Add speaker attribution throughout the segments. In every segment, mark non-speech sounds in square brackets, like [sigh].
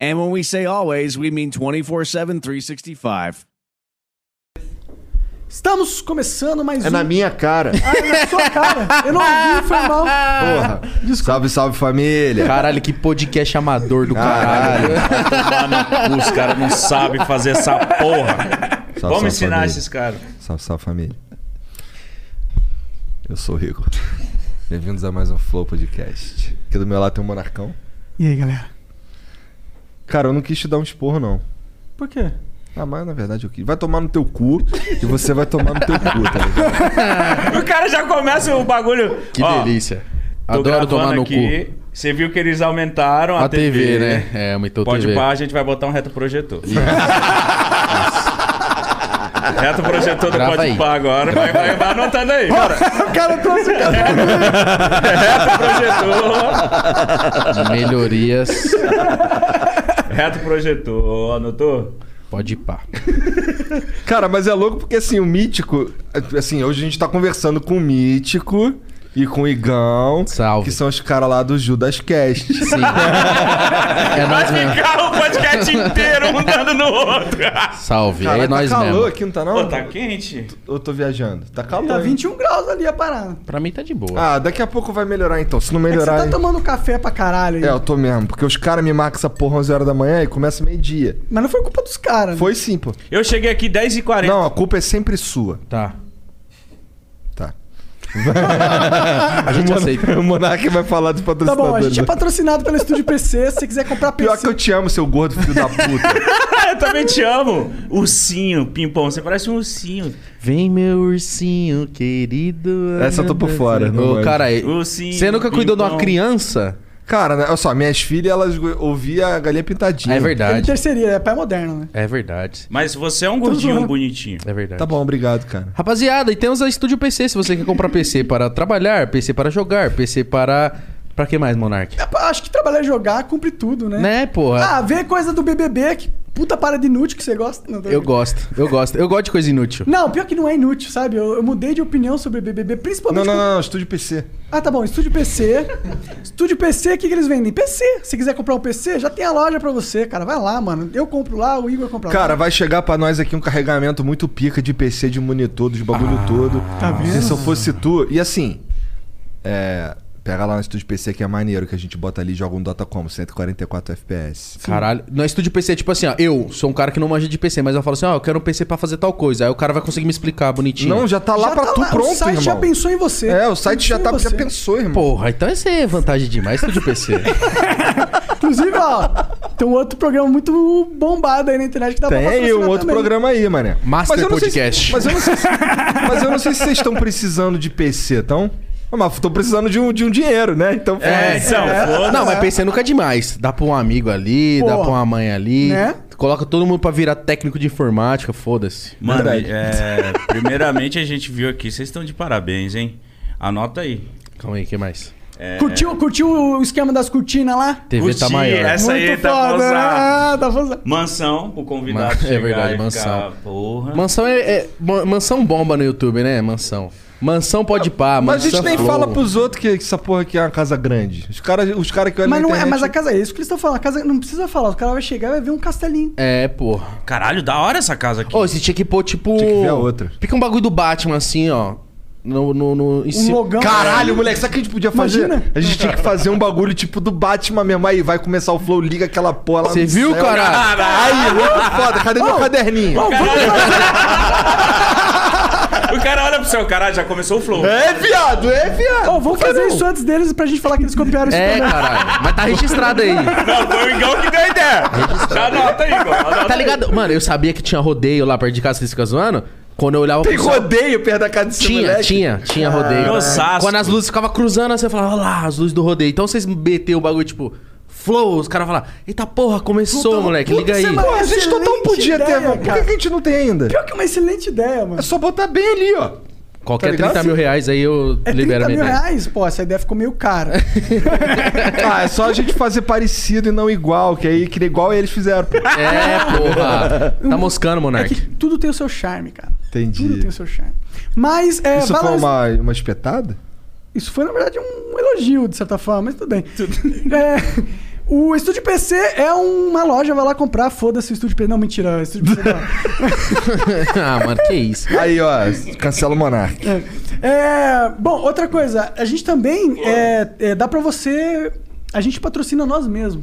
Speaker 1: And when we say always, we mean 24 7, 365.
Speaker 2: Estamos começando mais
Speaker 3: É
Speaker 2: um.
Speaker 3: na minha cara.
Speaker 2: Ah, é na sua cara. Eu não ouvi, foi
Speaker 3: [laughs]
Speaker 2: mal.
Speaker 3: Porra. Salve, salve família.
Speaker 4: Caralho, que podcast amador do caralho.
Speaker 3: Caralho.
Speaker 5: Lá no cu, Os caras Ah, não sabem fazer essa porra. Vamos
Speaker 3: Salve, salve,
Speaker 5: ensinar
Speaker 3: família.
Speaker 5: esses caras.
Speaker 3: Salve, salve família. Eu sou o Rico. Bem-vindos a mais um Flow Podcast. Aqui do meu lado tem um monarcão.
Speaker 2: E aí, galera?
Speaker 3: Cara, eu não quis te dar um esporro, não.
Speaker 2: Por quê?
Speaker 3: Ah, mas na verdade eu quis. Vai tomar no teu cu e você vai tomar no teu cu, tá
Speaker 2: [laughs]
Speaker 3: ligado?
Speaker 5: [laughs] O cara já começa o bagulho.
Speaker 4: Que
Speaker 5: Ó,
Speaker 4: delícia.
Speaker 5: tô
Speaker 4: Adoro
Speaker 5: gravando
Speaker 4: tomar no
Speaker 5: aqui.
Speaker 4: cu.
Speaker 5: Você viu que eles aumentaram a,
Speaker 4: A TV, né? É, aumentou a
Speaker 5: Pode
Speaker 4: TV.
Speaker 5: pá, a gente vai botar um reto projetor. [laughs] reto projetor do
Speaker 4: Grava
Speaker 5: Pode
Speaker 4: aí.
Speaker 5: pá agora. Vai, vai, vai anotando aí.
Speaker 2: [laughs] O cara trouxe o
Speaker 5: [laughs]
Speaker 2: cara.
Speaker 5: reto
Speaker 4: [laughs]
Speaker 5: projetor.
Speaker 4: Melhorias.
Speaker 5: Reto projetor. Anotou?
Speaker 4: Pode pá.
Speaker 3: Cara, mas é louco porque assim, o mítico. Assim, hoje a gente tá conversando com o mítico. E com o Igão,
Speaker 4: Salve.
Speaker 3: que são os caras lá do
Speaker 4: [laughs]
Speaker 3: Judas Cast.
Speaker 4: Sim. É nós mesmo.
Speaker 5: Ficar
Speaker 4: [laughs]
Speaker 5: o podcast inteiro um dando no outro.
Speaker 4: Salve.
Speaker 3: Caralho,
Speaker 4: é nós
Speaker 3: tá calor
Speaker 4: mesmo.
Speaker 3: aqui, não tá não?
Speaker 5: Pô, tá quente.
Speaker 3: Eu tô viajando. Tá calor.
Speaker 2: Tá
Speaker 3: hein?
Speaker 2: 21 graus ali a parada.
Speaker 4: Pra mim tá de boa.
Speaker 3: Ah, daqui a pouco vai melhorar então. Se não
Speaker 2: É que você
Speaker 3: melhorar.
Speaker 2: tá tomando café pra caralho aí.
Speaker 3: É, eu tô mesmo. Porque os caras me marcam essa porra 11 horas da manhã e começa meio-dia.
Speaker 2: Mas não foi culpa dos caras. né?
Speaker 3: Foi sim, pô.
Speaker 5: Eu cheguei aqui 10h40.
Speaker 3: Não, a culpa é sempre sua.
Speaker 4: Tá.
Speaker 3: Tá.
Speaker 4: [laughs] A gente aceita.
Speaker 3: O Monark vai falar dos
Speaker 2: Tá
Speaker 3: patrocinadores.
Speaker 2: bom, a gente é
Speaker 3: né?
Speaker 2: patrocinado pelo Estúdio
Speaker 3: [laughs]
Speaker 2: PC. Se você quiser comprar PC.
Speaker 3: Pior que eu te amo, seu gordo filho da puta.
Speaker 2: [laughs]
Speaker 5: Ah, [laughs] eu também te amo. Ursinho, Pimpão, você parece um ursinho.
Speaker 4: Vem, meu ursinho querido.
Speaker 3: Essa eu tô por fora, não
Speaker 4: Ô,
Speaker 3: manjo.
Speaker 4: cara,
Speaker 5: Ursinho,
Speaker 4: você nunca cuidou de uma
Speaker 5: pimpão.
Speaker 4: criança?
Speaker 3: Cara, né, olha só, minhas filhas, elas go- ouviam a galinha pintadinha.
Speaker 4: É
Speaker 2: Ele
Speaker 4: verdade.
Speaker 2: terceira, é pai moderno, né?
Speaker 4: É verdade.
Speaker 5: Mas você é um gordinho
Speaker 2: zoando.
Speaker 5: bonitinho.
Speaker 4: É verdade.
Speaker 3: Tá bom, obrigado, cara.
Speaker 4: Rapaziada, e temos a Estúdio PC. Se você quer comprar PC para trabalhar, PC para jogar, PC para. Pra que mais, Monark?
Speaker 2: É, pá, Acho que trabalhar e jogar cumpre tudo, né?
Speaker 4: Né,
Speaker 3: é.
Speaker 4: porra?
Speaker 2: Ah, vê coisa do BBB, que puta parada inútil que você gosta. Não, tô
Speaker 4: Eu
Speaker 2: brincando.
Speaker 4: gosto, eu gosto. Eu gosto de coisa inútil.
Speaker 2: Não, pior que não é inútil, sabe? Eu, eu mudei de opinião sobre BBB,
Speaker 3: Não,
Speaker 2: principalmente...
Speaker 3: não,
Speaker 2: com-
Speaker 3: não, não, estúdio PC.
Speaker 2: Ah, tá bom, estúdio PC. estúdio PC, o que, que eles vendem? PC. Se quiser comprar um PC, já tem a loja pra você, cara. Vai lá, mano. Eu compro lá, o Igor compra
Speaker 3: Cara,
Speaker 2: lá.
Speaker 3: vai chegar pra nós aqui um carregamento muito pica de PC, de monitor, dos bagulho todo.
Speaker 2: Tá vendo?
Speaker 3: Se eu fosse tu. E assim, é, pega lá no estúdio PC que é maneiro, que a gente bota ali e joga um Dota como, 144 FPS.
Speaker 4: Caralho. No estúdio PC, tipo assim, ó, eu sou um cara que não manja de PC, mas eu falo assim, ó, eu quero um PC pra fazer tal coisa. Aí o cara vai conseguir me explicar bonitinho.
Speaker 3: Não, já tá lá
Speaker 2: Já
Speaker 3: pra
Speaker 2: tá
Speaker 3: tu
Speaker 2: lá,
Speaker 3: pronto,
Speaker 2: O site
Speaker 3: irmão.
Speaker 2: já pensou em você.
Speaker 3: É, o site já, tá,
Speaker 2: Pensou em
Speaker 3: já
Speaker 2: você.
Speaker 3: pensou, irmão.
Speaker 4: Porra, então essa é vantagem demais, estúdio PC.
Speaker 2: Inclusive, ó, tem um outro programa muito bombado aí na internet que dá pra
Speaker 3: Tem
Speaker 2: patrocinar
Speaker 3: um outro
Speaker 2: também.
Speaker 3: programa aí, mané.
Speaker 4: Master
Speaker 3: eu não sei
Speaker 4: Podcast.
Speaker 3: se- mas, eu não sei se, mas eu não sei se vocês estão precisando de PC, então. Mas tô precisando de um, de um dinheiro, né? Então,
Speaker 5: É, então, foda-se.
Speaker 4: Não, mas PC nunca é demais. Dá pra um amigo ali, dá
Speaker 2: Porra.
Speaker 4: pra uma mãe ali.
Speaker 2: Né?
Speaker 4: Coloca todo mundo pra virar técnico de informática, foda-se.
Speaker 5: Mano,
Speaker 3: Verdade.
Speaker 5: é, primeiramente a gente viu aqui, vocês estão de parabéns, hein? Anota aí.
Speaker 4: Calma aí, o que mais?
Speaker 2: Curtiu, curtiu o esquema das cortinas lá?
Speaker 4: TV tá
Speaker 5: Curti
Speaker 4: maior.
Speaker 3: é
Speaker 5: essa- aí tá pra
Speaker 2: foda,
Speaker 5: usar.
Speaker 2: né? Tá pra usar.
Speaker 5: Mansão, o convidado
Speaker 4: Man- [laughs] é
Speaker 5: chegar
Speaker 4: verdade,
Speaker 5: e ficar,
Speaker 4: mansão.
Speaker 5: Porra.
Speaker 4: Mansão é, é- ma- Mansão bomba no YouTube, né? Mansão. Mansão pode pá,
Speaker 3: Ah, Mas a
Speaker 4: mansão é
Speaker 3: gente nem
Speaker 4: flow.
Speaker 3: fala pros outros que, que essa porra aqui é uma casa grande. Os caras os cara que olham
Speaker 2: Mas,
Speaker 3: na
Speaker 2: não é,
Speaker 3: internet...
Speaker 2: mas a casa é isso que eles estão falando. A casa não precisa falar. O cara vai chegar e vai ver um castelinho.
Speaker 4: É, porra.
Speaker 5: Caralho, da hora essa casa aqui.
Speaker 4: Ô, você tinha que pôr, tipo.
Speaker 3: Tinha que ver a outra.
Speaker 4: Fica um bagulho do Batman, assim, ó. No. no, no em
Speaker 2: Um logão.
Speaker 3: Caralho, moleque, sabe o que a gente podia fazer?
Speaker 2: Imagina.
Speaker 3: A gente tinha que fazer um bagulho tipo do Batman mesmo. Aí vai começar o flow, liga aquela porra lá
Speaker 4: Você
Speaker 3: no
Speaker 4: viu,
Speaker 3: céu. Ah,
Speaker 4: caralho?
Speaker 3: Aí, louco foda, cadê meu caderninho?
Speaker 2: Vamos fazer-
Speaker 5: do céu, caralho, já começou o
Speaker 4: [laughs]
Speaker 5: flow.
Speaker 4: É, viado, é, viado.
Speaker 2: Ó, vamos fazer um- isso antes deles pra gente falar que eles copiaram isso
Speaker 3: [laughs]
Speaker 4: É,
Speaker 2: também.
Speaker 4: caralho. Mas tá registrado aí.
Speaker 5: Não, foi o Igão que deu a ideia.
Speaker 3: né?
Speaker 5: Já anota aí, Igor. anota
Speaker 4: Tá
Speaker 5: aí.
Speaker 4: ligado? Mano, eu sabia que tinha rodeio lá perto de casa que vocês ficam zoando. Quando eu olhava
Speaker 3: Tem
Speaker 4: pro céu-
Speaker 3: rodeio perto da casa desse
Speaker 4: Tinha,
Speaker 3: moleque?
Speaker 4: tinha, tinha rodeio.
Speaker 5: em Osasco.
Speaker 4: Quando as luzes ficavam cruzando, assim, eu falava, olha lá, as luzes do rodeio. Então vocês meteram o bagulho, tipo, flow, os caras falavam, eita porra, começou,
Speaker 2: Puta,
Speaker 4: moleque,
Speaker 2: puta,
Speaker 4: liga aí.
Speaker 2: você
Speaker 3: Pô, a gente total
Speaker 2: Excelente
Speaker 3: podia ter,
Speaker 2: ideia,
Speaker 3: mano. Por que
Speaker 2: cara.
Speaker 3: que a gente não tem ainda?
Speaker 2: Pior que é uma excelente ideia, mano.
Speaker 3: É só botar bem
Speaker 2: [laughs]
Speaker 3: ali, ó.
Speaker 4: Qualquer
Speaker 3: tá ligado?
Speaker 4: 30 mil reais aí eu
Speaker 2: É 30
Speaker 4: libero a
Speaker 2: mil
Speaker 4: minha Tá ideia.
Speaker 2: reais? Pô, essa ideia ficou meio
Speaker 4: [laughs]
Speaker 2: cara.
Speaker 3: Ah, é só a gente fazer parecido e não igual, que aí que igual eles fizeram.
Speaker 4: É, porra. Tá moscando,
Speaker 2: É
Speaker 4: Monark.
Speaker 2: que tudo tem o seu charme, cara.
Speaker 3: Entendi.
Speaker 2: Tudo tem o seu charme. Mas, é,
Speaker 3: Isso foi
Speaker 2: valoriz-
Speaker 3: uma, uma espetada?
Speaker 2: Isso foi, na verdade, um elogio, de certa forma, mas tudo bem. [laughs] É, o Estúdio PC é uma loja, vai lá comprar, foda-se o Estúdio PC. Não, mentira, o Estúdio PC não.
Speaker 4: [laughs] ah, mano, que isso.
Speaker 3: Aí, ó, cancela o Monark.
Speaker 2: É, bom, outra coisa, a gente também é, é, dá pra você. A gente patrocina nós mesmos.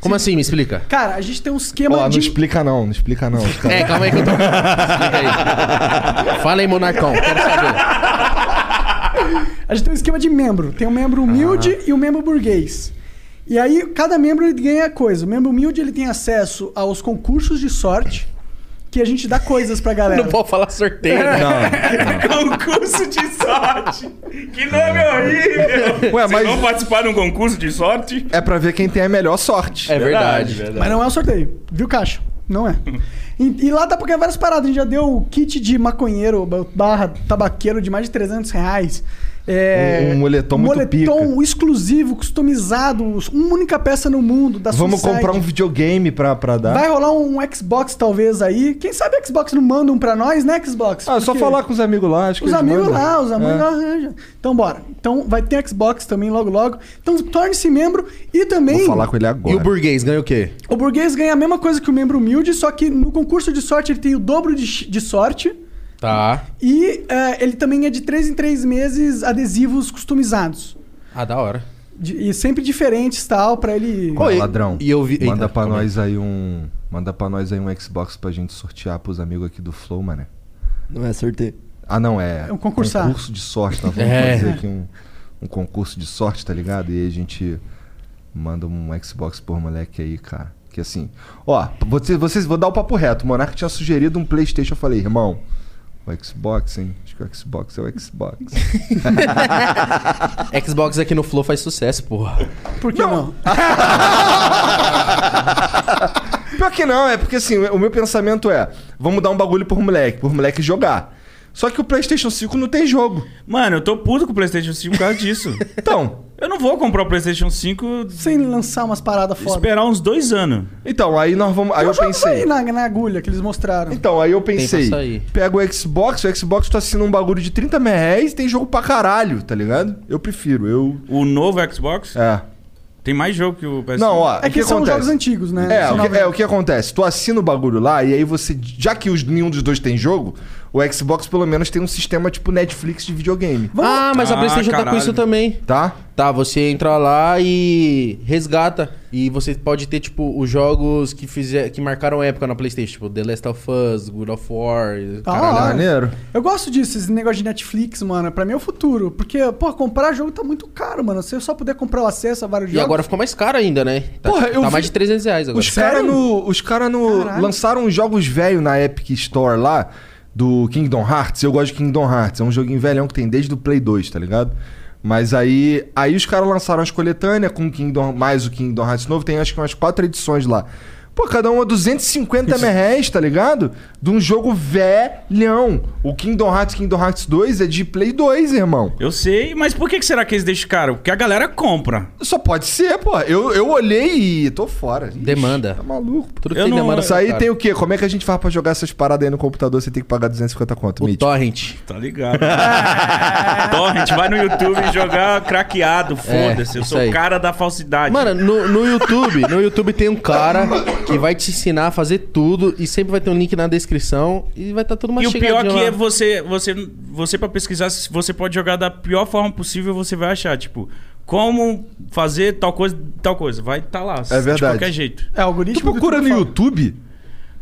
Speaker 4: Como assim? Me explica.
Speaker 2: Cara, a gente tem um esquema
Speaker 3: Ó, não
Speaker 2: de.
Speaker 3: explica não, não explica não.
Speaker 4: É, calma aí que eu tô. Explica aí. Fala aí, Monarcão. Quero saber.
Speaker 2: A gente tem um esquema de membro. Tem um membro humilde e um membro burguês. E aí, cada membro ele ganha coisa. O membro humilde ele tem acesso aos concursos de sorte, que a gente dá coisas pra galera.
Speaker 4: Não pode falar sorteio, né?
Speaker 5: [laughs] Concurso de sorte. Que nome horrível.
Speaker 3: Ué,
Speaker 5: Vocês
Speaker 3: mas-
Speaker 5: vão participar de um concurso de sorte?
Speaker 3: É pra ver quem tem a melhor sorte.
Speaker 4: É verdade.
Speaker 2: Mas não é um sorteio, viu, Caixa? Não
Speaker 3: [laughs]
Speaker 2: é. E, e lá dá pra ganhar várias paradas. A gente já deu o kit de maconheiro ba- barra tabaqueiro de mais de 300 reais. É,
Speaker 3: Um- um moletom muito
Speaker 2: moletom exclusivo, customizado, um- uma única peça no mundo. Da
Speaker 3: Vamos
Speaker 2: Suicide.
Speaker 3: comprar um videogame pra, pra dar.
Speaker 2: Vai rolar um Xbox, talvez, aí. Quem sabe a Xbox não manda um pra nós, né, Xbox?
Speaker 3: Ah, é só
Speaker 2: Porque
Speaker 3: falar com os amigos lá, acho que
Speaker 2: Os
Speaker 3: eles
Speaker 2: amigos
Speaker 3: mandam.
Speaker 2: lá, os amigos
Speaker 3: É.
Speaker 2: lá arranjam. Então, bora. Então, vai ter Xbox também logo, logo. Então, torne-se membro e também...
Speaker 3: Vou falar com ele agora.
Speaker 4: E o burguês ganha o quê?
Speaker 2: O burguês ganha a mesma coisa que o membro humilde, só que no concurso de sorte ele tem o dobro de, ch- de sorte.
Speaker 4: Tá.
Speaker 2: E eh, ele também é de 3 em 3 meses adesivos customizados.
Speaker 4: Ah, da hora.
Speaker 2: De- e sempre diferentes tal, pra ele.
Speaker 3: Ó,
Speaker 4: Oi,
Speaker 3: tá, ladrão,
Speaker 4: e eu vi- Eita,
Speaker 3: manda pra
Speaker 4: calma aí.
Speaker 3: nós aí um... Manda pra nós aí um Xbox pra gente sortear pros amigos aqui do Flow, mané.
Speaker 6: Não é sorteio.
Speaker 3: Ah, não, é...
Speaker 2: É um concursar.
Speaker 3: Concurso de sorte. Nós vamos
Speaker 4: É.
Speaker 3: fazer aqui um, um concurso de sorte, tá ligado? E aí a gente manda um Xbox por moleque aí, cara. Que assim... Ó, vocês, vocês... Vou dar o papo reto. O Monark tinha sugerido um Playstation. Eu falei, irmão... O Xbox, hein? Acho que o Xbox é o Xbox.
Speaker 4: Xbox aqui no Flow faz sucesso, porra.
Speaker 2: Por que não?
Speaker 3: Pior que não, é porque assim, o meu pensamento é: vamos dar um bagulho pro moleque, pro moleque jogar. Só que o PlayStation 5 não tem jogo.
Speaker 5: Mano, eu tô puto com o PlayStation 5 por causa disso.
Speaker 3: Então,
Speaker 5: Eu não vou comprar o PlayStation 5
Speaker 2: Sem lançar umas paradas foda.
Speaker 5: esperar uns dois anos.
Speaker 3: então aí nós vamos, aí
Speaker 2: Tem
Speaker 3: eu
Speaker 2: uns jogos
Speaker 3: pensei.
Speaker 2: Aí na, na agulha que eles mostraram.
Speaker 3: Então, aí eu
Speaker 4: Tem
Speaker 3: pensei,
Speaker 4: pra sair.
Speaker 3: pega o Xbox, o Xbox tu assina um bagulho de 30 mil reais e tem jogo pra caralho, tá ligado? Eu prefiro, eu.
Speaker 5: O novo Xbox
Speaker 3: É.
Speaker 5: tem mais jogo que o PS5.
Speaker 3: Não, ó.
Speaker 2: é
Speaker 3: o
Speaker 2: que, são
Speaker 3: acontece?
Speaker 2: jogos antigos, né?
Speaker 3: É,
Speaker 2: São
Speaker 3: o que,
Speaker 2: novos.
Speaker 3: é, o que acontece? Tu assina o bagulho lá e aí você. Já que os- nenhum dos dois tem jogo, o Xbox pelo menos tem um sistema tipo Netflix de videogame.
Speaker 4: Ah, mas a
Speaker 5: Ah,
Speaker 4: PlayStation tá com
Speaker 5: caralho.
Speaker 4: isso também.
Speaker 3: Tá?
Speaker 4: Tá, você entra lá e resgata. E você pode ter, tipo, os jogos que, fizer, que marcaram época na PlayStation. Tipo, The Last of Us, God of War.
Speaker 2: Ah.
Speaker 4: Caralho. é
Speaker 3: Maneiro.
Speaker 2: Eu gosto disso, esse negócio de Netflix, mano. Pra mim é o futuro. Porque, pô, comprar jogo tá muito caro, mano. Se eu só puder comprar o acesso a vários
Speaker 4: E
Speaker 2: jogos.
Speaker 4: agora ficou mais caro ainda, né? Tá,
Speaker 3: Porra, eu
Speaker 4: tá
Speaker 3: vi-
Speaker 4: mais de 300 reais agora.
Speaker 3: Os caras no, os cara no
Speaker 2: Caralho.
Speaker 3: lançaram uns jogos velhos na Epic Store lá do Kingdom Hearts. Eu gosto de Kingdom Hearts, é um joguinho velhão que tem desde o Play 2, tá ligado? Mas aí, aí os caras lançaram as coletâneas com o Kingdom, mais o Kingdom Hearts novo, tem acho que umas quatro edições lá. Pô, cada uma 250 MRs, tá ligado? De um jogo velhão. O Kingdom Hearts, Kingdom Hearts 2 é de Play 2, irmão.
Speaker 5: Eu sei, mas por que que será que eles deixam caro? Porque a galera compra.
Speaker 3: Só pode ser, pô. Eu, eu olhei e tô fora. Ixi,
Speaker 4: Demanda.
Speaker 3: Tá maluco, pô.
Speaker 4: Tudo
Speaker 5: eu
Speaker 4: tem
Speaker 5: não-
Speaker 4: demanda
Speaker 3: Isso aí
Speaker 4: cara.
Speaker 3: tem o quê? Como é que a gente faz pra jogar essas paradas aí no computador? Você tem que pagar 250 conto,
Speaker 4: o
Speaker 3: Mitch.
Speaker 4: Torrent. [laughs]
Speaker 5: Tá ligado? Torrent, vai no YouTube jogar craqueado, foda-se. eu
Speaker 4: É, isso
Speaker 5: sou
Speaker 4: aí.
Speaker 5: o cara da falsidade.
Speaker 4: Mano, no, no YouTube, no YouTube tem um cara que vai te ensinar a fazer tudo e sempre vai ter um link na descrição e vai estar tá tudo
Speaker 5: e
Speaker 4: mais
Speaker 5: o pior que
Speaker 4: lá.
Speaker 5: é você, você, você para pesquisar, se você pode jogar da pior forma possível, você vai achar, tipo, como fazer tal coisa, tal coisa, vai tá lá,
Speaker 3: verdade.
Speaker 5: de qualquer jeito.
Speaker 2: É, o algoritmo.
Speaker 3: Tu
Speaker 2: do
Speaker 3: procura no
Speaker 2: YouTube fala.
Speaker 3: YouTube?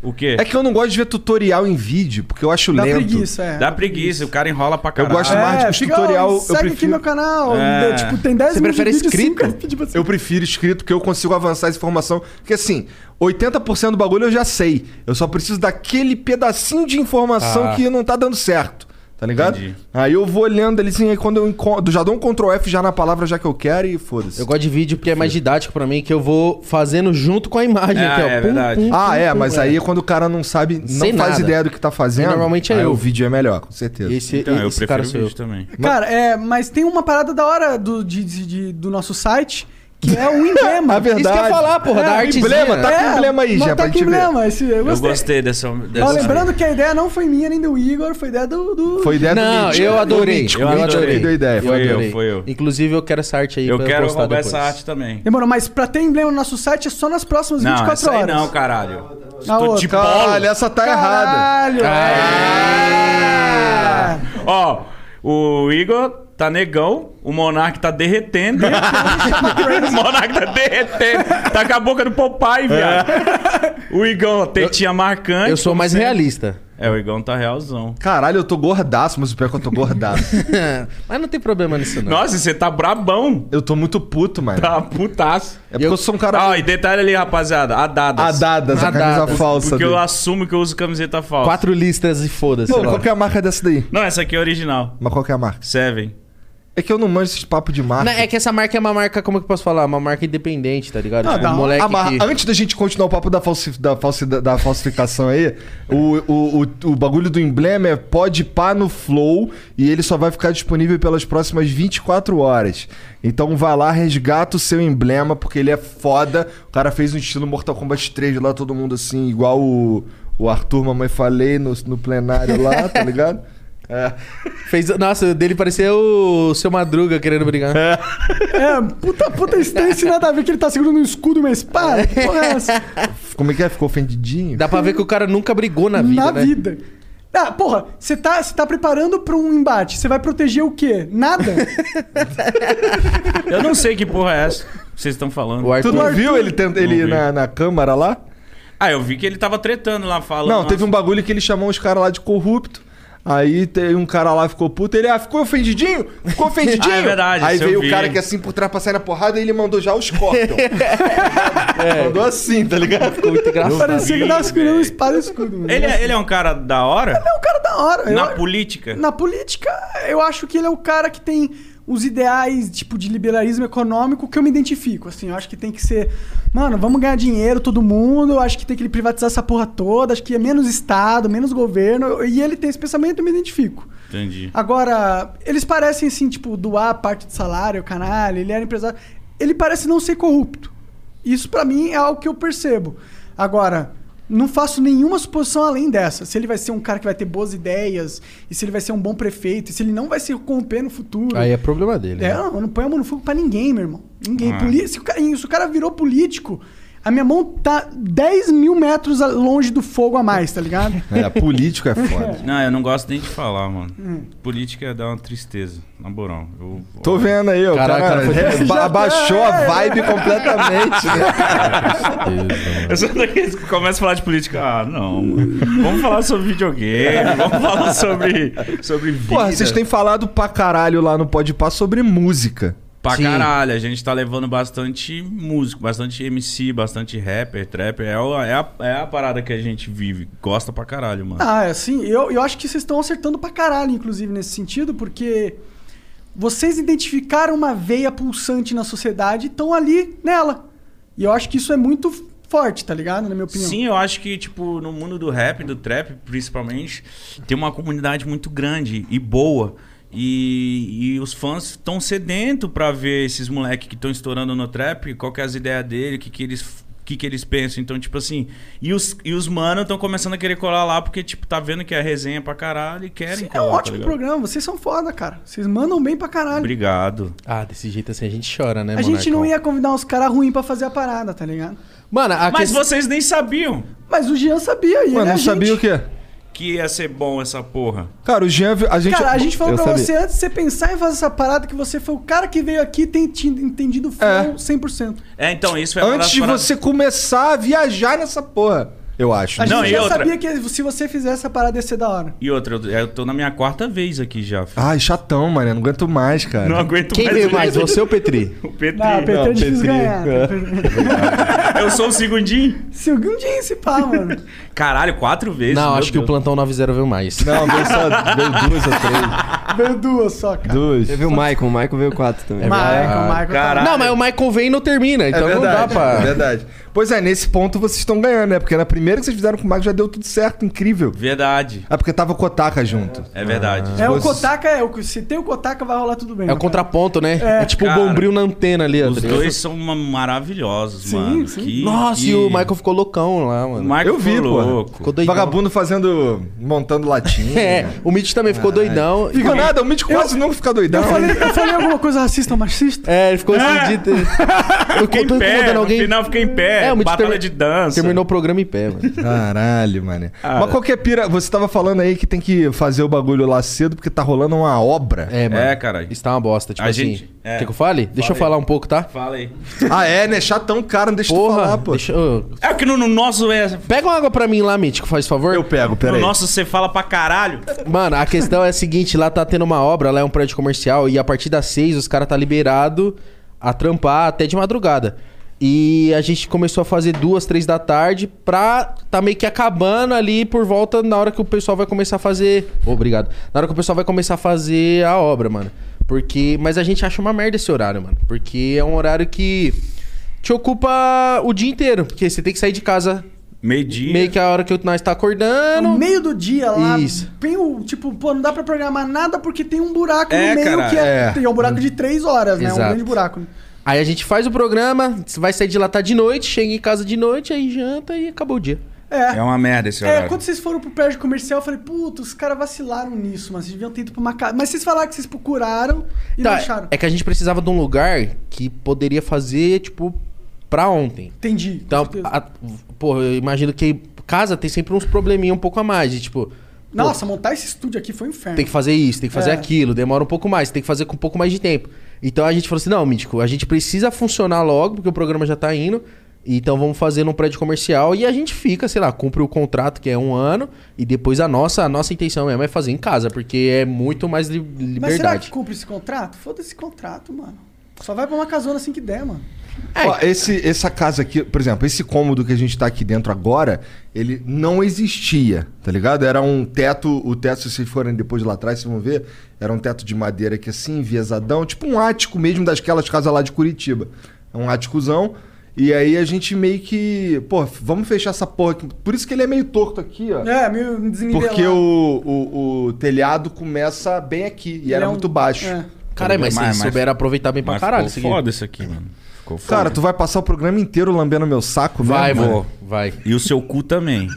Speaker 5: O quê?
Speaker 3: É que eu não gosto de ver tutorial em vídeo, porque eu acho
Speaker 2: Dá
Speaker 3: lento.
Speaker 2: preguiça, é.
Speaker 5: Dá preguiça, o cara enrola pra
Speaker 3: Eu
Speaker 5: caralho.
Speaker 3: gosto mais de
Speaker 2: É,
Speaker 3: os
Speaker 2: fica,
Speaker 3: tutorial.
Speaker 2: ó,
Speaker 3: eu
Speaker 2: segue aqui
Speaker 3: prefiro-
Speaker 2: meu canal.
Speaker 5: É.
Speaker 2: Tipo, tem 10
Speaker 4: Você
Speaker 2: minutos
Speaker 4: prefere
Speaker 2: de vídeo, [laughs]
Speaker 4: escrito?
Speaker 2: cinco, tipo, tipo assim.
Speaker 3: Eu prefiro escrito, porque eu consigo avançar essa informação. Porque assim, 80% do bagulho eu já sei. Eu só preciso daquele pedacinho de informação
Speaker 4: Tá.
Speaker 3: que não tá dando certo. Tá ligado?
Speaker 5: Entendi.
Speaker 3: Aí eu vou olhando ali assim, aí quando eu encontro. Já dou um Ctrl F já na palavra já que eu quero e foda-se.
Speaker 4: Eu gosto de vídeo porque é mais didático pra mim, que eu vou fazendo junto com a imagem
Speaker 5: É,
Speaker 4: aqui, ó.
Speaker 5: é
Speaker 4: Pum,
Speaker 5: verdade.
Speaker 4: pum,
Speaker 3: Ah,
Speaker 4: pum,
Speaker 3: é,
Speaker 4: pum,
Speaker 3: mas aí é quando o cara não sabe, não
Speaker 4: Sem
Speaker 3: faz
Speaker 4: nada.
Speaker 3: ideia do que tá fazendo.
Speaker 4: normalmente é
Speaker 3: aí
Speaker 4: eu.
Speaker 3: o vídeo é melhor, com certeza.
Speaker 4: Esse,
Speaker 5: Então, eu
Speaker 4: esse
Speaker 5: prefiro
Speaker 4: cara
Speaker 5: o
Speaker 4: sou
Speaker 5: vídeo
Speaker 4: eu.
Speaker 5: também.
Speaker 2: Cara, é, mas tem uma parada da hora do, de- de- de- do nosso site, que é
Speaker 3: [laughs]
Speaker 2: o emblema.
Speaker 3: A verdade.
Speaker 4: Isso que eu ia falar, porra,
Speaker 3: É,
Speaker 4: da
Speaker 3: o
Speaker 4: artezinha. É,
Speaker 3: emblema, tá com emblema aí
Speaker 2: mas
Speaker 3: já,
Speaker 2: tá
Speaker 3: pra
Speaker 2: com
Speaker 3: gente ver.
Speaker 2: emblema, esse, eu
Speaker 5: Eu
Speaker 2: gostei.
Speaker 5: gostei dessa. dessa
Speaker 2: Ó, lembrando que a ideia não foi minha nem do Igor, foi ideia do... do-
Speaker 3: Foi ideia É do
Speaker 4: Não,
Speaker 3: Mítico.
Speaker 4: eu adorei,
Speaker 3: O Mítico,
Speaker 5: eu
Speaker 3: o Mítico
Speaker 5: adorei.
Speaker 3: que deu ideia.
Speaker 5: Foi
Speaker 3: Foi
Speaker 5: eu,
Speaker 3: eu.
Speaker 4: Adorei.
Speaker 5: foi eu.
Speaker 4: Inclusive, eu quero essa arte aí.
Speaker 5: Eu
Speaker 4: pra
Speaker 5: quero
Speaker 4: postar
Speaker 5: roubar
Speaker 4: depois.
Speaker 5: essa arte também.
Speaker 2: Demorou, mas pra ter emblema no nosso site é só nas próximas
Speaker 5: Não,
Speaker 2: 24
Speaker 5: essa aí
Speaker 2: horas.
Speaker 5: não, caralho.
Speaker 2: Na
Speaker 5: Tô de
Speaker 2: outra.
Speaker 3: Caralho,
Speaker 5: polo.
Speaker 3: essa tá errada.
Speaker 2: Caralho! É.
Speaker 5: Ó, o Igor tá negão, o Monark tá derretendo. o Monark tá derretendo. Tá com a boca do Popeye, viado. O Igão, tetinha marcante.
Speaker 4: Eu sou mais realista.
Speaker 5: É, o Igão tá realzão.
Speaker 3: Caralho, eu tô gordaço, mas o pior é que eu
Speaker 4: [laughs]
Speaker 3: tô gordaço.
Speaker 4: mas não tem problema nisso, não.
Speaker 5: Nossa, você tá brabão.
Speaker 3: eu tô muito puto, mano.
Speaker 5: Tá putaço.
Speaker 3: É porque eu, sou um cara
Speaker 5: Ah, e detalhe ali, rapaziada. A dadas.
Speaker 3: adadas, a
Speaker 4: Adadas.
Speaker 3: camisa falsa
Speaker 5: Porque
Speaker 3: dele.
Speaker 5: eu assumo que eu uso camiseta falsa.
Speaker 4: Quatro listas e foda-se.
Speaker 3: Pô,
Speaker 4: sei lá.
Speaker 3: qual que é a marca dessa daí?
Speaker 5: Não, essa aqui é original.
Speaker 3: Mas qual que é a marca?
Speaker 5: Seven.
Speaker 3: É que eu não manjo esses papos de marca.
Speaker 4: Não, é que essa marca é uma marca, como que eu posso falar? Uma marca independente, tá ligado?
Speaker 2: Ah,
Speaker 4: tipo,
Speaker 2: dá
Speaker 4: um
Speaker 2: uma-
Speaker 4: moleque
Speaker 3: A mar-
Speaker 4: que...
Speaker 3: Antes da gente continuar o papo da, falsi- da, falsi- da falsificação aí, o, o, o, o bagulho do emblema é pode pá no Flow e ele só vai ficar disponível pelas próximas 24 horas. Então vai lá, resgata o seu emblema, porque ele é foda. O cara fez um estilo Mortal Kombat 3 lá, todo mundo assim, igual o, o Arthur, mamãe falei, no, no plenário lá, tá ligado? É.
Speaker 4: Fez... Nossa, o dele parecia o seu Madruga querendo brigar.
Speaker 2: É, puta, puta stance, nada a ver que ele tá segurando um escudo e uma espada. Que Porra, é essa?
Speaker 3: Como é que é? Ficou ofendidinho?
Speaker 4: Dá pra ver que o cara nunca brigou na vida,
Speaker 2: na
Speaker 4: né?
Speaker 2: vida. Ah, porra, você tá, você tá preparando pra um embate. Você vai proteger o quê?
Speaker 5: [laughs]
Speaker 2: Nada.
Speaker 5: Eu não sei que porra é essa que vocês estão falando.
Speaker 4: O Arthur...
Speaker 3: Tu não
Speaker 2: Arthur.
Speaker 3: viu ele, tent-
Speaker 5: Não
Speaker 3: ele
Speaker 5: vi.
Speaker 3: na, na câmara lá?
Speaker 5: Ah, eu vi que ele tava tretando lá, falando.
Speaker 3: Não, teve um bagulho que ele chamou os caras lá de corrupto. Aí tem um cara lá ficou puto, ele, ah, ficou ofendidinho? Ficou
Speaker 5: [laughs]
Speaker 3: ofendidinho?
Speaker 5: Ah, é verdade,
Speaker 3: Aí
Speaker 5: isso eu
Speaker 3: veio
Speaker 5: vi.
Speaker 3: o cara que assim por trás pra sair na porrada e ele mandou já os Scorpion. Mandou assim, tá ligado?
Speaker 4: Ficou muito engraçado.
Speaker 2: Parecia que tava segurando uma espada e um escudo. mano.
Speaker 5: Ele é, ele é um cara da hora?
Speaker 2: É um cara da hora. Eu-
Speaker 5: Na política?
Speaker 2: na política, eu acho que ele é o cara que tem os ideais, tipo, de liberalismo econômico que eu me identifico, assim. Eu acho que tem que ser... Mano, vamos ganhar dinheiro, todo mundo. Eu acho que tem que privatizar essa porra toda. Acho que é menos Estado, menos governo. E ele tem esse pensamento, eu me identifico.
Speaker 5: Entendi.
Speaker 2: Agora, eles parecem assim, tipo, doar parte do salário, canalha, ele era empresário. Ele parece não ser corrupto. Isso pra mim é algo que eu percebo. Agora, não faço nenhuma suposição além dessa. Se ele vai ser um cara que vai ter boas ideias, e se ele vai ser um bom prefeito, e se ele não vai se corromper no futuro.
Speaker 4: Aí é problema dele.
Speaker 2: É,
Speaker 4: né?
Speaker 2: não, eu não ponho a mão no fogo pra ninguém, meu irmão. Ninguém.
Speaker 5: Ah.
Speaker 2: Poli- se, o cara, se o cara virou político, a minha mão tá 10 mil metros a- longe do fogo a mais, tá ligado?
Speaker 4: [laughs]
Speaker 3: É, político é foda.
Speaker 5: Não, eu não gosto nem de falar, mano. Política dá uma tristeza, na moral. Eu,
Speaker 3: Hum. Tô vendo aí, ó. o
Speaker 4: Caraca,
Speaker 3: cara,
Speaker 4: foi-
Speaker 3: é, ba- abaixou a vibe completamente. né?
Speaker 5: Eu sou daqueles que começa a falar de política. Ah, não. mano. Vamos falar sobre
Speaker 3: [laughs]
Speaker 5: videogame, vamos falar sobre, sobre vida.
Speaker 3: Porra, vocês têm falado pra caralho lá no Pode Pá sobre música.
Speaker 5: Pra
Speaker 4: Sim.
Speaker 5: caralho, a gente tá levando bastante músico, bastante MC, bastante rapper, trapper. É, o- é a, é a parada que a gente vive. Gosta pra caralho, mano.
Speaker 2: Ah, é assim, eu, eu acho que vocês estão acertando pra caralho, inclusive, nesse sentido, porque vocês identificaram uma veia pulsante na sociedade e estão ali nela. E eu acho que isso é muito forte, tá ligado? Na minha opinião.
Speaker 5: Sim, eu acho que, tipo, no mundo do rap, do trap, principalmente, tem uma comunidade muito grande e boa. E, e os fãs estão sedento pra ver esses moleques que estão estourando no trap, qual que é as ideias dele, o que, que eles. O que, que eles pensam? Então, tipo assim. E os, e os mano estão começando a querer colar lá porque, tipo, tá vendo que é resenha pra caralho e querem
Speaker 2: Sim, é
Speaker 5: colar.
Speaker 2: um
Speaker 5: tá
Speaker 2: ótimo
Speaker 5: ligado?
Speaker 2: programa, vocês são foda, cara. Vocês mandam bem pra caralho.
Speaker 5: Obrigado.
Speaker 4: Ah, desse jeito assim a gente chora, né,
Speaker 2: a gente
Speaker 4: Monarcão?
Speaker 2: não ia convidar uns caras ruins pra fazer a parada, tá ligado?
Speaker 4: Mano, a
Speaker 5: Mas
Speaker 4: questão-
Speaker 5: vocês nem sabiam
Speaker 2: Mas o Jean sabia, e
Speaker 3: Mano,
Speaker 2: ele é
Speaker 3: não
Speaker 2: gente.
Speaker 3: sabia o quê?
Speaker 5: que ia ser bom essa porra.
Speaker 3: Cara, o Jean... vi- A gente,
Speaker 2: Cara, a gente falou
Speaker 3: Eu
Speaker 2: pra
Speaker 3: sabia.
Speaker 2: você antes de você pensar em fazer essa parada que você foi o cara que veio aqui e tem te- entendido o flow
Speaker 3: É.
Speaker 2: 100%.
Speaker 5: É, então, isso é uma
Speaker 3: Antes
Speaker 5: das
Speaker 3: de
Speaker 5: paradas-
Speaker 3: você começar a viajar nessa porra. eu acho.
Speaker 2: A gente
Speaker 5: Não, e
Speaker 2: já
Speaker 5: outra?
Speaker 2: sabia que se você fizesse a parada ia ser da hora.
Speaker 5: E outra, eu- eu tô na minha quarta vez aqui
Speaker 2: [laughs]
Speaker 5: já. filho.
Speaker 3: Ai, chatão, mané. Não aguento mais, cara.
Speaker 5: Não aguento
Speaker 4: Quem
Speaker 5: mais.
Speaker 4: veio
Speaker 5: ler.
Speaker 4: mais, você ou o Petri?
Speaker 5: O Petri.
Speaker 2: Não, o Petri é
Speaker 4: Não,
Speaker 2: difícil
Speaker 4: Petri.
Speaker 2: ganhar.
Speaker 5: Eu sou o segundinho.
Speaker 2: Se algum dia esse pá,
Speaker 4: [laughs]
Speaker 2: mano.
Speaker 5: Caralho, quatro vezes.
Speaker 4: não,
Speaker 5: meu
Speaker 4: acho que o
Speaker 5: Deus.
Speaker 4: Plantão 90 veio mais. [laughs]
Speaker 3: Não, veio só veio duas ou três. [laughs]
Speaker 2: Veio duas só, cara.
Speaker 3: Duas.
Speaker 6: Teve o Michael, o Michael veio quatro também.
Speaker 4: Ah,
Speaker 2: Michael, Michael. tá-
Speaker 5: Caralho.
Speaker 4: um- Não, mas o Michael vem e não termina, então
Speaker 3: é
Speaker 4: não dá
Speaker 3: verdade,
Speaker 4: pra...
Speaker 3: é verdade. Pois é, nesse ponto vocês estão ganhando, né? Porque na primeira que vocês fizeram com o Marco já deu tudo certo, incrível.
Speaker 5: Verdade.
Speaker 3: É porque tava o Kotaka junto.
Speaker 5: É verdade.
Speaker 2: É, o
Speaker 3: Você-
Speaker 2: Kotaka, é, o- se tem o Kotaka, vai rolar tudo bem.
Speaker 4: É o
Speaker 2: né,
Speaker 4: contraponto, né? É, tipo
Speaker 5: Cara,
Speaker 4: o bombril na antena ali. ó,
Speaker 5: Os
Speaker 4: tá ligado?
Speaker 5: dois são ma- maravilhosos,
Speaker 2: Sim,
Speaker 5: mano.
Speaker 2: sim.
Speaker 5: Que-
Speaker 4: Nossa, e o Michael ficou loucão lá,
Speaker 5: O
Speaker 4: mano.
Speaker 5: Michael
Speaker 3: Eu vi,
Speaker 5: ficou
Speaker 3: pô.
Speaker 5: louco.
Speaker 4: Ficou doidão.
Speaker 3: Vagabundo fazendo. montando latinha.
Speaker 4: [laughs] É, o Mitch também ficou doidão.
Speaker 3: Ficou nada, o Mitch quase nunca fica doidão.
Speaker 2: Eu falei, eu falei alguma coisa racista ou machista?
Speaker 4: É, ele ficou assim
Speaker 5: [laughs]
Speaker 4: de... Eu
Speaker 5: Fiquei em pé. No final fiquei em pé.
Speaker 4: É, o Mitch
Speaker 5: Batalha
Speaker 4: termi-
Speaker 5: de dança.
Speaker 4: Terminou o programa em pé, mano.
Speaker 3: Caralho, mané. Mas qualquer pira. Você tava falando aí que tem que fazer o bagulho lá cedo porque tá rolando uma obra.
Speaker 4: É, mano.
Speaker 5: É, cara.
Speaker 4: Isso tá uma bosta, tipo
Speaker 5: A
Speaker 4: assim.
Speaker 5: gente- é.
Speaker 4: Quer que eu fale? Deixa eu
Speaker 5: Fala aí.
Speaker 4: falar um pouco, tá?
Speaker 5: Fala aí.
Speaker 3: Ah, é, né? Chatão, cara, não deixa tu
Speaker 4: Porra,
Speaker 3: falar, pô.
Speaker 4: deixa eu...
Speaker 5: É que no, no nosso é-
Speaker 4: Pega uma água pra mim lá, Mítico, faz favor.
Speaker 3: Eu pego,
Speaker 5: no
Speaker 3: peraí.
Speaker 5: nosso você fala pra caralho.
Speaker 4: Mano, a questão é a seguinte, lá tá tendo uma obra, lá é um prédio comercial, e a partir das seis os caras tá liberado a trampar até de madrugada. E a gente começou a fazer duas, três da tarde pra tá meio que acabando ali por volta na hora que o pessoal vai começar a fazer. Obrigado. Na hora que o pessoal vai começar a fazer a obra, mano. Porque. Mas a gente acha uma merda esse horário, mano. Porque é um horário que te ocupa o dia inteiro. Porque você tem que sair de casa
Speaker 5: Meio-dia.
Speaker 4: meio que a hora que nós tá
Speaker 2: No
Speaker 4: acordando.
Speaker 2: meio do dia lá,
Speaker 4: Isso.
Speaker 2: tem o. Tipo, pô, não dá pra programar nada porque tem um buraco
Speaker 5: É,
Speaker 2: no meio
Speaker 5: cara,
Speaker 2: que é,
Speaker 3: é.
Speaker 2: é um buraco de três horas, né? Um
Speaker 4: Exato.
Speaker 2: grande buraco. né?
Speaker 4: Aí a gente faz o programa, você vai sair de lá tá de noite, chega em casa de noite, aí janta e acabou o dia.
Speaker 2: É.
Speaker 5: É uma merda esse
Speaker 2: É,
Speaker 5: horário.
Speaker 2: quando vocês foram pro prédio comercial, eu falei, puta, os caras vacilaram nisso, mas vocês deviam ter ido pra uma casa. Mas vocês falaram que vocês procuraram e
Speaker 4: Tá,
Speaker 2: não acharam.
Speaker 4: é que a gente precisava de um lugar que poderia fazer, tipo, pra ontem.
Speaker 2: Entendi. com
Speaker 4: Então,
Speaker 2: certeza.
Speaker 4: a, porra, eu imagino que casa tem sempre uns probleminha um pouco a mais, de tipo... pô,
Speaker 2: Nossa, montar esse estúdio aqui foi um inferno.
Speaker 4: tem que fazer isso, tem que fazer
Speaker 2: É.
Speaker 4: aquilo, demora um pouco mais, tem que fazer com um pouco mais de tempo. Então a gente falou assim: não, Mítico, a gente precisa funcionar logo, porque o programa já tá indo. Então vamos fazer num prédio comercial e a gente fica, sei lá, cumpre o contrato que é um ano e depois a nossa, a nossa intenção mesmo é fazer em casa, porque é muito mais li-
Speaker 2: Mas será que
Speaker 4: liberdade.
Speaker 2: cumpre esse contrato? Foda-se esse contrato, mano. Só vai pra uma casona assim que der, mano.
Speaker 3: Ó, esse, essa casa aqui, por exemplo, esse cômodo que a gente tá aqui dentro agora, ele não existia, tá ligado? Era um teto, o teto, se vocês forem depois lá atrás, vocês vão ver, era um teto de madeira aqui assim, viesadão, tipo um ático mesmo daquelas casas lá de Curitiba. É um áticozão. E aí a gente meio que, pô, vamos fechar essa porra aqui. Por isso que ele é meio torto aqui, ó.
Speaker 2: É, meio desnivelado.
Speaker 3: Porque o, o, o telhado começa bem aqui e
Speaker 2: Ele
Speaker 3: era
Speaker 2: é um-
Speaker 3: muito baixo.
Speaker 2: É.
Speaker 4: Caralho, mas,
Speaker 5: Mas-
Speaker 4: vocês
Speaker 5: mas-
Speaker 4: souberam aproveitar bem pra
Speaker 5: Mas
Speaker 4: caralho isso
Speaker 5: ficou
Speaker 4: aqui.
Speaker 5: foda isso aqui, mano. Ficou foda.
Speaker 3: Cara, tu vai passar o programa inteiro lambendo meu saco,
Speaker 4: Vai,
Speaker 3: mesmo?
Speaker 4: mano. Vai.
Speaker 5: E o seu
Speaker 4: [laughs]
Speaker 5: cu também.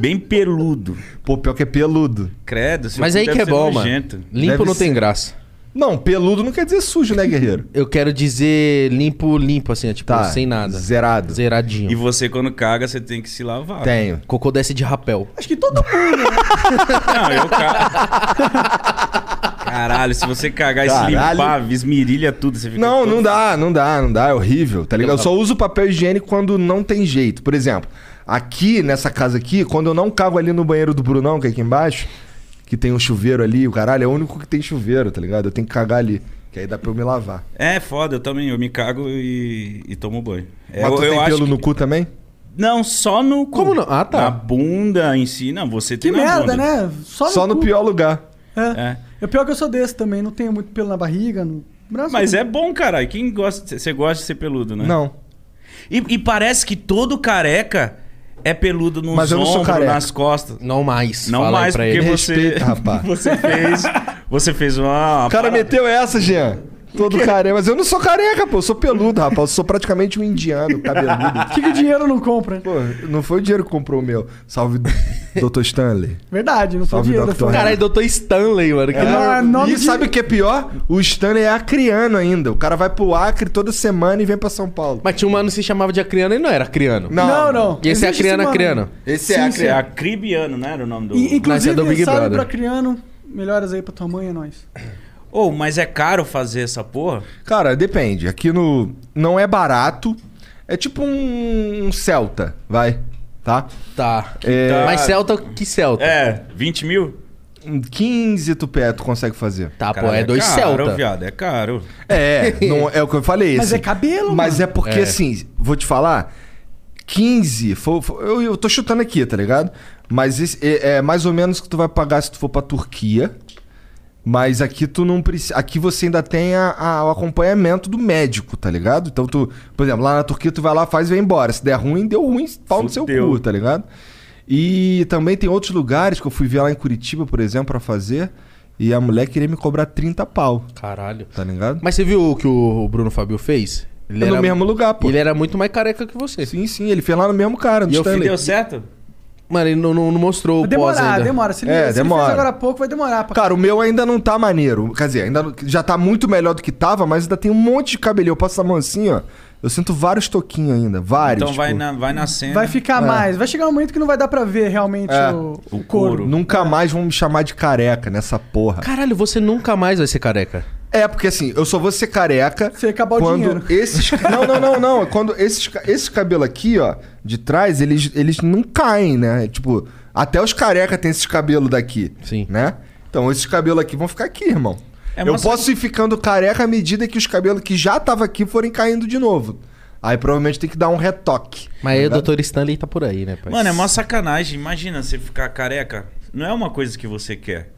Speaker 5: Bem peludo.
Speaker 3: Pô, pior que é peludo.
Speaker 5: Credo, seu
Speaker 4: Mas
Speaker 5: cu
Speaker 4: aí
Speaker 5: deve
Speaker 4: que é
Speaker 5: ser
Speaker 4: bom, mano.
Speaker 5: nojento.
Speaker 4: Limpo
Speaker 3: Deve
Speaker 4: não tem
Speaker 3: ser.
Speaker 4: graça.
Speaker 3: Não, peludo não quer dizer sujo, né, guerreiro?
Speaker 4: Eu quero dizer limpo, limpo, assim, ó, tipo,
Speaker 3: Tá.
Speaker 4: sem nada.
Speaker 3: Zerado.
Speaker 4: Zeradinho.
Speaker 5: E você, quando caga, você tem que se lavar.
Speaker 3: Tenho.
Speaker 4: Cocô desce de rapel.
Speaker 2: Acho que todo mundo.
Speaker 5: Não, eu cago. [laughs] Caralho, se você cagar e se
Speaker 3: Caralho.
Speaker 5: limpar, esmirilha tudo, você fica
Speaker 3: Não,
Speaker 5: todo-
Speaker 3: não dá, não dá, não dá. É horrível, tá ligado? Eu só uso papel higiênico quando não tem jeito. Por exemplo, aqui nessa casa aqui, quando eu não cago ali no banheiro do Brunão, que é aqui embaixo, que tem um chuveiro ali, o caralho, é o único que tem chuveiro, tá ligado? Eu tenho que cagar ali. Que aí dá pra eu me lavar.
Speaker 5: É foda, eu também. Eu me cago e, e tomo banho. É,
Speaker 3: Mas
Speaker 5: eu,
Speaker 3: tu
Speaker 5: eu
Speaker 3: tem
Speaker 5: acho
Speaker 3: pelo no
Speaker 5: que-
Speaker 3: cu também?
Speaker 5: Não, só no cu.
Speaker 4: Como não? Ah, tá.
Speaker 5: Na bunda em si, não. Você [laughs]
Speaker 2: Que
Speaker 5: tem na
Speaker 2: merda,
Speaker 5: bunda.
Speaker 2: né? Só,
Speaker 3: Só no
Speaker 2: cu.
Speaker 3: pior lugar.
Speaker 2: É.
Speaker 5: É.
Speaker 2: É pior que eu sou desse também, não tenho muito pelo na barriga, no braço.
Speaker 5: Mas é bom, caralho. Quem gosta. Você gosta de ser peludo, né?
Speaker 3: Não.
Speaker 5: E, e parece que todo careca é peludo nos
Speaker 3: Mas eu não sou
Speaker 5: ombros,
Speaker 3: careca.
Speaker 5: nas costas.
Speaker 4: Não mais.
Speaker 5: Não
Speaker 4: Fala aí
Speaker 5: mais,
Speaker 4: pra
Speaker 5: porque
Speaker 4: ele.
Speaker 3: ele.
Speaker 5: você.
Speaker 3: Respeita, rapaz.
Speaker 5: [laughs] Você fez. Você fez uma.
Speaker 3: O
Speaker 5: parada.
Speaker 3: cara meteu essa, Jean. Todo careca. Mas eu não sou careca, pô. Eu sou peludo, rapaz. Eu sou praticamente um indiano, cabeludo.
Speaker 2: O que, que o dinheiro não compra?
Speaker 3: Pô, não foi o dinheiro que comprou o meu. Salve, Dr. Stanley.
Speaker 2: Verdade, não foi
Speaker 3: Salve,
Speaker 2: dinheiro.
Speaker 3: Dr.
Speaker 2: Foi...
Speaker 4: Caralho, doutor Stanley, mano. Que
Speaker 2: É.
Speaker 4: não-
Speaker 2: Ah, nome
Speaker 3: e
Speaker 2: de-
Speaker 3: sabe o que é pior? O Stanley é acriano ainda. O cara vai pro Acre toda semana e vem pra São Paulo.
Speaker 4: Mas tinha um mano que se chamava de acriano e não era acriano.
Speaker 3: Não.
Speaker 2: Não, não.
Speaker 4: E esse é
Speaker 2: Existe
Speaker 4: acriano,
Speaker 2: mano.
Speaker 4: acriano.
Speaker 3: Esse é
Speaker 5: Sim, sim.
Speaker 3: acre...
Speaker 5: Acribiano, não era o nome do.
Speaker 2: E,
Speaker 4: Mas é
Speaker 2: inclusive,
Speaker 4: do Big
Speaker 2: salve
Speaker 4: Brother.
Speaker 2: pro acriano. Melhoras aí pra tua mãe, é nóis.
Speaker 5: Ô, mas é caro fazer essa porra?
Speaker 3: Cara, depende. Aqui no. Não é barato. É tipo um, um Celta, vai. tá?
Speaker 4: Tá.
Speaker 3: É,
Speaker 4: Mas Celta, que Celta?
Speaker 5: É, 20 mil?
Speaker 3: um 15 tupé tu consegue fazer.
Speaker 4: Tá, pô,
Speaker 5: Caralho,
Speaker 4: é dois
Speaker 5: caro,
Speaker 4: Celta.
Speaker 5: viado, é caro.
Speaker 2: [laughs]
Speaker 3: É, não, é o que eu falei.
Speaker 2: Mas
Speaker 3: assim.
Speaker 2: é cabelo,
Speaker 3: Mas
Speaker 2: mano.
Speaker 3: é porque, assim, vou te falar, 15, foi, foi- eu, eu tô chutando aqui, tá ligado? Mas esse- é, é mais ou menos o que tu vai pagar se tu for pra Turquia. Mas aqui tu não precisa. Aqui você ainda tem a- a- o acompanhamento do médico, tá ligado? Então tu, por exemplo, lá na Turquia tu vai lá, faz e vai embora. Se der ruim, deu ruim, pau no seu
Speaker 5: Fudeu.
Speaker 3: cu, tá ligado? E também tem outros lugares que eu fui ver lá em Curitiba, por exemplo, pra fazer. E a mulher queria me cobrar 30 pau,
Speaker 4: Caralho.
Speaker 3: tá ligado?
Speaker 4: Mas você viu o que o Bruno Fabio fez? Ele
Speaker 3: É no mesmo lugar, pô.
Speaker 4: Ele era muito mais careca que você.
Speaker 3: Sim, sim, ele fez lá no mesmo cara, no
Speaker 4: E eu
Speaker 5: Se
Speaker 3: Stanley.
Speaker 5: deu certo?
Speaker 4: Mano, ele não, não- não mostrou o pós
Speaker 2: Demora,
Speaker 4: ainda.
Speaker 2: demora. Se ele,
Speaker 3: É,
Speaker 2: se ele
Speaker 3: demora.
Speaker 2: fez agora há pouco, vai demorar. Pra...
Speaker 3: Cara, o meu ainda não tá maneiro. Quer dizer, ainda não- já tá muito melhor do que tava, mas ainda tem um monte de cabelinho. Eu passo a mão assim, ó. Eu sinto vários toquinhos ainda, vários.
Speaker 5: Então vai,
Speaker 3: tipo,
Speaker 5: na, vai nascendo.
Speaker 2: Vai ficar mais. Vai chegar um momento que não vai dar pra ver realmente
Speaker 3: É.
Speaker 2: o,
Speaker 5: O
Speaker 2: o couro.
Speaker 5: couro.
Speaker 3: Nunca mais vão me chamar de careca nessa porra.
Speaker 4: Caralho, você nunca mais vai ser careca.
Speaker 3: É, porque assim, eu só vou ser careca.
Speaker 2: Se acabar o
Speaker 3: quando
Speaker 2: dinheiro.
Speaker 3: [laughs] Esses... Não, não, não, não. Quando esses, ca- esse cabelo aqui, ó, de trás, eles, eles não caem, né? Tipo, até os careca têm esses cabelos daqui.
Speaker 4: Sim.
Speaker 3: Né? Então, esses cabelos aqui vão ficar aqui, irmão.
Speaker 5: É,
Speaker 3: eu
Speaker 5: mas-
Speaker 3: posso ir ficando careca à medida que os cabelos que já estavam aqui forem caindo de novo. Aí provavelmente tem que dar um retoque.
Speaker 4: Mas aí o
Speaker 3: Tá ligado?
Speaker 4: Dr. Stanley tá por aí, né, pai?
Speaker 5: Mano, é uma sacanagem. Imagina você ficar careca. Não é uma coisa que você quer.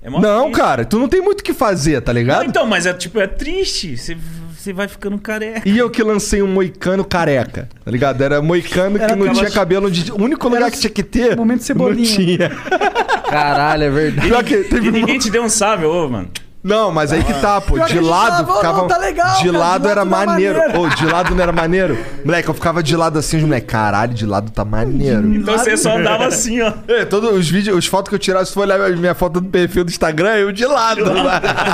Speaker 5: É mó
Speaker 3: Não,
Speaker 5: triste.
Speaker 3: cara, tu não tem muito o que fazer, tá
Speaker 5: Não,
Speaker 3: ligado?
Speaker 5: então, mas é tipo, é triste. Você, você vai ficando careca.
Speaker 3: E eu que lancei um moicano careca, tá ligado? Era moicano que
Speaker 2: Era
Speaker 3: não
Speaker 2: aquela-
Speaker 3: tinha cabelo de. O único lugar que tinha que ter.
Speaker 2: momento
Speaker 3: não
Speaker 2: Cebolinha.
Speaker 3: tinha.
Speaker 4: Caralho, é verdade.
Speaker 3: Pior que teve
Speaker 5: E
Speaker 3: uma-
Speaker 5: ninguém te deu um sábio, ô, mano.
Speaker 3: Não, mas aí que tá, pô.
Speaker 2: Pior que
Speaker 3: De
Speaker 2: a gente
Speaker 3: lado
Speaker 2: tava,
Speaker 3: ficava. um
Speaker 2: não, tá legal,
Speaker 3: de
Speaker 2: cara,
Speaker 3: lado
Speaker 2: de
Speaker 3: era
Speaker 2: lado tá
Speaker 3: maneiro.
Speaker 2: maneiro.
Speaker 3: Ou de lado não era maneiro? Moleque, eu ficava de lado assim, os moleque. Caralho, de lado tá maneiro.
Speaker 5: Então você só andava assim, ó.
Speaker 3: É, todos os vídeos, os fotos que eu tirava, se for olhar minha foto do perfil do Instagram, eu de lado. né?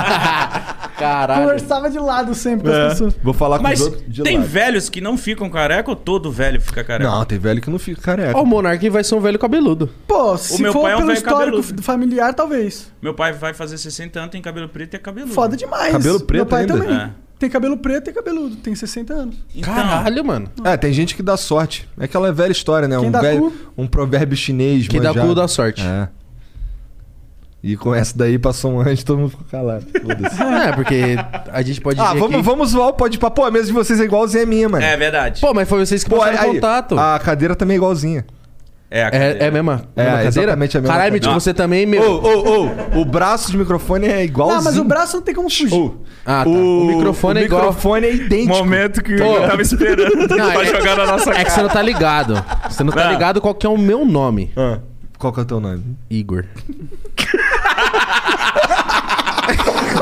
Speaker 5: [laughs]
Speaker 4: Caralho.
Speaker 2: Conversava de lado sempre com
Speaker 3: É,
Speaker 2: as pessoas.
Speaker 3: Vou falar com
Speaker 5: Mas
Speaker 3: os outros de
Speaker 5: tem
Speaker 3: lado.
Speaker 5: velhos que não ficam careca ou todo velho fica careca?
Speaker 3: Não, tem velho que não fica careca.
Speaker 4: Ó, o Monark vai ser um velho cabeludo.
Speaker 2: Pô, se
Speaker 5: meu
Speaker 2: for
Speaker 5: pai é um
Speaker 2: pelo
Speaker 5: velho
Speaker 2: histórico
Speaker 5: cabeludo.
Speaker 2: familiar, talvez.
Speaker 5: Meu pai vai fazer 60 anos, tem cabelo preto e é cabeludo.
Speaker 2: Foda demais.
Speaker 3: Cabelo preto
Speaker 2: Meu pai
Speaker 3: ainda?
Speaker 2: também.
Speaker 5: É.
Speaker 2: Tem cabelo preto e cabeludo. Tem 60 anos.
Speaker 5: Então,
Speaker 4: Caralho, mano.
Speaker 3: É, tem gente que dá sorte. É aquela velha história, né?
Speaker 2: Quem
Speaker 3: um,
Speaker 2: dá
Speaker 3: velho,
Speaker 2: cu?
Speaker 3: um provérbio chinês.
Speaker 4: Quem dá
Speaker 3: manjado.
Speaker 4: cu dá sorte.
Speaker 3: É. E com essa daí passou um anjo, todo mundo ficou
Speaker 4: [laughs]
Speaker 3: calado. Foda-se.
Speaker 4: É, porque a gente pode dizer
Speaker 3: ah, vamos,
Speaker 4: que...
Speaker 3: vamos zoar o pode papo. Pô, a mesa de vocês é igualzinha a minha, mano.
Speaker 5: É verdade.
Speaker 4: Pô, mas foi vocês que
Speaker 3: Pô,
Speaker 4: passaram
Speaker 3: aí-
Speaker 4: contato.
Speaker 3: A cadeira também é igualzinha.
Speaker 5: É, a cadeira.
Speaker 4: É, é a mesma,
Speaker 3: É,
Speaker 4: mesma cadeira?
Speaker 3: exatamente a mesma
Speaker 4: Caralho,
Speaker 3: cadeira.
Speaker 4: Mitch, você também, é
Speaker 3: Ô,
Speaker 4: meu.
Speaker 3: ô, ô, o braço de microfone é igualzinho.
Speaker 2: Ah, mas o braço não tem como fugir.
Speaker 3: Ô,
Speaker 4: Ah, tá. O microfone
Speaker 3: o
Speaker 4: é igual.
Speaker 3: microfone é idêntico.
Speaker 5: que eu tava esperando
Speaker 4: Não,
Speaker 5: [laughs]
Speaker 4: é-
Speaker 5: na nossa
Speaker 4: É que você não tá ligado. Você não tá
Speaker 5: Ah.
Speaker 4: ligado qual que é o meu nome.
Speaker 3: Ah, qual que é o teu nome?
Speaker 4: Igor.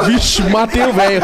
Speaker 4: Vixe, matei o velho.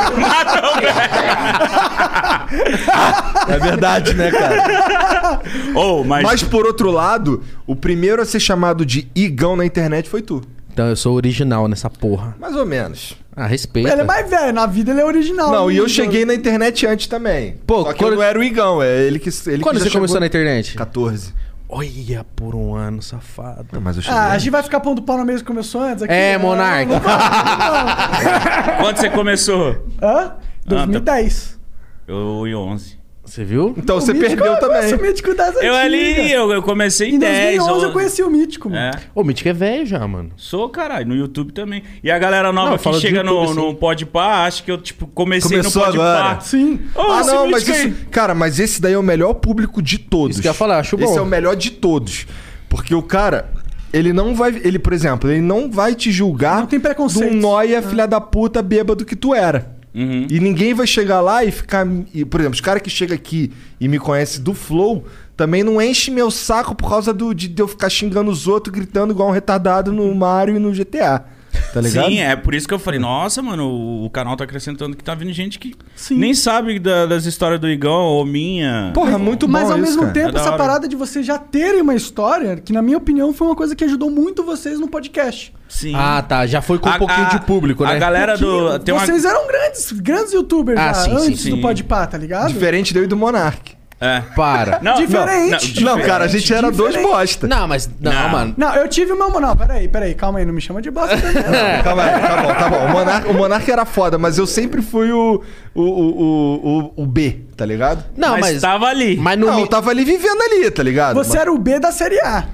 Speaker 3: É verdade, né, cara?
Speaker 5: Ou, mas,
Speaker 3: [laughs] Mas por outro lado, o primeiro a ser chamado de igão na internet foi tu.
Speaker 4: Então eu sou original nessa porra.
Speaker 3: Mais ou menos.
Speaker 4: Ah, respeita.
Speaker 2: Ele é mais velho. Na vida ele é original.
Speaker 3: Não, e eu
Speaker 2: Então,
Speaker 3: cheguei na internet antes também.
Speaker 4: Pô,
Speaker 3: Só que
Speaker 4: quando-
Speaker 3: eu não era o igão, é ele que ele
Speaker 4: Quando
Speaker 3: que já
Speaker 4: você
Speaker 3: chegou-
Speaker 4: começou na internet?
Speaker 3: 14.
Speaker 4: Olha, por um ano, safado.
Speaker 3: Não, mas eu cheguei.
Speaker 2: Ah, a gente vai ficar pondo pau na mesa que começou antes aqui? né?
Speaker 4: É, Monarca.
Speaker 2: Não, assim, não,
Speaker 3: [laughs]
Speaker 5: quando você começou?
Speaker 2: não.
Speaker 3: Ah,
Speaker 2: Hã?
Speaker 3: tá.
Speaker 2: 2010.
Speaker 5: Eu em 11.
Speaker 4: Você viu?
Speaker 3: Então você
Speaker 2: O Mítico,
Speaker 3: perdeu
Speaker 2: eu conheço
Speaker 3: também.
Speaker 2: O mítico das antigas.
Speaker 5: Eu ali, eu, eu comecei em,
Speaker 2: Em
Speaker 5: 10.
Speaker 2: 2011 eu
Speaker 5: 11.
Speaker 2: conheci o Mítico, mano.
Speaker 5: É.
Speaker 4: Ô, o Mítico é velho já, mano.
Speaker 5: Sou, caralho, no YouTube também. E a galera nova
Speaker 4: Não,
Speaker 5: que
Speaker 4: fala de
Speaker 5: chega no,
Speaker 4: YouTube,
Speaker 5: no
Speaker 4: sim.
Speaker 5: Podpah, acho que eu, tipo, comecei
Speaker 3: Começou
Speaker 5: no Podpah.
Speaker 3: agora.
Speaker 2: Sim.
Speaker 5: É. Ô,
Speaker 3: Ah,
Speaker 5: esse
Speaker 3: não, mas
Speaker 5: mítico aí.
Speaker 3: isso. Cara, mas esse daí é o melhor público de todos.
Speaker 4: Isso que eu ia falar, acho bom.
Speaker 3: Esse é o melhor de todos. Porque o cara, ele não vai. Ele, por exemplo, ele não vai te julgar
Speaker 2: Não tem preconceito.
Speaker 3: de um nóia filha da puta bêbado que tu era.
Speaker 5: Uhum.
Speaker 3: E ninguém vai chegar lá e ficar. e, por exemplo, os caras que chegam aqui e me conhecem do Flow também não enche meu saco por causa do, de, de eu ficar xingando os outros, gritando igual um retardado no Mario e no GTA. Tá ligado?
Speaker 5: Sim, é por isso que eu falei, nossa, mano, o, o canal tá acrescentando que tá vindo gente que
Speaker 2: Sim.
Speaker 5: nem sabe da- das histórias do Igão ou minha.
Speaker 3: Porra, muito bom
Speaker 2: Mas ao
Speaker 3: isso,
Speaker 2: mesmo
Speaker 3: cara.
Speaker 5: É
Speaker 2: tempo,
Speaker 5: da
Speaker 2: essa
Speaker 5: hora.
Speaker 2: parada de vocês já terem uma história, que na minha opinião foi uma coisa que ajudou muito vocês no podcast.
Speaker 5: Sim.
Speaker 4: Ah, tá. Já foi com um
Speaker 5: A-
Speaker 4: pouquinho
Speaker 5: a-
Speaker 4: de público, né?
Speaker 5: A galera do. Tem uma...
Speaker 2: vocês eram grandes, grandes youtubers
Speaker 4: Ah,
Speaker 2: já,
Speaker 4: sim, sim,
Speaker 2: antes
Speaker 5: sim.
Speaker 2: do Podpah, tá ligado?
Speaker 3: Diferente de eu e do Monark.
Speaker 5: É.
Speaker 4: Para.
Speaker 5: Não,
Speaker 2: Diferente.
Speaker 3: Não,
Speaker 5: diferente.
Speaker 3: cara, a gente era dois bosta.
Speaker 4: Não, mas. Não,
Speaker 5: Não.
Speaker 4: mano.
Speaker 2: Não, eu tive uma. Não, peraí, peraí, calma aí, não me chama de bosta né? também. não.
Speaker 3: [laughs] Calma aí, tá bom, tá bom. O Monarca, o Monarca era foda, mas eu sempre fui o, o, o, o, o B, tá ligado?
Speaker 4: é- Não,
Speaker 5: mas, tá
Speaker 4: mas.
Speaker 5: tava ali.
Speaker 4: Mas no.
Speaker 3: Não, tá
Speaker 4: mi-
Speaker 3: eu tava ali vivendo ali, tá ligado?
Speaker 2: Você era o B da Série A.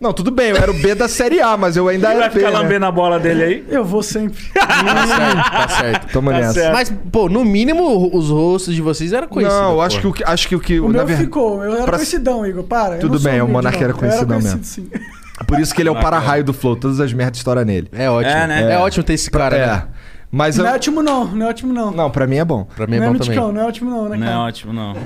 Speaker 3: Não, tudo bem, eu era o B da Série A, mas eu ainda
Speaker 5: Ele
Speaker 3: era
Speaker 5: vai
Speaker 3: B.
Speaker 5: ficar
Speaker 3: Né?
Speaker 5: lambendo a bola dele aí?
Speaker 2: Eu vou sempre.
Speaker 4: [laughs] Tá certo, tá certo.
Speaker 3: Toma
Speaker 5: Tá
Speaker 3: nessa.
Speaker 5: certo.
Speaker 4: Mas, pô, no mínimo, os rostos de vocês eram conhecidos.
Speaker 3: Não, eu acho
Speaker 4: pô.
Speaker 3: que o que. Acho que o que
Speaker 2: O
Speaker 3: na
Speaker 2: meu
Speaker 3: verdade-
Speaker 2: ficou. Eu era
Speaker 3: pra-
Speaker 2: conhecidão, Igor. Para. eu
Speaker 3: Tudo
Speaker 2: não sou
Speaker 3: bem, o
Speaker 2: humilde,
Speaker 3: Monarca
Speaker 2: não.
Speaker 3: era conhecidão
Speaker 2: eu era
Speaker 3: mesmo.
Speaker 2: conhecido, Sim.
Speaker 3: Por isso que ele é o para-raio do Flow, todas as merdas estouram nele.
Speaker 4: É ótimo.
Speaker 5: É,
Speaker 4: É,
Speaker 5: né?
Speaker 4: ótimo ter esse cara, né?
Speaker 3: É. Mas eu.
Speaker 2: Não é ótimo, não. Não é ótimo, não.
Speaker 3: Não, pra mim é bom.
Speaker 4: Pra mim
Speaker 2: Não
Speaker 4: é
Speaker 2: é
Speaker 4: bom também.
Speaker 2: miticão, não é ótimo, não, né,
Speaker 5: Não é
Speaker 2: cara?
Speaker 5: ótimo, não.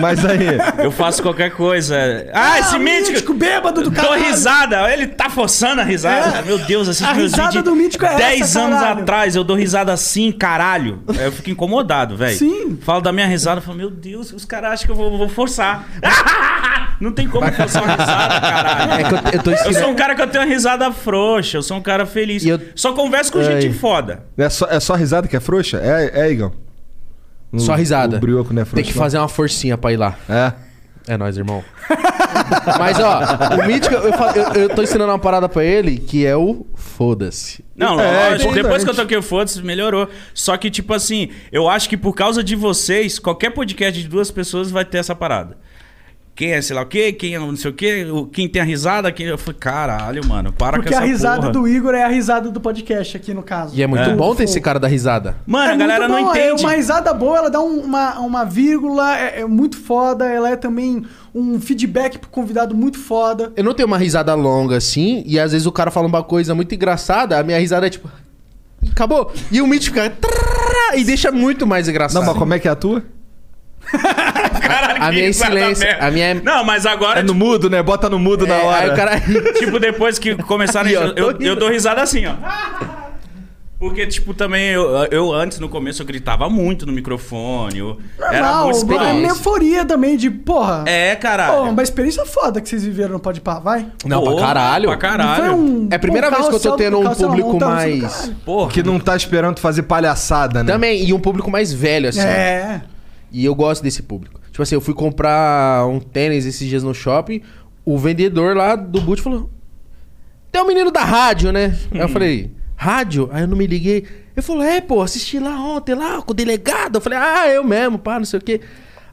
Speaker 3: Mas aí.
Speaker 5: Eu faço qualquer coisa. Ah, esse mítico!
Speaker 2: bêbado do
Speaker 5: Tô
Speaker 2: caralho.
Speaker 5: risada, ele tá forçando a risada.
Speaker 2: É.
Speaker 5: Meu Deus, assiste
Speaker 2: A
Speaker 5: meus
Speaker 2: risada
Speaker 5: vídeos.
Speaker 2: do mítico é essa,
Speaker 5: anos
Speaker 2: caralho.
Speaker 5: atrás eu dou risada assim, caralho. Eu fico incomodado, velho.
Speaker 2: Sim.
Speaker 5: Falo da minha risada, falo, meu Deus, os caras acham que eu vou, vou forçar. [laughs] Não tem como forçar uma risada, caralho.
Speaker 4: É que eu, eu tô
Speaker 5: Eu sou
Speaker 4: ensinando.
Speaker 5: um cara que eu tenho uma risada frouxa, eu sou um cara feliz.
Speaker 4: E eu-
Speaker 5: Só converso com gente
Speaker 4: Ai.
Speaker 5: foda.
Speaker 3: É só, é só risada que é frouxa? É, é Igão?
Speaker 4: Só
Speaker 3: O-
Speaker 4: risada.
Speaker 3: O um brioco não é
Speaker 4: Tem
Speaker 3: frouxo.
Speaker 4: que fazer uma forcinha pra ir lá.
Speaker 3: não. É.
Speaker 4: É nóis, irmão. [laughs] Mas, ó, o Mítico, eu, fa- eu, eu tô ensinando uma parada pra ele que é o foda-se.
Speaker 5: Não,
Speaker 3: É,
Speaker 5: lógico.
Speaker 3: importante.
Speaker 5: Depois que eu toquei o foda-se, melhorou. Só que, tipo assim, eu acho que por causa de vocês, qualquer podcast de duas pessoas vai ter essa parada. Quem é sei lá o quê, quem é não sei o quê, o- quem tem a risada, quem... Eu falei, caralho, mano, para
Speaker 2: Porque
Speaker 5: com
Speaker 2: a
Speaker 5: essa
Speaker 2: risada
Speaker 5: porra.
Speaker 2: do Igor é a risada do podcast aqui, no caso.
Speaker 4: E é muito
Speaker 5: É.
Speaker 4: bom ter esse cara da risada.
Speaker 5: Mano, a
Speaker 2: É
Speaker 5: galera
Speaker 2: muito
Speaker 5: não
Speaker 2: bom, é
Speaker 5: entende.
Speaker 2: uma risada boa, ela dá um- uma, uma vírgula, é, é muito foda. Ela é também um feedback pro convidado muito foda.
Speaker 4: Eu não tenho uma risada longa assim, e às vezes o cara fala uma coisa muito engraçada, a minha risada é tipo. "Ih, Acabou. E o Mítico fica. "Trará", E deixa muito mais engraçado.
Speaker 3: Não, mas como é que é a tua?
Speaker 5: [laughs] Caralho,
Speaker 4: a
Speaker 5: que
Speaker 4: minha é
Speaker 5: risada
Speaker 4: silêncio,
Speaker 5: merda.
Speaker 4: a minha é-
Speaker 5: Não, mas agora,
Speaker 3: É no mudo, né? Bota no mudo na
Speaker 4: Aí
Speaker 3: hora.
Speaker 4: o cara.
Speaker 5: [laughs] tipo, depois que começaram...
Speaker 4: E
Speaker 5: eu,
Speaker 4: eu tô
Speaker 5: eu,
Speaker 4: rindo.
Speaker 5: eu dou risada assim, ó. Porque, tipo, também eu, eu antes, no começo, eu gritava muito no microfone. eu- era
Speaker 2: Normal,
Speaker 5: muito
Speaker 2: é
Speaker 5: experiente.
Speaker 2: uma euforia também de, porra.
Speaker 5: É, caralho.
Speaker 2: Pô, uma experiência foda que vocês viveram no Pode Pá, vai. um,
Speaker 4: Não, pra
Speaker 5: Pô,
Speaker 4: caralho.
Speaker 5: Pra caralho.
Speaker 4: É a primeira vez que eu tô tendo um público mais.
Speaker 5: Porra.
Speaker 3: Que não tá esperando fazer palhaçada, né?
Speaker 4: Também, e um público mais velho, assim.
Speaker 2: É.
Speaker 4: E eu gosto desse público. Tipo assim, eu fui comprar um tênis esses dias no shopping, o vendedor lá do boot falou: Tem um menino da rádio, né? Aí eu falei, rádio? Aí eu não me liguei. Ele falou, é, pô, assisti lá ontem, lá com o delegado. Eu falei, ah, eu mesmo, pá, não sei o quê.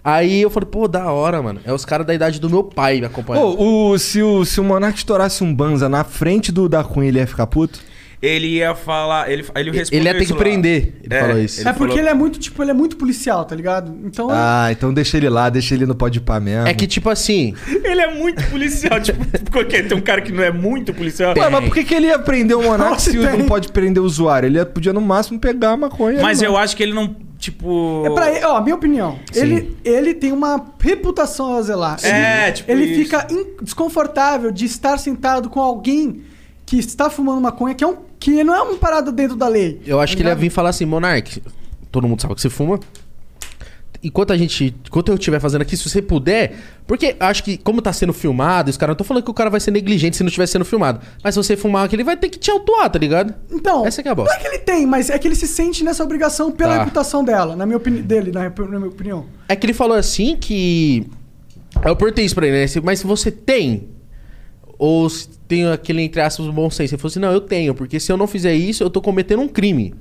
Speaker 4: Aí eu falei, pô, da hora, mano. É os caras da idade do meu pai me acompanhando.
Speaker 3: Pô, o, se, o, se o Monark estourasse um Banza na frente do da Cunha, ele ia ficar puto?
Speaker 5: Ele ia falar. Ele, ele respondeu
Speaker 4: ele ia ter
Speaker 5: isso
Speaker 4: que
Speaker 5: lá.
Speaker 4: prender. Ele
Speaker 5: É,
Speaker 4: falou isso.
Speaker 5: ele
Speaker 2: é porque
Speaker 5: falou-
Speaker 2: ele é muito, tipo, ele é muito policial, tá ligado? Então,
Speaker 3: Ah, então deixa ele lá, deixa ele no pode pá mesmo.
Speaker 4: É que, tipo assim,
Speaker 5: Ele é muito policial. [laughs] tipo, porque tem um cara que não é muito policial.
Speaker 3: Ué, mas por que, que ele ia prender o Monark se
Speaker 2: Tem.
Speaker 3: não pode prender o usuário? Ele ia- podia no máximo pegar a maconha.
Speaker 5: Mas
Speaker 3: né?
Speaker 5: eu acho que ele não. Tipo.
Speaker 2: é pra ele, ó, minha opinião. Ele, ele tem uma reputação a zelar.
Speaker 5: É,
Speaker 2: ele,
Speaker 5: tipo
Speaker 2: Ele
Speaker 5: isso.
Speaker 2: fica in- desconfortável de estar sentado com alguém que está fumando maconha, que, é um, que não é uma parada dentro da lei.
Speaker 4: eu acho
Speaker 2: tá
Speaker 4: que ele ia
Speaker 2: ligado?
Speaker 4: vir falar assim, Monark, todo mundo sabe que você fuma. Enquanto a gente. Enquanto eu estiver fazendo aqui, se você puder. Porque acho que, como tá sendo filmado, os caras não tô falando que o cara vai ser negligente se não estiver sendo filmado. Mas se você fumar aqui, ele vai ter que te autuar, tá ligado?
Speaker 2: Então,
Speaker 4: Essa que é a
Speaker 2: não é
Speaker 4: bosta.
Speaker 2: que ele tem, mas é que ele se sente nessa obrigação pela
Speaker 4: Tá.
Speaker 2: reputação dela, na minha opini- dele, na, na minha opinião.
Speaker 4: É que ele falou assim que. Eu perguntei isso pra ele, né? Se- Mas se você tem. Ou se tem aquele, entre aspas, bom senso. Ele falou assim: não, eu tenho, porque se eu não fizer isso, eu tô cometendo um crime.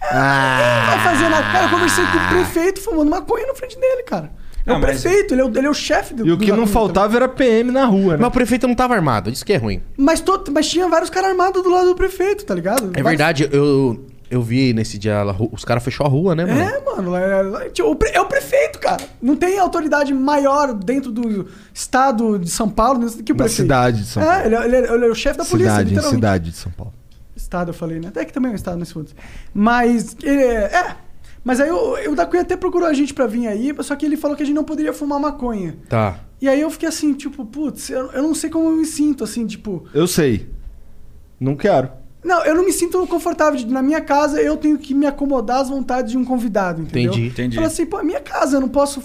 Speaker 2: Vai fazer na cara, eu conversei com o prefeito fumando maconha na frente dele, cara. É
Speaker 5: Ah,
Speaker 2: o
Speaker 5: mas-
Speaker 2: prefeito, ele é o, ele é o chefe do
Speaker 3: E o que
Speaker 2: do-
Speaker 3: não
Speaker 2: do-
Speaker 3: faltava era PM na rua,
Speaker 4: Mas
Speaker 3: né?
Speaker 4: o prefeito não tava armado, isso que é ruim.
Speaker 2: Mas, to- mas tinha vários caras armados do lado do prefeito, tá ligado?
Speaker 4: É verdade, eu, eu vi nesse dia lá, os caras fechou a rua, né, mano?
Speaker 2: É, mano. lá- lá- lá- tipo, o pre- É o prefeito, cara. Não tem autoridade maior dentro do estado de São Paulo do que o
Speaker 3: Da
Speaker 2: prefeito.
Speaker 3: cidade de São Paulo.
Speaker 2: É, ele, é- ele é ele é o chefe da polícia,
Speaker 3: cidade, em
Speaker 2: literalmente.
Speaker 3: cidade de São Paulo.
Speaker 2: Estado, eu falei, né? Até que também é um estado nesse mundo. Mas. É. é. Mas aí o, o da Cunha até procurou a gente pra vir aí, só que ele falou que a gente não poderia fumar maconha.
Speaker 4: Tá.
Speaker 2: E aí eu fiquei assim, tipo, putz, eu, eu não sei como eu me sinto, assim, tipo.
Speaker 3: Eu sei. Não quero.
Speaker 2: Não, eu não me sinto confortável. de- Na minha casa eu tenho que me acomodar às vontades de um convidado, entendeu?
Speaker 4: Entendi.
Speaker 5: Entendi.
Speaker 2: Fala assim, pô, é minha casa, eu não posso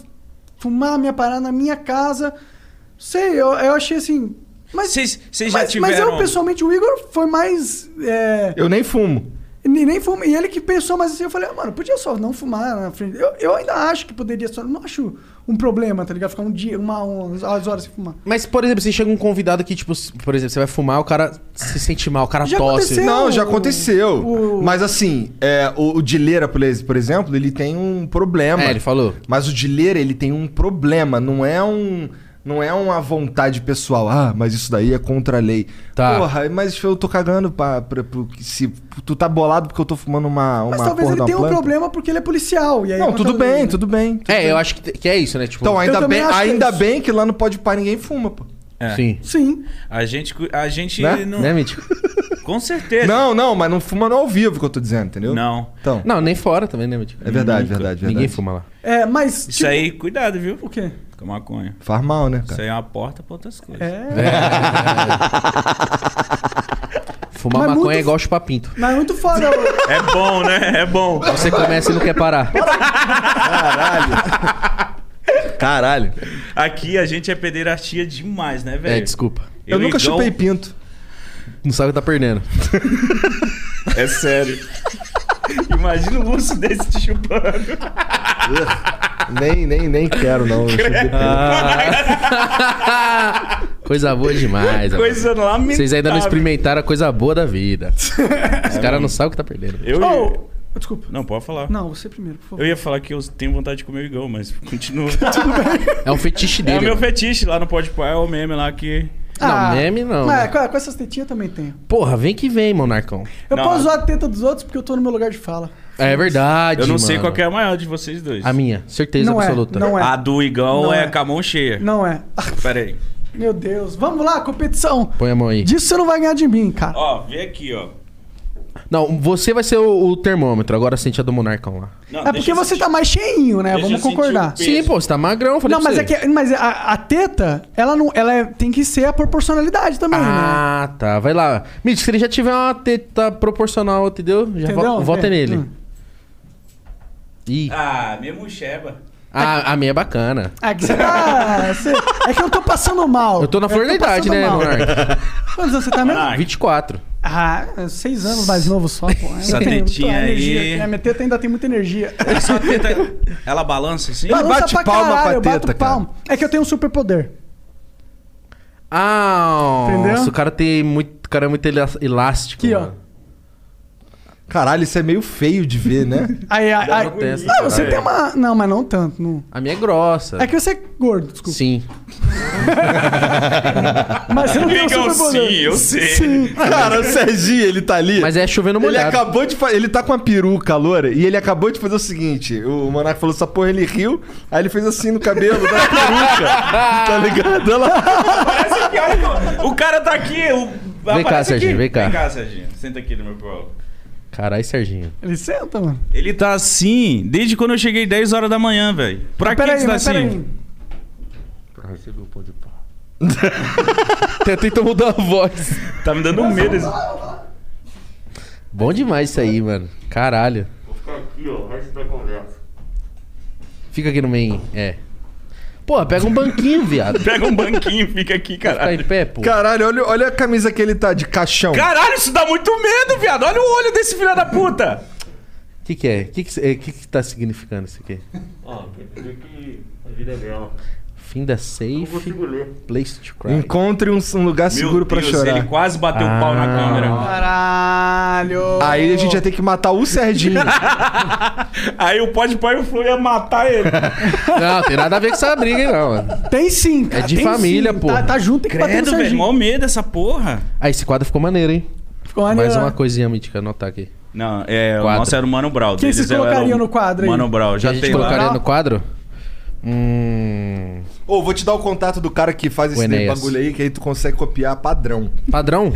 Speaker 2: fumar minha parada na minha casa. Sei, eu, eu achei assim. Mas.
Speaker 5: Vocês vocês já
Speaker 2: mas, mas
Speaker 5: tiveram.
Speaker 2: eu, pessoalmente, o Igor foi mais. É,
Speaker 3: Eu nem fumo.
Speaker 2: nem, nem fuma. E ele que pensou mais assim, eu falei, ah, mano, podia só não fumar na frente. Eu, eu ainda acho que poderia só. Não acho um problema, tá ligado? Ficar um dia, uma, umas horas sem fumar.
Speaker 4: Mas, por exemplo, se chega um convidado que, tipo, se- por exemplo, você vai fumar, o cara se sente mal, o cara
Speaker 2: Já
Speaker 4: tosse.
Speaker 2: aconteceu.
Speaker 3: Não, já
Speaker 2: o-
Speaker 3: aconteceu.
Speaker 2: o-
Speaker 3: Mas assim, é, o, o Dileira, por ex- por exemplo, ele tem um problema.
Speaker 4: É, ele falou.
Speaker 3: Mas o Dileira, ele tem um problema. Não é um. Não é uma vontade pessoal. Ah, mas isso daí é contra a lei.
Speaker 4: Tá.
Speaker 3: Porra, mas eu tô cagando pra, pra, pro- se tu tá bolado porque eu tô fumando uma. uma
Speaker 2: Mas talvez
Speaker 3: porra de
Speaker 2: ele
Speaker 3: uma
Speaker 2: tenha um
Speaker 3: planta.
Speaker 2: problema porque ele é policial. E aí
Speaker 3: Não,
Speaker 2: conta-
Speaker 3: tudo bem, tudo bem. tudo
Speaker 4: É,
Speaker 3: bem.
Speaker 4: eu acho que, que é isso, né? Tipo,
Speaker 3: Então, ainda,
Speaker 2: também
Speaker 3: bem,
Speaker 2: acho que é
Speaker 3: ainda
Speaker 2: isso.
Speaker 3: bem que lá no Pode Par ninguém fuma, pô.
Speaker 5: É.
Speaker 4: sim.
Speaker 2: Sim.
Speaker 5: A gente. cu- A gente
Speaker 3: Né?
Speaker 5: não.
Speaker 4: Né, Mítico?
Speaker 5: Com certeza.
Speaker 3: Não, não, mas não fuma no ao vivo que eu tô dizendo, entendeu?
Speaker 5: Não.
Speaker 3: Então,
Speaker 4: Não, nem fora também, né, Mítico?
Speaker 3: é verdade, verdade,
Speaker 5: Nunca.
Speaker 3: verdade.
Speaker 4: Ninguém fuma lá.
Speaker 2: É, mas.
Speaker 5: Isso
Speaker 2: tipo,
Speaker 5: aí, cuidado, viu?
Speaker 2: O quê?
Speaker 5: Com a maconha.
Speaker 3: Faz mal, né,
Speaker 5: Isso
Speaker 3: cara?
Speaker 5: aí é uma porta pra outras coisas.
Speaker 2: É. [laughs]
Speaker 4: Fumar
Speaker 2: Mas
Speaker 4: maconha
Speaker 2: muito-
Speaker 4: é igual chupar pinto.
Speaker 2: Mas é muito foda.
Speaker 5: [laughs]
Speaker 2: o-
Speaker 5: É bom, né? É bom.
Speaker 4: Você começa e não quer parar.
Speaker 3: Caralho.
Speaker 5: Aqui a gente é pederastia demais, né, velho? um
Speaker 4: É, desculpa.
Speaker 3: Eu,
Speaker 5: e
Speaker 3: nunca
Speaker 5: Igão-
Speaker 3: chupei pinto.
Speaker 4: Não sabe o que tá perdendo.
Speaker 5: É sério. Imagina um urso desse te chupando.
Speaker 3: nem, nem, nem quero, não. Eu
Speaker 5: É
Speaker 3: chupei pinto.
Speaker 4: Ah. Coisa boa demais.
Speaker 5: [laughs] Coisa
Speaker 4: amor.
Speaker 5: lamentável.
Speaker 4: Vocês ainda não experimentaram a coisa boa da
Speaker 5: [laughs]
Speaker 4: vida. Os caras não sabem o que tá perdendo.
Speaker 5: Eu.
Speaker 2: Oh, desculpa.
Speaker 5: Não, pode falar.
Speaker 2: Não, você primeiro, por favor.
Speaker 5: Eu ia falar que eu tenho vontade de comer o Igão, mas
Speaker 2: [laughs]
Speaker 5: continua.
Speaker 4: É um fetiche
Speaker 5: é o
Speaker 4: dele.
Speaker 5: meu fetiche lá no Pode Pá, é o meme lá que.
Speaker 4: Não, meme não.
Speaker 2: Ah,
Speaker 4: né?
Speaker 2: Mas com, com essas tetinhas eu também tenho.
Speaker 4: Porra, vem que vem, monarcão.
Speaker 2: Eu
Speaker 5: Não. é.
Speaker 2: posso usar a teta dos outros porque eu tô no meu lugar de fala.
Speaker 4: É verdade,
Speaker 5: Eu não sei
Speaker 4: mano.
Speaker 5: qual que é a maior de vocês dois.
Speaker 4: A minha, certeza
Speaker 2: não
Speaker 4: absoluta.
Speaker 2: é, não é.
Speaker 5: A do Igão
Speaker 2: Não
Speaker 5: é,
Speaker 2: é.
Speaker 5: com a mão cheia.
Speaker 2: Não é. Ah,
Speaker 5: Pera aí.
Speaker 2: meu Deus. Vamos lá, competição.
Speaker 4: Põe a mão aí.
Speaker 2: Disso você não vai ganhar de mim, cara.
Speaker 5: Ó, vê aqui, ó.
Speaker 4: Não, você vai ser o, o termômetro. Agora sente a do monarcão lá.
Speaker 5: Não,
Speaker 2: é
Speaker 5: deixa
Speaker 2: porque
Speaker 5: eu
Speaker 2: você
Speaker 5: sentir.
Speaker 2: tá mais cheinho, né?
Speaker 5: Deixa
Speaker 2: Vamos
Speaker 5: eu sentir
Speaker 2: concordar.
Speaker 5: o peso.
Speaker 4: Sim, pô, você tá magrão. eu Falei
Speaker 2: Não,
Speaker 4: pra
Speaker 2: mas
Speaker 4: você.
Speaker 2: é que mas a, a teta, ela não, ela é- tem que ser a proporcionalidade também, né?
Speaker 4: Ah, tá. Vai lá. Mitch, se ele já tiver uma teta proporcional, entendeu? Já vo-
Speaker 2: Entendeu?
Speaker 4: vota
Speaker 2: É.
Speaker 4: nele.
Speaker 2: Hum.
Speaker 4: Ih,
Speaker 5: Ah, mesmo
Speaker 4: [laughs]
Speaker 5: Sheba.
Speaker 4: a, a minha é bacana.
Speaker 2: É que você tá. você- é que eu tô passando mal.
Speaker 4: Eu tô na flor da idade,
Speaker 2: É, passando
Speaker 4: né,
Speaker 2: mal.
Speaker 5: [laughs]
Speaker 4: Monark?
Speaker 2: Quantos anos você tá mesmo?
Speaker 5: Monark.
Speaker 4: 24.
Speaker 2: Ah, seis anos mais novo só, pô. Eu
Speaker 5: Essa
Speaker 2: tenho-
Speaker 5: tetinha
Speaker 2: tô- a energia
Speaker 5: aí.
Speaker 2: aqui, A minha teta ainda tem muita energia.
Speaker 5: Só tenta... Ela balança assim?
Speaker 2: Balança
Speaker 3: bate palma pra
Speaker 2: eu bato
Speaker 3: teta,
Speaker 2: palma. É que eu tenho um superpoder.
Speaker 4: Ah,
Speaker 2: Entendeu?
Speaker 4: nossa, o cara tem muito. O cara é muito elá- elástico.
Speaker 2: Aqui, ó.
Speaker 4: mano.
Speaker 3: Caralho, isso é meio feio de ver, né?
Speaker 2: Aí, aí, aí-
Speaker 4: testa,
Speaker 2: Ah, você
Speaker 4: caralho.
Speaker 2: tem uma. Não, mas não tanto. Não.
Speaker 4: A minha é grossa.
Speaker 2: É que você é gordo, desculpa.
Speaker 4: Sim.
Speaker 2: Mas você não tem um
Speaker 5: Digam
Speaker 2: superpoder.
Speaker 5: sim, eu sei.
Speaker 2: Sim.
Speaker 3: [laughs] Cara, o Serginho, ele tá ali.
Speaker 4: Mas é chovendo
Speaker 3: Ele
Speaker 4: molhado.
Speaker 3: acabou de fa- Ele tá com a peruca loura e ele acabou de fazer o seguinte: o Monarca falou essa porra, ele riu, aí ele fez assim no cabelo da
Speaker 4: [laughs]
Speaker 3: peruca. tá ligado? Olha lá.
Speaker 5: Parece que olha, o cara tá aqui. O...
Speaker 4: Vem cá,
Speaker 5: aparece
Speaker 4: Serginho, vem cá.
Speaker 5: Vem cá, Serginho. Senta aqui no meu colo.
Speaker 4: Caralho, Serginho.
Speaker 2: Ele senta, mano.
Speaker 5: Ele tá assim desde quando eu cheguei 10 horas da manhã, velho. Pra que
Speaker 2: Peraí,
Speaker 5: ele tá
Speaker 2: mas peraí.
Speaker 5: assim?
Speaker 4: Até tenta mudar a voz.
Speaker 5: Tá me dando medo esse...
Speaker 4: Bom demais isso aí, mano. Caralho. Fica aqui no meio. É. Pô, pega
Speaker 2: [laughs]
Speaker 4: um banquinho, viado.
Speaker 5: Pega um banquinho e fica aqui,
Speaker 4: Tá em
Speaker 5: caralho.
Speaker 4: pé, pô.
Speaker 3: Caralho, olha, olha a camisa que ele tá de caixão.
Speaker 5: Caralho, isso dá muito medo, viado. Olha o olho desse filho da puta.
Speaker 4: O que, que é? O que, que, é, que, que tá significando isso aqui?
Speaker 7: Ó, quer dizer que a vida é bela.
Speaker 4: Fim da safe.
Speaker 7: Consigo ler.
Speaker 4: Place to cry.
Speaker 3: Encontre um, um lugar seguro pra chorar.
Speaker 5: ele quase bateu o pau na
Speaker 4: Ah.
Speaker 5: câmera.
Speaker 2: Caralho.
Speaker 3: Aí a gente ia ter que matar
Speaker 4: [laughs]
Speaker 3: o Serginho.
Speaker 5: Aí o pode pai e o Flu ia matar ele.
Speaker 4: Não, tem nada a ver com essa briga, hein, não, mano.
Speaker 2: Tem sim, cara.
Speaker 4: É de
Speaker 2: tem
Speaker 4: família,
Speaker 2: sim.
Speaker 4: pô.
Speaker 2: Tá, tá junto, tem que bater no
Speaker 5: Credo, velho.
Speaker 2: Serginho.
Speaker 5: Mó medo essa porra.
Speaker 4: Ah, esse quadro ficou maneiro, hein?
Speaker 2: Ficou
Speaker 4: Mais
Speaker 2: maneiro, né?
Speaker 4: uma coisinha mítica, anotar aqui.
Speaker 5: Não, é, o
Speaker 4: Quadro.
Speaker 5: nosso era o Mano Brown.
Speaker 2: Quem vocês
Speaker 5: deles era o
Speaker 2: colocariam no quadro aí?
Speaker 5: Mano Brown,
Speaker 4: Já
Speaker 5: já
Speaker 4: a gente
Speaker 5: tem lá.
Speaker 4: colocaria no quadro? Hum.
Speaker 3: Ô, vou te dar o contato do cara que faz
Speaker 4: O
Speaker 3: esse
Speaker 4: Enéas.
Speaker 3: bagulho aí, que aí tu consegue copiar padrão.
Speaker 4: Padrão?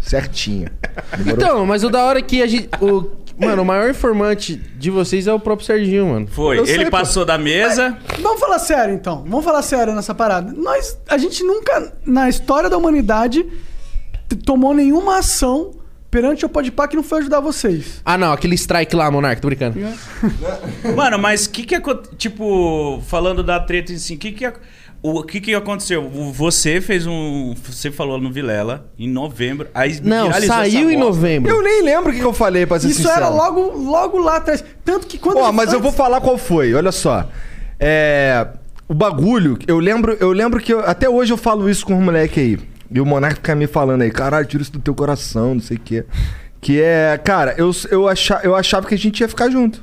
Speaker 3: Certinho.
Speaker 4: [laughs] Então, mas o da hora é que a gente. O, mano, o maior informante de vocês é o próprio Serginho, mano.
Speaker 5: Foi,
Speaker 3: Eu
Speaker 5: ele
Speaker 3: sei, pô.
Speaker 5: passou da mesa.
Speaker 2: Vamos falar sério, então. Vamos falar sério nessa parada. Nós, a gente nunca, na história da humanidade, t- tomou nenhuma ação perante o Podpah que não foi ajudar vocês.
Speaker 4: Ah, não, aquele strike lá, Monark, tô brincando.
Speaker 5: Mano, mas o que que aconteceu? Tipo, falando da treta em si, o que que, ac- o que que aconteceu? O- Você fez um... Você falou no Vilela, em novembro. Aí
Speaker 4: Não,
Speaker 5: viralizou
Speaker 4: saiu
Speaker 5: essa
Speaker 4: em
Speaker 5: bosta.
Speaker 4: novembro.
Speaker 3: Eu nem lembro o que, que eu falei, pra ser
Speaker 2: Isso
Speaker 3: sincero.
Speaker 2: era logo, logo lá atrás. Tanto que quando.
Speaker 3: Ó,
Speaker 2: ele-
Speaker 3: mas eu
Speaker 2: antes-
Speaker 3: vou falar qual foi, olha só. É. O bagulho, eu lembro, eu lembro que eu- até hoje eu falo isso com os moleque aí. E o Monarca fica me falando aí, caralho, tira isso do teu coração, não sei o quê. Que é, cara, eu, eu, acha, eu achava que a gente ia ficar junto.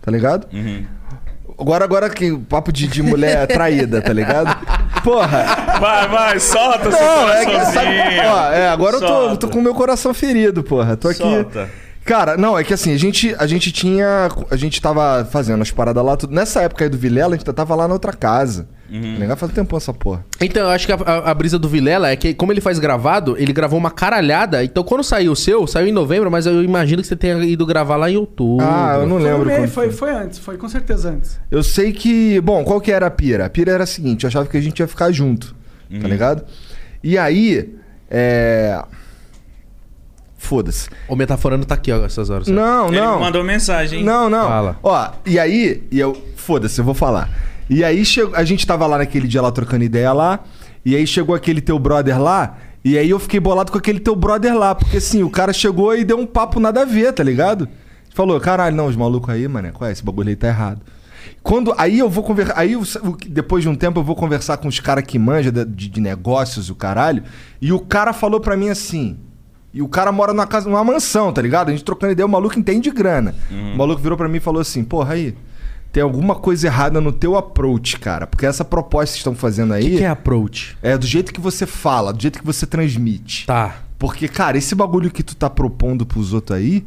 Speaker 3: Tá ligado?
Speaker 2: Uhum.
Speaker 3: Agora, agora que o papo de, de mulher traída,
Speaker 2: [laughs]
Speaker 3: tá ligado? Porra!
Speaker 5: Vai, vai, solta seu
Speaker 3: Não, é que sabe,
Speaker 5: coraçãozinho.
Speaker 3: ó, é, agora eu tô, eu tô
Speaker 5: Tá Solta.
Speaker 3: com o meu coração ferido, porra. Tô aqui.
Speaker 5: Solta.
Speaker 3: Cara, não, é que assim, a gente, a gente tinha. A gente tava fazendo as paradas lá, tudo. Nessa época aí do Vilela, a gente tava lá na outra casa.
Speaker 5: Uhum.
Speaker 3: Legal, faz um tempão essa porra.
Speaker 4: Então, eu acho que a, a- a brisa do Vilela é que, como ele faz gravado, ele gravou uma caralhada. Então, quando saiu o seu, saiu em novembro, mas eu imagino que você tenha ido gravar lá em outubro.
Speaker 3: Ah, eu
Speaker 2: Foi,
Speaker 3: não
Speaker 2: no
Speaker 3: lembro.
Speaker 2: meio,
Speaker 3: quando
Speaker 2: foi,
Speaker 3: foi.
Speaker 2: foi antes, foi com certeza antes.
Speaker 3: Eu sei que. Bom, qual que era a pira? A pira era a seguinte: eu achava que a gente ia ficar junto,
Speaker 5: Uhum.
Speaker 3: tá ligado? E aí. É. Foda-se.
Speaker 4: O metaforando tá aqui, ó, essas horas.
Speaker 3: Não,
Speaker 5: Ele
Speaker 3: não.
Speaker 5: mandou mensagem.
Speaker 3: Não, não.
Speaker 4: Fala.
Speaker 3: Ó, e aí, e eu. Foda-se, eu vou falar. E aí chegou. A gente tava lá naquele dia lá trocando ideia lá. E aí chegou aquele teu brother lá. E aí eu fiquei bolado com aquele teu brother lá. Porque assim, o cara chegou e deu um papo nada a ver, tá ligado? Falou, caralho, não, os malucos aí, mano, qual é? Esse bagulho aí tá errado. Quando. Aí eu vou conversar. Aí eu- o que- depois de um tempo eu vou conversar com os caras que manjam de, de- de negócios, o caralho. E o cara falou pra mim assim. E o cara mora numa casa, numa mansão, tá ligado? A gente trocando ideia, o maluco entende grana.
Speaker 4: Uhum.
Speaker 3: O maluco virou pra mim e falou assim: "Porra aí, tem alguma coisa errada no teu approach, cara, porque essa proposta que estão fazendo
Speaker 4: O
Speaker 3: aí
Speaker 4: que, que é approach?
Speaker 3: é do jeito que você fala, do jeito que você transmite.
Speaker 4: Tá.
Speaker 3: Porque, cara, esse bagulho que tu tá propondo pros outros aí,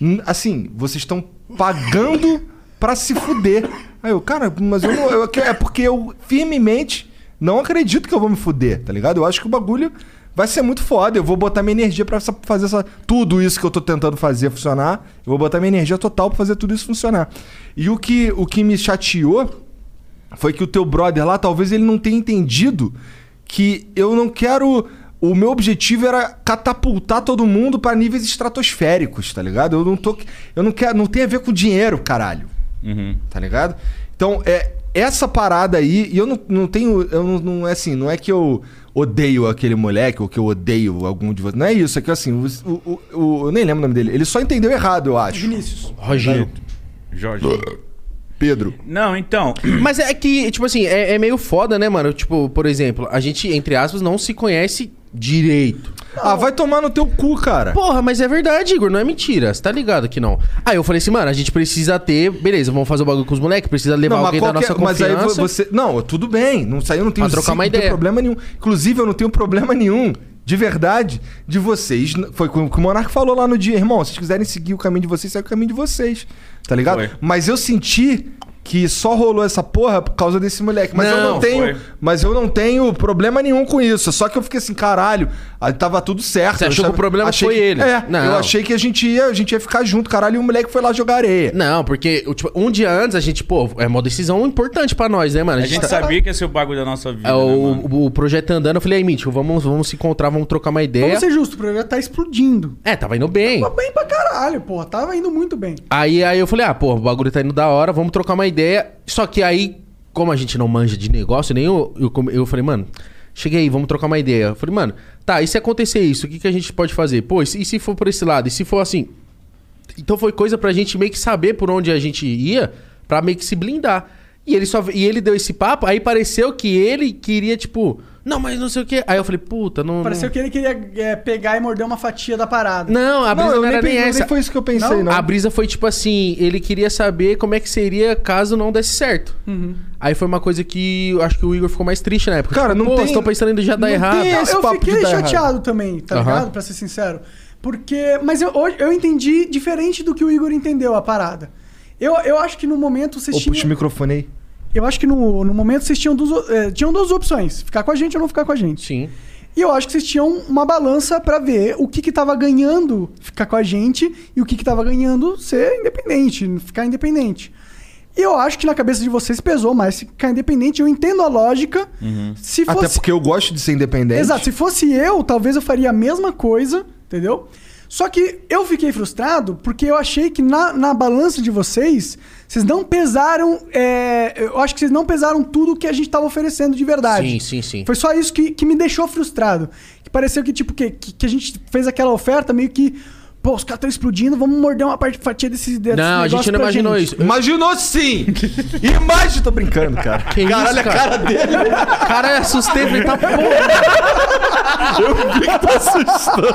Speaker 3: hum, assim, vocês estão pagando pra se fuder. Aí eu, cara, mas eu não. eu- é porque eu firmemente não acredito que eu vou me fuder, tá ligado? Eu acho que o bagulho vai ser muito foda. Eu vou botar minha energia pra essa- fazer essa, tudo isso que eu tô tentando fazer funcionar. Eu vou botar minha energia total pra fazer tudo isso funcionar. E o que, o que me chateou foi que o teu brother lá, talvez ele não tenha entendido que eu não quero. O meu objetivo era catapultar todo mundo pra níveis estratosféricos, tá ligado? Eu não tô. Eu não quero. Não tem a ver com dinheiro, caralho. Tá ligado? Então, é. Essa parada aí, e eu não, não tenho. Eu não, não é assim, não é que eu odeio aquele moleque ou que eu odeio algum de vocês. Não é isso, é que assim, o, o- o- eu nem lembro o nome dele. Ele só entendeu errado, eu acho.
Speaker 2: Vinícius.
Speaker 4: Rogério.
Speaker 5: Jorge.
Speaker 3: Pedro.
Speaker 5: Não, então.
Speaker 4: Mas é que, tipo assim, é, é meio foda, né, mano? Tipo, por exemplo, a gente, entre aspas, não se conhece direito.
Speaker 3: Ah, vai tomar no teu cu, cara.
Speaker 4: Porra, mas é verdade, Igor, não é mentira. Você tá ligado que não. Aí eu falei assim, mano, a gente precisa ter. Beleza, vamos fazer o bagulho com os moleques, precisa levar
Speaker 3: mas
Speaker 4: alguém da nossa
Speaker 3: qualquer- mas
Speaker 4: confiança.
Speaker 3: aí vo- você. Não, tudo bem. Não saiu, não tenho,
Speaker 4: Pra trocar uma
Speaker 3: não tenho
Speaker 4: ideia.
Speaker 3: problema nenhum. Inclusive, eu não tenho problema nenhum. De verdade, de vocês. Foi o que o Monark falou lá no dia, irmão. Se vocês quiserem seguir o caminho de vocês, segue o caminho de vocês. Tá ligado?
Speaker 5: Foi.
Speaker 3: Mas eu senti que só rolou essa porra por causa desse moleque. Mas eu
Speaker 4: Não,
Speaker 3: não tenho.
Speaker 5: foi.
Speaker 3: Mas eu não tenho problema nenhum com isso. Só que eu fiquei assim, caralho, aí tava tudo certo.
Speaker 4: Você
Speaker 3: Eu
Speaker 4: achou que
Speaker 3: achava-
Speaker 4: o problema
Speaker 3: achei
Speaker 4: foi
Speaker 3: que-
Speaker 4: ele?
Speaker 3: É,
Speaker 4: Não.
Speaker 3: eu achei que a gente ia, a gente ia ficar junto, caralho, e o moleque foi lá jogar areia.
Speaker 4: Não, porque o, tipo, um dia antes a gente, pô, é uma decisão importante pra nós, né, mano?
Speaker 5: A gente
Speaker 4: tá-
Speaker 5: sabia que ia ser o bagulho da nossa vida.
Speaker 4: É,
Speaker 5: né,
Speaker 4: o,
Speaker 5: mano?
Speaker 4: o projeto andando, eu falei, aí, Mítico, vamos, vamos se encontrar, vamos trocar uma
Speaker 3: É?
Speaker 4: ideia.
Speaker 2: Vamos ser justos, o projeto tá explodindo.
Speaker 4: É, tava indo bem.
Speaker 2: Tava bem pra caralho, porra. Tava indo muito bem.
Speaker 4: Aí, aí eu falei, ah, pô, o bagulho tá indo da hora, vamos trocar uma ideia. Só que aí, como a gente não manja de negócio, nem eu, eu, come- eu falei, mano, cheguei aí, vamos trocar uma ideia. Eu falei, mano, tá, e se acontecer isso, o que, que a gente pode fazer? Pô, e se, e se for por esse lado? E se for assim? Então foi coisa pra gente meio que saber por onde a gente ia, pra meio que se blindar. E ele, só, e ele deu esse papo, aí pareceu que ele queria, tipo, não, mas não sei o quê. Aí eu falei, puta, não.
Speaker 2: Pareceu
Speaker 4: não...
Speaker 2: que ele queria é, pegar e morder uma fatia da parada.
Speaker 4: Não, a brisa não,
Speaker 3: eu nem,
Speaker 4: era nem
Speaker 3: pensei-
Speaker 4: essa.
Speaker 3: nem foi isso que eu pensei, não.
Speaker 4: A brisa foi tipo assim, ele queria saber como é que seria caso não desse certo. Aí foi uma coisa que eu acho que o Igor ficou mais triste na época.
Speaker 3: Uhum.
Speaker 4: Tipo,
Speaker 3: Cara, não
Speaker 4: Pô,
Speaker 3: tem-
Speaker 4: estão pensando em já dar
Speaker 3: não
Speaker 4: errado.
Speaker 3: tem-
Speaker 2: Não,
Speaker 3: esse
Speaker 2: eu
Speaker 3: papo de
Speaker 2: fiquei
Speaker 3: dar errado.
Speaker 2: chateado também, tá
Speaker 4: Aham.
Speaker 2: ligado? Pra ser sincero. Porque. Mas eu, hoje eu entendi diferente do que o Igor entendeu a parada. Eu, eu acho que no momento vocês
Speaker 3: Ô, puxa o
Speaker 2: tinham.
Speaker 3: microfone aí.
Speaker 2: Eu acho que no, no momento vocês tinham duas, eh, tinham duas opções: ficar com a gente ou não ficar com a gente.
Speaker 4: Sim.
Speaker 2: E eu acho que vocês tinham uma balança pra ver o que que tava ganhando ficar com a gente e o que que tava ganhando ser independente, ficar independente. E eu acho que na cabeça de vocês pesou mais ficar independente. Eu entendo a lógica. Se fosse...
Speaker 3: Uhum. Até porque é eu gosto de ser independente.
Speaker 2: Exato, se fosse eu, talvez eu faria a mesma coisa, entendeu? Só que eu fiquei frustrado porque eu achei que na, na balança de vocês, vocês não pesaram. é, eu acho que vocês não pesaram tudo que a gente tava oferecendo de verdade.
Speaker 4: Sim, sim, sim.
Speaker 2: Foi só isso que, que me deixou frustrado. Que pareceu que, tipo, que, que, que a gente fez aquela oferta meio que Pô, os caras estão explodindo, vamos morder uma parte, fatia desse, desse
Speaker 4: Não, a
Speaker 2: negócio
Speaker 4: gente não
Speaker 2: pra
Speaker 4: imaginou isso.
Speaker 3: Imaginou sim! Imagina, tô
Speaker 4: [laughs]
Speaker 3: brincando, cara.
Speaker 4: Que isso,
Speaker 3: Caralho, a
Speaker 4: cara?
Speaker 3: cara dele.
Speaker 4: [laughs] Cara, eu assustei, falei, tá porra.
Speaker 3: Eu vi que tá assustando.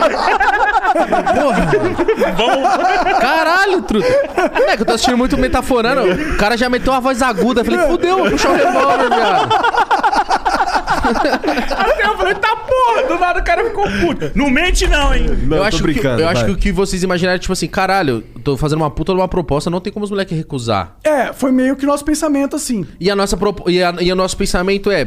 Speaker 4: Caralho, truta. É que eu tô assistindo muito metaforando. O cara já meteu uma voz aguda. Eu Falei, fudeu, vou puxar o revólver, viado.
Speaker 5: Até eu falei, tá porra, do nada o cara ficou puto. Não mente não, hein?
Speaker 3: Não,
Speaker 4: eu
Speaker 3: tô
Speaker 4: acho,
Speaker 3: brincando.
Speaker 4: que, eu acho
Speaker 3: vai.
Speaker 4: que o que vocês imaginaram é tipo assim, caralho, tô fazendo uma puta de uma proposta, não tem como os moleques recusar.
Speaker 2: É, foi meio que nosso pensamento assim.
Speaker 4: E, a nossa propo- e, a- e o nosso pensamento é.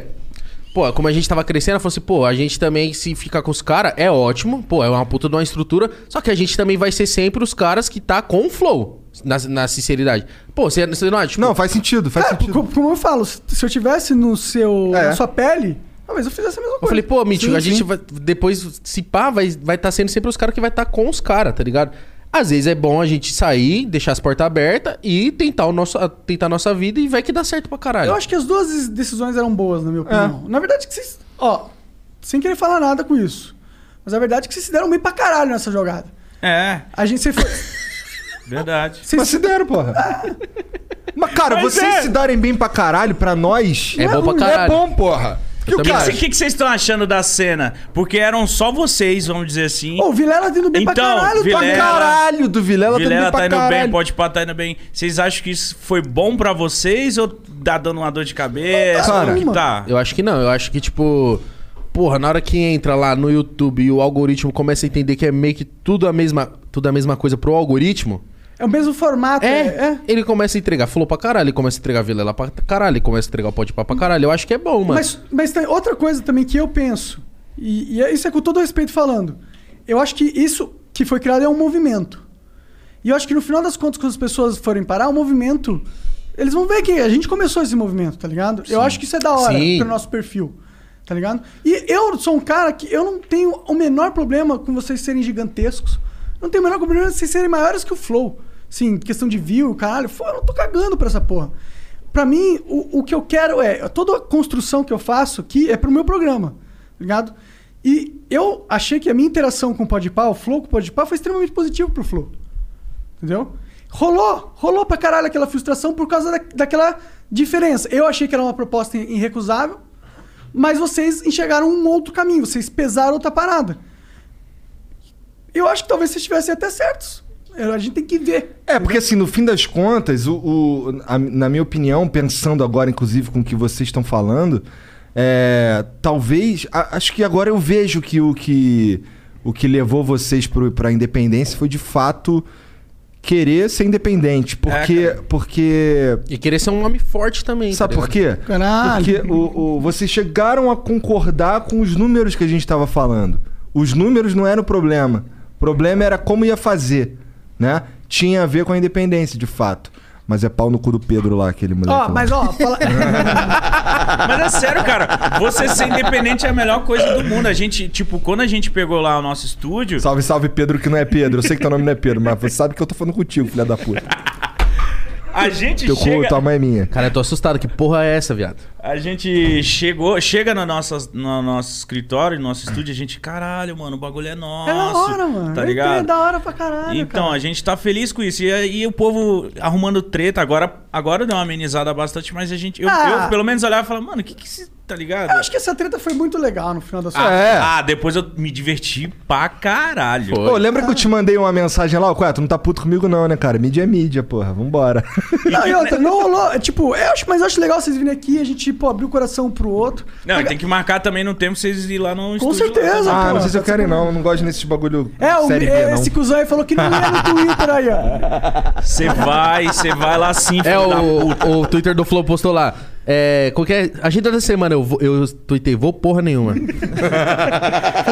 Speaker 4: Pô, como a gente tava crescendo, eu falei assim, pô, a gente também, se ficar com os caras, é ótimo. Pô, é uma puta de uma estrutura. Só que a gente também vai ser sempre os caras que tá com o flow. Na, na sinceridade. Pô, você, você não acha? Tipo,
Speaker 3: Não, faz sentido, faz
Speaker 2: É,
Speaker 3: sentido.
Speaker 2: co- como eu falo, se se eu tivesse no seu,
Speaker 3: É.
Speaker 2: na sua pele, talvez eu fizesse a mesma coisa.
Speaker 4: Eu falei, pô, Mítico,
Speaker 3: Sim,
Speaker 4: a gente
Speaker 3: sim.
Speaker 4: vai, depois, se pá, vai estar vai tá sendo sempre os caras que vai estar com os caras, tá ligado? Às vezes é bom a gente sair, deixar as portas abertas e tentar, o nosso, a- tentar a nossa vida e vai que dá certo pra caralho.
Speaker 2: Eu acho que as duas decisões eram boas, na minha opinião. Na verdade, que vocês. Ó, sem querer falar nada com isso. Mas a verdade é que vocês se deram bem pra caralho nessa jogada.
Speaker 5: É,
Speaker 2: A gente se foi.
Speaker 5: verdade.
Speaker 2: vocês-
Speaker 3: Mas se deram, porra. Mas, cara,
Speaker 5: Mas
Speaker 3: vocês
Speaker 5: é.
Speaker 3: se darem bem pra caralho, pra nós.
Speaker 4: É bom pra
Speaker 3: ruim,
Speaker 4: caralho.
Speaker 3: É bom, porra. Que o
Speaker 5: O que
Speaker 3: cara.
Speaker 5: que vocês estão achando da cena? Porque eram só vocês, vamos dizer assim.
Speaker 2: Ô, o Vilela tá indo bem pra
Speaker 5: Então,
Speaker 2: caralho,
Speaker 5: Vilela-
Speaker 3: Pra caralho, do Vilela,
Speaker 5: Vilela tá
Speaker 3: também
Speaker 5: indo
Speaker 3: pra caralho.
Speaker 5: bem, pode pá, tá indo bem. Vocês acham que isso foi bom pra vocês ou tá dando uma dor de cabeça?
Speaker 3: Cara,
Speaker 5: Como que tá?
Speaker 4: Eu acho que não, eu acho que, tipo. Porra, na hora que entra lá no YouTube e o algoritmo começa a entender que é meio que tudo a mesma, tudo a mesma coisa pro algoritmo.
Speaker 2: É o mesmo formato.
Speaker 4: É,
Speaker 2: é.
Speaker 4: ele começa a entregar Flow pra caralho, ele começa a entregar Vilela pra caralho, ele começa a entregar o Pode Pá pra caralho. Eu acho que é bom, mano.
Speaker 2: Mas, mas tem outra coisa também que eu penso, e, e é- isso é com todo respeito falando. Eu acho que isso que foi criado é um movimento. E eu acho que no final das contas, quando as pessoas forem parar, o movimento. Eles vão ver que a gente começou esse movimento, tá ligado? Eu acho que isso é da hora
Speaker 4: Sim.
Speaker 2: pro nosso perfil, tá ligado? E eu sou um cara que eu não tenho o menor problema com vocês serem gigantescos. Não tenho o menor problema com vocês serem maiores que o Flow. Sim, questão de view, caralho. Pô, eu não tô cagando pra essa porra. Pra mim, o, o que eu quero é. Toda a construção que eu faço aqui é pro meu programa, tá ligado? E eu achei que a minha interação com o Podpah, o Flow com o Podpah, foi extremamente positivo pro Flow. Entendeu? Rolou, rolou pra caralho aquela frustração por causa da- daquela diferença. Eu achei que era uma proposta in- irrecusável, mas vocês enxergaram um outro caminho, vocês pesaram outra parada. Eu acho que talvez vocês estivessem até certos. Eu- A gente tem que ver.
Speaker 3: É, porque assim, no fim das contas, o, o- a- na minha opinião, pensando agora, inclusive, com o que vocês estão falando, é, talvez. a- acho que agora eu vejo que o que, o que levou vocês pro, pra independência foi de fato querer ser independente. Porque. porque
Speaker 4: E querer ser um homem forte também.
Speaker 3: sabe
Speaker 4: tá
Speaker 3: por
Speaker 4: ligado?
Speaker 3: quê?
Speaker 2: Caralho.
Speaker 3: Porque o, o- vocês chegaram a concordar com os números que a gente estava falando. Os números não eram o problema. O problema era como ia fazer, né? Tinha a ver com a independência, de fato. Mas é pau no cu do Pedro lá, aquele moleque.
Speaker 2: Ó,
Speaker 3: lá.
Speaker 2: mas ó, fala- É
Speaker 5: Mas é sério, cara. Você ser independente é a melhor coisa do mundo. A gente, tipo, quando a gente pegou lá o nosso estúdio,
Speaker 3: Salve, salve, Pedro, que não é Pedro. Eu sei que teu nome não é Pedro, mas você sabe que eu tô falando contigo, filha da puta.
Speaker 5: a gente
Speaker 3: Teu
Speaker 5: chega...
Speaker 3: cu, tua mãe é minha.
Speaker 4: Cara, eu tô assustado. Que porra é essa, viado?
Speaker 5: A gente chegou, chega no nosso, no nosso escritório, no nosso estúdio, a gente, caralho, mano, o bagulho é nosso.
Speaker 2: é da hora, mano.
Speaker 5: Tá
Speaker 2: Eu entendo, É
Speaker 5: ligado?
Speaker 2: da hora pra caralho.
Speaker 5: Então,
Speaker 2: cara.
Speaker 5: a gente tá feliz com isso. E, aí o povo arrumando treta. Agora, agora deu uma amenizada bastante, mas a gente. Eu,
Speaker 2: Ah.
Speaker 5: eu, pelo menos olhava e falava, mano, o que que se. Tá ligado?
Speaker 2: Eu acho que essa treta foi muito legal no final da sua.
Speaker 5: ah,
Speaker 3: É.
Speaker 5: ah, depois eu me diverti pra caralho.
Speaker 4: Foi.
Speaker 3: Pô, lembra que eu te mandei uma mensagem lá? Ô, Ué, tu não tá puto comigo não, né, cara? Mídia é mídia, porra. Vambora.
Speaker 2: Não, e outra, não rolou. é, Tipo, eu acho, mas eu acho legal vocês virem aqui, a gente, pô, abrir o coração um pro outro.
Speaker 5: Não, e tem que marcar também no tempo vocês ir lá no
Speaker 2: Com
Speaker 5: estúdio lá
Speaker 2: certeza,
Speaker 5: também.
Speaker 3: Ah, não
Speaker 2: porra,
Speaker 3: sei se eu
Speaker 2: tá
Speaker 3: quero ir, não. Eu Não gosto nesses bagulho
Speaker 2: É, o,
Speaker 3: série B,
Speaker 2: é,
Speaker 3: não.
Speaker 2: esse cuzão aí falou que não ia no Twitter aí, ó.
Speaker 5: Você vai, você vai lá sim, filho
Speaker 4: É,
Speaker 5: da puta.
Speaker 4: o, o Twitter do Flow postou lá. É, qualquer agenda da semana eu, vou- eu tuitei, vou porra nenhuma.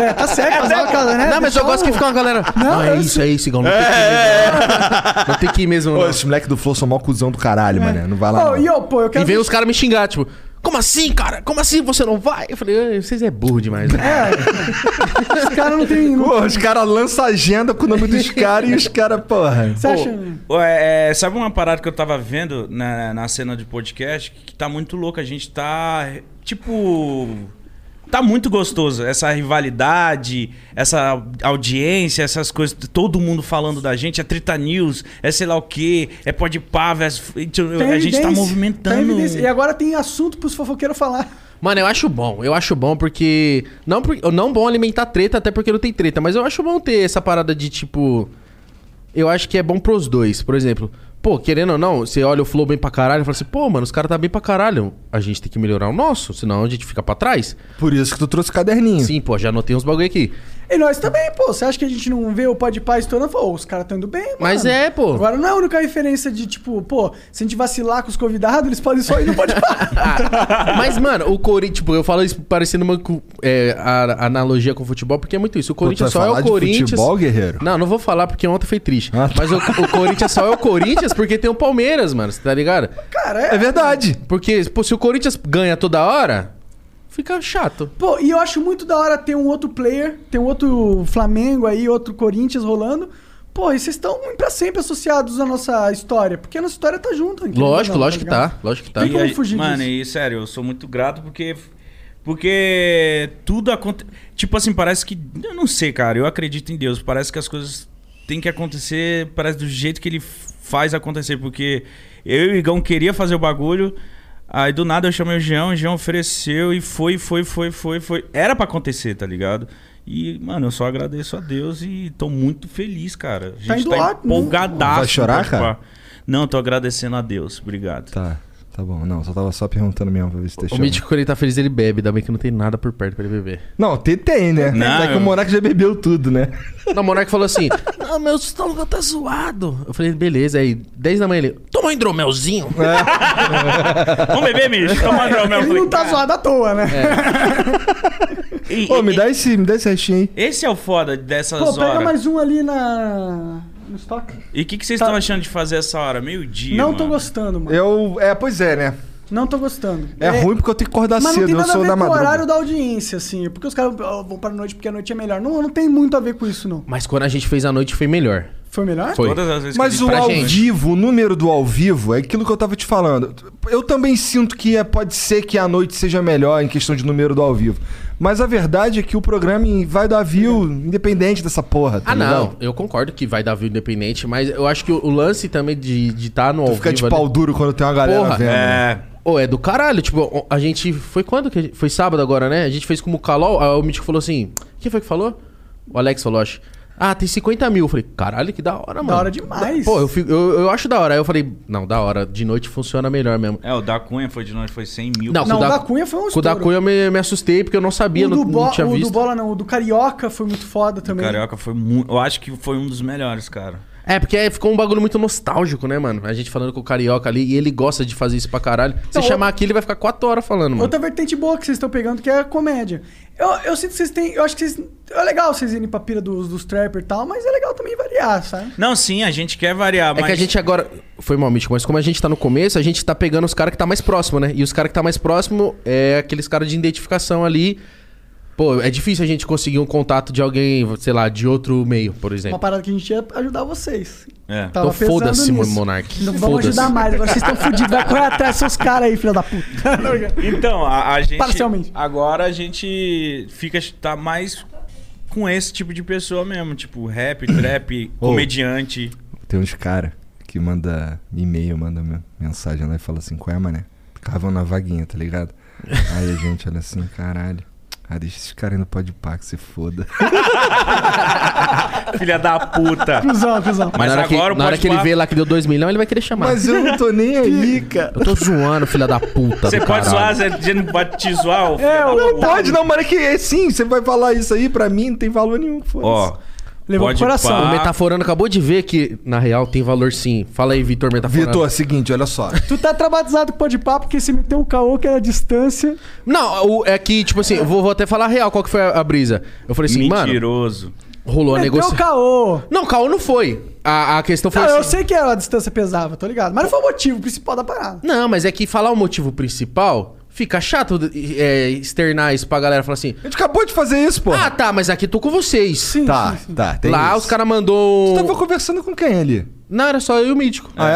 Speaker 2: É, tá certo, mas é uma casa, né?
Speaker 4: não, mas
Speaker 2: Deixa
Speaker 4: eu gosto que fica uma galera. Não, é
Speaker 2: eu
Speaker 4: isso, é isso, igual. Não tem que ir
Speaker 5: é,
Speaker 4: mesmo. Não tem que ir mesmo.
Speaker 3: Pô,
Speaker 4: não.
Speaker 3: esse moleque do Flow são mó cuzão do caralho, mano. né? Não vai lá.
Speaker 2: Ó,
Speaker 3: não.
Speaker 2: e eu, É. pô, eu quero.
Speaker 4: E veio os caras me xingar, tipo, como assim, cara? Como assim você não vai? Eu falei, "Ai, vocês é burro demais. né?"
Speaker 2: Os caras não tem. Não...
Speaker 3: Pô, os caras lançam agenda com o nome
Speaker 2: [laughs]
Speaker 3: dos caras e os caras, porra.
Speaker 2: Você acha?
Speaker 5: Ô, é, é, sabe uma parada que eu tava vendo na, na cena de podcast que, que tá muito louca? A gente tá, tipo, Tá muito gostoso essa rivalidade, essa audiência, essas coisas, todo mundo falando da gente, é Trita News, é sei lá o quê, é pode pá, versus-
Speaker 2: Tem
Speaker 5: a gente
Speaker 2: evidência,
Speaker 5: tá
Speaker 2: tem
Speaker 5: movimentando.
Speaker 2: evidência. e agora tem assunto pros fofoqueiros falar.
Speaker 4: Mano, eu acho bom. Eu acho bom porque. Não, por- não bom alimentar treta, até porque não tem treta. Mas eu acho bom ter essa parada de tipo. Eu acho que é bom pros dois. Por exemplo, pô, querendo ou não, você olha o Flow bem pra caralho e fala assim: pô, mano, os caras tá bem pra caralho. A gente tem que melhorar o nosso, senão a gente fica pra trás.
Speaker 3: Por isso que tu trouxe caderninho.
Speaker 4: Sim, pô, já anotei uns bagulho aqui.
Speaker 2: E nós também, pô. Você acha que a gente não vê o Pode Pá estourando? Pô, os caras estão indo bem, mano.
Speaker 4: Mas é, pô.
Speaker 2: Agora não é a única referência de, tipo, pô, se a gente vacilar com os convidados, eles podem só ir no Pode Pá.
Speaker 4: Ah, mas, mano, o Corinthians. Tipo, eu falo isso parecendo uma co- é, a- analogia com o futebol, porque é muito isso. O
Speaker 3: Pô, tu vai
Speaker 4: Corinthians só é
Speaker 3: falar
Speaker 4: o
Speaker 3: de
Speaker 4: Corinthians.
Speaker 3: futebol, guerreiro?
Speaker 4: Não, não vou falar porque ontem foi triste.
Speaker 3: Ah, tá.
Speaker 4: Mas o, o Corinthians só é o Corinthians porque tem o Palmeiras, mano. Você tá ligado?
Speaker 2: Cara,
Speaker 3: É verdade.
Speaker 4: Porque, pô, se o Corinthians ganha toda hora, fica chato.
Speaker 2: Pô, e eu acho muito da hora ter um outro player, ter um outro Flamengo aí, outro Corinthians rolando. Pô, e vocês estão pra sempre associados à nossa história, porque a nossa história tá junto. entendeu?
Speaker 4: Lógico,
Speaker 2: Não,
Speaker 4: lógico que
Speaker 2: ligado?
Speaker 4: tá. Lógico que tá.
Speaker 2: Tem como
Speaker 5: aí-
Speaker 2: fugir
Speaker 5: mano,
Speaker 2: disso.
Speaker 5: e sério, eu sou muito grato porque. Porque tudo acontece. Tipo assim, parece que. Eu não sei, cara. Eu acredito em Deus. Parece que as coisas têm que acontecer. Parece do jeito que ele faz acontecer. Porque eu e o Igão queria fazer o bagulho. Aí do nada eu chamei o Jean, o Jean ofereceu e foi, foi, foi, foi, foi. Era pra acontecer, tá ligado? E, mano, eu só agradeço a Deus e tô muito feliz, cara. A
Speaker 2: Tá
Speaker 5: gente
Speaker 2: indo
Speaker 5: tá,
Speaker 2: ótimo.
Speaker 5: empolgadaço.
Speaker 3: Vai chorar,
Speaker 5: pode pá.
Speaker 3: cara?
Speaker 5: Não, tô agradecendo a Deus. Obrigado.
Speaker 3: Tá, tá bom. Não, só tava só perguntando mesmo pra ver se
Speaker 4: O
Speaker 3: deixou.
Speaker 4: Mítico, quando ele tá feliz, ele bebe. Ainda bem que não tem nada por perto pra ele beber.
Speaker 3: Não, tem, tem, né?
Speaker 5: Não,
Speaker 3: é que
Speaker 5: eu-
Speaker 3: o Monark já bebeu tudo, né?
Speaker 4: Não, o Monark falou assim: [laughs] Não, meu estômago tá zoado. Eu falei, beleza. Aí, 10 da manhã ele, toma um hidromelzinho.
Speaker 3: É.
Speaker 5: Vamos beber, bicho? Toma um hidromel.
Speaker 2: Ele
Speaker 5: Falei,
Speaker 2: não tá
Speaker 5: cara,
Speaker 2: zoado à toa, né?
Speaker 5: e-
Speaker 3: Ô,
Speaker 5: e-
Speaker 3: me dá esse, me dá esse restinho aí.
Speaker 5: Esse é o foda dessas
Speaker 2: Pô, pega
Speaker 5: horas.
Speaker 2: mais um ali na. no estoque.
Speaker 5: E o que, que vocês
Speaker 2: Tá.
Speaker 5: estão achando de fazer essa hora? Meio-dia,
Speaker 2: não
Speaker 5: mano.
Speaker 2: tô gostando, mano.
Speaker 3: Eu. É, pois é, né?
Speaker 2: Não tô gostando.
Speaker 3: É, ruim porque eu tenho que acordar
Speaker 2: Mas não
Speaker 3: cedo,
Speaker 2: tem
Speaker 3: eu
Speaker 2: nada a
Speaker 3: sou
Speaker 2: ver
Speaker 3: da
Speaker 2: com o
Speaker 3: madrugada.
Speaker 2: horário da audiência, assim. Porque os caras ó, vão pra noite porque a noite é melhor. Não, não tem muito a ver com isso, não.
Speaker 4: Mas quando a gente fez a noite foi melhor.
Speaker 2: Foi melhor?
Speaker 4: Foi.
Speaker 5: Todas as vezes
Speaker 3: Mas
Speaker 5: que
Speaker 3: o
Speaker 4: pra
Speaker 3: ao
Speaker 4: gente.
Speaker 3: vivo, o número do ao vivo, é aquilo que eu tava te falando. Eu também sinto que é- pode ser que a noite seja melhor em questão de número do ao vivo. Mas a verdade é que o programa em- vai dar view independente dessa porra, tá
Speaker 4: Ah, não.
Speaker 3: ligado?
Speaker 4: Eu concordo que vai dar view independente, mas eu acho que o, o lance também de estar tá no ao
Speaker 3: Tu fica de
Speaker 4: vivo ali-
Speaker 3: pau duro quando tem uma galera
Speaker 4: Porra,
Speaker 3: vendo. né?
Speaker 5: É.
Speaker 4: Ô, é do caralho. Tipo, o- a gente. Foi quando que. a gente- Foi sábado agora, né? A gente fez como o Calol. Aí o Mítico falou assim. Quem foi que falou? O Alex falou, acho. Ah, tem 50 mil. Eu falei, caralho, que da hora, mano.
Speaker 2: hora demais.
Speaker 4: Pô, eu, fico- eu, eu acho da hora. Aí eu falei, não, da hora. De noite funciona melhor mesmo.
Speaker 5: É, o da Cunha foi de nós, foi 100 mil.
Speaker 4: Não,
Speaker 2: Não,
Speaker 4: com
Speaker 2: o
Speaker 4: o da-
Speaker 2: da Cunha foi um
Speaker 4: Com o da
Speaker 2: estouro.
Speaker 4: Cunha eu me, me assustei porque eu não sabia,
Speaker 2: o do,
Speaker 4: não,
Speaker 2: bo-
Speaker 4: não tinha
Speaker 2: o do
Speaker 4: visto.
Speaker 2: Bola não, o do Carioca foi muito foda
Speaker 5: O
Speaker 2: também.
Speaker 5: Carioca foi muito... Eu acho que foi um dos melhores, cara.
Speaker 4: É, porque ficou um bagulho muito nostálgico, né, mano? A gente falando com o Carioca ali e ele gosta de fazer isso pra caralho. Se
Speaker 2: Não,
Speaker 4: chamar aqui, ele vai ficar 4 horas falando, mano.
Speaker 2: Outra vertente boa que vocês estão pegando, que é a comédia. Eu, eu sinto que vocês têm. Eu acho que vocês. É legal vocês irem pra pira dos, dos trapper e tal, mas é legal também variar, sabe?
Speaker 5: Não, sim, a gente quer variar,
Speaker 4: É
Speaker 5: mas...
Speaker 4: que a gente agora. Foi mal, Mítico, mas como a gente tá no começo, a gente tá pegando os caras que tá mais próximo, né? E os caras que tá mais próximo é aqueles caras de identificação ali. Pô, é difícil a gente conseguir um contato de alguém, sei lá, de outro meio, por
Speaker 2: Uma
Speaker 4: exemplo.
Speaker 2: parada que a gente ia ajudar vocês. Tava
Speaker 4: É.
Speaker 5: É.
Speaker 4: Então
Speaker 2: pensando
Speaker 4: foda-se,
Speaker 2: nisso.
Speaker 4: Monark.
Speaker 2: Não vamos
Speaker 4: Foda-se.
Speaker 2: ajudar mais, agora vocês estão fodidos. Vai correr atrás seus caras aí, filho da
Speaker 4: [laughs]
Speaker 2: puta. Não, já-
Speaker 5: Então, a, a gente.
Speaker 2: Parcialmente.
Speaker 5: Agora a gente fica. tá mais com esse tipo de pessoa mesmo. Tipo, rap, trap,
Speaker 3: Oh.
Speaker 5: comediante.
Speaker 3: Tem uns caras que manda e-mail, manda men- mensagem lá e fala assim, qual é, mané? Cavando a vaguinha, tá ligado?
Speaker 4: [laughs]
Speaker 3: Aí a gente olha assim, caralho. Ah, deixa esses caras ainda pode pá, que se foda.
Speaker 5: Filha da puta.
Speaker 2: Cusão, cuzão.
Speaker 4: Mas na hora,
Speaker 5: agora o
Speaker 4: que, na hora
Speaker 5: Podpah-
Speaker 4: que ele vê lá que deu 2 milhões, ele vai querer chamar.
Speaker 3: Mas eu não tô
Speaker 4: [laughs]
Speaker 3: nem aí, cara.
Speaker 4: Eu tô zoando, filha da puta.
Speaker 5: [laughs] Você
Speaker 4: do
Speaker 5: pode
Speaker 4: caralho.
Speaker 5: zoar, você não pode te zoar,
Speaker 4: É,
Speaker 5: ô filha da
Speaker 3: Não
Speaker 5: puta.
Speaker 3: pode, não, mano. É que é, sim, você vai falar isso aí pra mim, não tem valor nenhum.
Speaker 5: Ó.
Speaker 3: foda-se.
Speaker 2: Levou
Speaker 5: pode
Speaker 2: pro coração,
Speaker 5: pá.
Speaker 4: O Metaforando acabou de ver que, na real, tem valor sim. Fala aí, Vitor Metaforando.
Speaker 3: Vitor, seguinte, olha só.
Speaker 2: Tu tá traumatizado com o pode papo porque você meteu um caô que era a distância.
Speaker 4: Não, o- é que, tipo assim, eu vou, vou até falar a real qual que foi a, a brisa. Eu falei assim, mano,
Speaker 5: Mentiroso.
Speaker 4: rolou a
Speaker 2: meteu
Speaker 4: negociação.
Speaker 2: o caô.
Speaker 4: Não, caô não foi. A, a questão foi
Speaker 2: Não,
Speaker 4: assim.
Speaker 2: eu sei que era a distância pesava, tô ligado. Mas não foi o motivo principal da parada.
Speaker 4: Não, mas é que falar o motivo principal fica chato é, externar isso pra galera. Falar assim,
Speaker 3: A gente acabou de fazer isso, pô.
Speaker 4: ah, tá, mas aqui tô com vocês.
Speaker 3: tá, tá. Tem
Speaker 4: Lá
Speaker 3: isso.
Speaker 4: os caras mandou...
Speaker 2: tá
Speaker 3: Tu tava conversando com quem ali?
Speaker 4: Não, era só eu e o Mítico.
Speaker 3: Ah,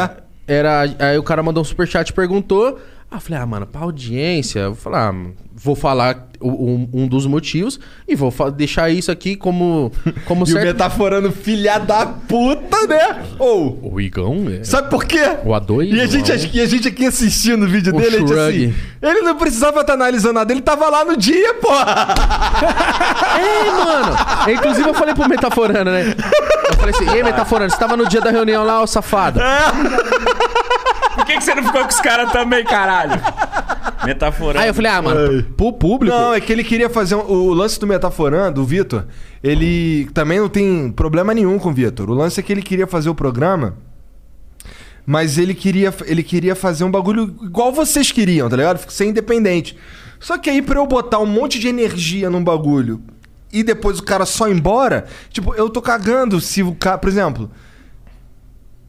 Speaker 3: é?
Speaker 4: Era, aí o cara mandou um superchat, perguntou. Aí eu falei, ah, mano, pra audiência, eu vou falar, ah, vou falar o- um, um dos motivos e vou fa- deixar isso aqui como, como
Speaker 3: [laughs] E o
Speaker 4: certo.
Speaker 3: metaforando, filha da puta, né? Ou.
Speaker 4: O Igão, é.
Speaker 3: Sabe por quê?
Speaker 4: O A2,
Speaker 3: E a, gente,
Speaker 4: o A1.
Speaker 3: aqui- e a gente aqui assistindo o vídeo
Speaker 4: O
Speaker 3: dele, a gente
Speaker 4: Shrug.
Speaker 3: assim. Ele não precisava estar analisando nada, ele tava lá no dia, porra!
Speaker 4: Ei,
Speaker 2: [laughs]
Speaker 4: mano! Inclusive eu falei pro Metaforano, né? Eu falei assim, ei, Metaforano, você tava no dia da reunião lá, ô safado?
Speaker 2: É.
Speaker 5: Por que, que você não ficou com os caras também, caralho? Metaforando.
Speaker 4: Aí eu falei, ah, mano, pro público.
Speaker 3: Não, é que ele queria fazer um- o lance do Metaforando, o Vitor. Ele também não tem problema nenhum com o Vitor. O lance é que ele queria fazer o programa, mas ele queria, ele queria fazer um bagulho igual vocês queriam, tá ligado? Ser independente. Só que aí pra eu botar um monte de energia num bagulho e depois o cara só ir embora, tipo, eu tô cagando se o cara, por exemplo,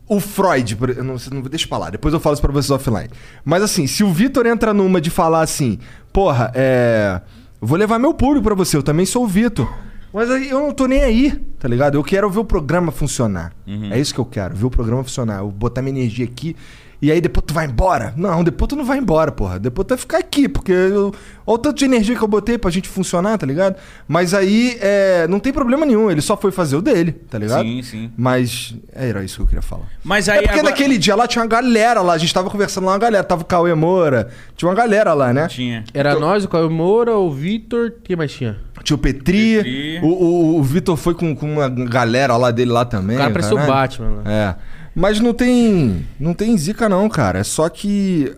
Speaker 3: o Freud, por- eu não, eu não deixa pra lá, depois eu falo isso pra vocês offline. Mas assim, se o Vitor entra numa de falar assim, porra, é. eu Vou levar meu público pra você, eu também sou o Vitor. Mas aí eu não tô nem aí, tá ligado? Eu quero ver o programa funcionar.
Speaker 5: Uhum.
Speaker 3: É isso que eu quero, ver o programa funcionar. Eu botar minha energia aqui e aí depois tu vai embora? Não, depois tu não vai embora, porra. Depois tu vai ficar aqui, porque eu, olha o tanto de energia que eu botei pra gente funcionar, tá ligado? Mas aí é, não tem problema nenhum, ele só foi fazer o dele, tá ligado?
Speaker 5: Sim, sim.
Speaker 3: Mas é, era isso que eu queria falar.
Speaker 5: Mas aí
Speaker 3: É porque
Speaker 5: agora-
Speaker 3: naquele dia lá tinha uma galera lá, a gente tava conversando lá, uma galera, tava o Cauê Moura, tinha uma galera lá, né?
Speaker 5: Tinha.
Speaker 4: Era nós, o Caio Moura, o Vitor, quem mais tinha?
Speaker 3: Tinha o Petri,
Speaker 5: Petri.
Speaker 3: o, o, o Vitor foi com, com uma galera lá dele lá também.
Speaker 4: O cara parecia o
Speaker 3: caralho.
Speaker 4: Batman né? lá.
Speaker 3: É. Mas não tem. Não tem zica, não, cara. É só que.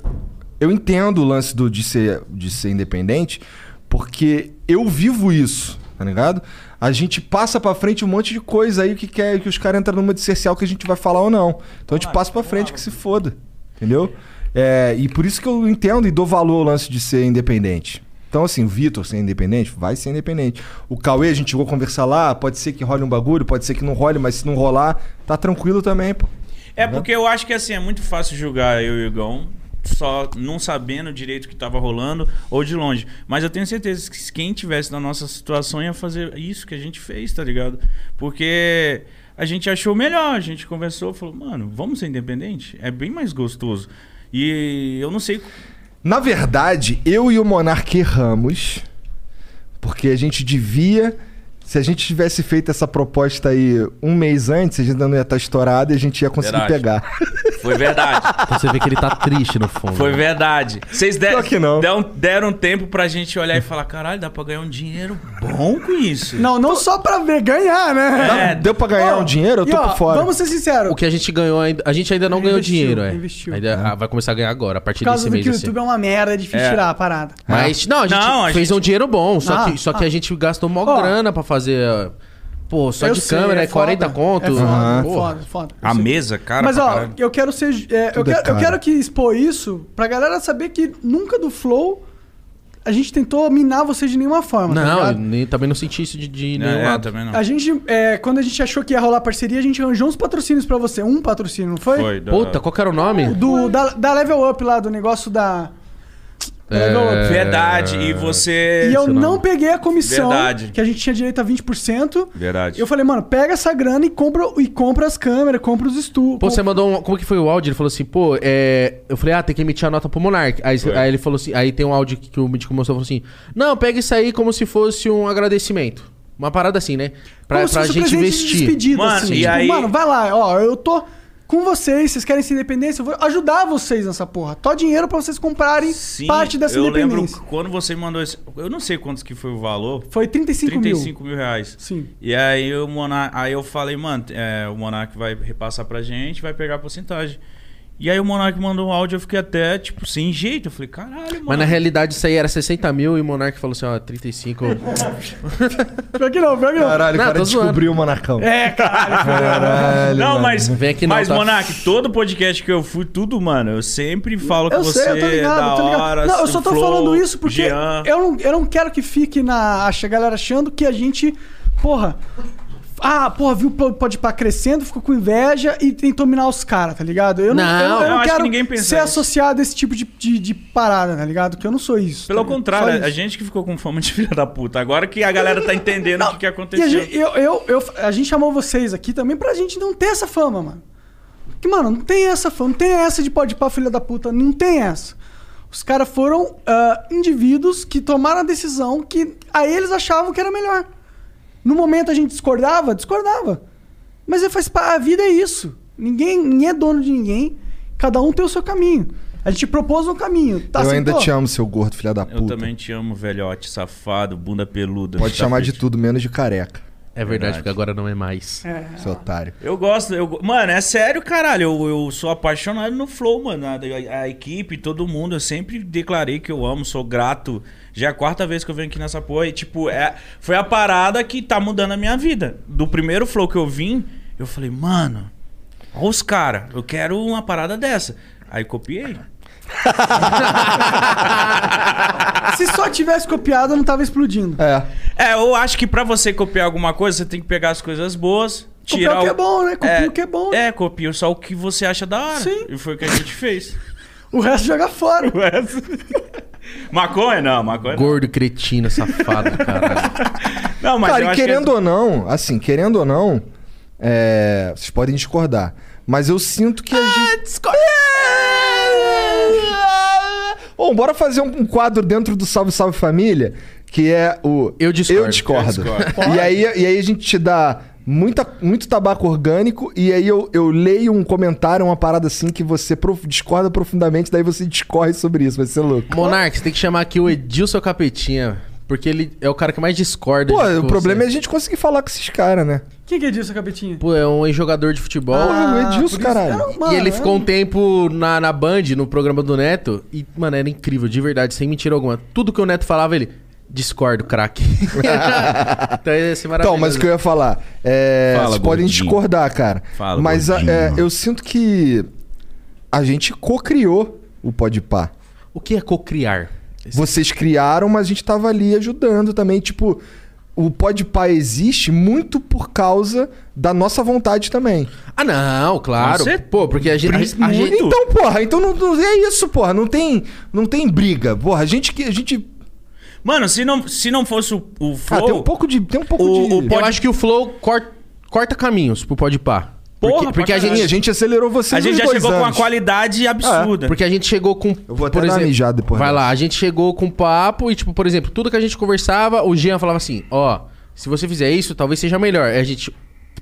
Speaker 3: Eu entendo o lance do, de, ser, de ser independente, porque eu vivo isso, tá ligado? A gente passa pra frente um monte de coisa aí que quer que os caras entram numa de cercial que a gente vai falar ou não. Então a gente passa pra frente que se foda. Entendeu? É, e por isso que eu entendo e dou valor ao lance de ser independente. Então, assim, o Vitor ser independente, vai ser independente. O Cauê, a gente chegou a conversar lá, pode ser que role um bagulho, pode ser que não role, mas se não rolar, tá tranquilo também, pô.
Speaker 5: É porque eu acho que assim, é muito fácil julgar eu e o Igão, só não sabendo direito o que tava rolando ou de longe. Mas eu tenho certeza que se quem tivesse na nossa situação ia fazer isso que a gente fez, tá ligado? Porque a gente achou melhor, a gente conversou, falou, mano, vamos ser independente? É bem mais gostoso. E eu não sei.
Speaker 3: Na verdade, eu e o Monark erramos, porque a gente devia. Se a gente tivesse feito essa proposta aí um mês antes, a gente ainda não ia estar estourado e a gente ia conseguir
Speaker 5: Verdade.
Speaker 3: pegar.
Speaker 5: Foi verdade.
Speaker 4: Então você vê que ele tá triste no fundo.
Speaker 5: Foi verdade. Vocês deram,
Speaker 3: Pior que não.
Speaker 5: deram, deram um tempo pra gente olhar e falar: caralho, dá pra ganhar um dinheiro bom com isso.
Speaker 2: Não,
Speaker 4: Então-
Speaker 2: não só pra ver, ganhar, né?
Speaker 5: É,
Speaker 3: Dá- Deu pra ganhar
Speaker 2: Ó,
Speaker 3: um dinheiro? Eu
Speaker 2: e
Speaker 3: tô
Speaker 2: ó,
Speaker 3: por fora.
Speaker 2: Vamos ser sinceros.
Speaker 4: O que a gente ganhou ainda. A gente ainda não ganhou
Speaker 2: Investiu,
Speaker 4: dinheiro, é.
Speaker 2: investiu.
Speaker 4: Ainda, ah, vai começar a ganhar agora, a partir
Speaker 2: Por causa
Speaker 4: desse
Speaker 2: do
Speaker 4: mês.
Speaker 2: que o
Speaker 4: assim.
Speaker 2: YouTube é uma merda, é difícil
Speaker 5: É.
Speaker 2: tirar a parada.
Speaker 4: Mas, não, a gente
Speaker 5: Não, a
Speaker 4: fez
Speaker 5: gente-
Speaker 4: um dinheiro bom, só,
Speaker 2: Ah,
Speaker 4: que, só que a gente gastou mó
Speaker 2: Ó.
Speaker 4: grana pra fazer. ah, Pô, só
Speaker 2: Eu
Speaker 4: de
Speaker 2: sei,
Speaker 4: câmera, é
Speaker 2: foda,
Speaker 4: 40 conto.
Speaker 2: É foda,
Speaker 4: Aham.
Speaker 2: é
Speaker 4: Porra.
Speaker 2: foda, é foda. Eu
Speaker 5: A
Speaker 2: sei.
Speaker 5: mesa, cara.
Speaker 2: Mas
Speaker 5: pra
Speaker 2: ó,
Speaker 5: caralho.
Speaker 2: eu quero ser. é, eu,
Speaker 3: Tudo é
Speaker 2: quero, eu
Speaker 3: caro.
Speaker 2: quero que expor isso pra galera saber que nunca do Flow a gente tentou minar vocês de nenhuma forma. tá
Speaker 4: Não,
Speaker 2: ligado?
Speaker 4: nem, também não senti isso de, de
Speaker 5: Não,
Speaker 4: nenhum
Speaker 5: é,
Speaker 4: lado.
Speaker 5: também não.
Speaker 2: A gente, é, quando a gente achou que ia rolar parceria, a gente arranjou uns patrocínios pra você. Um patrocínio, não foi?
Speaker 5: Foi, da-
Speaker 4: Puta, qual que era o nome?
Speaker 2: Do, da, da Level Up lá, do negócio da. da
Speaker 4: É,
Speaker 2: Level Up.
Speaker 5: É Verdade, e você.
Speaker 2: E eu não peguei a comissão,
Speaker 5: Verdade.
Speaker 2: que a gente tinha direito a 20%.
Speaker 5: Verdade.
Speaker 2: Eu falei, mano, pega essa grana e compra, e compra as câmeras, compra os estúdios.
Speaker 4: Pô, você mandou um. Como que foi o áudio? Ele falou assim, pô, é. Eu falei, ah, tem que emitir a nota pro Monark. Aí, aí ele falou assim, aí tem um áudio que, que o Mítico mostrou falou assim: Não, pega isso aí como se fosse um agradecimento. Uma parada assim, né? Pra,
Speaker 2: Como se
Speaker 4: pra
Speaker 2: fosse um
Speaker 4: gente
Speaker 2: presente de
Speaker 4: investir.
Speaker 2: despedida,
Speaker 5: Mano,
Speaker 2: assim.
Speaker 5: e
Speaker 2: Tipo,
Speaker 5: aí-
Speaker 2: mano, vai lá, ó, eu tô com vocês, vocês querem ser independência, eu vou ajudar vocês nessa porra. Tó dinheiro pra vocês comprarem
Speaker 5: Sim,
Speaker 2: parte dessa
Speaker 5: eu lembro
Speaker 2: independência.
Speaker 5: que quando você mandou esse. Eu não sei quantos que foi o valor.
Speaker 2: Foi 35,
Speaker 5: 35
Speaker 2: mil.
Speaker 5: mil reais.
Speaker 2: Sim.
Speaker 5: E aí o Monark. Aí eu falei, mano, é, o Monark vai repassar pra gente, vai pegar a porcentagem. E aí o Monark mandou um áudio, eu fiquei até, tipo, sem jeito. Eu falei, caralho, mano.
Speaker 4: Mas na realidade isso aí era 60 mil e o Monark falou assim, ó, 35.
Speaker 2: Pior que não, pior que não.
Speaker 3: Caralho,
Speaker 4: Não,
Speaker 3: o cara
Speaker 4: tô zoando.
Speaker 3: descobriu o Monarcão.
Speaker 2: É, cara.
Speaker 3: Caralho.
Speaker 5: Não,
Speaker 3: mano.
Speaker 5: mas.
Speaker 4: Não vem aqui não,
Speaker 5: mas,
Speaker 4: tá?
Speaker 5: Monark, todo podcast que eu fui, tudo, mano, eu sempre falo com
Speaker 2: Eu
Speaker 5: você. é
Speaker 2: sei, eu tô ligado,
Speaker 5: da
Speaker 2: eu tô ligado.
Speaker 5: Hora, assim,
Speaker 2: não, eu só tô
Speaker 5: Flow,
Speaker 2: falando isso porque
Speaker 5: Jean.
Speaker 2: eu não, eu não quero que fique na. acha- A galera achando que a gente. Porra. Ah, porra, viu o Pode Pá crescendo, ficou com inveja e tentou minar os caras, tá ligado? Eu não,
Speaker 4: Não,
Speaker 2: eu, eu
Speaker 5: eu
Speaker 2: não
Speaker 5: acho que
Speaker 2: quero
Speaker 5: ninguém pensa
Speaker 2: ser
Speaker 5: nisso.
Speaker 2: associado a esse tipo de, de, de parada, tá ligado? Que eu não sou isso.
Speaker 5: Pelo
Speaker 2: tá ligado? Só
Speaker 5: contrário,
Speaker 2: isso.
Speaker 5: a gente que ficou com fama de [laughs] filha da puta. Agora que a galera tá entendendo o que, que
Speaker 2: E a
Speaker 5: aconteceu.
Speaker 2: gente, eu, eu, eu- a gente chamou vocês aqui também pra gente não ter essa fama, mano. Que, mano, não tem essa fama, não tem essa de pode pá, filha da puta, não tem essa. Os caras foram ah, indivíduos que tomaram a decisão que a eles achavam que era melhor. No momento a gente discordava, discordava. Mas é, faz, pa- a vida é isso. Ninguém, ninguém é dono de ninguém. Cada um tem o seu caminho. A gente propôs um caminho. Tá,
Speaker 3: eu ainda
Speaker 2: aceitou?
Speaker 3: te amo, seu gordo, filha da
Speaker 5: Eu
Speaker 3: puta.
Speaker 5: também te amo, velhote, safado, bunda peluda. tá
Speaker 3: Pode chamar de
Speaker 5: tapete.
Speaker 3: tudo, menos de careca,
Speaker 4: É verdade, porque agora não é mais.
Speaker 3: seu otário.
Speaker 5: Eu gosto, eu, go- mano, é sério, caralho. Eu, eu sou apaixonado no Flow, mano. A, a- a equipe, todo mundo, eu sempre declarei que eu amo, sou grato. Já é a quarta vez que eu venho aqui nessa porra. E, tipo, é, foi a parada que tá mudando a minha vida. Do primeiro Flow que eu vim, eu falei, mano, olha os caras, eu quero uma parada dessa. Aí copiei.
Speaker 2: Se só tivesse copiado, eu não tava explodindo.
Speaker 3: É.
Speaker 5: É, eu acho que pra você copiar alguma coisa, você tem que pegar as coisas boas. Tirar
Speaker 2: o que é bom, né? Copia o que é bom, né?
Speaker 5: É, copia só o que você acha da hora.
Speaker 2: Sim.
Speaker 5: E foi o que a gente fez.
Speaker 2: O resto joga fora.
Speaker 5: [laughs] maconha não, maconha não.
Speaker 4: Gordo, cretino, safado, caralho.
Speaker 5: Não, mas eu
Speaker 3: Cara, e
Speaker 5: acho
Speaker 3: querendo
Speaker 5: que... é-
Speaker 3: ou não, assim, querendo ou não, é, vocês podem discordar. Mas eu sinto que a gente. Discorda! [laughs] Bom, bora fazer um, um quadro dentro do Salve Salve Família, que é o
Speaker 4: Eu discordo.
Speaker 3: Eu discordo.
Speaker 5: Eu discordo.
Speaker 3: e, aí, e aí a gente te dá muita, muito tabaco orgânico, e aí eu, eu leio um comentário, uma parada assim, que você prof- discorda profundamente, daí você discorre sobre isso, vai ser louco.
Speaker 4: Monark, você tem que chamar aqui o Edilson Capetinha, porque ele é o cara que mais discorda.
Speaker 3: Pô,
Speaker 4: de você.
Speaker 3: o problema é a gente conseguir falar com esses caras, né?
Speaker 2: Quem que é disso, Capetinha?
Speaker 4: Pô, é um ex-jogador de futebol.
Speaker 3: Porra, o
Speaker 2: Ah, por
Speaker 3: Edilson,
Speaker 2: isso-
Speaker 3: caralho.
Speaker 2: Era um- mano,
Speaker 4: e ele
Speaker 2: era
Speaker 4: ficou
Speaker 2: um-
Speaker 4: um
Speaker 3: é-
Speaker 4: tempo na, na Band, no programa do Neto, e, mano, era incrível, de verdade, sem mentira alguma. Tudo que o Neto falava, ele. Discordo, craque.
Speaker 3: [laughs]
Speaker 4: então esse é maravilhoso.
Speaker 3: Então, mas o que eu ia falar. É,
Speaker 5: Fala,
Speaker 3: vocês podem
Speaker 5: gordinho.
Speaker 3: discordar, cara.
Speaker 5: Fala,
Speaker 3: mas a-
Speaker 5: gordinho.
Speaker 3: é, eu sinto que a gente co-criou o Podpah.
Speaker 4: O que é cocriar?
Speaker 3: Vocês criaram, mas a gente tava ali ajudando também. Tipo, o Podpah existe muito por causa da nossa vontade também.
Speaker 4: Ah, não, claro.
Speaker 5: Com certeza.
Speaker 4: Pô, porque a gente.
Speaker 5: Prin-
Speaker 4: A, a gente
Speaker 5: muito.
Speaker 3: Então, porra, então não, não- é isso, porra. Não tem, não tem briga. Porra, a gente que. A gente.
Speaker 5: Mano, se não, se não fosse o, o
Speaker 3: Ah,
Speaker 5: Flow...
Speaker 3: tem um pouco de. Tem um pouco
Speaker 5: O-
Speaker 3: de.
Speaker 5: o
Speaker 4: eu
Speaker 5: Pode-
Speaker 4: acho que o Flow corta, corta caminhos pro pode par.
Speaker 5: Porra,
Speaker 4: Porque,
Speaker 5: pra
Speaker 4: porque a
Speaker 5: caralho.
Speaker 3: Sim, a
Speaker 4: gente.
Speaker 3: gente acelerou vocês
Speaker 5: A gente
Speaker 3: nos
Speaker 5: já
Speaker 3: dois
Speaker 5: chegou com uma
Speaker 3: anos. É,
Speaker 5: qualidade absurda.
Speaker 4: Porque a gente chegou com.
Speaker 3: Eu vou até dar uma mijada depois né?
Speaker 4: Vai
Speaker 3: dessa.
Speaker 4: lá, a gente chegou com papo e, tipo, por exemplo, tudo que a gente conversava, o Jean falava assim: ó, se você fizer isso, talvez seja melhor. Aí a gente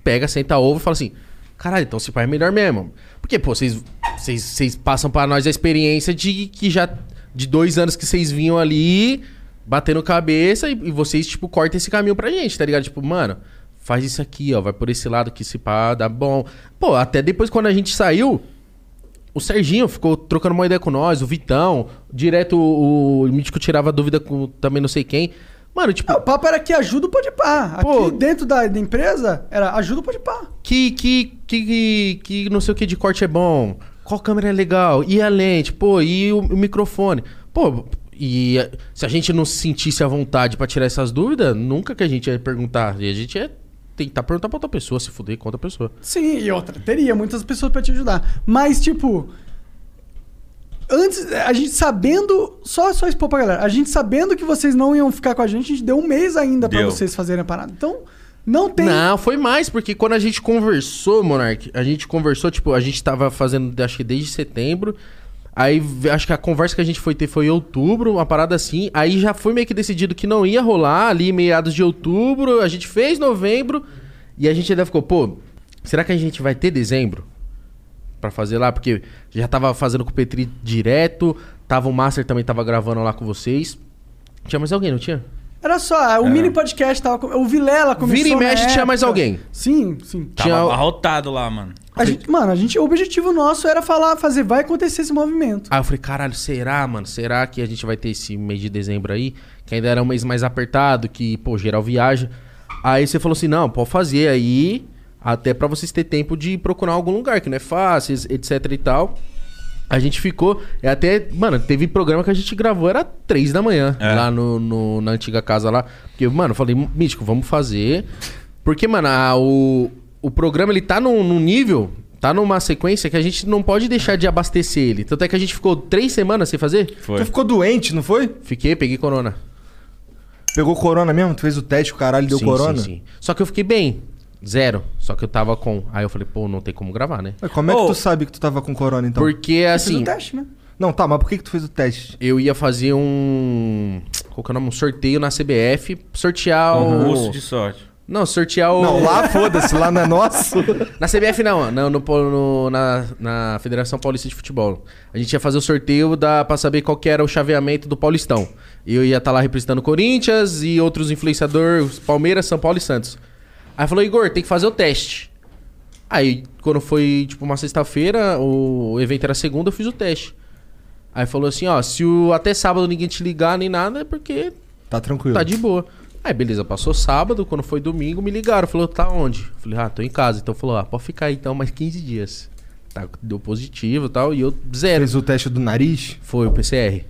Speaker 4: pega, senta ovo e fala assim: caralho, então se pá é melhor mesmo. Porque, pô, vocês, vocês, vocês passam pra nós a experiência de que já. de dois anos que vocês vinham ali, batendo cabeça e, e vocês, tipo, cortam esse caminho pra gente, tá ligado? Tipo, mano. Faz isso aqui, ó. Vai por esse lado que se pá, dá bom. Pô, até depois quando a gente saiu, o Serginho ficou trocando uma ideia com nós, o Vitão, direto o, o Mítico tirava dúvida com também não sei quem. Mano, tipo,
Speaker 2: é- Não, o papo era que ajuda o pode pá. Aqui
Speaker 4: Pô.
Speaker 2: dentro da, da empresa era ajuda o pode pá.
Speaker 4: que, que, que, que, que não sei o que de corte é bom, qual câmera é legal, e a lente, pô, e o, o microfone. Pô, e a- se a gente não se sentisse à vontade pra tirar essas dúvidas, nunca que a gente ia perguntar. E a gente ia tentar perguntar pra outra pessoa, se fuder com outra pessoa.
Speaker 2: Sim, e outra, teria muitas pessoas pra te ajudar. Mas, tipo, antes, a gente sabendo, só, só expor pra galera, a gente sabendo que vocês não iam ficar com a gente, a gente deu um mês ainda pra
Speaker 5: Deu.
Speaker 2: vocês fazerem a parada. Então, não tem.
Speaker 4: Não, foi mais, porque quando a gente conversou, Monark, a gente conversou, tipo, a gente tava fazendo, acho que desde setembro. Aí v- acho que a conversa que a gente foi ter foi em outubro, uma parada assim. Aí já foi meio que decidido que não ia rolar ali, meados de outubro. A gente fez novembro. E a gente ainda ficou, pô, será que a gente vai ter dezembro? Pra fazer lá? Porque já tava fazendo com o Petri direto. Tava o Master também tava gravando lá com vocês. Tinha mais alguém, não tinha?
Speaker 2: Era só, ah, o mini podcast tava. com- O Vilela começou.
Speaker 4: É. Vira e
Speaker 2: na
Speaker 4: mexe, tinha
Speaker 2: época.
Speaker 4: mais alguém.
Speaker 2: Sim, sim.
Speaker 5: Tava
Speaker 4: tinha-
Speaker 5: abarrotado lá, mano.
Speaker 2: A gente, mano, a gente, o objetivo nosso era falar, fazer, vai acontecer esse movimento.
Speaker 4: Aí eu falei, caralho, será, mano? Será que a gente vai ter esse mês de dezembro aí? Que ainda era um mês mais apertado, que, pô, geral viaja. Aí você falou assim, não, pode fazer aí, até pra vocês terem tempo de procurar algum lugar, que não é fácil, etc e tal. A gente ficou, e até, mano, teve programa que a gente gravou, era três da manhã,
Speaker 5: É.
Speaker 4: lá no, no- na antiga casa lá. Porque, mano, eu falei, Mítico, vamos fazer. Porque, mano, a- o, o programa, ele tá num, num nível, tá numa sequência que a gente não pode deixar de abastecer ele. Tanto é que a gente ficou três semanas sem fazer.
Speaker 5: Foi.
Speaker 3: Tu ficou doente, não foi?
Speaker 4: Fiquei, peguei corona.
Speaker 3: Pegou corona mesmo? Tu fez o teste, o caralho, deu
Speaker 4: Sim,
Speaker 3: corona?
Speaker 4: Sim, sim. Só que eu fiquei bem, zero. Só que eu tava com... Aí eu falei, pô, não tem como gravar, né?
Speaker 3: Mas Como é que
Speaker 5: Ô.
Speaker 3: tu sabe que tu tava com corona, então?
Speaker 4: Porque,
Speaker 2: Fiz o
Speaker 4: assim...
Speaker 2: teste, né?
Speaker 3: Não, tá, mas por que, que tu fez o teste?
Speaker 4: Eu ia fazer um. Qual que é o nome? Um sorteio na CBF. Sortear o.
Speaker 5: Osso Um de sorte.
Speaker 4: Não, sortear o.
Speaker 3: Uhum. Não, lá foda-se, lá não é
Speaker 4: [laughs]
Speaker 3: nosso.
Speaker 4: Na CBF não, não no, no- na, na Federação Paulista de Futebol. A gente ia fazer o sorteio da, pra saber qual que era o chaveamento do Paulistão. E Eu ia estar lá representando o Corinthians e outros influenciadores, Palmeiras, São Paulo e Santos. Aí falou, Igor, tem que fazer o teste. Aí, quando foi, tipo, uma sexta-feira, o evento era segunda, eu fiz o teste. Aí falou assim, ó, se o, até sábado ninguém te ligar nem nada, é porque
Speaker 3: Tá tranquilo.
Speaker 4: Tá de boa. Aí, beleza, passou sábado, quando foi domingo, me ligaram. Falou, tá onde? Falei, ah, tô em casa. Então falou, ah, pode ficar aí então mais 15 dias. Tá, deu positivo e tal, e eu zero.
Speaker 3: Fez o teste do nariz?
Speaker 4: Foi o PCR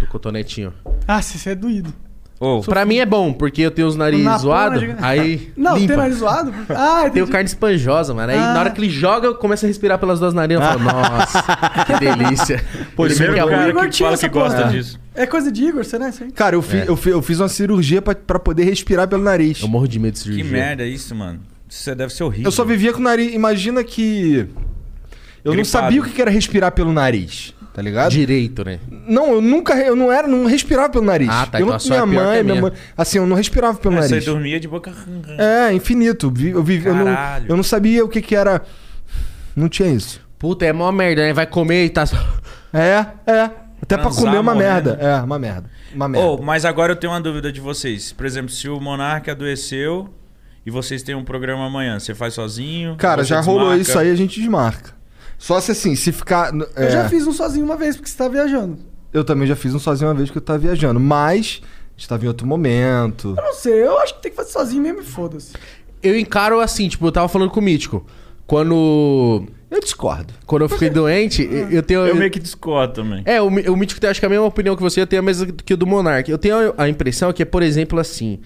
Speaker 4: do cotonetinho.
Speaker 2: Ah, se você é doído.
Speaker 5: Ô,
Speaker 4: Pra mim é bom, porque eu tenho os nariz
Speaker 2: Na
Speaker 4: zoado,
Speaker 2: porra de-
Speaker 4: aí
Speaker 2: [laughs] Não,
Speaker 4: limpa.
Speaker 2: tem nariz zoado? Ah,
Speaker 4: Tenho
Speaker 2: entendi.
Speaker 4: carne esponjosa, mano. Aí
Speaker 2: Ah.
Speaker 4: na hora que ele joga, eu começo a respirar pelas duas narinas.
Speaker 2: [laughs]
Speaker 4: Eu falo, nossa, que
Speaker 5: [laughs]
Speaker 4: delícia.
Speaker 3: Pô,
Speaker 4: Ele
Speaker 5: primeiro
Speaker 4: meio que
Speaker 5: cara
Speaker 4: arruma-
Speaker 2: Igor
Speaker 5: que
Speaker 2: tinha
Speaker 5: fala
Speaker 2: essa
Speaker 5: que gosta
Speaker 2: porra.
Speaker 5: disso.
Speaker 2: É coisa de Igor, você não é isso aí?
Speaker 3: Cara, eu, fi- eu, fi- eu fiz uma cirurgia pra, pra poder respirar pelo nariz.
Speaker 4: Eu morro de medo de
Speaker 5: Que
Speaker 4: cirurgia.
Speaker 5: merda é isso, mano. Isso deve ser horrível.
Speaker 3: Eu só vivia com o nariz. Imagina que. Eu não
Speaker 5: Gripado.
Speaker 3: sabia o que que era respirar pelo nariz, tá ligado?
Speaker 4: Direito, né?
Speaker 3: Não, eu nunca. re- Eu não era, não respirava pelo nariz.
Speaker 4: Ah, tá,
Speaker 3: Eu
Speaker 4: então
Speaker 3: não,
Speaker 4: a sua é
Speaker 3: minha
Speaker 4: pior que
Speaker 3: mãe,
Speaker 4: a
Speaker 3: minha
Speaker 4: minha.
Speaker 3: mãe. Assim, eu não respirava pelo
Speaker 5: Você
Speaker 3: nariz.
Speaker 5: dormia de boca.
Speaker 3: É, infinito. Vi- Eu, vivi, eu, não,
Speaker 5: Caralho.
Speaker 3: eu não sabia o que, que era. Não tinha isso.
Speaker 4: Puta, é mó merda, né? Vai comer e tá.
Speaker 3: É, é. Até pra
Speaker 5: Transar
Speaker 3: comer é uma
Speaker 5: morrendo.
Speaker 3: merda. É, uma merda. Uma merda.
Speaker 5: Oh, mas agora eu tenho uma dúvida de vocês. Por exemplo, se o Monarca adoeceu e vocês têm um programa amanhã, você faz sozinho?
Speaker 3: Cara,
Speaker 5: Você
Speaker 3: já rolou
Speaker 5: desmarca?
Speaker 3: isso aí, a gente desmarca. Só se assim, se ficar. é,
Speaker 2: Eu já fiz um sozinho uma vez, porque você tá viajando.
Speaker 3: eu também já fiz um sozinho uma vez que eu tava viajando, mas a gente tava em outro momento.
Speaker 2: Eu não sei, eu acho que tem que fazer sozinho mesmo e foda-se.
Speaker 4: Eu encaro assim, tipo, eu tava falando com o Mítico. Quando.
Speaker 3: Eu discordo.
Speaker 4: Quando eu fiquei doente,
Speaker 3: [laughs]
Speaker 4: eu eu tenho.
Speaker 5: Eu meio que discordo também.
Speaker 4: É, o, Mi- o Mítico tem acho que a mesma opinião que você, eu tenho a mesma que o do Monark. Eu tenho a impressão que é, por exemplo, assim.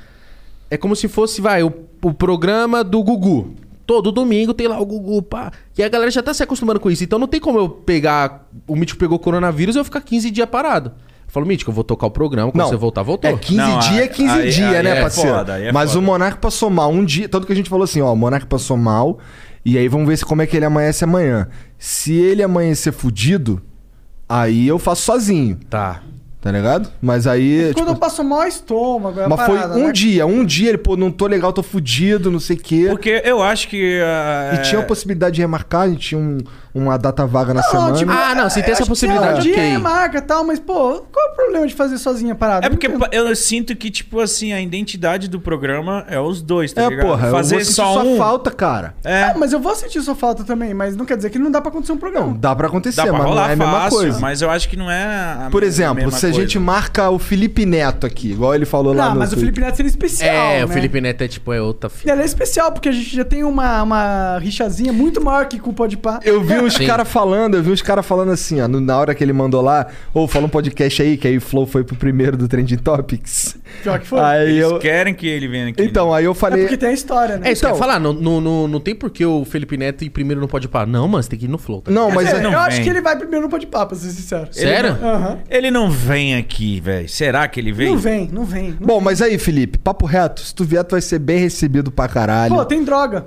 Speaker 4: É como se fosse, vai, o, o programa do Gugu. Todo domingo tem lá o Gugu, pá. E a galera já tá se acostumando com isso. Então não tem como eu pegar. O Mítico pegou coronavírus e eu ficar 15 dias parado. Eu falo, Mítico, eu vou tocar o programa. Quando
Speaker 3: Não.
Speaker 4: você voltar, voltou.
Speaker 3: É 15
Speaker 5: Não,
Speaker 3: dias,
Speaker 5: aí-
Speaker 3: 15
Speaker 5: aí-
Speaker 3: dias,
Speaker 5: aí
Speaker 3: né,
Speaker 5: é
Speaker 3: parceiro?
Speaker 5: foda, aí é
Speaker 3: Mas o
Speaker 5: foda.
Speaker 3: Monarca passou mal um dia. Tanto que a gente falou assim, ó, o Monarca passou mal. E aí vamos ver se- como é que ele amanhece amanhã. Se ele amanhecer fudido, aí eu faço sozinho,
Speaker 4: Tá.
Speaker 3: tá ligado? Mas aí.
Speaker 2: Quando
Speaker 3: tipo,
Speaker 2: eu passo mal é estômago, é a
Speaker 3: mas
Speaker 2: parada,
Speaker 3: foi um
Speaker 2: né?
Speaker 3: dia, um dia ele, pô, não tô legal, tô fudido, não sei o quê.
Speaker 5: Porque eu acho que. ah,
Speaker 3: E tinha a
Speaker 5: é,
Speaker 3: possibilidade de remarcar, a gente tinha um- uma data vaga na
Speaker 2: Não,
Speaker 3: semana.
Speaker 2: tipo,
Speaker 4: Ah, não, se tem essa
Speaker 2: acho que, sei lá,
Speaker 4: possibilidade,
Speaker 2: um dia
Speaker 4: ok.
Speaker 2: é marca e tal, mas, pô, qual é o problema de fazer sozinha a parada?
Speaker 5: É porque
Speaker 2: Não entendo.
Speaker 5: eu sinto que, tipo assim, a identidade do programa é os dois, tá
Speaker 3: é,
Speaker 5: ligado?
Speaker 3: porra, eu vou
Speaker 5: Fazer
Speaker 3: sentir
Speaker 5: só
Speaker 3: sua
Speaker 5: um.
Speaker 3: falta, cara.
Speaker 5: É,
Speaker 2: Ah, mas eu vou sentir sua falta também, mas não quer dizer que não dá pra acontecer um
Speaker 3: Não,
Speaker 2: programa.
Speaker 3: dá pra acontecer,
Speaker 5: dá pra
Speaker 3: mas não
Speaker 5: rolar
Speaker 3: é a mesma
Speaker 5: fácil,
Speaker 3: coisa.
Speaker 5: mas eu acho que não é. a
Speaker 3: Por
Speaker 5: me-
Speaker 3: exemplo,
Speaker 5: mesma
Speaker 3: se a gente
Speaker 5: coisa.
Speaker 3: marca o Felipe Neto aqui, igual ele falou lá
Speaker 2: Não,
Speaker 3: no.
Speaker 2: Ah, mas o
Speaker 3: Twitter.
Speaker 2: Felipe Neto seria especial,
Speaker 4: é, o
Speaker 2: né?
Speaker 4: Felipe Neto é tipo, é outra
Speaker 2: E
Speaker 4: fita.
Speaker 2: ela é especial, porque a gente já tem uma, uma rixazinha muito maior que com o Podpah.
Speaker 3: Eu vi uns
Speaker 4: Sim.
Speaker 3: caras falando, eu vi uns caras falando assim, ó, no- na hora que ele mandou lá, ou falou um podcast aí, que aí o Flow foi pro primeiro do Trending Topics.
Speaker 2: Pior que foi.
Speaker 3: Aí
Speaker 5: Eles
Speaker 3: eu.
Speaker 5: querem que ele venha aqui. né?
Speaker 3: Então, aí eu
Speaker 2: É
Speaker 3: falei.
Speaker 2: porque tem a história, né?
Speaker 4: É isso que eu ia
Speaker 3: Então-
Speaker 4: falar, não, não, não, não tem por que o Felipe Neto ir primeiro não pode parar. Não, mano, você tem que ir no flow. tá?
Speaker 3: Não, mas
Speaker 2: É,
Speaker 3: é-
Speaker 5: não
Speaker 2: eu acho
Speaker 5: vem.
Speaker 2: que ele vai primeiro no Podpah, pra ser sincero.
Speaker 4: Sério?
Speaker 2: Aham.
Speaker 5: Ele não vem aqui, velho. Será que ele vem?
Speaker 2: Não vem, não vem. Não-
Speaker 3: Bom, mas aí, Felipe, papo reto, se tu vier, tu vai ser bem recebido pra caralho.
Speaker 2: Pô, tem droga.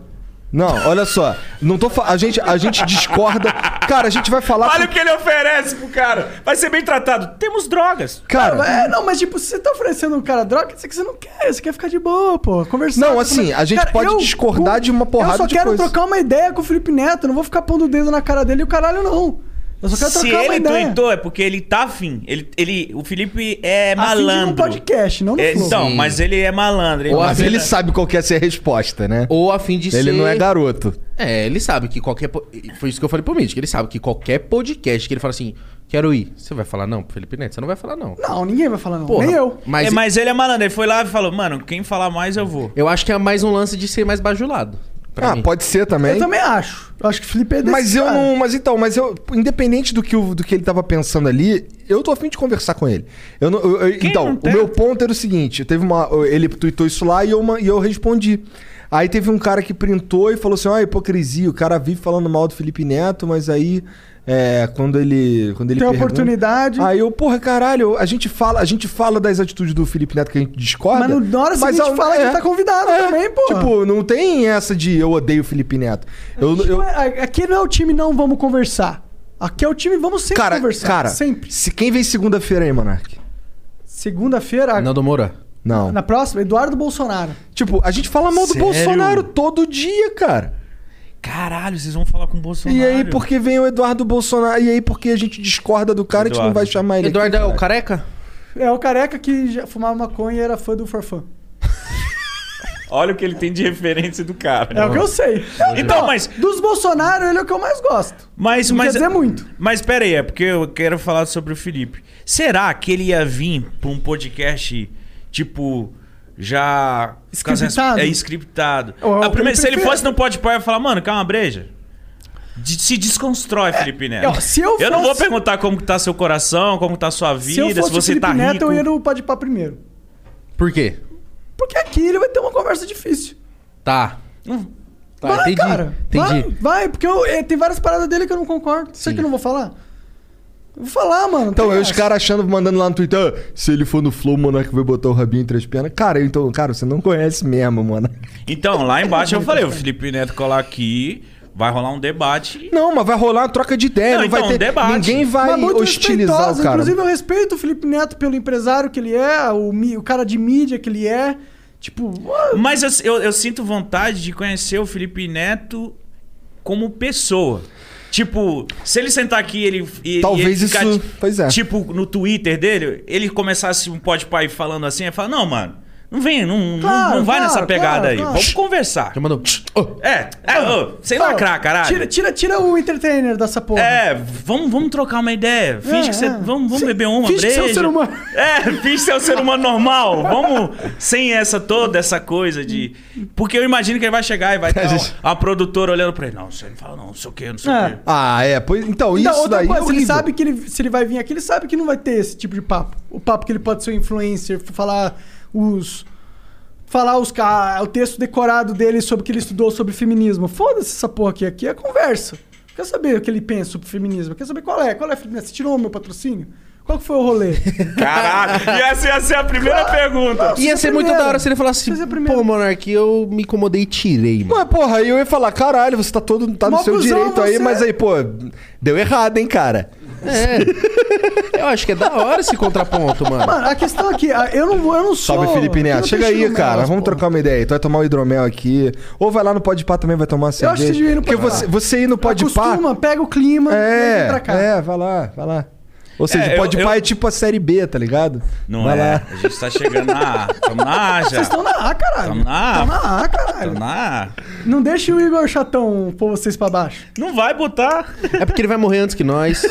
Speaker 3: Não, olha só, não tô fa... a gente a gente discorda. Cara, a gente vai falar
Speaker 5: Olha o
Speaker 3: com-
Speaker 5: que ele oferece pro cara. Vai ser bem tratado. Temos drogas.
Speaker 3: Cara,
Speaker 2: É, não, mas tipo, se você tá oferecendo um cara droga, quer dizer que você não quer, você quer ficar de boa, pô, conversando.
Speaker 3: Não, assim, a gente pode discordar de uma porrada
Speaker 2: Eu só
Speaker 3: de
Speaker 2: quero
Speaker 3: coisa.
Speaker 2: trocar uma ideia com o Felipe Neto, eu não vou ficar pondo o dedo na cara dele e o caralho não. Eu só quero
Speaker 5: Se
Speaker 2: trocar uma
Speaker 5: ele
Speaker 2: ideia.
Speaker 5: tweetou, é porque ele tá afim. Ele, ele, o Felipe é malandro.
Speaker 2: um podcast, não no
Speaker 5: É,
Speaker 2: flow.
Speaker 5: então,
Speaker 4: Sim.
Speaker 5: mas ele é malandro. Ele
Speaker 4: Ou
Speaker 3: mas
Speaker 5: não-
Speaker 3: ele sabe qual que é a ser a resposta, né?
Speaker 4: Ou a fim de ser...
Speaker 3: Ele não é garoto.
Speaker 4: É, ele sabe que qualquer... po- Foi isso que eu falei pro Mítico. Ele sabe que qualquer podcast que ele fala assim, quero ir, você vai falar não pro Felipe Neto? Você não vai falar não.
Speaker 2: Não, ninguém vai falar não,
Speaker 4: Porra,
Speaker 2: nem eu.
Speaker 5: É,
Speaker 4: Mas,
Speaker 5: mas ele é malandro. Ele foi lá e falou, mano, quem falar mais eu vou.
Speaker 4: eu acho que é mais um lance de ser mais bajulado. pra
Speaker 3: Ah,
Speaker 4: mim.
Speaker 3: pode ser também.
Speaker 2: Eu também acho. Eu acho que o Felipe é desse
Speaker 3: Mas eu
Speaker 2: cara.
Speaker 3: não, mas então, mas eu independente do que o- do que ele tava pensando ali, eu tô afim de conversar com ele. Eu não, eu- eu-
Speaker 5: Quem
Speaker 3: então,
Speaker 5: não tá?
Speaker 3: o
Speaker 5: tem?
Speaker 3: meu ponto era o seguinte, teve uma ele tweetou isso lá e eu ma- e eu respondi. Aí teve um cara que printou e falou assim: "Ó, hipocrisia, o cara vive falando mal do Felipe Neto, mas aí é, quando ele quando ele
Speaker 2: Tem
Speaker 3: pergunta-
Speaker 2: oportunidade.
Speaker 3: Aí eu, porra, caralho, a gente fala, a gente fala das atitudes do Felipe Neto que a gente discorda.
Speaker 2: Mas no- na hora seguinte
Speaker 3: ao- é,
Speaker 2: fala que tá convidado também, pô.
Speaker 3: Tipo, não tem essa de eu odeio o Felipe Neto. Eu, eu,
Speaker 2: Aqui não é o time não vamos conversar. Aqui é o time, vamos sempre
Speaker 3: Cara,
Speaker 2: conversar.
Speaker 3: cara,
Speaker 2: Sempre.
Speaker 3: Se, quem vem segunda-feira aí, Monark?
Speaker 2: Segunda-feira,
Speaker 4: Nando Moura.
Speaker 3: Não.
Speaker 2: na próxima, Eduardo Bolsonaro.
Speaker 3: Tipo, a gente fala mal do
Speaker 5: Sério?
Speaker 3: Bolsonaro todo dia, cara.
Speaker 5: Caralho, vocês vão falar com o Bolsonaro.
Speaker 3: E aí porque vem o Eduardo Bolsonaro, e aí porque a gente discorda do cara, a gente não
Speaker 5: Eduardo.
Speaker 3: vai chamar ele.
Speaker 4: Eduardo é
Speaker 3: aqui,
Speaker 4: o
Speaker 3: cara.
Speaker 4: careca?
Speaker 2: É o careca que já fumava maconha e era fã do Forfã.
Speaker 5: Olha o que ele tem de referência do cara.
Speaker 2: É o que eu sei.
Speaker 5: Então, mas-
Speaker 2: Dos Bolsonaro, ele é o que eu mais gosto.
Speaker 5: Mas,
Speaker 2: Não
Speaker 5: mas,
Speaker 2: quer dizer muito.
Speaker 5: Mas pera aí, é porque eu quero falar sobre o Felipe. Será que ele ia vir pra um podcast, tipo, já. com as res-
Speaker 2: Scriptado?
Speaker 5: É, scriptado.
Speaker 2: Ou-
Speaker 5: A primeira-
Speaker 2: ele
Speaker 5: se ele
Speaker 2: prefere-
Speaker 5: fosse no podpar, eu ia falar, mano, calma, breja. De- se desconstrói, Felipe Neto.
Speaker 2: ó, se eu
Speaker 5: eu não vou
Speaker 2: fosse-
Speaker 5: perguntar como que tá seu coração, como tá sua
Speaker 2: se eu
Speaker 5: vida, se,
Speaker 2: fosse o
Speaker 5: você
Speaker 2: Felipe
Speaker 5: tá
Speaker 2: Neto,
Speaker 5: rico.
Speaker 2: eu ia no Pode Pá primeiro.
Speaker 4: Por quê?
Speaker 2: Porque aqui ele vai ter uma conversa difícil.
Speaker 4: Tá. Tá,
Speaker 2: vai,
Speaker 4: entendi.
Speaker 2: cara.
Speaker 4: entendi.
Speaker 2: Vai, vai, porque eu- eh, tem várias paradas dele que eu não concordo. Você que eu não vou falar? Eu Vou falar, mano. tá
Speaker 3: Então,
Speaker 2: tem
Speaker 3: aí os
Speaker 2: essa.
Speaker 3: caras achando, mandando lá no Twitter, "Ah, se ele for no Flow, o Monark vai botar o rabinho entre as pernas. Cara, então, cara, você não conhece mesmo, mano.
Speaker 5: Então, lá embaixo eu falei, o Felipe Neto colar aqui, vai rolar um debate.
Speaker 3: [laughs] Não, mas vai rolar uma troca de ideia, não,
Speaker 5: Não,
Speaker 3: vai
Speaker 5: então,
Speaker 3: ter.
Speaker 5: debate.
Speaker 3: Ninguém vai
Speaker 2: Mas muito
Speaker 3: hostilizar
Speaker 2: respeitosa.
Speaker 3: o cara.
Speaker 2: Inclusive, eu respeito o Felipe Neto pelo empresário que ele é, o, mi- o cara de mídia que ele é. Tipo, ah,
Speaker 5: Mas eu, eu- eu sinto vontade de conhecer o Felipe Neto como pessoa. Tipo, se ele sentar aqui e ele, e ele.
Speaker 3: Talvez
Speaker 5: ele ficar,
Speaker 3: isso-
Speaker 5: ti-
Speaker 3: pois é.
Speaker 5: Tipo, no Twitter dele, ele começasse um pode pai falando assim, ele fala: Não, mano, não vem, não, não-
Speaker 2: Claro,
Speaker 5: não vai
Speaker 2: claro,
Speaker 5: nessa pegada
Speaker 2: claro,
Speaker 5: aí.
Speaker 2: claro.
Speaker 5: Vamos conversar.
Speaker 4: Já mandou. Oh,
Speaker 5: É, é, ô, sem lacrar, caralho.
Speaker 2: Tira, tira, tira o entertainer dessa porra.
Speaker 5: É, vamos, vamos trocar uma ideia. Finge
Speaker 2: É,
Speaker 5: que você.
Speaker 2: é.
Speaker 5: Vamos, vamos
Speaker 2: Sim,
Speaker 5: beber uma,
Speaker 2: finge que você é um
Speaker 5: breja.
Speaker 2: ser humano.
Speaker 5: É, finge ser um ser humano normal. Vamos sem essa toda, essa coisa de. Porque eu imagino que ele vai chegar e
Speaker 2: [laughs]
Speaker 5: vai ter
Speaker 3: gente-
Speaker 5: a, a produtora olhando pra ele. Não, você não fala, não, não sei o quê, não sei
Speaker 2: É.
Speaker 5: o quê.
Speaker 3: Ah, é. Pois, então,
Speaker 2: Então,
Speaker 3: isso
Speaker 2: outra
Speaker 3: daí.
Speaker 2: coisa,
Speaker 3: é
Speaker 2: ele
Speaker 3: horrível.
Speaker 2: sabe que ele- se ele vai vir aqui, ele sabe que não vai ter esse tipo de papo. O papo que ele pode ser um influencer, falar os. Falar os, ca- o texto decorado dele sobre o que ele estudou sobre feminismo. Foda-se essa porra aqui. Aqui é conversa. Quer saber o que ele pensa sobre feminismo? Quer saber qual é? Qual é, Felipe? Neto? Você tirou o meu patrocínio? Qual que foi o
Speaker 3: [laughs]
Speaker 2: rolê?
Speaker 5: Caralho, e essa ia ser
Speaker 2: [laughs]
Speaker 5: a primeira pergunta.
Speaker 4: Ia
Speaker 2: Você
Speaker 4: ser
Speaker 2: é
Speaker 4: muito
Speaker 2: primeiro.
Speaker 4: da hora se ele falasse,
Speaker 2: Você é primeiro.
Speaker 4: pô, Monark, eu me incomodei e tirei, mano.
Speaker 3: Mas, porra, aí eu ia falar, caralho, você tá todo. tá no
Speaker 2: Mó
Speaker 3: seu
Speaker 2: cuzão
Speaker 3: direito aí,
Speaker 2: você. é-"
Speaker 3: mas aí, pô, deu errado, hein, cara.
Speaker 4: É. Eu acho que é da hora esse contraponto, mano.
Speaker 2: Mano, a questão aqui, a- eu não, vou- eu não sou.
Speaker 3: Salve, Felipe
Speaker 2: eu
Speaker 3: Neto.
Speaker 2: não
Speaker 3: Chega
Speaker 2: tenho
Speaker 3: aí,
Speaker 2: estilo né,
Speaker 3: cara.
Speaker 2: menos,
Speaker 3: Vamos
Speaker 2: porra.
Speaker 3: trocar uma ideia aí. Tu vai tomar um hidromel aqui. Ou vai lá no Pode Pá também, vai tomar uma cerveja.
Speaker 2: acho que você devia ir no
Speaker 3: Porque
Speaker 2: Pode Pá.
Speaker 3: você, você ir no Pode um Pá.
Speaker 2: Acostuma, pega o clima e vem
Speaker 3: É,
Speaker 2: pra cá.
Speaker 3: é, vai lá, vai lá. Ou seja,
Speaker 5: É, eu-
Speaker 3: Pode Pá
Speaker 5: eu-
Speaker 3: é tipo a série B, tá ligado?
Speaker 5: Não
Speaker 3: vai
Speaker 5: é,
Speaker 4: Tipo
Speaker 3: lá.
Speaker 5: a gente tá chegando na A. Tamo
Speaker 2: [laughs]
Speaker 5: na A já.
Speaker 2: Vocês estão na A, caralho.
Speaker 5: Tamo na A.
Speaker 2: Tamo na A, caralho.
Speaker 5: Tamo na A.
Speaker 2: Não deixe o Igor Chatão pôr vocês pra baixo.
Speaker 5: Não vai botar.
Speaker 4: É porque ele vai morrer antes que nós.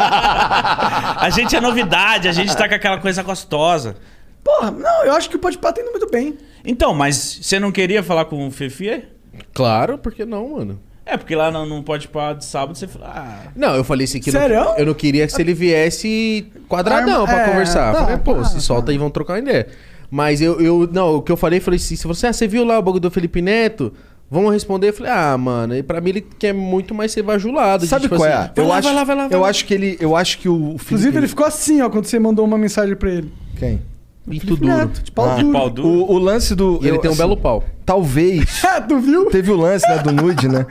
Speaker 5: A gente é novidade, a gente tá com aquela coisa gostosa.
Speaker 2: Porra, não, eu acho que o Podpah tá indo muito bem.
Speaker 5: Então, mas você não queria falar com o Fefi?
Speaker 4: Claro, por que não, mano?
Speaker 5: É, porque lá não, não pode parar de sábado, você fala. Ah,
Speaker 4: Não, eu falei assim que não-
Speaker 2: Sério?
Speaker 4: eu não queria que se ele viesse quadradão
Speaker 2: Arma-
Speaker 4: pra
Speaker 2: é,
Speaker 4: conversar.
Speaker 2: tá,
Speaker 4: Eu falei, pô,
Speaker 2: tá,
Speaker 4: se solta aí, vão trocar uma ideia. Mas eu, eu não, o que eu falei, eu falei assim, se você, ah, você viu lá o bagulho do Felipe Neto? Vamos responder. Eu falei, ah, mano, e pra mim ele quer muito mais ser bajulado. de,
Speaker 3: Sabe
Speaker 4: tipo
Speaker 3: qual é?
Speaker 4: assim, Vai
Speaker 3: eu
Speaker 4: lá,
Speaker 3: acho,
Speaker 4: vai lá, vai lá. vai
Speaker 3: eu
Speaker 4: lá.
Speaker 3: acho que ele, eu acho que o Felipe-
Speaker 2: Inclusive, ele ficou assim, ó, quando você mandou uma mensagem pra ele.
Speaker 3: quem?
Speaker 4: E
Speaker 2: Felipe
Speaker 4: tudo duro.
Speaker 2: Neto, de pau
Speaker 3: Ah.
Speaker 2: duro.
Speaker 5: pau duro.
Speaker 3: O, o lance
Speaker 4: E
Speaker 3: do
Speaker 4: tipo, ele
Speaker 3: eu-
Speaker 4: tem um
Speaker 3: assim,
Speaker 4: belo pau.
Speaker 3: Talvez
Speaker 2: [laughs] É, tu viu?
Speaker 3: teve o lance né, do nude, né?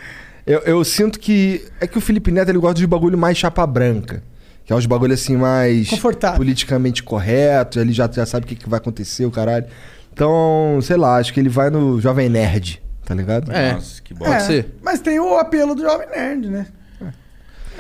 Speaker 3: Eu, eu sinto que é que o Felipe Neto ele gosta de bagulho mais chapa branca. Que é uns bagulho assim mais
Speaker 2: Confortável.
Speaker 3: politicamente correto, ele já, já sabe o que, que vai acontecer, o caralho. Então, sei lá, acho que ele vai no Jovem Nerd, tá ligado?
Speaker 4: É.
Speaker 5: nossa, que
Speaker 2: É,
Speaker 5: bosta.
Speaker 4: ser.
Speaker 2: Mas tem o apelo do Jovem Nerd, né?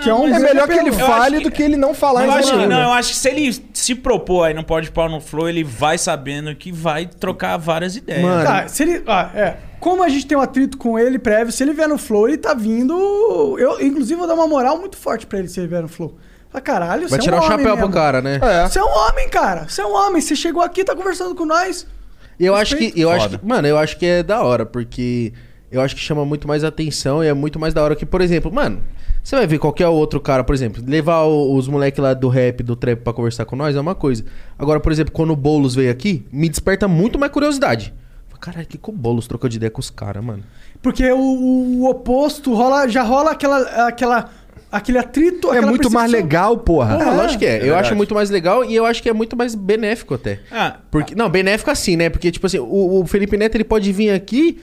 Speaker 2: Que
Speaker 5: Não,
Speaker 2: um
Speaker 3: É
Speaker 2: grande
Speaker 3: melhor que ele
Speaker 2: apelo.
Speaker 5: Eu acho
Speaker 3: fale
Speaker 5: que-
Speaker 3: do que ele não falar
Speaker 5: eu
Speaker 3: em
Speaker 4: é.
Speaker 5: acho, que,
Speaker 3: bagulho,
Speaker 5: não,
Speaker 3: né?
Speaker 5: eu acho que se ele se propor aí não pode pau no flow, ele vai sabendo que vai trocar várias ideias.
Speaker 4: Mano.
Speaker 2: Tá, se ele. Ah, é. Como a gente tem um atrito com ele prévio, se ele vier no Flow, ele tá vindo. Eu, inclusive, vou dar uma moral muito forte pra ele se ele vier no Flow. Fala, caralho,
Speaker 4: Vai
Speaker 2: você
Speaker 4: tirar
Speaker 2: é um
Speaker 4: o
Speaker 2: homem
Speaker 4: chapéu
Speaker 2: mesmo.
Speaker 4: pro cara, né?
Speaker 3: É.
Speaker 2: Você é um homem, cara. Você é um homem. Você chegou aqui, tá conversando com nós.
Speaker 4: Eu acho que. Eu acho
Speaker 5: Foda.
Speaker 4: que- mano, eu acho que é da hora, porque eu acho que chama muito mais atenção e é muito mais da hora que, por exemplo, mano, você vai ver qualquer outro cara, por exemplo, levar o- os moleques lá do rap, do trap pra conversar com nós é uma coisa. Agora, por exemplo, quando o Boulos veio aqui, me desperta muito mais curiosidade. Fala, Caralho, que que o Boulos trocou de ideia com os caras, mano?
Speaker 2: Porque o, o oposto rola, já rola aquela, aquela, aquele atrito.
Speaker 3: É
Speaker 2: aquela
Speaker 3: muito mais
Speaker 2: percepção.
Speaker 3: legal, porra.
Speaker 4: Porra, lógico que é. eu
Speaker 5: verdade.
Speaker 4: acho muito mais legal e eu acho que é muito mais benéfico até.
Speaker 2: É,
Speaker 5: Ah,
Speaker 4: Porque, não, benéfico assim, né? Porque, tipo assim, o, o Felipe Neto ele pode vir aqui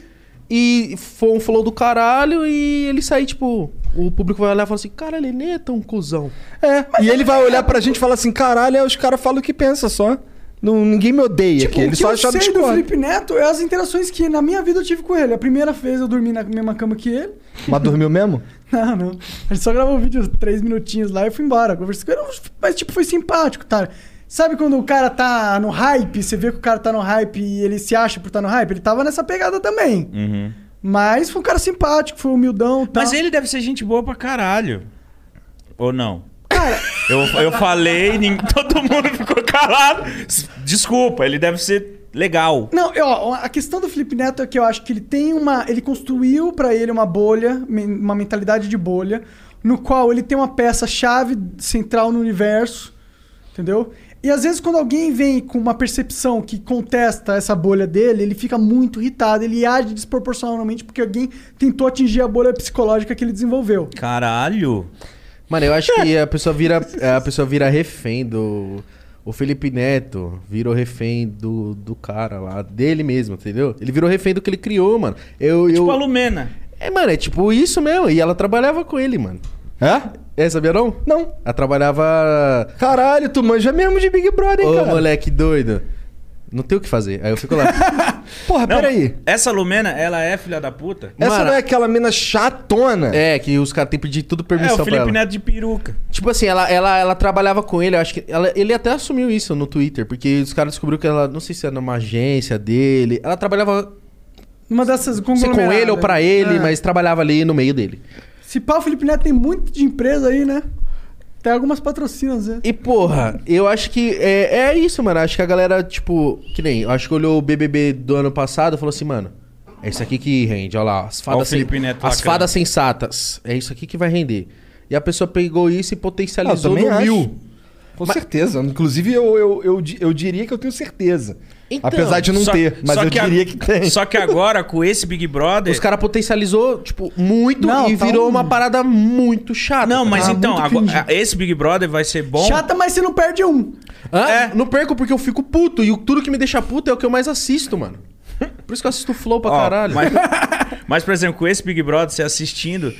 Speaker 4: e for um flow do caralho e ele sair, tipo. o público vai olhar e falar assim: caralho, ele nem é tão cuzão.
Speaker 6: É, e ele vai olhar pra gente e falar assim: caralho,
Speaker 3: é,
Speaker 6: aí os caras falam o que pensa só. Não, ninguém me odeia
Speaker 2: Tipo,
Speaker 6: aqui.
Speaker 2: o
Speaker 6: Ele
Speaker 2: que
Speaker 6: só
Speaker 2: eu
Speaker 6: acha
Speaker 2: sei do
Speaker 6: discorda.
Speaker 2: Felipe Neto é as interações que na minha vida eu tive com ele. A primeira vez eu dormi na mesma cama que ele.
Speaker 6: Mas dormiu mesmo?
Speaker 2: [laughs] Não, não. A gente só gravou um vídeo três minutinhos lá e fui embora. Conversei com ele, mas tipo, foi simpático, tá? Sabe quando o cara tá no hype, você vê que o cara tá no hype e ele se acha por estar no hype? Ele tava nessa pegada também. Mas foi um cara simpático, foi humildão, tal.
Speaker 5: Mas
Speaker 4: Então-
Speaker 5: ele deve ser gente boa pra caralho. Ou não? Eu, eu falei, nin- [laughs] todo mundo ficou calado. S- Desculpa, ele deve ser legal.
Speaker 2: Não, eu- ó, a questão do Felipe Neto é que eu acho que ele tem uma. Ele construiu pra ele uma bolha, men- uma mentalidade de bolha, no qual ele tem uma peça-chave central no universo, entendeu? E às vezes quando alguém vem com uma percepção que contesta essa bolha dele, ele fica muito irritado, ele age desproporcionalmente porque alguém tentou atingir a bolha psicológica que ele desenvolveu.
Speaker 5: Caralho.
Speaker 4: Mano, eu acho que a pessoa vira, a pessoa vira refém do. O Felipe Neto virou refém do, do cara lá, dele mesmo, entendeu? Ele virou refém do que ele criou, mano. Eu,
Speaker 5: Tipo a
Speaker 4: eu...
Speaker 5: Lumena.
Speaker 4: É, mano, é tipo isso mesmo. E ela trabalhava com ele, mano.
Speaker 6: É?
Speaker 4: É, sabia não?
Speaker 6: Não.
Speaker 4: Ela trabalhava
Speaker 6: Caralho, tu manja mesmo de Big Brother, hein,
Speaker 4: Ô,
Speaker 6: cara?
Speaker 4: moleque doido. Não tem o que fazer. Aí eu fico lá.
Speaker 6: Porra,
Speaker 5: Não,
Speaker 6: peraí.
Speaker 5: Essa Lumena, ela é filha da puta?
Speaker 6: Essa
Speaker 4: Mano,
Speaker 6: não é aquela mina chatona.
Speaker 4: é, que os caras têm que pedir tudo
Speaker 5: É,
Speaker 4: permissão
Speaker 5: o
Speaker 4: pra
Speaker 5: Felipe
Speaker 4: ela.
Speaker 5: Neto de peruca.
Speaker 4: Tipo assim, ela, ela, ela trabalhava com ele, eu acho que. ela- ele até assumiu isso no Twitter, porque os caras descobriram que ela, não sei se era numa agência dele. Ela trabalhava
Speaker 2: Uma dessas
Speaker 5: Um
Speaker 4: não sei, com ele ou pra
Speaker 5: né?
Speaker 4: ele,
Speaker 2: É.
Speaker 4: mas trabalhava ali no meio dele.
Speaker 2: Se pá, o Felipe Neto tem muito de empresa aí, né? Tem algumas patrocinas, né?
Speaker 4: E porra, eu acho que é, é isso, mano. Acho que a galera, tipo, que nem, eu acho que olhou o BBB do ano passado e falou assim, mano, é isso aqui que rende, olha lá, as
Speaker 5: Olha o
Speaker 4: fadas,
Speaker 5: Felipe Neto
Speaker 4: as
Speaker 5: lacrando.
Speaker 4: fadas sensatas, é isso aqui que vai render. E a pessoa pegou isso e potencializou
Speaker 6: Ah, eu também
Speaker 4: no
Speaker 6: acho.
Speaker 4: mil.
Speaker 6: Com certeza. Inclusive, eu, eu, eu, di- eu diria que eu tenho certeza.
Speaker 4: Então,
Speaker 6: Apesar de não ter, mas eu
Speaker 5: a-
Speaker 6: diria que tem.
Speaker 5: Só que agora, com esse Big Brother.
Speaker 4: Os caras potencializou, tipo, muito
Speaker 2: Não,
Speaker 4: e
Speaker 2: tá
Speaker 4: virou
Speaker 2: um-
Speaker 4: uma parada muito chata. tá
Speaker 5: Não, mas
Speaker 6: tá
Speaker 2: Ah,
Speaker 5: então,
Speaker 2: muito
Speaker 5: agora-
Speaker 2: cringe.
Speaker 5: esse Big Brother vai ser bom.
Speaker 2: Chata, mas você não perde um.
Speaker 4: Hã?
Speaker 5: É.
Speaker 4: Não perco porque eu fico puto e o- tudo que me deixa puto é o que eu mais assisto, mano. Por isso que eu assisto Flow pra
Speaker 5: Ó,
Speaker 4: caralho. [laughs]
Speaker 5: Mas, mas, por exemplo, com esse Big Brother, você assistindo,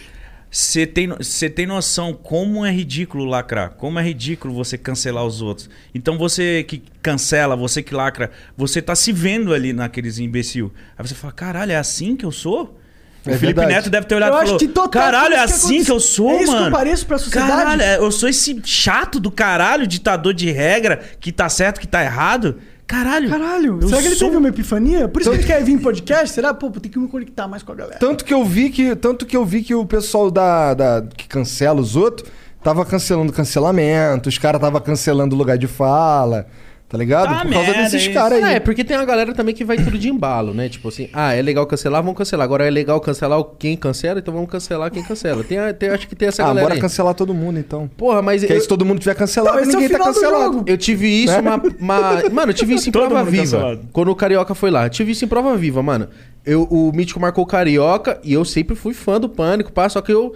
Speaker 5: você tem, no- você tem noção como é ridículo lacrar, como é ridículo você cancelar os outros. Então você que cancela, você que lacra, você tá se vendo ali naqueles imbecil. Aí você fala, caralho, é assim que eu sou?
Speaker 6: É
Speaker 5: o Felipe
Speaker 6: verdade.
Speaker 5: Neto deve ter olhado e falou, caralho, é
Speaker 2: foi isso
Speaker 5: assim que, eu
Speaker 2: aconteceu.
Speaker 5: sou,
Speaker 2: É isso
Speaker 5: mano?
Speaker 2: que eu pareço pra sociedade.
Speaker 5: Caralho, é, eu sou esse chato do caralho, ditador de regra, que tá certo, que tá errado. Caralho.
Speaker 2: Caralho,
Speaker 5: eu
Speaker 2: será que ele
Speaker 5: sou
Speaker 2: teve uma epifania? Por isso
Speaker 6: Então-
Speaker 2: que ele quer vir em podcast? Será? Pô, tem que me conectar mais com a galera.
Speaker 6: Tanto que eu vi que, tanto que, eu vi que o pessoal da, da- que cancela os outros tava cancelando cancelamento, os caras tava cancelando lugar de fala, tá ligado?
Speaker 5: Tá
Speaker 6: Por causa
Speaker 5: merda
Speaker 6: desses
Speaker 5: isso.
Speaker 6: caras aí.
Speaker 4: É, porque tem uma galera também que vai tudo de embalo, né? Tipo assim, ah, é legal cancelar, vamos cancelar. Agora é legal cancelar o- quem cancela, então vamos cancelar quem cancela. Tem, a- tem- acho que tem essa
Speaker 6: ah,
Speaker 4: galera.
Speaker 6: bora
Speaker 4: aí.
Speaker 6: cancelar todo mundo então.
Speaker 4: Porra, mas
Speaker 6: Porque
Speaker 4: eu,
Speaker 6: aí se todo mundo tiver cancelado,
Speaker 2: Não, esse é o
Speaker 6: ninguém tá
Speaker 2: final do
Speaker 6: cancelado.
Speaker 2: jogo.
Speaker 4: eu tive
Speaker 6: É.
Speaker 4: isso, uma, uma- Mano,
Speaker 6: [laughs]
Speaker 4: eu tive isso em
Speaker 5: Todo
Speaker 4: prova
Speaker 5: mundo
Speaker 4: viva.
Speaker 5: cancelado.
Speaker 4: Quando o Carioca foi lá. Eu tive isso em prova viva, mano. Eu, o Mítico marcou o Carioca e eu sempre fui fã do Pânico, pá. Só que eu,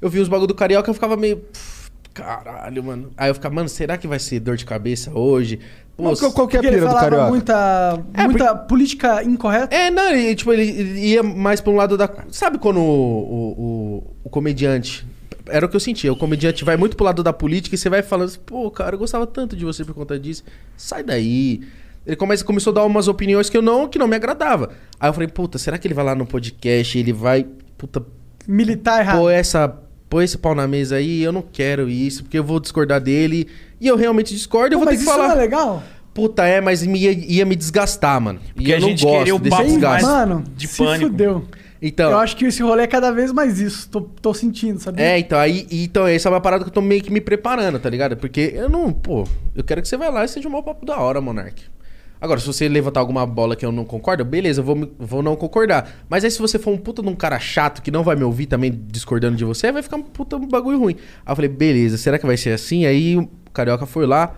Speaker 4: eu vi os bagulho do Carioca e eu ficava meio... "Pff, Caralho, mano. Aí eu ficava, mano, será que vai ser dor de cabeça hoje? Pô,
Speaker 6: Mas qual, qual que é a
Speaker 2: Porque ele
Speaker 6: pira do
Speaker 2: falava
Speaker 6: carioca?
Speaker 2: muita,
Speaker 4: É,
Speaker 2: muita política incorreta.
Speaker 4: É, não, ele, tipo, ele, ele ia mais pra um lado da. Sabe quando o, o, o- o comediante. Era o que eu sentia. O comediante vai muito pro lado da política e você vai falando assim, pô, cara, eu gostava tanto de você por conta disso. Sai daí. Ele começa, começou a dar umas opiniões que eu não, que não me agradava. Aí eu falei, puta, será que ele vai lá no podcast e ele vai, puta,
Speaker 2: Militar errado.
Speaker 4: pôr essa. Pôr esse pau na mesa aí, eu não quero isso, porque eu vou discordar dele. E eu realmente discordo, eu
Speaker 2: Pô,
Speaker 4: vou ter
Speaker 2: mas
Speaker 4: que
Speaker 2: isso não é
Speaker 4: falar.
Speaker 2: legal?
Speaker 4: Puta, é, mas me ia, ia me desgastar, mano. E
Speaker 5: Porque
Speaker 4: eu
Speaker 5: a
Speaker 4: não
Speaker 5: gente
Speaker 4: gosto
Speaker 5: queria o
Speaker 4: desse
Speaker 5: papo
Speaker 2: Sim,
Speaker 5: mais-
Speaker 4: desgaste.
Speaker 2: mano,
Speaker 5: de
Speaker 2: se
Speaker 5: pânico.
Speaker 2: fudeu.
Speaker 4: Então,
Speaker 2: Eu acho que esse rolê é cada vez mais isso. Tô, tô sentindo, sabe?
Speaker 4: É, então aí, então essa é uma parada que eu tô meio que me preparando, tá ligado? Porque eu não, pô, eu quero que você vá lá e seja um mau papo da hora, Monark. Agora, se você levantar alguma bola que eu não concordo, beleza, eu vou, me- vou não concordar. Mas aí se você for um puta de um cara chato que não vai me ouvir também discordando de você, vai ficar um puta um bagulho ruim. Aí eu falei, beleza, será que vai ser assim? Aí o Carioca foi lá,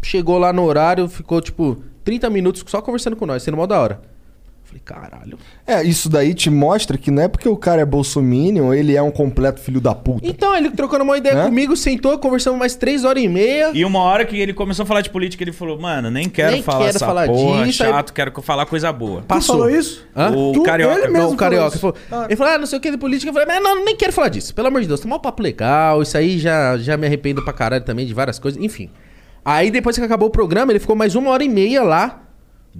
Speaker 4: chegou lá no horário, ficou tipo 30 minutos só conversando com nós, sendo mó da hora. Falei, Falei, caralho.
Speaker 3: É, isso daí te mostra que não é porque o cara é bolsominion, ele é um completo filho da puta.
Speaker 4: Então, ele trocando uma ideia
Speaker 3: Né?
Speaker 4: comigo, sentou, conversamos mais três horas e meia.
Speaker 5: E uma hora que ele começou a falar de política, ele falou, mano, nem quero
Speaker 4: Nem
Speaker 5: falar
Speaker 4: quero
Speaker 5: essa
Speaker 4: falar
Speaker 5: porra,
Speaker 4: disso, aí-
Speaker 5: chato, quero co- falar coisa boa.
Speaker 4: Passou.
Speaker 2: falou isso?
Speaker 4: Hã?
Speaker 5: O
Speaker 2: Tu-
Speaker 5: Carioca.
Speaker 2: ele
Speaker 5: Não,
Speaker 2: mesmo
Speaker 4: Não, o carioca.
Speaker 2: falou
Speaker 4: Ele
Speaker 2: isso.
Speaker 4: falou,
Speaker 2: Ah.
Speaker 4: ele falou, ah, não sei o que de política. Eu falei, mas não, nem quero falar disso. Pelo amor de Deus, tem um papo legal. Isso aí já, já me arrependo pra caralho também de várias coisas. Enfim. Aí depois que acabou o programa, ele ficou mais uma hora e meia lá,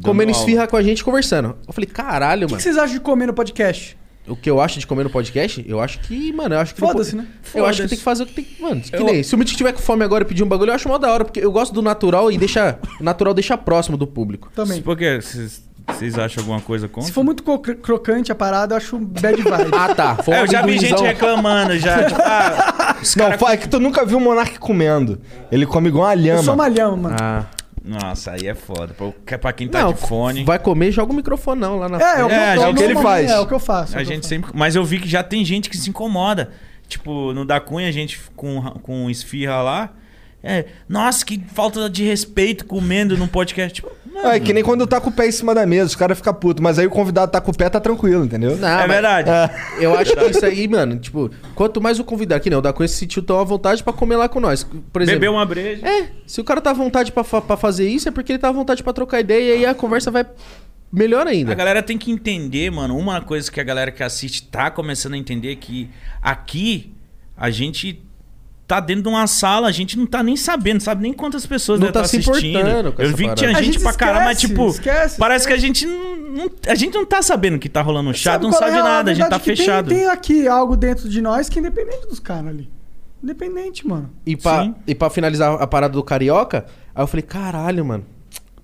Speaker 4: comendo
Speaker 5: aula.
Speaker 4: esfirra com a gente conversando. Eu falei, caralho,
Speaker 2: O que
Speaker 4: mano.
Speaker 2: vocês acham de comer no podcast?
Speaker 4: O que eu acho de comer no podcast? Eu acho que, mano, eu acho que. no
Speaker 2: Foda-se,
Speaker 4: po-
Speaker 2: né?
Speaker 4: Eu acho que
Speaker 5: Foda-se.
Speaker 4: tem que fazer o que tem que. Mano, que
Speaker 5: Eu-
Speaker 4: nem. Se o Mítico tiver com fome agora e pedir um bagulho, eu acho mó da hora, porque eu gosto do natural e deixa. O natural deixa próximo do público.
Speaker 2: Também.
Speaker 5: Por quê? Vocês vocês acham alguma coisa contra?
Speaker 2: Se for muito co- crocante a parada, eu acho
Speaker 4: [laughs]
Speaker 2: bad vibe.
Speaker 4: Ah,
Speaker 5: [laughs]
Speaker 4: tá. Foi
Speaker 5: É,
Speaker 4: um
Speaker 5: eu já vi gente
Speaker 4: amendoinzão.
Speaker 5: reclamando já. Tipo, ah, os
Speaker 3: Não,
Speaker 5: cara-
Speaker 3: fala que tu nunca viu o Monark comendo. Ele come igual uma
Speaker 2: eu sou
Speaker 3: lhama.
Speaker 2: malhão, mano.
Speaker 4: Ah.
Speaker 5: Nossa, aí é foda. Pra, pra quem tá de fone.
Speaker 4: Vai comer, joga o microfone não lá na
Speaker 2: É, é o que,
Speaker 5: É,
Speaker 2: eu,
Speaker 5: já o que
Speaker 2: eu
Speaker 3: ele
Speaker 2: normalmente-
Speaker 3: faz.
Speaker 2: É, o que eu faço. é o que
Speaker 5: A
Speaker 2: eu
Speaker 5: gente
Speaker 2: faço.
Speaker 5: sempre. Mas eu vi que já tem gente que se incomoda. Tipo, no da Cunha, a gente com, com esfirra lá. É, nossa, que falta de respeito comendo num podcast. Tipo, mano,
Speaker 3: É que nem quando tá com o pé em cima da mesa, os caras ficam putos. Mas aí o convidado tá com o pé, tá tranquilo, entendeu?
Speaker 4: Não, mas
Speaker 5: é verdade.
Speaker 4: Eu acho que isso aí, mano, tipo, quanto mais o convidado, que não, dá com esse sentiu tão à vontade pra comer lá com nós. Por exemplo,
Speaker 5: Beber uma breja.
Speaker 4: É, se o cara tá à vontade pra, fa- pra fazer isso, é porque ele tá à vontade pra trocar ideia e aí a conversa vai melhor
Speaker 5: A
Speaker 4: ainda.
Speaker 5: galera tem que entender, mano, uma coisa que a galera que assiste tá começando a entender que aqui a gente tá dentro de uma sala, a gente não tá nem sabendo, sabe nem quantas pessoas
Speaker 4: Não
Speaker 5: devem
Speaker 4: tá
Speaker 5: tá
Speaker 4: se
Speaker 5: assistindo.
Speaker 4: importando com essa
Speaker 5: Eu vi que tinha
Speaker 4: parada.
Speaker 5: gente,
Speaker 2: A gente
Speaker 5: pra caramba, mas
Speaker 2: esquece,
Speaker 5: tipo,
Speaker 2: esquece, né?
Speaker 5: parece que a gente não, não- a gente não tá sabendo que tá rolando um chato,
Speaker 2: Sabe
Speaker 5: não
Speaker 2: qual é
Speaker 5: sabe nada, a gente tá
Speaker 2: verdade que tem-
Speaker 5: fechado.
Speaker 2: Tem, aqui algo dentro de nós que é independente dos caras ali. Independente, mano.
Speaker 4: E pra,
Speaker 5: Sim.
Speaker 4: e pra finalizar a parada do carioca, aí eu falei, caralho, mano.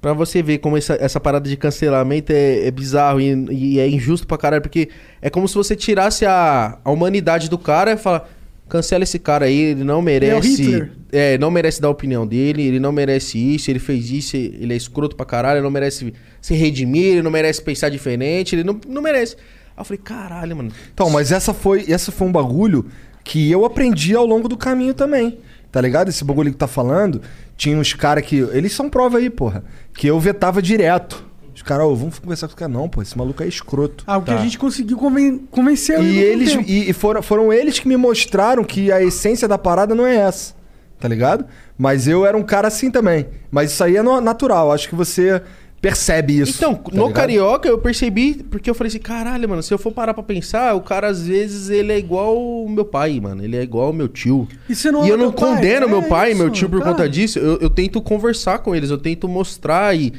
Speaker 4: Pra você ver como essa, essa parada de cancelamento é, é bizarro e, e é injusto pra caralho, porque é como se você tirasse a, a humanidade do cara e falar, cancela esse cara aí, ele não merece.
Speaker 2: Hitler.
Speaker 4: é, não merece dar a opinião dele, ele não merece isso, ele fez isso, ele é escroto pra caralho, ele não merece se redimir, ele não merece pensar diferente, ele não, não merece. Aí eu falei, caralho, mano.
Speaker 3: Então, mas essa foi, essa foi um bagulho que eu aprendi ao longo do caminho também. Tá ligado? Esse bagulho que tá falando, tinha uns caras que. Eles são prova aí, porra. Que eu vetava direto. Os caras, ô, vamos conversar com esse cara. Não, pô, esse maluco é escroto.
Speaker 2: Algo Ah, que a gente conseguiu conven convencer ele
Speaker 3: E
Speaker 2: com o
Speaker 3: eles
Speaker 2: tempo.
Speaker 3: e, e foram, foram eles que me mostraram que a essência da parada não é essa, tá ligado? Mas eu era um cara assim também. Mas isso aí é no- natural, acho que você percebe isso.
Speaker 4: Então,
Speaker 3: tá
Speaker 4: no
Speaker 3: ligado?
Speaker 4: Carioca eu percebi, porque eu falei assim, caralho, mano, se eu for parar pra pensar, o cara às vezes ele é igual o meu pai, mano, ele é igual o meu tio.
Speaker 2: E você não
Speaker 4: e
Speaker 2: ama
Speaker 4: eu não
Speaker 2: teu pai?
Speaker 4: condeno
Speaker 2: É
Speaker 4: meu pai e meu
Speaker 2: isso,
Speaker 4: tio por
Speaker 2: cara.
Speaker 4: conta disso, eu, eu tento conversar com eles, eu tento mostrar e...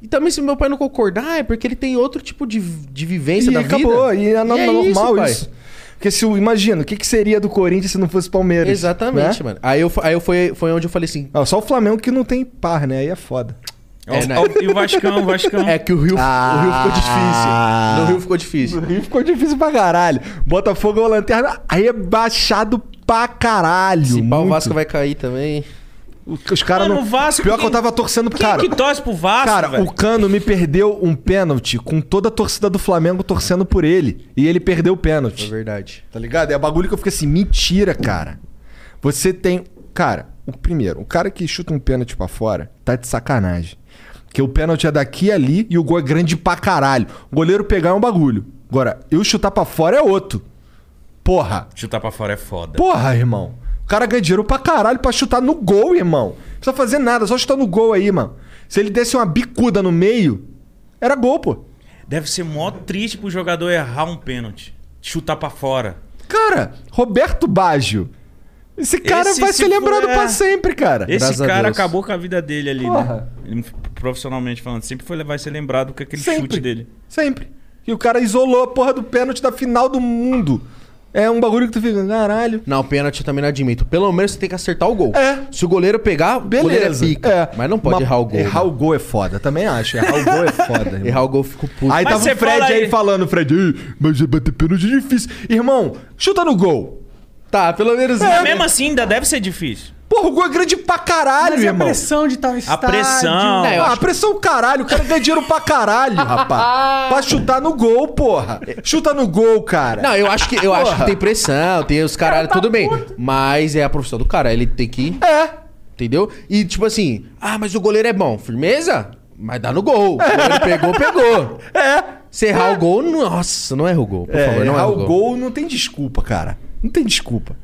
Speaker 4: E também se meu pai não concordar, é porque ele tem outro tipo de, de vivência
Speaker 3: e
Speaker 4: da
Speaker 3: acabou,
Speaker 4: vida.
Speaker 3: e é no-
Speaker 4: E
Speaker 3: normal
Speaker 4: pai.
Speaker 3: isso, Porque se o- imagina, o que, que seria do Corinthians se não fosse Palmeiras?
Speaker 4: Exatamente,
Speaker 3: né?
Speaker 4: mano. Aí, eu, aí eu foi, foi onde eu falei assim,
Speaker 3: Ah, só o Flamengo que não tem par, né? Aí é foda.
Speaker 5: Ó,
Speaker 4: É, né?
Speaker 5: ó, E o Vascão, o Vascão.
Speaker 4: é que o Rio, o Rio ficou
Speaker 3: Ah.
Speaker 4: difícil. No Rio ficou
Speaker 3: [laughs]
Speaker 4: difícil.
Speaker 3: E ficou difícil pra caralho. Botafogo é uma lanterna, aí é baixado pra caralho.
Speaker 4: Se pá, o
Speaker 3: muito.
Speaker 4: Vasco vai cair também.
Speaker 3: Os caras
Speaker 5: Mano,
Speaker 3: não.
Speaker 5: o Vasco,
Speaker 3: Pior
Speaker 5: quem-
Speaker 3: que eu tava torcendo pro
Speaker 5: Quem é
Speaker 3: cara.
Speaker 5: que torce pro Vasco,
Speaker 3: Cara,
Speaker 5: velho?
Speaker 3: o Cano me perdeu um pênalti com toda a torcida do Flamengo torcendo por ele. E ele perdeu o
Speaker 4: É
Speaker 3: pênalti.
Speaker 4: verdade.
Speaker 3: Tá ligado? É bagulho que eu fico assim, mentira, cara. Você tem. Cara, o primeiro, o cara que chuta um pênalti pra fora tá de sacanagem. Porque o pênalti é daqui e ali e o gol é grande pra caralho. O goleiro pegar é um bagulho. Agora, eu chutar pra fora é outro. Porra.
Speaker 5: Chutar pra fora é foda.
Speaker 3: Porra, irmão. O cara ganha dinheiro pra caralho pra chutar no gol, irmão. Não precisa fazer nada, só chutar no gol aí, mano. Se ele desse uma bicuda no meio, era gol, pô.
Speaker 5: Deve ser mó triste pro jogador errar um pênalti. Chutar pra fora.
Speaker 3: Cara, Roberto Baggio. Esse cara
Speaker 5: Esse
Speaker 3: vai
Speaker 5: se
Speaker 3: ser lembrado
Speaker 5: for- é.
Speaker 3: pra sempre, cara.
Speaker 5: Esse
Speaker 4: Graças a
Speaker 5: cara
Speaker 4: Deus.
Speaker 5: acabou com a vida dele ali,
Speaker 3: Porra.
Speaker 5: né? Ele, profissionalmente falando, sempre foi, vai ser lembrado com aquele
Speaker 3: Sempre.
Speaker 5: chute dele.
Speaker 3: Sempre. E o cara isolou a porra do pênalti da final do mundo. É um bagulho que tu fica, caralho.
Speaker 4: Não, pênalti eu também não admito. Pelo menos você tem que acertar o gol.
Speaker 3: É.
Speaker 4: Se o goleiro pegar, o goleiro é
Speaker 3: Beleza.
Speaker 4: pica.
Speaker 3: É.
Speaker 4: Mas não pode
Speaker 3: Mas
Speaker 4: errar o gol.
Speaker 3: Errar
Speaker 4: né?
Speaker 3: o gol é foda, também acho. Errar o gol
Speaker 4: [laughs]
Speaker 3: é foda, irmão.
Speaker 4: Errar o gol, eu fico puto.
Speaker 3: Aí
Speaker 5: Mas
Speaker 3: tava
Speaker 5: você
Speaker 3: o Fred
Speaker 5: fala
Speaker 3: aí
Speaker 5: aí-
Speaker 3: falando, Fred, "Ei, mas bater pênalti é difícil. Irmão, chuta no gol.
Speaker 4: tá, pelo menos.
Speaker 5: Mas mesmo assim, ainda deve ser difícil.
Speaker 3: Porra, o gol é grande pra caralho,
Speaker 2: Mas e a
Speaker 3: irmão.
Speaker 2: pressão de estar no estádio?
Speaker 5: pressão.
Speaker 4: Não, eu
Speaker 3: ah,
Speaker 4: acho
Speaker 3: a pressão o caralho, o cara ganha dinheiro pra caralho, rapaz. pra chutar no gol, porra. Chuta no gol, cara.
Speaker 4: Não, eu acho que eu acho que tem pressão, tem os caralho,
Speaker 3: tá
Speaker 4: tudo bem. Mas é a profissão do cara, ele tem que.
Speaker 3: É.
Speaker 4: Entendeu? E tipo assim, ah, mas o goleiro é bom. Firmeza? Mas dá no gol. O goleiro pegou, pegou.
Speaker 3: É.
Speaker 4: Você errar o gol, nossa, não erra o gol. Por
Speaker 3: É,
Speaker 4: favor, não
Speaker 3: errar
Speaker 4: erra
Speaker 3: o gol. não tem desculpa, cara. Não tem desculpa.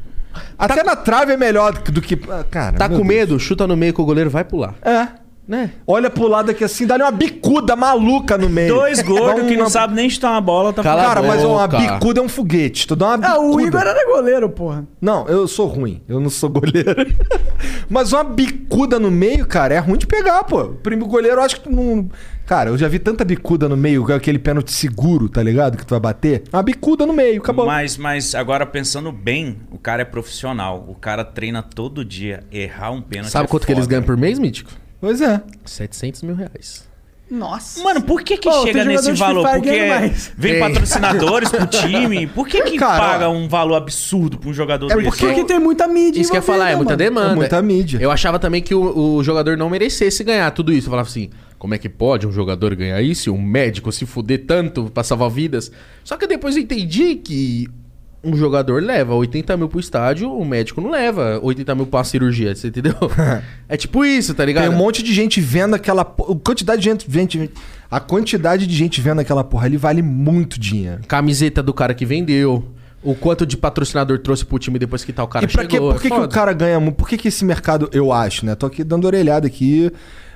Speaker 3: Até na trave é melhor do que. ah, Cara.
Speaker 4: Tá
Speaker 3: meu
Speaker 4: com
Speaker 3: Deus.
Speaker 4: medo? Chuta no meio que o goleiro vai pular.
Speaker 3: É.
Speaker 4: Né?
Speaker 3: Olha pro lado aqui assim, dá-lhe uma bicuda maluca no meio.
Speaker 5: Dois gordos
Speaker 3: Dá
Speaker 5: que não
Speaker 3: É uma-
Speaker 5: sabe nem chutar uma bola, tá
Speaker 4: Cala-
Speaker 5: falando.
Speaker 3: Cara, mas uma
Speaker 4: boca.
Speaker 3: bicuda é um foguete. Tu dá uma bicuda.
Speaker 2: Ah, o Igor era goleiro, porra.
Speaker 3: Não, eu sou ruim. Eu não sou goleiro. [laughs] Mas uma bicuda no meio, cara, é ruim de pegar, pô. O primeiro goleiro, eu acho que não. Cara, eu já vi tanta bicuda no meio, é aquele pênalti seguro, tá ligado? Que tu vai bater. Uma bicuda no meio, acabou.
Speaker 5: Mas, mas agora pensando bem, o cara é profissional. O cara treina todo dia. Errar um pênalti.
Speaker 4: Sabe
Speaker 5: é
Speaker 4: quanto que
Speaker 5: foda.
Speaker 4: eles ganham por mês, Mítico?
Speaker 3: Pois é.
Speaker 4: 700 mil reais.
Speaker 2: Nossa.
Speaker 5: Mano, por que que
Speaker 2: Pô,
Speaker 5: chega
Speaker 2: tem jogador
Speaker 5: nesse
Speaker 2: de
Speaker 5: valor?
Speaker 2: Free Fire
Speaker 5: Porque é
Speaker 2: ganhando mais.
Speaker 5: vem
Speaker 4: Tem.
Speaker 5: patrocinadores pro time. Por que que
Speaker 3: Cara,
Speaker 5: paga um valor absurdo pra um jogador
Speaker 3: É
Speaker 5: desse?
Speaker 3: porque-
Speaker 2: Porque tem muita mídia.
Speaker 4: Isso que eu ia falar, é muita
Speaker 2: envolvida, mano.
Speaker 4: demanda.
Speaker 3: É muita mídia.
Speaker 4: Eu achava também que o, o jogador não merecesse ganhar tudo isso. Eu falava assim, como é que pode um jogador ganhar isso? e Um médico se fuder tanto pra salvar vidas? Só que depois eu entendi que um jogador leva 80 mil pro estádio, o médico não leva 80 mil pra cirurgia, você
Speaker 3: [laughs]
Speaker 4: entendeu? é tipo isso, tá ligado?
Speaker 3: Tem um monte de gente vendo aquela. po- A quantidade de gente, gente- A quantidade de gente vendo aquela porra ali vale muito dinheiro.
Speaker 4: Camiseta do cara que vendeu, o quanto de patrocinador trouxe pro time depois que tal cara
Speaker 3: e pra que,
Speaker 4: chegou.
Speaker 3: por
Speaker 4: é
Speaker 3: que, que
Speaker 4: foda.
Speaker 3: o cara ganha muito? Por que, que esse mercado, eu acho, né? Tô aqui dando orelhada aqui.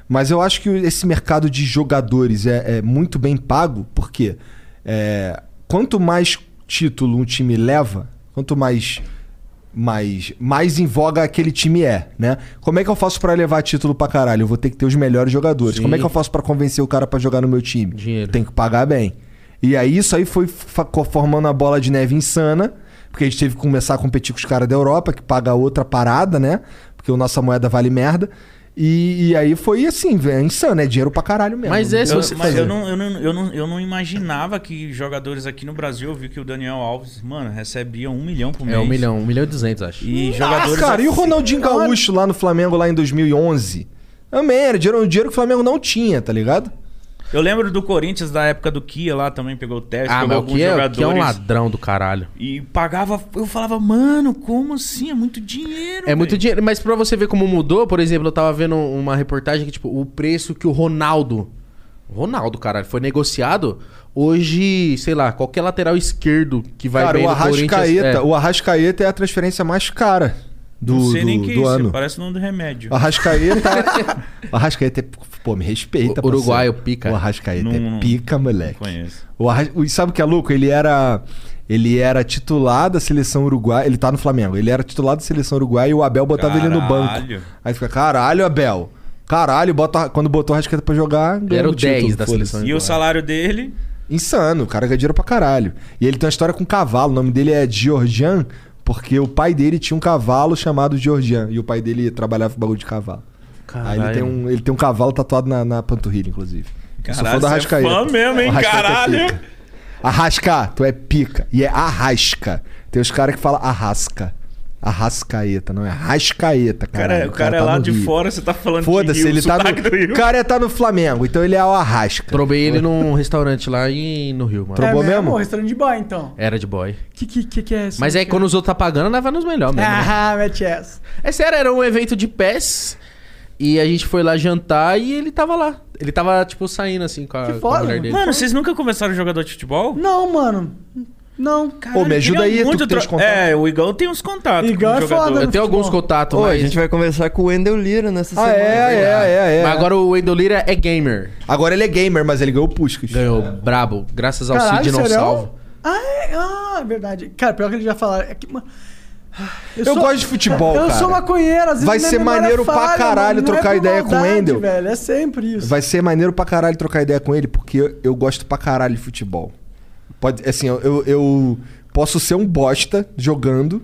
Speaker 3: Mas eu acho que esse mercado de jogadores é, é muito bem pago, porque é, quanto mais título um time leva, quanto mais, mais, mais em voga aquele time é, né? Como é que eu faço pra levar título pra caralho? Eu vou ter que ter os melhores jogadores.
Speaker 4: Sim.
Speaker 3: Como é que eu faço pra convencer o cara pra jogar no meu time?
Speaker 4: Dinheiro.
Speaker 3: Tem que pagar bem. E aí isso aí foi fa- formando a bola de neve insana, porque a gente teve que começar a competir com os caras da Europa, que paga outra parada, né? Porque a nossa moeda vale merda. E, e aí foi assim, velho, é insano, é dinheiro pra caralho mesmo.
Speaker 4: Mas
Speaker 3: Não
Speaker 4: é,
Speaker 3: tem
Speaker 4: se
Speaker 3: o
Speaker 5: Eu,
Speaker 3: que
Speaker 4: você
Speaker 5: mas
Speaker 3: fazer.
Speaker 5: eu não, eu, não, eu, não, eu não imaginava que jogadores aqui no Brasil, eu vi que o Daniel Alves, mano, recebia um milhão por mês.
Speaker 4: É um milhão, um milhão e duzentos, acho.
Speaker 5: E
Speaker 3: Nossa,
Speaker 5: jogadores.
Speaker 3: cara, e o Ronaldinho Gaúcho lá no Flamengo, lá em 2011? Também era dinheiro, dinheiro que o Flamengo não tinha, tá ligado?
Speaker 5: Eu lembro do Corinthians da época do Kia lá também, pegou o teste,
Speaker 4: Ah,
Speaker 5: pegou
Speaker 4: mas o
Speaker 5: alguns
Speaker 4: que é, o
Speaker 5: jogadores.
Speaker 4: que é um ladrão do caralho.
Speaker 5: E pagava. Eu falava, mano, como assim? É muito dinheiro.
Speaker 4: É muito
Speaker 5: velho."
Speaker 4: dinheiro, mas pra você ver como mudou, por exemplo, eu tava vendo uma reportagem que, tipo, o preço que o Ronaldo. Ronaldo, caralho, foi negociado. Hoje, sei lá, qualquer lateral esquerdo que vai
Speaker 3: cara,
Speaker 4: bem
Speaker 3: o
Speaker 4: no
Speaker 3: Arrascaeta,
Speaker 4: Corinthians... é.
Speaker 3: o Arrascaeta é a transferência mais cara do,
Speaker 5: Não sei nem é
Speaker 3: do-
Speaker 5: que
Speaker 3: do
Speaker 5: isso,
Speaker 3: ano. Ah,
Speaker 5: parece o nome do remédio.
Speaker 3: O Arrascaeta.
Speaker 4: [laughs]
Speaker 3: o Arrascaeta é. Pô, me respeita,
Speaker 4: O- uruguaio
Speaker 3: parceiro.
Speaker 4: pica.
Speaker 3: O Arrascaeta
Speaker 5: Não-
Speaker 3: é
Speaker 5: não-
Speaker 3: pica, moleque.
Speaker 5: Conheço.
Speaker 3: O Arras... o- Sabe o que é louco? Ele era. Ele era titular da seleção uruguaia. Ele tá no Flamengo. Ele era titular da seleção uruguaia e o Abel botava ele no banco.
Speaker 5: Caralho.
Speaker 3: Aí fica, caralho, Abel. Caralho, bota... quando botou o Arrascaeta pra jogar, ganhou
Speaker 4: era o
Speaker 3: título,
Speaker 4: 10 da
Speaker 3: foda-se.
Speaker 4: seleção.
Speaker 5: E o salário dele.
Speaker 3: Insano, o cara ganha dinheiro pra caralho. E ele tem uma história com um cavalo, o nome dele é Georgian, porque o pai dele tinha um cavalo chamado Georgian, e o pai dele trabalhava com bagulho de cavalo. Aí ele tem, um, ele tem um cavalo tatuado na, na panturrilha, inclusive. Eu sou fã
Speaker 5: Caralho,
Speaker 3: do
Speaker 5: você é
Speaker 3: Arrascaeta.
Speaker 5: fã mesmo, hein?
Speaker 3: O Arrascaeta é
Speaker 5: Caralho.
Speaker 3: pica. Arrasca, tu é pica. E é arrasca. Tem os caras que falam arrasca. Arrascaeta, não é arrascaeta,
Speaker 5: Cara,
Speaker 3: caralho.
Speaker 5: o cara, é
Speaker 3: tá
Speaker 5: lá
Speaker 3: no
Speaker 5: de
Speaker 3: Rio.
Speaker 5: fora, você tá falando
Speaker 3: Foda-se,
Speaker 5: de Rio,
Speaker 3: ele tá
Speaker 5: sotaque do
Speaker 3: no...
Speaker 5: Rio.
Speaker 3: O cara tá no Flamengo, então ele é o arrasca.
Speaker 4: Trobei ele num restaurante lá em... no Rio, mano.
Speaker 3: Tro- Roubou
Speaker 2: é
Speaker 3: mesmo?
Speaker 2: restaurante de boy, então.
Speaker 4: Era de boy.
Speaker 2: Que que, que, que é isso?
Speaker 4: Mas é que quando os outros tá pagando, nós vai nos melhores mesmo. né?
Speaker 2: Ah, mete essa.
Speaker 4: É sério, era um evento de pés. E a gente foi lá jantar e ele tava lá. Ele tava, tipo, saindo assim com a,
Speaker 2: Que
Speaker 4: com a
Speaker 2: foda,
Speaker 4: mulher
Speaker 2: mano.
Speaker 4: dele.
Speaker 5: Mano, vocês nunca conversaram com jogador de futebol?
Speaker 2: Não, mano. Não.
Speaker 5: Caralho,
Speaker 3: me ajuda
Speaker 5: queria
Speaker 3: aí, tu
Speaker 5: muito
Speaker 3: que tem os
Speaker 5: tro-
Speaker 3: contatos.
Speaker 5: É, o Igão tem uns contatos.
Speaker 2: Igão
Speaker 5: com
Speaker 2: é
Speaker 5: jogador.
Speaker 2: foda,
Speaker 4: Eu tenho alguns
Speaker 2: futebol.
Speaker 4: contatos,
Speaker 8: Pô,
Speaker 4: mas...
Speaker 8: a gente vai conversar com o Wendel Lira nessa
Speaker 3: Ah,
Speaker 8: semana.
Speaker 3: é, é, é, é.
Speaker 4: Mas agora o Wendel Lira é gamer.
Speaker 3: Agora ele é gamer, mas ele ganhou o Puskas. É.
Speaker 4: Ganhou brabo, graças ao
Speaker 2: Caralho,
Speaker 4: Cid não
Speaker 2: sério?
Speaker 4: salvo.
Speaker 2: Ah, é, ah, é verdade. Cara, pior que eles já falaram. É que, mano, [sighs]
Speaker 3: Eu gosto de futebol,
Speaker 2: Eu
Speaker 3: cara.
Speaker 2: sou maconheiro, às vezes
Speaker 3: Vai
Speaker 2: minha
Speaker 3: ser
Speaker 2: memória
Speaker 3: maneiro pra
Speaker 2: falha, não
Speaker 3: caralho
Speaker 2: é
Speaker 3: trocar
Speaker 2: por
Speaker 3: ideia com o
Speaker 2: maldade,
Speaker 3: Wendel.
Speaker 2: velho, é sempre isso.
Speaker 3: Vai ser maneiro pra caralho trocar ideia com ele, porque eu gosto pra caralho de futebol. Pode, assim, eu, eu, eu posso ser um bosta jogando,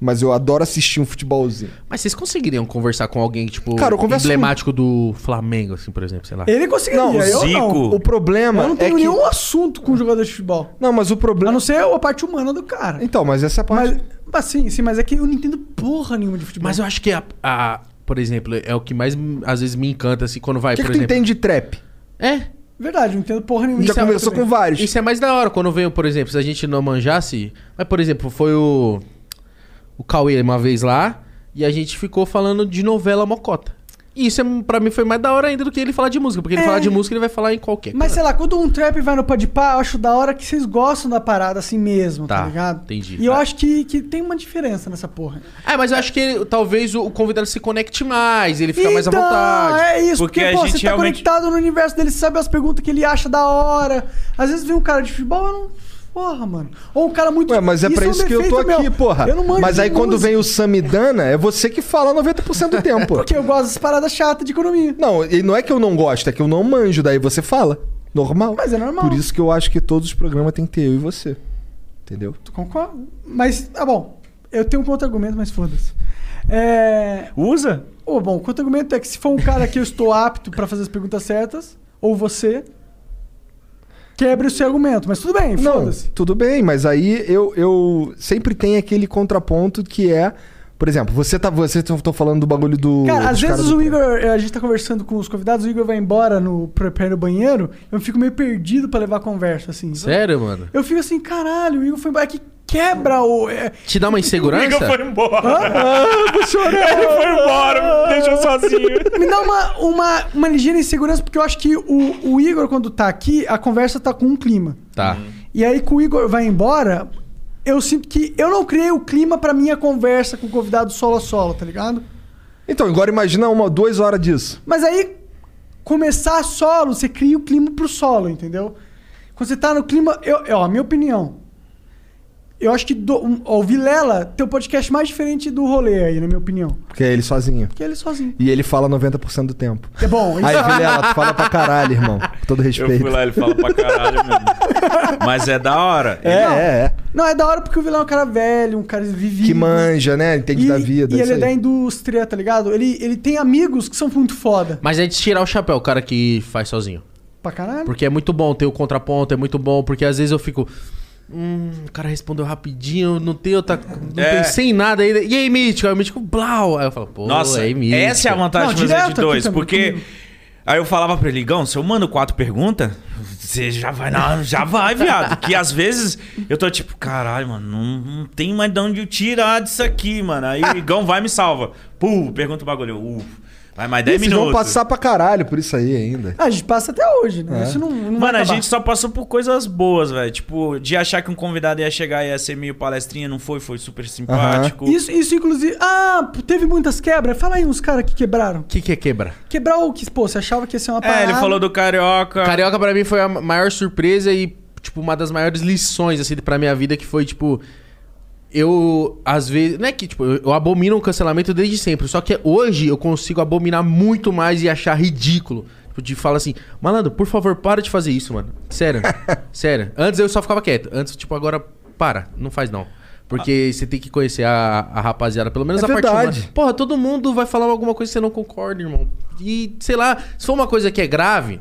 Speaker 3: mas eu adoro assistir um futebolzinho.
Speaker 4: Mas vocês conseguiriam conversar com alguém, tipo,
Speaker 3: Cara, eu converso
Speaker 4: emblemático do Flamengo, assim, por exemplo, sei lá.
Speaker 2: Ele conseguiria,
Speaker 3: Não,
Speaker 2: eu não.
Speaker 5: Zico.
Speaker 3: O problema
Speaker 2: Eu não
Speaker 3: é
Speaker 2: tenho
Speaker 3: que...
Speaker 2: nenhum assunto com jogador de futebol.
Speaker 3: Não, mas o
Speaker 2: A
Speaker 3: problema...
Speaker 2: não ser a parte humana do cara.
Speaker 3: Então, mas essa é a parte...
Speaker 2: Mas, mas sim, sim, mas é que eu não entendo porra nenhuma de
Speaker 3: tipo,
Speaker 2: futebol.
Speaker 4: Mas eu acho que a, a- Por exemplo, é o que mais m- às vezes me encanta, assim, quando vai,
Speaker 3: O que, é que
Speaker 4: por
Speaker 3: tu
Speaker 4: exemplo.
Speaker 3: entende de trap?
Speaker 4: É.
Speaker 2: Verdade, não entendo porra nenhuma
Speaker 3: Já
Speaker 2: de
Speaker 3: conversou com
Speaker 2: também.
Speaker 3: vários.
Speaker 4: Isso é mais da hora, quando veio, por exemplo, se a gente não manjasse. Mas, por exemplo, foi o. O Cauê uma vez lá, e a gente ficou falando de novela mocota. E isso é, pra mim foi mais da hora ainda do que ele falar de música. Porque ele
Speaker 2: É.
Speaker 4: falar de música, ele vai falar em qualquer
Speaker 2: Mas sei lá, quando um trap vai no Podpah, eu acho da hora que vocês gostam da parada assim mesmo, tá,
Speaker 4: Tá,
Speaker 2: ligado?
Speaker 4: entendi.
Speaker 2: E eu
Speaker 4: Tá.
Speaker 2: acho que, que tem uma diferença nessa porra.
Speaker 4: É, mas eu acho que ele- talvez o o convidado se conecte mais, ele fica mais à vontade.
Speaker 2: É isso, porque,
Speaker 5: Porque a
Speaker 2: pô, você
Speaker 5: gente
Speaker 2: tá
Speaker 5: realmente-
Speaker 2: conectado no universo dele, você sabe as perguntas que ele acha da hora. Às vezes vem um cara de futebol, eu não. Porra, mano. Ou um cara muito.
Speaker 3: Ué, mas é pra
Speaker 2: um
Speaker 3: isso que eu tô
Speaker 2: defeito
Speaker 3: aqui,
Speaker 2: meu.
Speaker 3: porra.
Speaker 2: Eu não manjo
Speaker 3: mas
Speaker 2: de
Speaker 3: aí quando
Speaker 2: música,
Speaker 3: vem o Samidana, é você que fala 90% do tempo.
Speaker 2: [laughs] Porque eu gosto das paradas chatas de economia.
Speaker 3: Não, e não é que eu não gosto, é que eu não manjo, daí você fala. Normal.
Speaker 2: Mas é normal.
Speaker 3: Por isso que eu acho que todos os programas tem que ter eu e você. Entendeu?
Speaker 2: Tu concorda? Mas, tá bom. Eu tenho um contra-argumento, mas foda-se. É.
Speaker 5: Usa?
Speaker 2: Ô, bom, o contra-argumento é que se for um cara que eu estou apto pra fazer as perguntas certas, ou você, quebra o seu argumento. Mas tudo bem,
Speaker 3: Não,
Speaker 2: foda-se.
Speaker 3: tudo bem, mas aí eu, eu sempre tem aquele contraponto que é, por exemplo, você tá você tô tô falando do bagulho do
Speaker 2: Cara, às
Speaker 3: dos Tipo, caras
Speaker 2: vezes
Speaker 3: do
Speaker 2: o
Speaker 3: trap.
Speaker 2: Igor, eh, a gente tá conversando com os convidados, o Igor vai embora no pro- pra ir no banheiro, eu fico meio perdido pra levar a conversa, assim.
Speaker 3: é
Speaker 4: Sério, mano?
Speaker 2: Eu fico assim, caralho, o Igor foi embora, que quebra o... é,
Speaker 4: Te dá uma
Speaker 5: O Igor
Speaker 4: insegurança?
Speaker 5: foi embora. Ele foi embora, me deixou sozinho.
Speaker 2: Me dá uma, uma, uma ligeira insegurança, porque eu acho que o, o Igor, quando tá aqui, a conversa tá com um clima.
Speaker 4: Tá.
Speaker 2: E aí, com o Igor vai embora, eu sinto que eu não criei o clima pra minha conversa com o convidado solo a solo, tá ligado?
Speaker 3: Então, agora imagina uma duas horas disso.
Speaker 2: Mas aí, começar solo, você cria o clima pro solo, entendeu? Quando você tá no clima. Eu, eu- ó, a minha opinião. Eu acho que do, um, ó, o Vilela tem o podcast mais diferente do rolê aí, na minha opinião.
Speaker 3: Porque é ele sozinho.
Speaker 2: Que ele sozinho.
Speaker 3: [laughs] E ele fala 90% do tempo.
Speaker 2: É bom, [laughs]
Speaker 3: Aí,
Speaker 2: isso-
Speaker 3: Vilela, tu fala pra caralho, irmão. Com todo
Speaker 5: Eu
Speaker 3: respeito.
Speaker 5: fui lá, ele fala pra caralho
Speaker 3: [laughs]
Speaker 5: mesmo. Mas é da hora.
Speaker 3: É, é, é.
Speaker 2: Não, é da hora porque o Vilela é um cara velho, um cara vivido.
Speaker 3: Que manja, né? Entende
Speaker 2: e,
Speaker 3: da vida.
Speaker 2: E
Speaker 3: isso
Speaker 2: ele é
Speaker 3: aí.
Speaker 2: da indústria, tá ligado? Ele, ele tem amigos que são muito foda.
Speaker 4: Mas é de tirar o chapéu, o cara que faz sozinho.
Speaker 2: Pra caralho.
Speaker 4: Porque é muito bom ter o contraponto, é muito bom, porque às vezes eu fico. Hum, o cara respondeu rapidinho, não tem outra. Não
Speaker 5: É.
Speaker 4: pensei em nada ainda. E aí, mítico? Aí o mítico, blau. Aí eu falo, pô,
Speaker 5: Nossa,
Speaker 4: aí, mítico.
Speaker 5: essa é a vantagem
Speaker 2: Não,
Speaker 5: de fazer
Speaker 2: direto
Speaker 5: de
Speaker 2: aqui
Speaker 5: dois,
Speaker 2: também,
Speaker 5: porque
Speaker 2: comigo.
Speaker 5: aí eu falava pra ele, Igão, se eu mando quatro perguntas, você já vai, na, já vai, viado. Que às vezes eu tô tipo, caralho, mano, não, não tem mais de onde eu tirar disso aqui, mano. Aí o Igão vai e me salva. Pum, pergunta o bagulho. eu, Uh, vai mais
Speaker 3: Ih,
Speaker 5: 10
Speaker 3: Vocês
Speaker 5: minutos.
Speaker 3: vão passar pra caralho por isso aí ainda.
Speaker 2: Ah, a gente passa até hoje,
Speaker 3: É.
Speaker 2: né? Isso não, não vai
Speaker 5: Mano, a
Speaker 2: acabar.
Speaker 5: gente só passou por coisas boas, velho. Tipo, de achar que um convidado ia chegar e ia ser meio palestrinha, não foi, foi super simpático.
Speaker 2: Isso, isso, inclusive. Ah, teve muitas quebras. Fala aí uns caras que quebraram.
Speaker 4: O que, que é quebra?
Speaker 2: Quebrar o que, pô, você achava que ia ser uma parada.
Speaker 5: É, ele falou do Carioca.
Speaker 4: Carioca pra mim foi a maior surpresa e, tipo, uma das maiores lições, assim, pra minha vida, que foi, tipo. Eu, às vezes. Não é que, tipo, eu, eu abomino o cancelamento desde sempre. Só que hoje eu consigo abominar muito mais e achar ridículo. Tipo, de falar assim, malandro, por favor, para de fazer isso, mano.
Speaker 3: [laughs]
Speaker 4: Sério. sério. Antes eu só ficava quieto. Antes, tipo, agora, para. Não faz não. Porque você tem que conhecer a, a rapaziada, pelo menos
Speaker 3: Ah. É
Speaker 4: a parte humana.
Speaker 3: verdade.
Speaker 4: Porra, todo mundo vai falar alguma coisa que você não concorda, irmão. E, sei lá, se for uma coisa que é grave,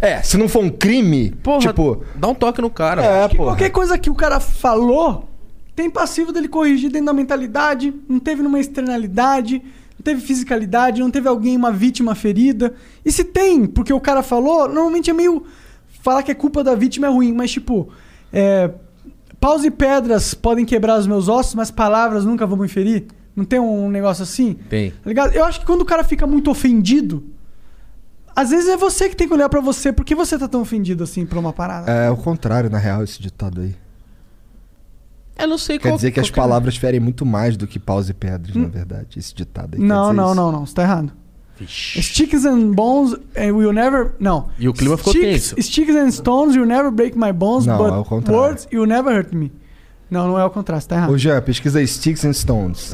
Speaker 3: É, se não for um crime,
Speaker 4: Porra,
Speaker 3: tipo.
Speaker 4: dá um toque no cara.
Speaker 3: É,
Speaker 4: mano.
Speaker 3: porra.
Speaker 2: Qualquer coisa que o cara falou, tem passivo dele corrigir dentro da mentalidade, não teve numa externalidade, não teve fisicalidade, não teve alguém, uma vítima ferida. E se tem, porque o cara falou, normalmente é meio. Falar que é culpa da vítima é ruim, mas tipo. É, paus e pedras podem quebrar os meus ossos, mas palavras nunca vão me ferir. Não tem um negócio assim?
Speaker 4: Tem.
Speaker 2: Tá ligado? Eu acho que quando o cara fica muito ofendido, às vezes é você que tem que olhar pra você. Por que você tá tão ofendido assim pra uma parada?
Speaker 3: É o contrário, na real, esse ditado aí.
Speaker 4: Eu não sei
Speaker 3: Quer
Speaker 4: qual-
Speaker 3: dizer que
Speaker 4: qual é.
Speaker 3: as palavras ferem muito mais do que paus e pedras, na verdade. Esse ditado aí. quer
Speaker 2: Hum. Não,
Speaker 3: dizer
Speaker 2: não,
Speaker 3: isso.
Speaker 2: não, não. Você tá errado.
Speaker 4: Vixe.
Speaker 2: Sticks and bones and will never. Não.
Speaker 4: E o clima ficou
Speaker 2: sticks,
Speaker 4: tenso.
Speaker 2: Sticks and stones will never break my bones,
Speaker 3: Não,
Speaker 2: but
Speaker 3: é o contrário.
Speaker 2: words will never hurt me. Não, não é o contrário, você tá errado.
Speaker 3: Ô, Jean, pesquisa aí, Sticks and Stones.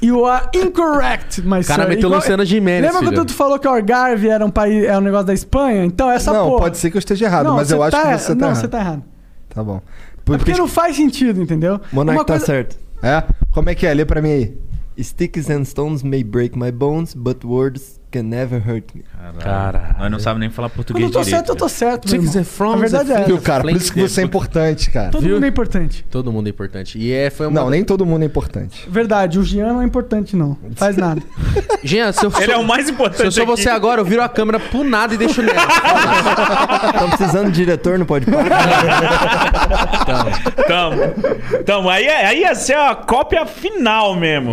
Speaker 2: You are incorrect, my
Speaker 4: O cara
Speaker 3: é
Speaker 2: sir.
Speaker 4: meteu
Speaker 2: Igual-
Speaker 4: Luciana Gimenez,
Speaker 2: Lembra
Speaker 4: filho.
Speaker 2: quando tu falou que o Algarve era um, país, era um negócio da Espanha? Então, essa
Speaker 3: não,
Speaker 2: porra.
Speaker 3: pode ser que eu esteja errado,
Speaker 2: Não,
Speaker 3: mas
Speaker 2: você
Speaker 3: eu acho
Speaker 2: tá-
Speaker 3: que você tá
Speaker 2: Não,
Speaker 3: errado.
Speaker 2: você tá errado.
Speaker 3: Tá bom.
Speaker 2: É porque não faz sentido, entendeu?
Speaker 9: Monark
Speaker 2: Uma
Speaker 9: tá
Speaker 2: coisa-
Speaker 9: certo.
Speaker 3: É? Como é que é? Lê pra mim aí.
Speaker 9: Sticks and stones may break my bones, but words
Speaker 10: Can never hurt me.
Speaker 5: Caralho. Ah, Nós não sabemos nem falar
Speaker 2: Quando
Speaker 5: português
Speaker 2: eu tô
Speaker 5: direito.
Speaker 2: certo, eu tô certo. meu
Speaker 4: Se
Speaker 2: irmão.
Speaker 4: quiser from
Speaker 2: A verdade
Speaker 4: the
Speaker 2: é
Speaker 4: field.
Speaker 2: essa.
Speaker 3: Viu, cara? Por isso que você é importante, cara.
Speaker 2: Todo
Speaker 4: Viu?
Speaker 2: mundo é importante.
Speaker 4: Todo mundo é importante. E é, foi uma.
Speaker 3: Não, nem todo mundo é importante.
Speaker 2: Verdade, o Jean não é importante, não. Faz nada.
Speaker 4: Jean, se eu sou,
Speaker 5: Ele é o mais
Speaker 4: se eu
Speaker 5: importante
Speaker 4: sou você
Speaker 5: aqui.
Speaker 4: agora, eu viro a câmera pro nada e deixo nela. [laughs]
Speaker 10: Tá precisando de diretor, não
Speaker 3: [laughs]
Speaker 10: pode parar.
Speaker 5: Tamo. Tamo. Aí, é- aí ia ser a cópia final mesmo.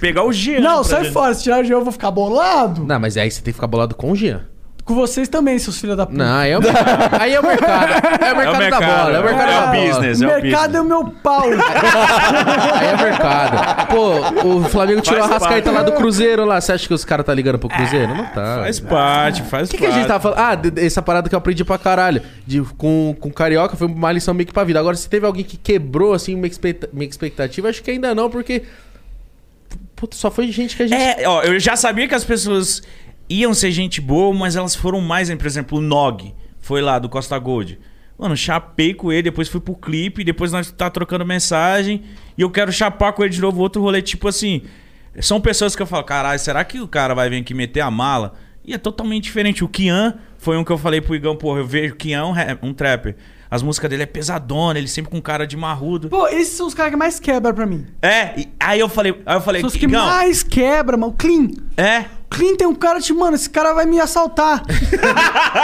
Speaker 5: Pegar o Jean. é
Speaker 2: Não,
Speaker 5: pra
Speaker 2: sai
Speaker 5: gente-
Speaker 2: fora. Se tirar o Jean, eu vou ficar bolado.
Speaker 4: não, mas aí você tem que ficar bolado com o Jean.
Speaker 2: Com vocês também, seus filhos da puta.
Speaker 4: Não, aí é o
Speaker 3: [laughs]
Speaker 4: mercado. Aí é o mercado. É o mercado, da
Speaker 5: mercado,
Speaker 4: bola. É o mercado
Speaker 5: é o
Speaker 4: da bola.
Speaker 5: business. Mas é o
Speaker 2: mercado é o meu pau. [laughs]
Speaker 4: Aí é mercado. Pô, o Flamengo tirou
Speaker 5: Faz
Speaker 4: a rascaeta lá
Speaker 5: parte.
Speaker 4: do Cruzeiro lá. Você acha que os caras tá ligando pro Cruzeiro? Não tá.
Speaker 5: Faz parte, faz
Speaker 4: O que, que a gente tava falando? Ah, de- de- essa parada que eu aprendi pra caralho. De, com, com carioca foi uma lição meio que pra vida. Agora, se teve alguém que quebrou, assim, minha, expecta- minha expectativa, acho que ainda não, porque. Puta, só foi gente que a gente.
Speaker 5: É, ó, eu já sabia que as pessoas iam ser gente boa, mas elas foram mais, hein? por exemplo, o Nog foi lá do Costa Gold. Mano, chapei com ele, depois fui pro clipe, depois nós tá trocando mensagem e eu quero chapar com ele de novo outro rolê, tipo assim, são pessoas que eu falo, caralho, será que o cara vai vir aqui meter a mala? E é totalmente diferente. O Kian foi um que eu falei pro Igão, porra, eu vejo o Kian é um, rap- um trapper. As músicas dele é pesadona, ele sempre com cara de marrudo.
Speaker 2: Pô, esses são os caras que mais quebram pra mim.
Speaker 5: É, e- aí eu falei, aí eu falei,
Speaker 2: São os que
Speaker 5: Igão,
Speaker 2: mais quebram, mano. Clean.
Speaker 5: é,
Speaker 2: Clean tem um cara, tipo, mano, esse cara vai me
Speaker 5: [laughs]
Speaker 2: assaltar.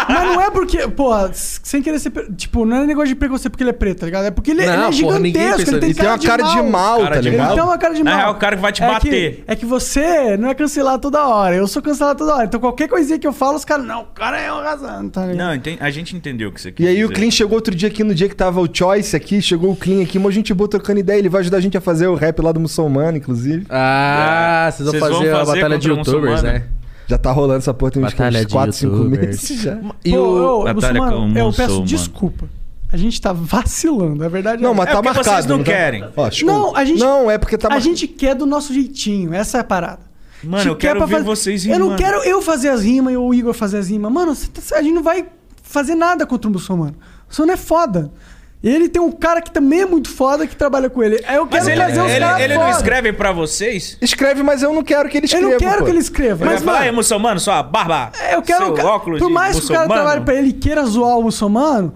Speaker 2: Mas não é porque, pô, s- sem querer ser. pre- Tipo, não é negócio de preconceito porque ele é preto, tá ligado? É porque ele,
Speaker 4: Não,
Speaker 2: ele é
Speaker 4: porra, ninguém
Speaker 2: gigantesco,
Speaker 4: pensa
Speaker 2: ele tem
Speaker 4: nisso.
Speaker 3: Tem
Speaker 2: cara,
Speaker 3: uma cara de mal,
Speaker 5: Cara
Speaker 3: tá
Speaker 5: de
Speaker 3: ligado?
Speaker 2: Ele tem uma cara de
Speaker 5: Na
Speaker 2: mal.
Speaker 5: real, o cara que vai te
Speaker 2: É
Speaker 5: bater.
Speaker 2: que- é que você não é cancelado toda hora. Eu sou cancelado toda hora. Então qualquer coisinha que eu falo, os caras, não, o cara é um arrasando, tá ligado?
Speaker 5: Não, enten- a gente entendeu o que você quis
Speaker 3: E aí o
Speaker 5: dizer.
Speaker 3: Clean chegou outro dia aqui, no dia que tava o Choice aqui, chegou o Clean aqui, uma gente boa trocando ideia, ele vai ajudar a gente a fazer o rap lá do muçulmano, inclusive.
Speaker 4: Ah, vocês vão
Speaker 5: Vocês vão
Speaker 4: fazer, a
Speaker 5: fazer
Speaker 4: batalha de
Speaker 5: contra o
Speaker 4: youtubers, né?
Speaker 5: muçulmano?
Speaker 3: Já tá rolando essa porra tem uns
Speaker 4: Batalha de
Speaker 3: 4, 5
Speaker 4: youtubers.
Speaker 3: meses já.
Speaker 4: E
Speaker 2: Pô,
Speaker 4: o.
Speaker 2: eu,
Speaker 5: Natália
Speaker 2: muçulmano,
Speaker 5: como
Speaker 2: eu
Speaker 5: sou,
Speaker 2: peço
Speaker 5: mano.
Speaker 2: desculpa. A gente tá vacilando, a verdade
Speaker 3: Não,
Speaker 2: é.
Speaker 3: mas
Speaker 5: É
Speaker 3: tá
Speaker 5: porque
Speaker 3: marcado.
Speaker 5: vocês não
Speaker 3: tá?
Speaker 5: querem.
Speaker 3: Ó, desculpa.
Speaker 2: Não, a gente-
Speaker 3: Não, é porque tá
Speaker 2: a
Speaker 3: marcado.
Speaker 2: gente quer do nosso jeitinho, essa é a parada.
Speaker 5: Mano,
Speaker 2: A gente
Speaker 5: eu
Speaker 2: quer
Speaker 5: quero
Speaker 2: pra
Speaker 5: ver vocês
Speaker 2: Eu não
Speaker 5: rimando.
Speaker 2: quero eu fazer as rimas ou o Igor fazer as rimas. Mano, cê tá- a gente não vai fazer nada contra o muçulmano. O muçulmano é foda. Ele tem um cara que também é muito foda que trabalha com ele. Aí Eu quero
Speaker 5: Mas ele,
Speaker 2: trazer os
Speaker 5: ele-
Speaker 2: caras
Speaker 5: ele não
Speaker 2: foda.
Speaker 5: escreve pra vocês?
Speaker 3: Escreve, mas eu não quero que ele
Speaker 2: Eu
Speaker 3: escreva.
Speaker 2: não quero
Speaker 3: pô.
Speaker 2: que ele escreva.
Speaker 5: Mas
Speaker 2: Mas,
Speaker 5: vai,
Speaker 2: mano,
Speaker 5: muçulmano, sua barba.
Speaker 2: eu quero.
Speaker 5: seu
Speaker 2: o ca-
Speaker 5: óculos
Speaker 2: por
Speaker 5: de
Speaker 2: mais que o cara
Speaker 5: muçulmano.
Speaker 2: trabalhe pra ele e queira zoar o muçulmano,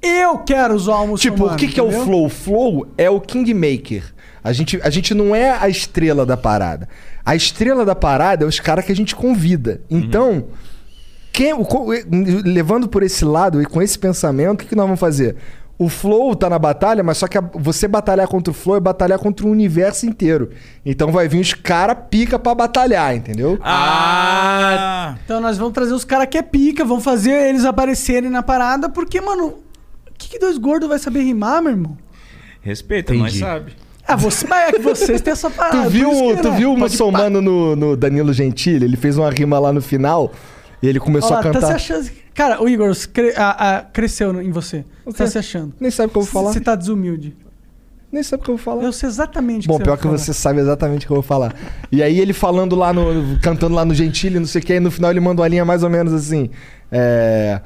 Speaker 2: eu quero zoar o muçulmano.
Speaker 3: Tipo, o que, que é o
Speaker 2: entendeu?
Speaker 3: Flow? O Flow é o Kingmaker. A gente, a gente não é a estrela da parada. A estrela da parada é os caras que a gente convida.
Speaker 2: Uhum.
Speaker 3: Então, quem, o co- e- levando por esse lado e com esse pensamento, o que, que nós vamos fazer? O Flow tá na batalha, mas só que a- você batalhar contra o Flow é batalhar contra o universo inteiro. Então vai vir os cara pica pra batalhar, entendeu?
Speaker 5: Ah!
Speaker 2: Então nós vamos trazer os caras que é pica, vamos fazer eles aparecerem na parada, porque, mano, o que, que dois gordos vai saber rimar, meu irmão?
Speaker 5: Respeita,
Speaker 4: Entendi.
Speaker 5: nós sabe.
Speaker 2: Ah, você, mas é que vocês têm essa parada.
Speaker 3: [laughs] Tu
Speaker 2: por
Speaker 3: viu,
Speaker 2: isso que,
Speaker 3: tu
Speaker 2: né?
Speaker 3: viu o
Speaker 2: Pode pá.
Speaker 3: muçulmano no, no Danilo Gentili? Ele fez uma rima lá no final e ele começou
Speaker 2: Olha lá,
Speaker 3: a cantar.
Speaker 2: tá se achando. Cara, o Igor você cre- a- a- cresceu no- em você. Você tá se achando.
Speaker 3: Nem sabe o que eu vou falar.
Speaker 2: Você tá desumilde.
Speaker 3: Nem sabe o que eu vou falar.
Speaker 2: Eu sei exatamente o
Speaker 3: Bom,
Speaker 2: que
Speaker 3: pior
Speaker 2: vai
Speaker 3: que
Speaker 2: falar.
Speaker 3: você sabe exatamente o que eu vou falar. E aí ele falando lá no. cantando lá no Gentile, não sei o que, aí no final ele manda uma linha mais ou menos assim. É.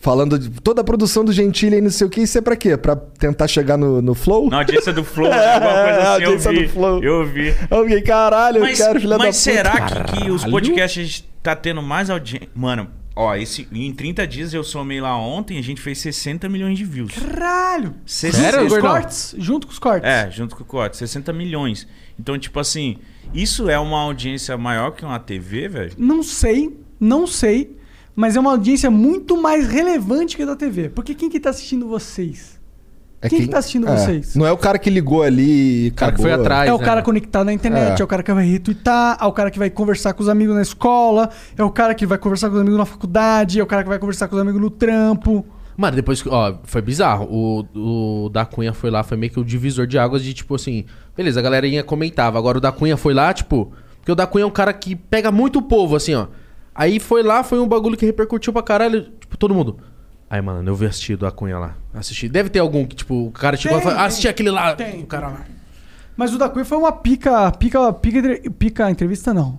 Speaker 3: Falando de toda a produção do Gentile e não sei o que, isso é pra quê? Pra tentar chegar no, no flow?
Speaker 5: Na audiência do Flow,
Speaker 2: [laughs]
Speaker 5: alguma coisa assim,
Speaker 3: É, a
Speaker 5: eu
Speaker 3: audiência
Speaker 5: vi.
Speaker 3: do Flow.
Speaker 5: Eu vi.
Speaker 3: Eu fiquei, caralho,
Speaker 5: Mas,
Speaker 3: eu quero, filha da
Speaker 5: mas
Speaker 3: puta.
Speaker 5: será que, que os podcasts tá tendo mais audiência? Mano, ó, esse, em 30 dias eu somei lá ontem, a gente fez 60 milhões de views.
Speaker 2: Caralho!
Speaker 5: 60
Speaker 4: Sério,
Speaker 2: os
Speaker 4: gordão?
Speaker 2: cortes, junto com os cortes.
Speaker 5: É, junto com o corte, 60 milhões. Então, tipo assim, isso é uma audiência maior que uma TV, velho?
Speaker 2: Não sei, não sei, mas é uma audiência muito mais relevante que a da TV. Porque quem que tá assistindo vocês?
Speaker 3: É
Speaker 2: Quem que tá assistindo
Speaker 3: é.
Speaker 2: vocês?
Speaker 3: Não é o cara que ligou ali e
Speaker 4: O cara que foi
Speaker 3: acabou.
Speaker 4: atrás.
Speaker 2: É o
Speaker 4: né?
Speaker 2: cara conectado na internet, é.
Speaker 3: É.
Speaker 2: o cara que vai retweetar, é o cara que vai conversar com os amigos na escola, é o cara que vai conversar com os amigos na faculdade, é o cara que vai conversar com os amigos no trampo.
Speaker 4: Mano, depois, que- ó, foi bizarro. O, o da Cunha foi lá, foi meio que o divisor de águas de tipo assim, beleza, a galerinha comentava. Agora o da Cunha foi lá, tipo, porque o da Cunha é um cara que pega muito o povo, assim, ó. Aí foi lá, foi um bagulho que repercutiu pra caralho, tipo, todo mundo. Aí, mano, eu vi assistido a Cunha lá. Assisti. Deve ter algum que, tipo, o cara chegou
Speaker 2: Tem,
Speaker 4: e falou,
Speaker 2: tem.
Speaker 4: ah, assisti aquele lá.
Speaker 2: Tem.
Speaker 4: O cara lá.
Speaker 2: Mas o da Cunha foi uma pica, pica, pica, entre- pica entrevista não.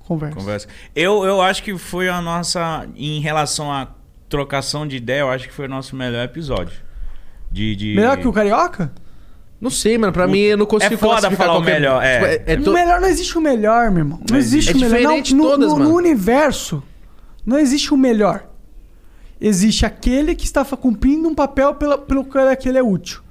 Speaker 2: Conversa.
Speaker 5: Conversa. Eu, eu acho que foi a nossa. Em relação à trocação de ideia, eu acho que foi o nosso melhor episódio. De. de...
Speaker 2: Melhor que o Carioca?
Speaker 4: Não sei, mano. Pra mim, eu não consigo
Speaker 5: É foda
Speaker 4: classificar
Speaker 5: falar o
Speaker 4: qualquer-
Speaker 5: melhor, é.
Speaker 4: Tipo, é
Speaker 2: O
Speaker 4: to-
Speaker 2: melhor não existe o melhor, meu irmão. Não existe
Speaker 4: É
Speaker 2: o melhor. Não,
Speaker 4: diferente
Speaker 2: no,
Speaker 4: todas,
Speaker 2: no-
Speaker 4: mano.
Speaker 2: no universo, não existe o melhor. Existe aquele que está fa- cumprindo um papel pela, pelo qual aquele é útil.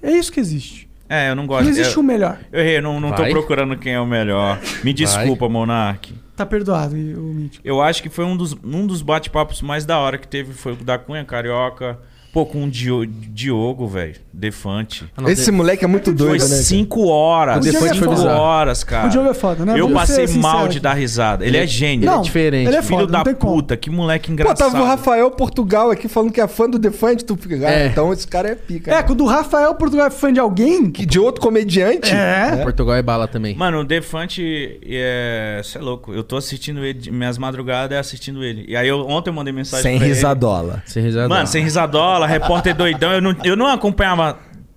Speaker 2: É isso que existe.
Speaker 5: É, eu não gosto.
Speaker 2: Não existe
Speaker 5: eu,
Speaker 2: o melhor.
Speaker 5: eu errei, eu não, não tô
Speaker 4: Vai.
Speaker 5: procurando quem é o melhor. Me desculpa, Monark.
Speaker 2: Tá perdoado, o mítico.
Speaker 5: Eu acho que foi um dos, um dos bate-papos mais da hora que teve. Foi o da Cunha Carioca. Pô, com o Dio- Diogo, velho. Defante.
Speaker 6: Esse moleque é muito
Speaker 5: Foi assim,
Speaker 6: doido, né? cara?
Speaker 5: cinco horas.
Speaker 2: O Diogo é
Speaker 5: cinco
Speaker 2: foda.
Speaker 5: horas, cara.
Speaker 2: O Diogo é foda, né? Vamos
Speaker 5: Eu
Speaker 2: ser
Speaker 5: passei
Speaker 2: sincero
Speaker 5: mal
Speaker 2: aqui.
Speaker 5: de dar risada. Ele é gênio.
Speaker 4: Ele é
Speaker 2: Não,
Speaker 4: diferente.
Speaker 2: Ele é
Speaker 5: Filho
Speaker 2: foda, não
Speaker 5: da
Speaker 2: tem como.
Speaker 5: puta, que moleque
Speaker 6: Pô,
Speaker 5: engraçado.
Speaker 6: tava o Rafael Portugal aqui falando que é fã do Defante, tu fica, ah,
Speaker 4: É.
Speaker 6: então esse cara é pica.
Speaker 2: É,
Speaker 6: né?
Speaker 2: quando o Rafael Portugal é fã de alguém.
Speaker 6: Que de outro comediante?
Speaker 2: É.
Speaker 4: Portugal é bala também.
Speaker 5: Mano, o Defante, é... cê é louco. Eu tô assistindo ele, de- minhas madrugadas é assistindo ele. E aí eu, ontem eu mandei mensagem
Speaker 6: Sem
Speaker 5: pra ele.
Speaker 6: risadola.
Speaker 4: Sem risada.
Speaker 5: Mano, sem risadola, repórter doidão. Eu não, eu não acompanhava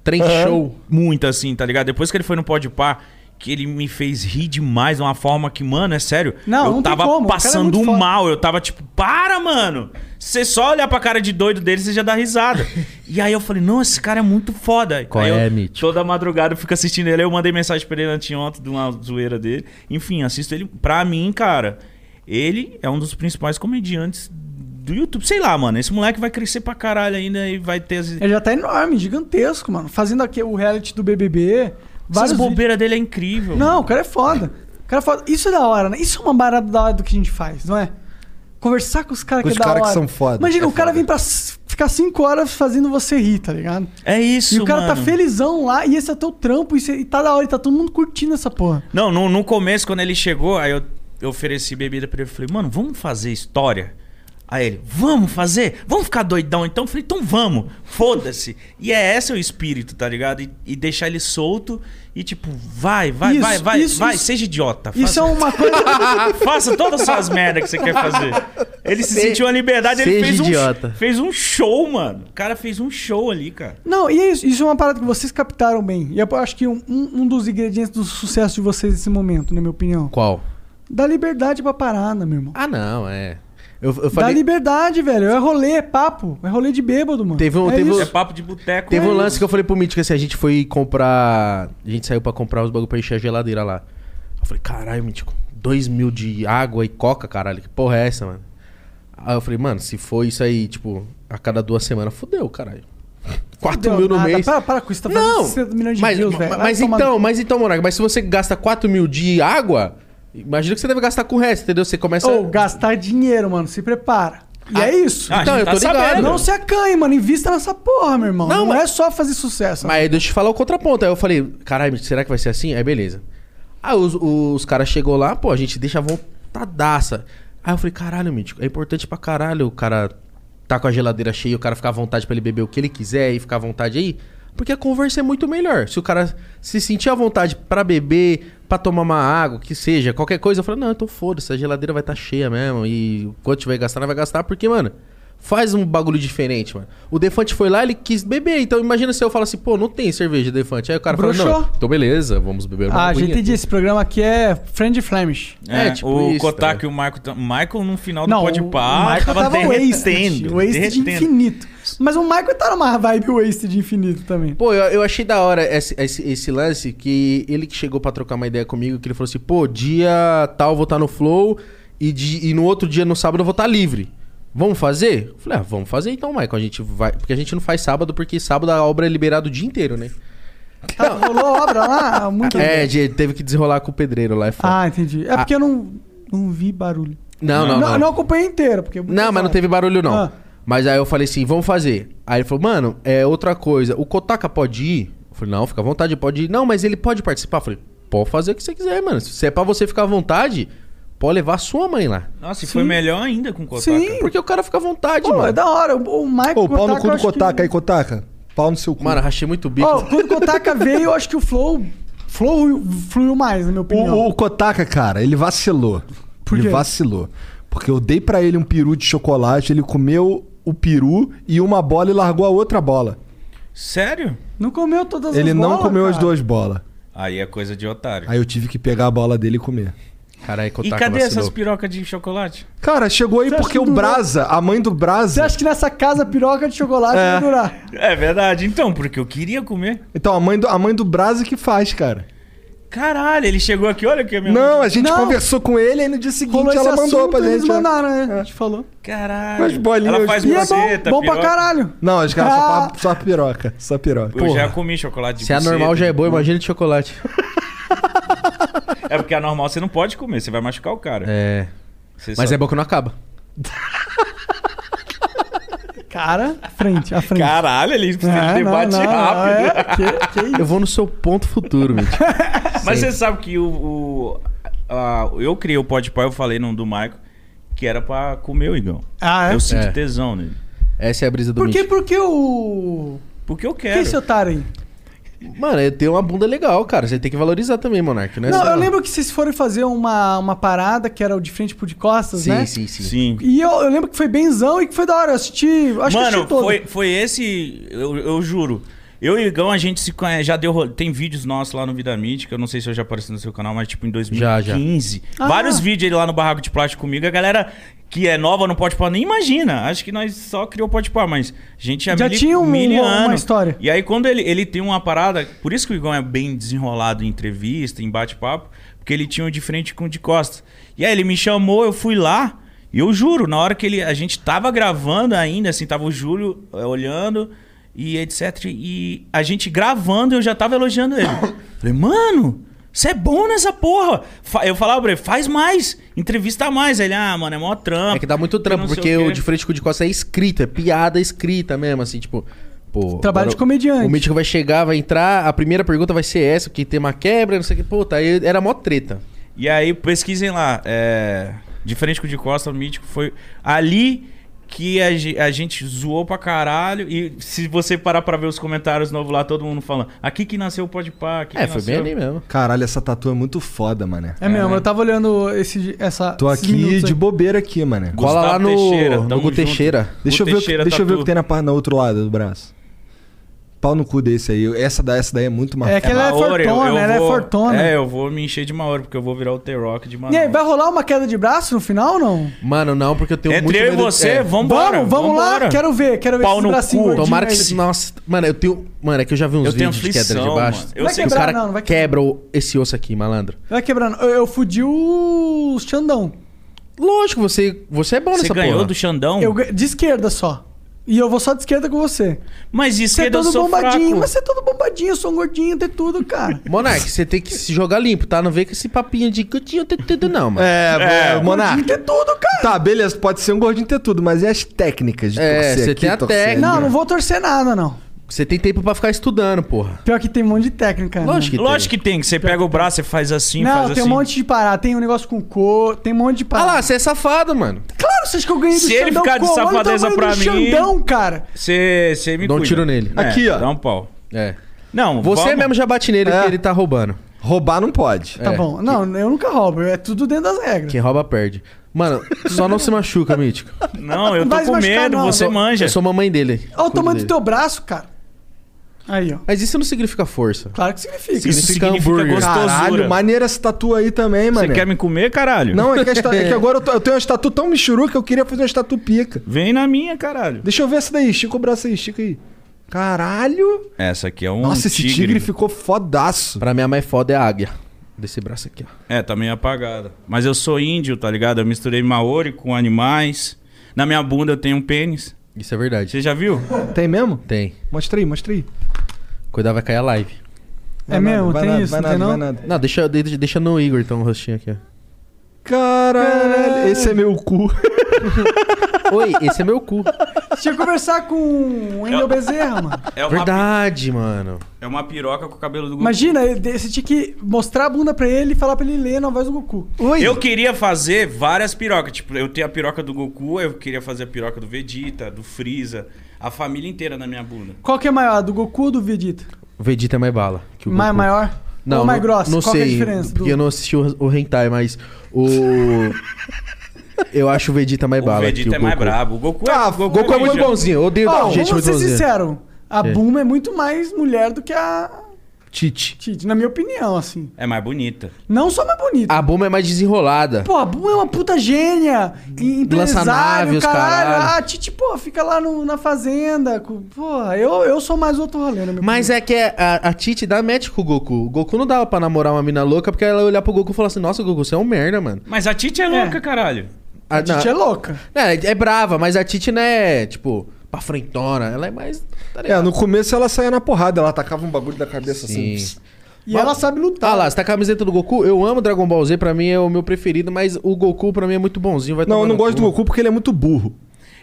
Speaker 4: Trem show.
Speaker 5: muito assim, tá ligado? Depois que ele foi no Pode Par, que ele me fez rir demais de uma forma que, mano, é sério.
Speaker 2: Não,
Speaker 5: eu
Speaker 2: não tem
Speaker 5: tava
Speaker 2: como, o cara é
Speaker 5: passando
Speaker 2: muito foda.
Speaker 5: mal, eu tava tipo, para, mano. Você só olhar pra cara de doido dele, você já dá
Speaker 2: [laughs]
Speaker 5: risada. e aí eu falei, não, esse cara é muito foda.
Speaker 4: Qual
Speaker 5: aí
Speaker 4: é,
Speaker 5: eu,
Speaker 4: mítico?
Speaker 5: Toda madrugada eu fico assistindo ele, aí eu mandei mensagem pra ele anteontem de uma zoeira dele. Enfim, assisto ele. Pra mim, cara, ele é um dos principais comediantes do YouTube. Sei lá, mano, esse moleque vai crescer pra caralho ainda e vai ter as...
Speaker 2: Ele já tá enorme, gigantesco, mano. Fazendo aqui o reality do BBB.
Speaker 5: Essas
Speaker 2: Vários vídeos.
Speaker 5: bobeiras dele é incrível.
Speaker 2: Não, o cara é foda. O cara é foda. Isso é da hora, né? Isso é uma barata da hora do que a gente faz, não é? Conversar com os caras
Speaker 6: Com
Speaker 2: que é
Speaker 6: os
Speaker 2: da hora.
Speaker 6: caras que são foda.
Speaker 2: Imagina,
Speaker 6: É
Speaker 2: o cara
Speaker 6: foda.
Speaker 2: vem pra s- ficar cinco horas fazendo você rir, tá ligado?
Speaker 5: É isso,
Speaker 2: e o cara tá
Speaker 5: mano.
Speaker 2: felizão lá e esse é teu trampo isso é- e tá da hora, e tá todo mundo curtindo essa porra.
Speaker 5: Não, no, no começo, quando ele chegou, aí eu, eu ofereci bebida pra ele. Falei, mano, vamos fazer história? Aí ele, vamos fazer? Vamos ficar doidão então? Eu falei, então vamos, foda-se. E é esse o espírito, tá ligado? E, e deixar ele solto e tipo, vai, vai,
Speaker 2: Isso,
Speaker 5: vai, vai,
Speaker 2: isso,
Speaker 5: vai,
Speaker 2: isso.
Speaker 5: seja idiota.
Speaker 2: Isso é
Speaker 5: faça,
Speaker 2: uma coisa.
Speaker 5: [laughs] faça todas as suas merdas que você quer fazer. Ele se
Speaker 4: Se-
Speaker 5: sentiu a liberdade, ele
Speaker 4: seja
Speaker 5: fez um,
Speaker 4: idiota.
Speaker 5: fez um show, mano. O cara fez um show ali, cara.
Speaker 2: Não, e é isso, isso é uma parada que vocês captaram bem. E eu acho que um, um um dos ingredientes do sucesso de vocês nesse momento, na minha opinião.
Speaker 4: Qual?
Speaker 2: Dá liberdade pra parada, meu irmão.
Speaker 4: Ah, não, é. Eu, eu
Speaker 2: Dá
Speaker 4: falei.
Speaker 2: liberdade, velho. É rolê, é papo. É rolê de bêbado, mano.
Speaker 4: Teve um-
Speaker 2: é
Speaker 4: teve um-
Speaker 5: É
Speaker 2: isso.
Speaker 5: papo de boteco.
Speaker 4: Teve
Speaker 5: é
Speaker 4: um
Speaker 5: isso.
Speaker 4: lance que eu falei pro Mítico assim, a gente foi comprar. A gente saiu pra comprar os bagulho pra encher a geladeira lá. Eu falei, caralho, Mítico, dois mil de água e coca, caralho, que porra é essa, mano? Aí eu falei, mano, se for isso aí, tipo, a cada duas semanas, fudeu, caralho. Quatro
Speaker 2: Deu
Speaker 4: mil no
Speaker 2: nada.
Speaker 4: mês.
Speaker 2: Para, para com isso, tá fazendo
Speaker 4: Não!
Speaker 2: 60 milhões de
Speaker 4: mas,
Speaker 2: views,
Speaker 4: ma-
Speaker 2: velho.
Speaker 4: mas,
Speaker 2: Vai tomar no-
Speaker 4: então, mas então, Monarca, mas se você gasta 4 mil de água, imagina que você deve gastar com o resto, entendeu? Você começa.
Speaker 2: Ou gastar dinheiro, mano. Se prepara. E é isso.
Speaker 5: Ah,
Speaker 4: Então,
Speaker 5: a gente
Speaker 4: eu tô ligado.
Speaker 5: sabendo.
Speaker 2: Não se acanhe, mano. Invista nessa porra, meu irmão. Não,
Speaker 4: Não, mas-
Speaker 2: é só fazer sucesso.
Speaker 4: Mas aí deixa eu te falar o contraponto. Aí eu falei, caralho, será que vai ser assim? Aí beleza. Aí os, os caras chegou lá, pô, a gente deixa vontadaça. Aí eu falei, caralho, mítico, é importante pra caralho o cara tá com a geladeira cheia, o cara ficar à vontade pra ele beber o que ele quiser e ficar à vontade aí. Porque a conversa é muito melhor. Se o cara se sentir à vontade pra beber, pra tomar uma água, que seja, qualquer coisa, eu falei, não, então foda-se, a geladeira vai estar cheia mesmo. E quanto tiver gastar, não vai gastar, porque, mano, Faz um bagulho diferente, mano. O Defante foi lá, ele quis beber. Então imagina se eu falo assim, pô, não tem cerveja, Defante. Aí o cara fala,
Speaker 2: Bruxou.
Speaker 4: não, então beleza, vamos beber uma
Speaker 2: ah, já
Speaker 4: aguinha.
Speaker 2: entendi. Esse programa aqui é Friend Flemish.
Speaker 5: É,
Speaker 4: É, tipo
Speaker 5: o
Speaker 4: isso,
Speaker 5: Kotak
Speaker 4: tá
Speaker 5: e o Michael. tam- Michael no final do
Speaker 2: Não,
Speaker 5: Pode
Speaker 2: o-
Speaker 5: Pá
Speaker 2: o Michael
Speaker 5: tava,
Speaker 2: tava, wasted.
Speaker 5: derretendo.
Speaker 2: Wasted
Speaker 5: derretendo.
Speaker 2: infinito. Mas o Michael tá numa vibe wasted infinito também.
Speaker 4: Pô, eu, eu achei da hora esse, esse- esse lance que ele que chegou pra trocar uma ideia comigo, que ele falou assim, pô, dia tal vou estar no Flow e, de- e no outro dia, no sábado, eu vou estar livre. Vamos fazer? Eu falei, ah, vamos fazer então, Michael. A gente vai. Porque a gente não faz sábado, porque sábado a obra é liberada o dia inteiro, né?
Speaker 2: Tá, rolou obra
Speaker 4: [laughs]
Speaker 2: lá? Muito
Speaker 4: É, de- teve que desenrolar com o pedreiro lá. É foda.
Speaker 2: Ah, entendi. É porque eu não, não vi barulho.
Speaker 4: não, não, não.
Speaker 2: não acompanhei inteiro. Porque é
Speaker 4: Não, mas não teve barulho, não.
Speaker 2: Ah.
Speaker 4: Mas aí eu falei assim, vamos fazer. Aí ele falou, mano, é outra coisa. O Kotaka pode ir? Eu falei, não, fica à vontade, pode ir. Não, mas ele pode participar. Eu falei, pode fazer o que você quiser, mano. Se é pra você ficar à vontade, pode levar a sua mãe lá.
Speaker 5: Nossa, e foi melhor ainda com o Kotak.
Speaker 2: Sim.
Speaker 4: Porque o cara fica à vontade,
Speaker 2: Pô,
Speaker 4: mano.
Speaker 2: é da hora. O o Michael.
Speaker 6: Ô, pau no cu do
Speaker 2: eu acho que-
Speaker 6: Kotaka aí, Kotaka. Pau no seu cu.
Speaker 4: Mano, rachei muito o bico.
Speaker 2: Ó, quando o Kotaka veio, eu acho que o Flow. Flow fluiu mais, na minha opinião.
Speaker 6: O, o Kotaka, cara, ele vacilou.
Speaker 2: Por
Speaker 6: ele
Speaker 2: quê?
Speaker 6: vacilou. Porque eu dei pra ele um peru de chocolate, ele comeu o peru e uma bola e largou a outra bola.
Speaker 5: Sério?
Speaker 2: Não comeu todas as
Speaker 6: ele não
Speaker 2: bolas,
Speaker 6: comeu as
Speaker 2: cara.
Speaker 6: duas bolas.
Speaker 5: Aí é coisa de otário.
Speaker 6: Aí eu tive que pegar a bola dele e comer.
Speaker 4: Caralho,
Speaker 5: E
Speaker 4: Kotaka
Speaker 5: cadê
Speaker 4: vacilou.
Speaker 5: essas pirocas de chocolate?
Speaker 6: Cara, chegou aí
Speaker 2: Você acha
Speaker 6: porque
Speaker 2: que
Speaker 6: o
Speaker 2: durou?
Speaker 6: Brasa, a mãe do
Speaker 2: Você
Speaker 6: Brasa.
Speaker 2: acha que nessa casa piroca de chocolate vai durar?
Speaker 5: É verdade, então, porque eu queria comer.
Speaker 6: Então, a mãe, do, a mãe do Brasa que faz, cara.
Speaker 5: Caralho, ele chegou aqui, olha que é minha
Speaker 6: Não,
Speaker 5: mãe.
Speaker 6: a gente
Speaker 2: Não.
Speaker 6: conversou com ele e no dia seguinte
Speaker 2: Rolou esse
Speaker 6: ela mandou
Speaker 2: assunto,
Speaker 6: pra
Speaker 2: eles
Speaker 6: gente. né?
Speaker 2: mandaram, né? A gente falou.
Speaker 5: Caralho.
Speaker 6: Mas bolinha,
Speaker 5: Ela
Speaker 6: eu-
Speaker 5: faz
Speaker 2: E é
Speaker 5: buceta,
Speaker 2: bom, bom pra
Speaker 5: piroca.
Speaker 2: caralho.
Speaker 6: Não, os caras
Speaker 2: Ah.
Speaker 6: só, pa- só piroca. Só piroca.
Speaker 5: Eu já comi chocolate de
Speaker 4: Se é
Speaker 5: buceta.
Speaker 4: normal já é boa, imagina de chocolate.
Speaker 5: É porque a normal você não pode comer, você vai machucar o cara.
Speaker 4: É.
Speaker 5: Você
Speaker 4: Mas
Speaker 5: só-
Speaker 4: é bom que não acaba.
Speaker 2: Cara, à frente, à frente.
Speaker 5: Caralho, ele, ele
Speaker 2: Ah, não,
Speaker 5: debate
Speaker 2: não,
Speaker 5: rápido.
Speaker 2: é, que- que isso?
Speaker 4: Eu vou no seu ponto futuro, Mitch.
Speaker 2: [laughs]
Speaker 5: Mas
Speaker 4: Sim.
Speaker 5: você sabe que o. o- a- eu criei o Pode Pai, eu falei no do Michael, que era pra comer o Igão.
Speaker 2: Ah, é?
Speaker 5: Eu sinto
Speaker 4: É.
Speaker 5: tesão nele.
Speaker 4: Essa é a brisa do
Speaker 2: Por que,
Speaker 4: Mitch.
Speaker 2: por que o...
Speaker 5: Porque eu
Speaker 2: Quem é
Speaker 5: quero.
Speaker 2: esse otário aí?
Speaker 4: Mano, ele tem uma bunda legal, cara. Você tem que valorizar também, Monark. Não, é
Speaker 2: Não,
Speaker 4: só-
Speaker 2: eu lembro que vocês foram fazer uma, uma parada que era o de frente pro de costas,
Speaker 4: Sim,
Speaker 2: né?
Speaker 4: sim, sim,
Speaker 5: Sim.
Speaker 2: E eu, eu lembro que foi benzão e que foi da hora. Eu assisti. Acho que eu
Speaker 5: Mano,
Speaker 2: assisti todo.
Speaker 5: foi, foi esse. Eu, eu juro. Eu e o Igão, a gente se conhece. Já deu. ro- Tem vídeos nossos lá no Vida Mítica. Eu não sei se eu já apareci no seu canal, mas tipo em
Speaker 4: Já, já.
Speaker 5: 2015.
Speaker 2: Ah.
Speaker 5: Vários vídeos ele lá no Barraco de Plástico comigo. A galera que é nova no Pode Pá nem imagina. Acho que nós só criou o Pode Pá, mas a gente é já
Speaker 2: Já tinha um- uma história.
Speaker 5: E aí quando ele, ele tem uma parada. Por isso que o Igão é bem desenrolado em entrevista, em bate-papo. Porque ele tinha o de frente com o de costas. E aí ele me chamou, eu fui lá. E eu juro, na hora que ele, a gente tava gravando ainda, assim, tava o Júlio é, olhando e etc. E a gente gravando, eu já tava elogiando ele. Falei, mano, você é bom nessa porra. Fa- Eu falava pra ele, faz mais, entrevista mais. Ele, ah, mano, é mó trampo.
Speaker 4: É que dá muito trampo,
Speaker 5: não sei
Speaker 4: porque
Speaker 5: quê."
Speaker 4: o de frente com o de costas é escrito, é piada escrita mesmo, assim, tipo. Pô,
Speaker 2: Trabalho
Speaker 4: agora
Speaker 2: de comediante.
Speaker 4: O mítico vai chegar, vai entrar, a primeira pergunta vai ser essa, que tem uma quebra, não sei o que. Puta, aí era mó treta.
Speaker 5: E aí, pesquisem lá. É... De frente com o de Costa, o Mítico foi ali que a, ge- a gente zoou pra caralho. E se você parar pra ver os comentários novos lá, todo mundo falando: aqui que nasceu o Pode Pá. Aqui
Speaker 4: É,
Speaker 5: que
Speaker 4: foi
Speaker 5: nasceu...
Speaker 4: bem ali mesmo.
Speaker 6: Caralho, essa tatu é muito foda, mané.
Speaker 2: É mesmo, eu tava olhando esse, essa.
Speaker 6: Tô
Speaker 2: esses
Speaker 6: aqui
Speaker 2: minutos
Speaker 6: de
Speaker 2: aí.
Speaker 6: bobeira aqui, mané.
Speaker 5: Gustavo
Speaker 4: Cola lá no,
Speaker 5: Teixeira,
Speaker 4: no
Speaker 5: tamo
Speaker 4: Gu
Speaker 5: junto.
Speaker 4: Teixeira.
Speaker 6: Deixa, eu ver, o que-
Speaker 5: Teixeira, tá
Speaker 6: deixa eu ver o que
Speaker 5: tatu.
Speaker 6: tem na, par- na outro lado do braço. Pau no cu desse aí. Essa, da- essa daí é muito
Speaker 2: É
Speaker 6: marcada.
Speaker 2: que ela é
Speaker 5: Maori, eu-
Speaker 2: fortona,
Speaker 5: eu
Speaker 2: ela
Speaker 5: vou-
Speaker 2: é fortona.
Speaker 5: É, eu vou me encher de Maori, porque eu vou virar o T-Rock de Maori.
Speaker 2: E aí, vai rolar uma queda de braço no final ou não?
Speaker 4: Mano, não, porque eu tenho muito
Speaker 5: Entre eu e
Speaker 4: medo...
Speaker 5: você,
Speaker 4: é.
Speaker 5: vambora.
Speaker 2: vamos, vamos lá,
Speaker 5: vambora.
Speaker 2: quero ver, quero ver
Speaker 5: Pau no cu.
Speaker 2: gordinho
Speaker 4: Tomara que...
Speaker 2: aí.
Speaker 4: você- Nossa, mano, eu tenho... Mano, é que eu já vi uns
Speaker 5: Eu tenho
Speaker 4: vídeos de queda de
Speaker 5: aflição,
Speaker 4: baixo.
Speaker 5: mano. Eu
Speaker 2: Vai
Speaker 5: sei
Speaker 4: que os
Speaker 2: quebrar,
Speaker 4: caras
Speaker 2: não, não vai quebrar.
Speaker 4: quebram esse osso aqui, malandro.
Speaker 2: Vai quebrando. Eu, eu fudi os Xandão.
Speaker 4: Lógico, você, você é bom
Speaker 5: Você
Speaker 4: nessa
Speaker 5: ganhou
Speaker 4: porra.
Speaker 5: do Xandão?
Speaker 2: Eu, gan- de esquerda só. E eu vou só de esquerda com você.
Speaker 5: Mas isso
Speaker 2: Você é
Speaker 5: que eu
Speaker 2: todo
Speaker 5: sou
Speaker 2: bombadinho,
Speaker 5: fraco.
Speaker 2: mas você é todo bombadinho, eu sou um gordinho, tem tudo, cara.
Speaker 4: Monark, você tem que se jogar limpo, tá? Não vem com esse papinho de que eu tinha tudo, não, mano.
Speaker 6: É, é Monark.
Speaker 2: Tem tudo, cara.
Speaker 6: Tá, beleza, pode ser um gordinho ter tudo, mas e as técnicas de
Speaker 4: É,
Speaker 6: torcer
Speaker 4: você
Speaker 6: aqui,
Speaker 4: tem a
Speaker 6: torcer ali?
Speaker 4: técnica.
Speaker 2: Não, não vou torcer nada, não.
Speaker 4: Você tem tempo pra ficar estudando, porra.
Speaker 2: Pior que tem um monte de técnica. né?
Speaker 4: Lógico que
Speaker 5: Uhum. Lógico que tem, que você pega o braço, você faz assim,
Speaker 2: Não,
Speaker 5: faz assim.
Speaker 2: tem um monte de parada. Tem um negócio com cor, tem um monte de
Speaker 4: Ah
Speaker 2: parada.
Speaker 5: tá.
Speaker 4: lá, você é safado, mano.
Speaker 2: claro, vocês que eu ganhei do
Speaker 5: Se ele
Speaker 2: Xandão
Speaker 5: ficar de
Speaker 2: como? Olha o
Speaker 5: safadeza
Speaker 2: tamanho
Speaker 5: pra
Speaker 2: do
Speaker 5: mim-
Speaker 2: Xandão, cara.
Speaker 5: Você, você me
Speaker 4: Dá um
Speaker 5: cuida.
Speaker 4: tiro nele.
Speaker 5: É,
Speaker 6: Aqui, ó.
Speaker 5: Dá um pau.
Speaker 4: É.
Speaker 5: Não,
Speaker 4: Você
Speaker 5: vamos-
Speaker 4: mesmo já bate nele
Speaker 6: É.
Speaker 4: porque ele tá roubando.
Speaker 6: Roubar não pode.
Speaker 4: É.
Speaker 2: Tá bom. Não, eu nunca roubo. É tudo dentro das regras.
Speaker 4: Quem rouba, perde. Mano, só não se machuca, [laughs] Mítico.
Speaker 5: Não, eu
Speaker 2: Não
Speaker 5: tô
Speaker 2: vai se
Speaker 5: com
Speaker 2: machucar,
Speaker 5: medo,
Speaker 2: não.
Speaker 5: você
Speaker 2: Eu
Speaker 5: manja.
Speaker 4: Eu sou mamãe dele.
Speaker 2: Olha o
Speaker 4: Cuido
Speaker 2: tamanho do
Speaker 4: dele.
Speaker 2: teu braço, cara. Aí, ó.
Speaker 4: Mas isso não significa força.
Speaker 2: Claro que significa.
Speaker 5: Isso significa,
Speaker 4: hambúrguer.
Speaker 5: gostosura.
Speaker 6: Caralho, maneira essa tatu aí também,
Speaker 5: Você
Speaker 6: mano.
Speaker 5: quer me comer, caralho?
Speaker 6: Não, é que, a esta- é que agora eu, tô- eu tenho uma tatu tão michuru que eu queria fazer uma tatu pica.
Speaker 5: Vem na minha, caralho.
Speaker 6: Deixa eu ver essa daí, estica o braço aí, estica aí. Caralho!
Speaker 5: Essa aqui é um
Speaker 6: Nossa, esse tigre, ficou fodaço.
Speaker 4: Pra minha mãe foda é a águia. Desse braço aqui, ó.
Speaker 5: É, tá meio apagada. Mas eu sou índio, tá ligado? Eu misturei maori com animais. Na minha bunda eu tenho um pênis.
Speaker 4: Isso é verdade.
Speaker 5: Você já viu?
Speaker 6: Tem mesmo?
Speaker 4: Tem.
Speaker 6: Mostra aí, mostra aí.
Speaker 4: Cuidado, vai cair a live.
Speaker 6: Vai
Speaker 2: É
Speaker 6: nada,
Speaker 2: mesmo?
Speaker 6: vai
Speaker 2: Tem
Speaker 6: nada,
Speaker 2: isso,
Speaker 6: vai
Speaker 2: não
Speaker 6: nada,
Speaker 2: tem não?
Speaker 6: vai nada.
Speaker 4: Não, deixa, de- deixa no Igor, então, o rostinho aqui, ó.
Speaker 6: Caralho, esse é meu cu.
Speaker 4: Oi, esse é meu cu.
Speaker 5: [laughs]
Speaker 2: Tinha que conversar com o Wendel Bezerra, mano.
Speaker 5: É uma,
Speaker 4: Verdade, mano.
Speaker 5: é uma piroca com o cabelo do Goku.
Speaker 2: Imagina, ele- você tinha que mostrar a bunda pra ele e falar pra ele ler na voz do Goku.
Speaker 5: Eu queria fazer várias pirocas. Tipo, eu tenho a piroca do Goku, eu queria fazer a piroca do Vegeta, do Freeza. A família inteira na minha bunda.
Speaker 2: Qual que é maior, a do Goku ou do Vegeta?
Speaker 4: O Vegeta é mais bala. Que o
Speaker 2: mais
Speaker 4: Goku.
Speaker 2: maior?
Speaker 4: Não,
Speaker 2: ou mais
Speaker 4: não-
Speaker 2: grossa?
Speaker 4: Não
Speaker 2: Qual
Speaker 4: sei,
Speaker 2: que é a diferença?
Speaker 4: porque eu não assisti o, o Hentai, mas o... [laughs] eu acho o Vegeta mais
Speaker 5: O
Speaker 4: bala que
Speaker 5: Vegeta é
Speaker 4: o
Speaker 5: mais
Speaker 4: Goku.
Speaker 5: brabo. O Goku é,
Speaker 4: Ah, o Goku, é muito
Speaker 5: ninja.
Speaker 4: bonzinho. Eu odeio
Speaker 2: Ó,
Speaker 4: gente
Speaker 2: vamos
Speaker 4: muito
Speaker 2: ser
Speaker 4: bonzinha.
Speaker 2: sincero. A
Speaker 4: É.
Speaker 2: Buma é muito mais mulher do que a...
Speaker 3: Tite.
Speaker 2: Tite, na minha opinião, assim.
Speaker 5: É mais bonita.
Speaker 2: Não só mais bonita.
Speaker 4: A bomba é mais desenrolada.
Speaker 2: Pô, a Bu é uma puta gênia. e Empresário,
Speaker 4: nave, os
Speaker 2: caralho.
Speaker 4: Hum. caralho.
Speaker 2: Ah, Titi, pô, fica lá no- na fazenda. com- Porra, eu, eu sou mais outro rolê, né, meu
Speaker 4: Mas é que a, a Titi dá match com o Goku. O Goku não dava pra namorar uma mina louca porque ela ia olhar pro Goku e falar assim: Nossa, Goku, você é um merda, mano.
Speaker 5: Mas a Titi é louca, caralho.
Speaker 4: A,
Speaker 2: A Titi é louca.
Speaker 4: é... é brava, mas a Titi não é, tipo, pra frentona. Ela é mais. Tá
Speaker 3: É,
Speaker 4: ligado?
Speaker 3: no começo ela saía na porrada, ela atacava um bagulho da cabeça assim.
Speaker 4: Sim.
Speaker 3: pss.
Speaker 2: E ela sabe lutar.
Speaker 4: Ah lá, você tá com a camiseta do Goku? Eu amo Dragon Ball Z, pra mim é o meu preferido, mas o Goku pra mim é muito bonzinho. Vai
Speaker 3: Não, eu
Speaker 4: tomar
Speaker 3: não
Speaker 4: no
Speaker 3: gosto
Speaker 4: cu.
Speaker 3: do Goku porque ele é muito burro.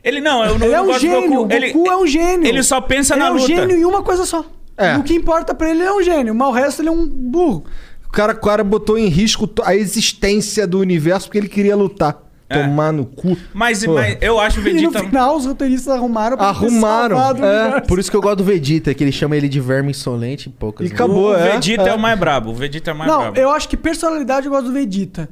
Speaker 5: Ele não, eu não
Speaker 2: Ele é
Speaker 5: eu
Speaker 2: um
Speaker 5: gosto do
Speaker 2: gênio. O Goku
Speaker 5: Ele-
Speaker 2: é um gênio.
Speaker 5: Ele só pensa
Speaker 2: Ele
Speaker 5: na
Speaker 2: é um
Speaker 5: luta.
Speaker 2: gênio em uma coisa só.
Speaker 3: É.
Speaker 2: O que importa pra ele ele é um gênio, mas o resto ele é um burro.
Speaker 3: O cara, o cara botou em risco to- a existência do universo porque ele queria lutar.
Speaker 5: É.
Speaker 3: Tomar no cu.
Speaker 5: Mas,
Speaker 3: Pô.
Speaker 5: mas
Speaker 2: [laughs]
Speaker 5: eu acho o
Speaker 2: E no
Speaker 5: Vegeta.
Speaker 2: final os roteiristas arrumaram pra ele ter
Speaker 3: Arrumaram,
Speaker 2: salvado o
Speaker 3: é.
Speaker 2: universo.
Speaker 4: Por isso que eu gosto do Vegeta, que ele chama ele de verme insolente e poucas.
Speaker 3: E
Speaker 4: vezes.
Speaker 3: acabou,
Speaker 5: o
Speaker 3: é,
Speaker 5: Vegeta é,
Speaker 3: é.
Speaker 5: o mais brabo. O Vegeta é o mais
Speaker 2: Não,
Speaker 5: brabo.
Speaker 2: eu acho que personalidade eu gosto do Vegeta.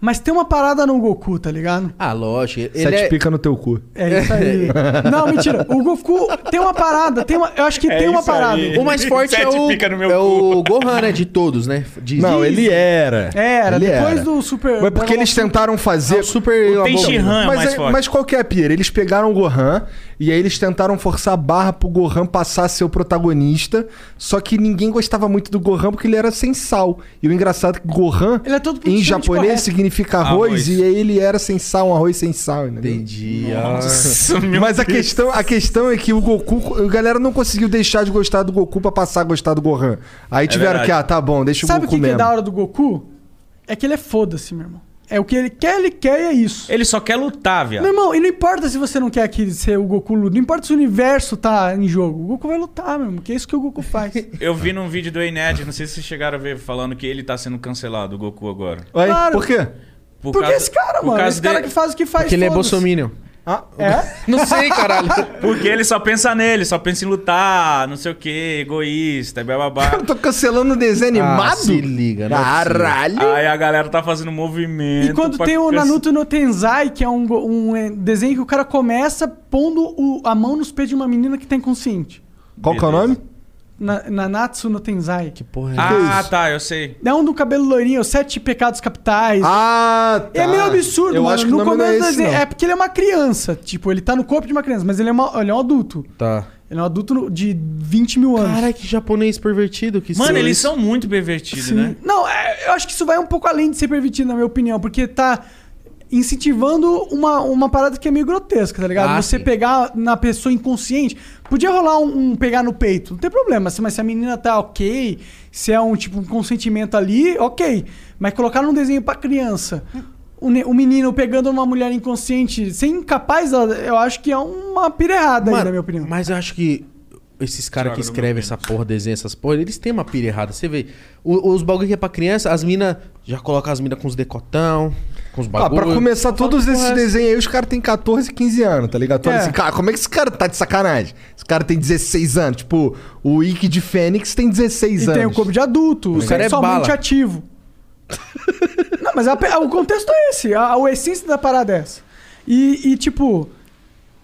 Speaker 2: Mas tem uma parada no Goku, tá ligado?
Speaker 4: Ah, lógico. Ele
Speaker 3: Sete
Speaker 4: é...
Speaker 3: pica no teu cu.
Speaker 2: É isso aí. Não, mentira. O Goku tem uma parada. Tem uma, eu acho que tem uma
Speaker 5: isso
Speaker 2: parada.
Speaker 5: aí.
Speaker 4: O mais forte é
Speaker 5: Sete
Speaker 4: o,
Speaker 5: pica no meu
Speaker 4: é o Gohan, né? De todos, né? Dizem.
Speaker 3: Não, ele era.
Speaker 2: Era,
Speaker 3: Ele
Speaker 2: depois
Speaker 3: era.
Speaker 2: do Super.
Speaker 3: é.
Speaker 2: um
Speaker 3: Mas é porque eles tentaram fazer.
Speaker 4: É o super...
Speaker 5: Tem
Speaker 4: abominável.
Speaker 5: Shihan é o
Speaker 3: mas,
Speaker 5: mais
Speaker 3: aí-
Speaker 5: forte.
Speaker 3: mas qual que é a pira? Eles pegaram o Gohan e aí eles tentaram forçar a barra pro Gohan passar a ser o protagonista. Só que ninguém gostava muito do Gohan porque ele era sem sal. E o engraçado é que Gohan,
Speaker 2: Ele é todo
Speaker 3: em
Speaker 2: politicamente
Speaker 3: japonês,
Speaker 2: correto.
Speaker 3: significa arroz,
Speaker 5: Arroz.
Speaker 3: e aí ele era sem sal, um arroz sem sal. entendeu?
Speaker 4: Entendi. Ah,
Speaker 5: Nossa, meu
Speaker 3: Mas a
Speaker 5: Deus.
Speaker 3: questão, a questão é que o Goku, a galera não conseguiu deixar de gostar do Goku pra passar a gostar do Gohan. Aí tiveram
Speaker 5: verdade.
Speaker 3: que, ah, tá bom, deixa o
Speaker 2: Sabe o
Speaker 3: Goku
Speaker 2: que, que é
Speaker 3: mesmo.
Speaker 2: da hora do Goku? É que ele é foda-se, meu irmão. É o que ele quer, ele quer e é isso.
Speaker 5: Ele só quer lutar, viado.
Speaker 2: Meu irmão, e não importa se você não quer que ser o Goku luta, não importa se o universo tá em jogo, o Goku vai lutar, meu irmão, que é isso que o Goku faz.
Speaker 5: Eu vi num vídeo do Ened, não sei se vocês chegaram a ver, falando que ele tá sendo cancelado, o Goku agora.
Speaker 3: Ué,
Speaker 2: Claro.
Speaker 3: por quê?
Speaker 5: Por
Speaker 2: Porque
Speaker 5: causa-
Speaker 2: esse cara,
Speaker 5: por
Speaker 2: mano,
Speaker 5: causa
Speaker 2: esse cara
Speaker 5: dele-
Speaker 2: que faz o que faz.
Speaker 4: Porque ele é
Speaker 2: foda-se.
Speaker 4: bolsominion.
Speaker 3: Ah,
Speaker 2: É?
Speaker 4: Não sei, [laughs] caralho.
Speaker 5: Porque ele só pensa nele, só pensa em lutar, não sei o que, egoísta, e bababá.
Speaker 2: [laughs]
Speaker 3: Eu [laughs] tô cancelando o desenho é animado?
Speaker 4: Ah, se liga, não é
Speaker 3: Caralho.
Speaker 5: Aí a galera tá fazendo movimento.
Speaker 2: E quando
Speaker 5: pra
Speaker 2: tem o
Speaker 5: cance-
Speaker 2: Nanuto no Tenzai, que é um, go- um, é, desenho que o cara começa pondo o- a mão nos peitos de uma menina que tá inconsciente.
Speaker 3: Qual que é o nome?
Speaker 2: Na, Nanatsu no Tenzai.
Speaker 4: Que porra é
Speaker 5: Ah,
Speaker 3: isso?
Speaker 5: tá, eu sei.
Speaker 2: É um do cabelo loirinho, os sete pecados capitais.
Speaker 3: Ah, tá.
Speaker 2: É meio absurdo,
Speaker 3: Eu
Speaker 2: mano.
Speaker 3: acho que
Speaker 2: no
Speaker 3: o nome não
Speaker 2: começo
Speaker 3: é
Speaker 2: do
Speaker 3: esse,
Speaker 2: desenho-
Speaker 3: não.
Speaker 2: é porque ele é uma criança. Tipo, ele tá no corpo de uma criança, mas ele é, uma- ele é um adulto.
Speaker 4: Tá.
Speaker 2: Ele é um adulto no- de 20 mil anos.
Speaker 4: Cara, que japonês pervertido que
Speaker 5: Mano,
Speaker 4: são
Speaker 5: eles
Speaker 4: isso.
Speaker 5: são muito pervertidos,
Speaker 2: Sim.
Speaker 5: né?
Speaker 2: Não, é, eu acho que isso vai um pouco além de ser permitido, na minha opinião, porque tá incentivando uma, uma parada que é meio grotesca, tá ligado?
Speaker 4: Ah,
Speaker 2: Você
Speaker 4: sim.
Speaker 2: pegar na pessoa inconsciente. Podia rolar um, um pegar no peito, não tem problema. se- Mas se a menina tá ok, se é um tipo um consentimento ali, ok. Mas colocar num desenho pra criança. O, ne- o menino pegando uma mulher inconsciente, sem incapaz, ela- eu acho que é uma pira errada aí,
Speaker 4: Mano,
Speaker 2: na minha opinião.
Speaker 4: Mas eu acho que esses caras que
Speaker 5: Joga no
Speaker 4: escrevem
Speaker 5: meu
Speaker 4: essa porra, desenham essas porra, eles têm uma pira errada. Você vê, o- os bagulho que é pra criança, as minas já colocam as minas com os decotão, com os
Speaker 3: Ah,
Speaker 4: bagulho.
Speaker 3: pra começar todos esses
Speaker 4: Porra.
Speaker 3: desenhos aí, os caras têm 14, 15 anos, tá ligado? Tu olha
Speaker 2: É.
Speaker 3: assim, cara, como é que esse cara tá de sacanagem? Esse cara tem 16 anos. Tipo, o Ikki de Fênix tem 16
Speaker 2: E
Speaker 3: anos.
Speaker 2: tem o corpo de adulto,
Speaker 4: cara é
Speaker 2: sexualmente
Speaker 4: bala.
Speaker 2: ativo. [laughs] Não, mas a pe- o contexto é esse. A, a essência da parada é essa. E, e, tipo,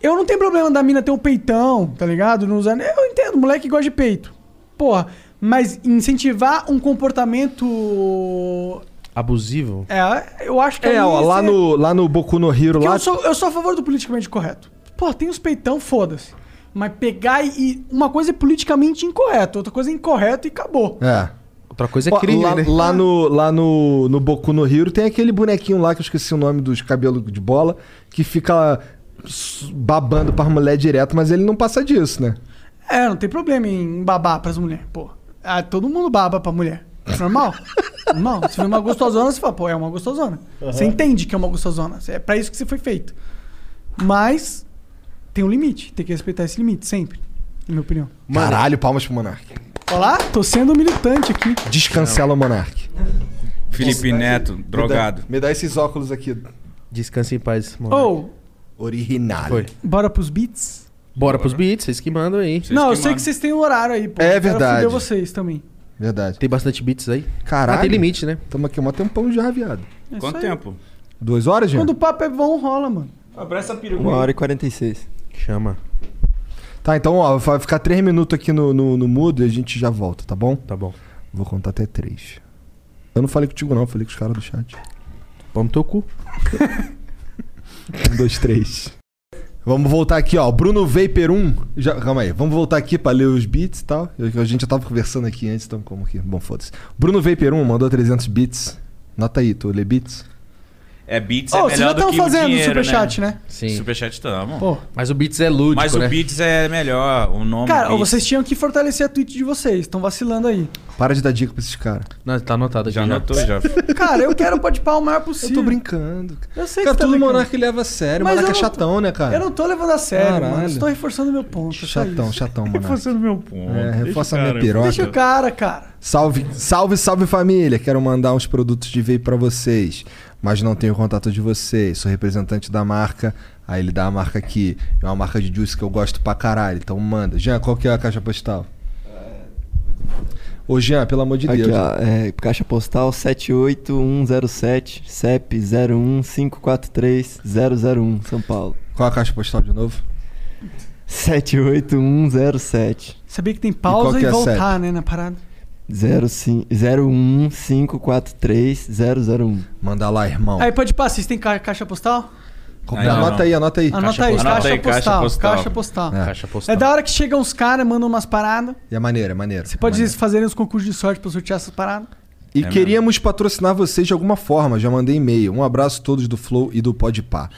Speaker 2: eu não tenho problema da mina ter um peitão, tá ligado? Não usar- Eu entendo, moleque gosta de peito. Porra, mas incentivar um comportamento.
Speaker 4: Abusivo?
Speaker 2: É, eu acho que. aí
Speaker 3: É, ó, lá
Speaker 2: você-
Speaker 3: no, lá no Boku no Hero,
Speaker 2: que
Speaker 3: lá
Speaker 2: eu, sou, eu sou a favor do politicamente correto. Pô, tem os peitão, foda-se. Mas pegar e- e. Uma coisa é politicamente incorreto, outra coisa é incorreto e acabou.
Speaker 3: É.
Speaker 4: Outra coisa é
Speaker 3: Ó,
Speaker 4: crime,
Speaker 3: lá,
Speaker 4: né?
Speaker 3: lá no, lá no, no Boku no Hero tem aquele bonequinho lá que eu esqueci o nome dos cabelos de bola, que fica s- babando pra mulher direto, mas ele não passa disso, né?
Speaker 2: É, não tem problema em babar pras mulheres, pô. Ah, todo mundo baba pra mulher.
Speaker 5: [laughs]
Speaker 2: Normal. Normal. Você vê uma gostosona, você fala, pô, é uma gostosona. Você entende que é uma gostosona. É pra isso que você foi feito. Mas tem um limite. Tem que respeitar esse limite, sempre. Na minha opinião.
Speaker 3: Caralho, palmas pro Monark.
Speaker 2: Olá, tô sendo militante aqui.
Speaker 3: Descancela o Monark.
Speaker 5: Felipe Neto,
Speaker 2: é
Speaker 5: drogado.
Speaker 3: Me dá esses óculos aqui.
Speaker 4: Descanse em paz, mano.
Speaker 5: Oh.
Speaker 2: Ou,
Speaker 3: Original.
Speaker 4: Foi.
Speaker 2: Oh, bora pros beats?
Speaker 4: Bora pros beats, vocês que mandam aí.
Speaker 5: Vocês
Speaker 2: não, eu
Speaker 5: que
Speaker 2: sei
Speaker 5: mandam.
Speaker 2: que vocês têm um horário aí, pô.
Speaker 3: É
Speaker 2: Eu quero
Speaker 3: verdade.
Speaker 2: fuder vocês também.
Speaker 3: Verdade.
Speaker 4: Tem bastante beats aí.
Speaker 3: Caralho.
Speaker 4: Ah, tem limite, né?
Speaker 3: Tamo aqui um tempão já, viado.
Speaker 2: É isso
Speaker 5: Quanto
Speaker 2: aí.
Speaker 5: tempo?
Speaker 3: Duas horas, gente?
Speaker 2: Quando o papo é bom, rola, mano.
Speaker 5: Abraça a peruca.
Speaker 11: Uma hora e 46.
Speaker 4: Chama.
Speaker 3: Tá, então, ó, vai ficar três minutos aqui no, no, no mudo e a gente já volta, tá bom?
Speaker 4: Tá bom.
Speaker 3: Vou contar até três. Eu não falei contigo, não, eu falei com os caras do chat.
Speaker 4: Vamos no teu cu.
Speaker 3: Um, dois, três. Vamos voltar aqui, ó. Bruno Vapor 1. Já, calma aí. Vamos voltar aqui pra ler os bits e tal. Eu- A gente já tava conversando aqui antes, então como que... Bom, foda-se. Bruno Vapor 1 mandou 300 bits. Nota aí, tu lê bits?
Speaker 5: É Beats é
Speaker 2: Ô,
Speaker 5: melhor
Speaker 2: Oh, vocês já
Speaker 5: do
Speaker 2: estão
Speaker 5: que
Speaker 2: fazendo
Speaker 5: o dinheiro,
Speaker 2: superchat, né?
Speaker 5: né?
Speaker 4: Sim.
Speaker 5: Superchat estamos.
Speaker 2: Pô,
Speaker 4: Mas o Beats é lúdico,
Speaker 5: Mas
Speaker 4: né?
Speaker 5: o Beats é melhor, o nome
Speaker 2: cara,
Speaker 5: Beats.
Speaker 2: vocês tinham que fortalecer a tweet de vocês. Estão vacilando aí.
Speaker 3: Para de dar dica pra esses caras.
Speaker 4: Não, tá anotado aqui.
Speaker 5: Já anotou,
Speaker 2: [laughs]
Speaker 5: já.
Speaker 2: Cara, eu quero pode o maior possível.
Speaker 3: Eu tô brincando. cara.
Speaker 2: Eu sei
Speaker 3: Cara,
Speaker 2: que você tá
Speaker 3: tudo
Speaker 2: brincando.
Speaker 3: Monark leva a sério.
Speaker 2: Mas
Speaker 3: Monark é
Speaker 2: eu não-
Speaker 3: chatão, né, cara?
Speaker 2: Eu não tô levando a sério,
Speaker 3: Caralho.
Speaker 2: mano. Estou reforçando meu ponto. é só
Speaker 3: Chatão,
Speaker 2: isso. [laughs]
Speaker 3: chatão, Monark.
Speaker 5: Reforçando meu ponto.
Speaker 3: É,
Speaker 5: Deixa
Speaker 3: reforça
Speaker 5: o
Speaker 3: a minha
Speaker 5: cara.
Speaker 3: piroca.
Speaker 2: Deixa o cara, cara.
Speaker 3: Salve, salve, salve família! Quero mandar uns produtos de vape pra vocês, mas não tenho contato de vocês. Sou representante da marca. Aí ele dá a marca aqui. É uma marca de juice que eu gosto pra caralho. Então manda. Jean, qual que é a caixa postal? Ô Jean, pelo amor de
Speaker 10: Aqui,
Speaker 3: Deus.
Speaker 10: ó, é, caixa postal 78107, CEP 01543-001, São Paulo.
Speaker 3: Qual a caixa postal de novo?
Speaker 10: 78107,
Speaker 2: Sabia que tem
Speaker 3: qual
Speaker 2: pausa
Speaker 3: que
Speaker 2: e,
Speaker 3: é a
Speaker 2: voltar, né, na parada.
Speaker 10: 01543-001.
Speaker 3: Manda lá, irmão.
Speaker 2: Aí pode passar, vocês têm ca- caixa postal?
Speaker 3: Qual-
Speaker 5: Aí,
Speaker 3: anota
Speaker 5: não.
Speaker 3: aí, anota aí.
Speaker 2: Anota
Speaker 3: Caixa
Speaker 2: aí,
Speaker 3: postal.
Speaker 5: postal.
Speaker 2: caixa,
Speaker 5: Anota aí,
Speaker 2: postal,
Speaker 5: caixa postal.
Speaker 2: Caixa postal.
Speaker 3: É.
Speaker 4: Ah. Caixa postal.
Speaker 2: É da hora que chegam uns caras, mandam umas paradas.
Speaker 3: E é maneiro, é maneiro.
Speaker 2: Você pode
Speaker 3: maneiro.
Speaker 2: fazer uns concursos de sorte pra sortear essas paradas.
Speaker 3: E
Speaker 5: É
Speaker 3: queríamos patrocinar vocês de alguma forma. Já mandei e-mail. Um abraço a todos do Flow e do Podpah.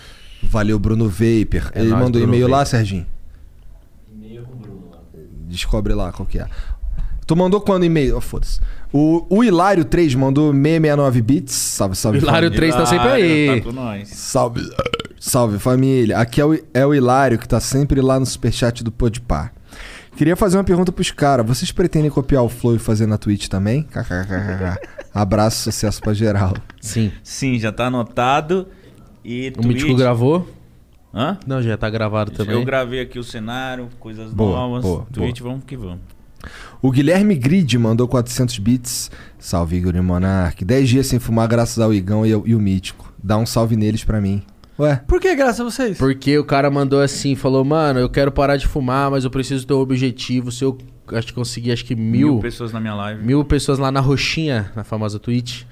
Speaker 3: Valeu, Bruno Vapor.
Speaker 4: É
Speaker 3: Ele
Speaker 4: nóis,
Speaker 3: mandou
Speaker 4: Bruno
Speaker 3: e-mail lá,
Speaker 4: Vapor.
Speaker 3: Serginho? Descobre lá qual que é. Tu mandou quando e-mail? Oh, Foda-se. O, o Hilário 3 mandou 669 bits. Salve, salve.
Speaker 4: Hilário
Speaker 3: família.
Speaker 4: O três tá sempre
Speaker 5: Hilário,
Speaker 4: aí.
Speaker 5: Tá com nós.
Speaker 3: Salve. Salve, família. Aqui é o, é o Hilário que tá sempre lá no superchat do Podpah. Queria fazer uma pergunta pros caras. Vocês pretendem copiar o Flow e fazer na Twitch também? [laughs] KKKKK. Abraço, sucesso pra geral.
Speaker 4: Sim.
Speaker 5: Sim, já tá anotado. E
Speaker 4: O Mítico gravou?
Speaker 5: Hã?
Speaker 4: Não, já tá gravado também.
Speaker 5: Eu gravei aqui o cenário, coisas
Speaker 3: Boa,
Speaker 5: novas.
Speaker 3: boa,
Speaker 5: Twitch, vamos que vamos.
Speaker 3: O Guilherme Grid mandou 400 bits. Salve, Igor e Monark. 10 dias sem fumar graças ao Igão e, ao- e o Mítico. Dá um salve neles pra mim. Ué,
Speaker 2: Por que, graças a vocês?
Speaker 4: Porque o cara mandou assim, falou, mano, eu quero parar de fumar, mas eu preciso ter um objetivo. Se eu acho que conseguir acho que mil, mil,
Speaker 5: pessoas na minha live.
Speaker 4: pessoas lá na roxinha, na famosa Twitch,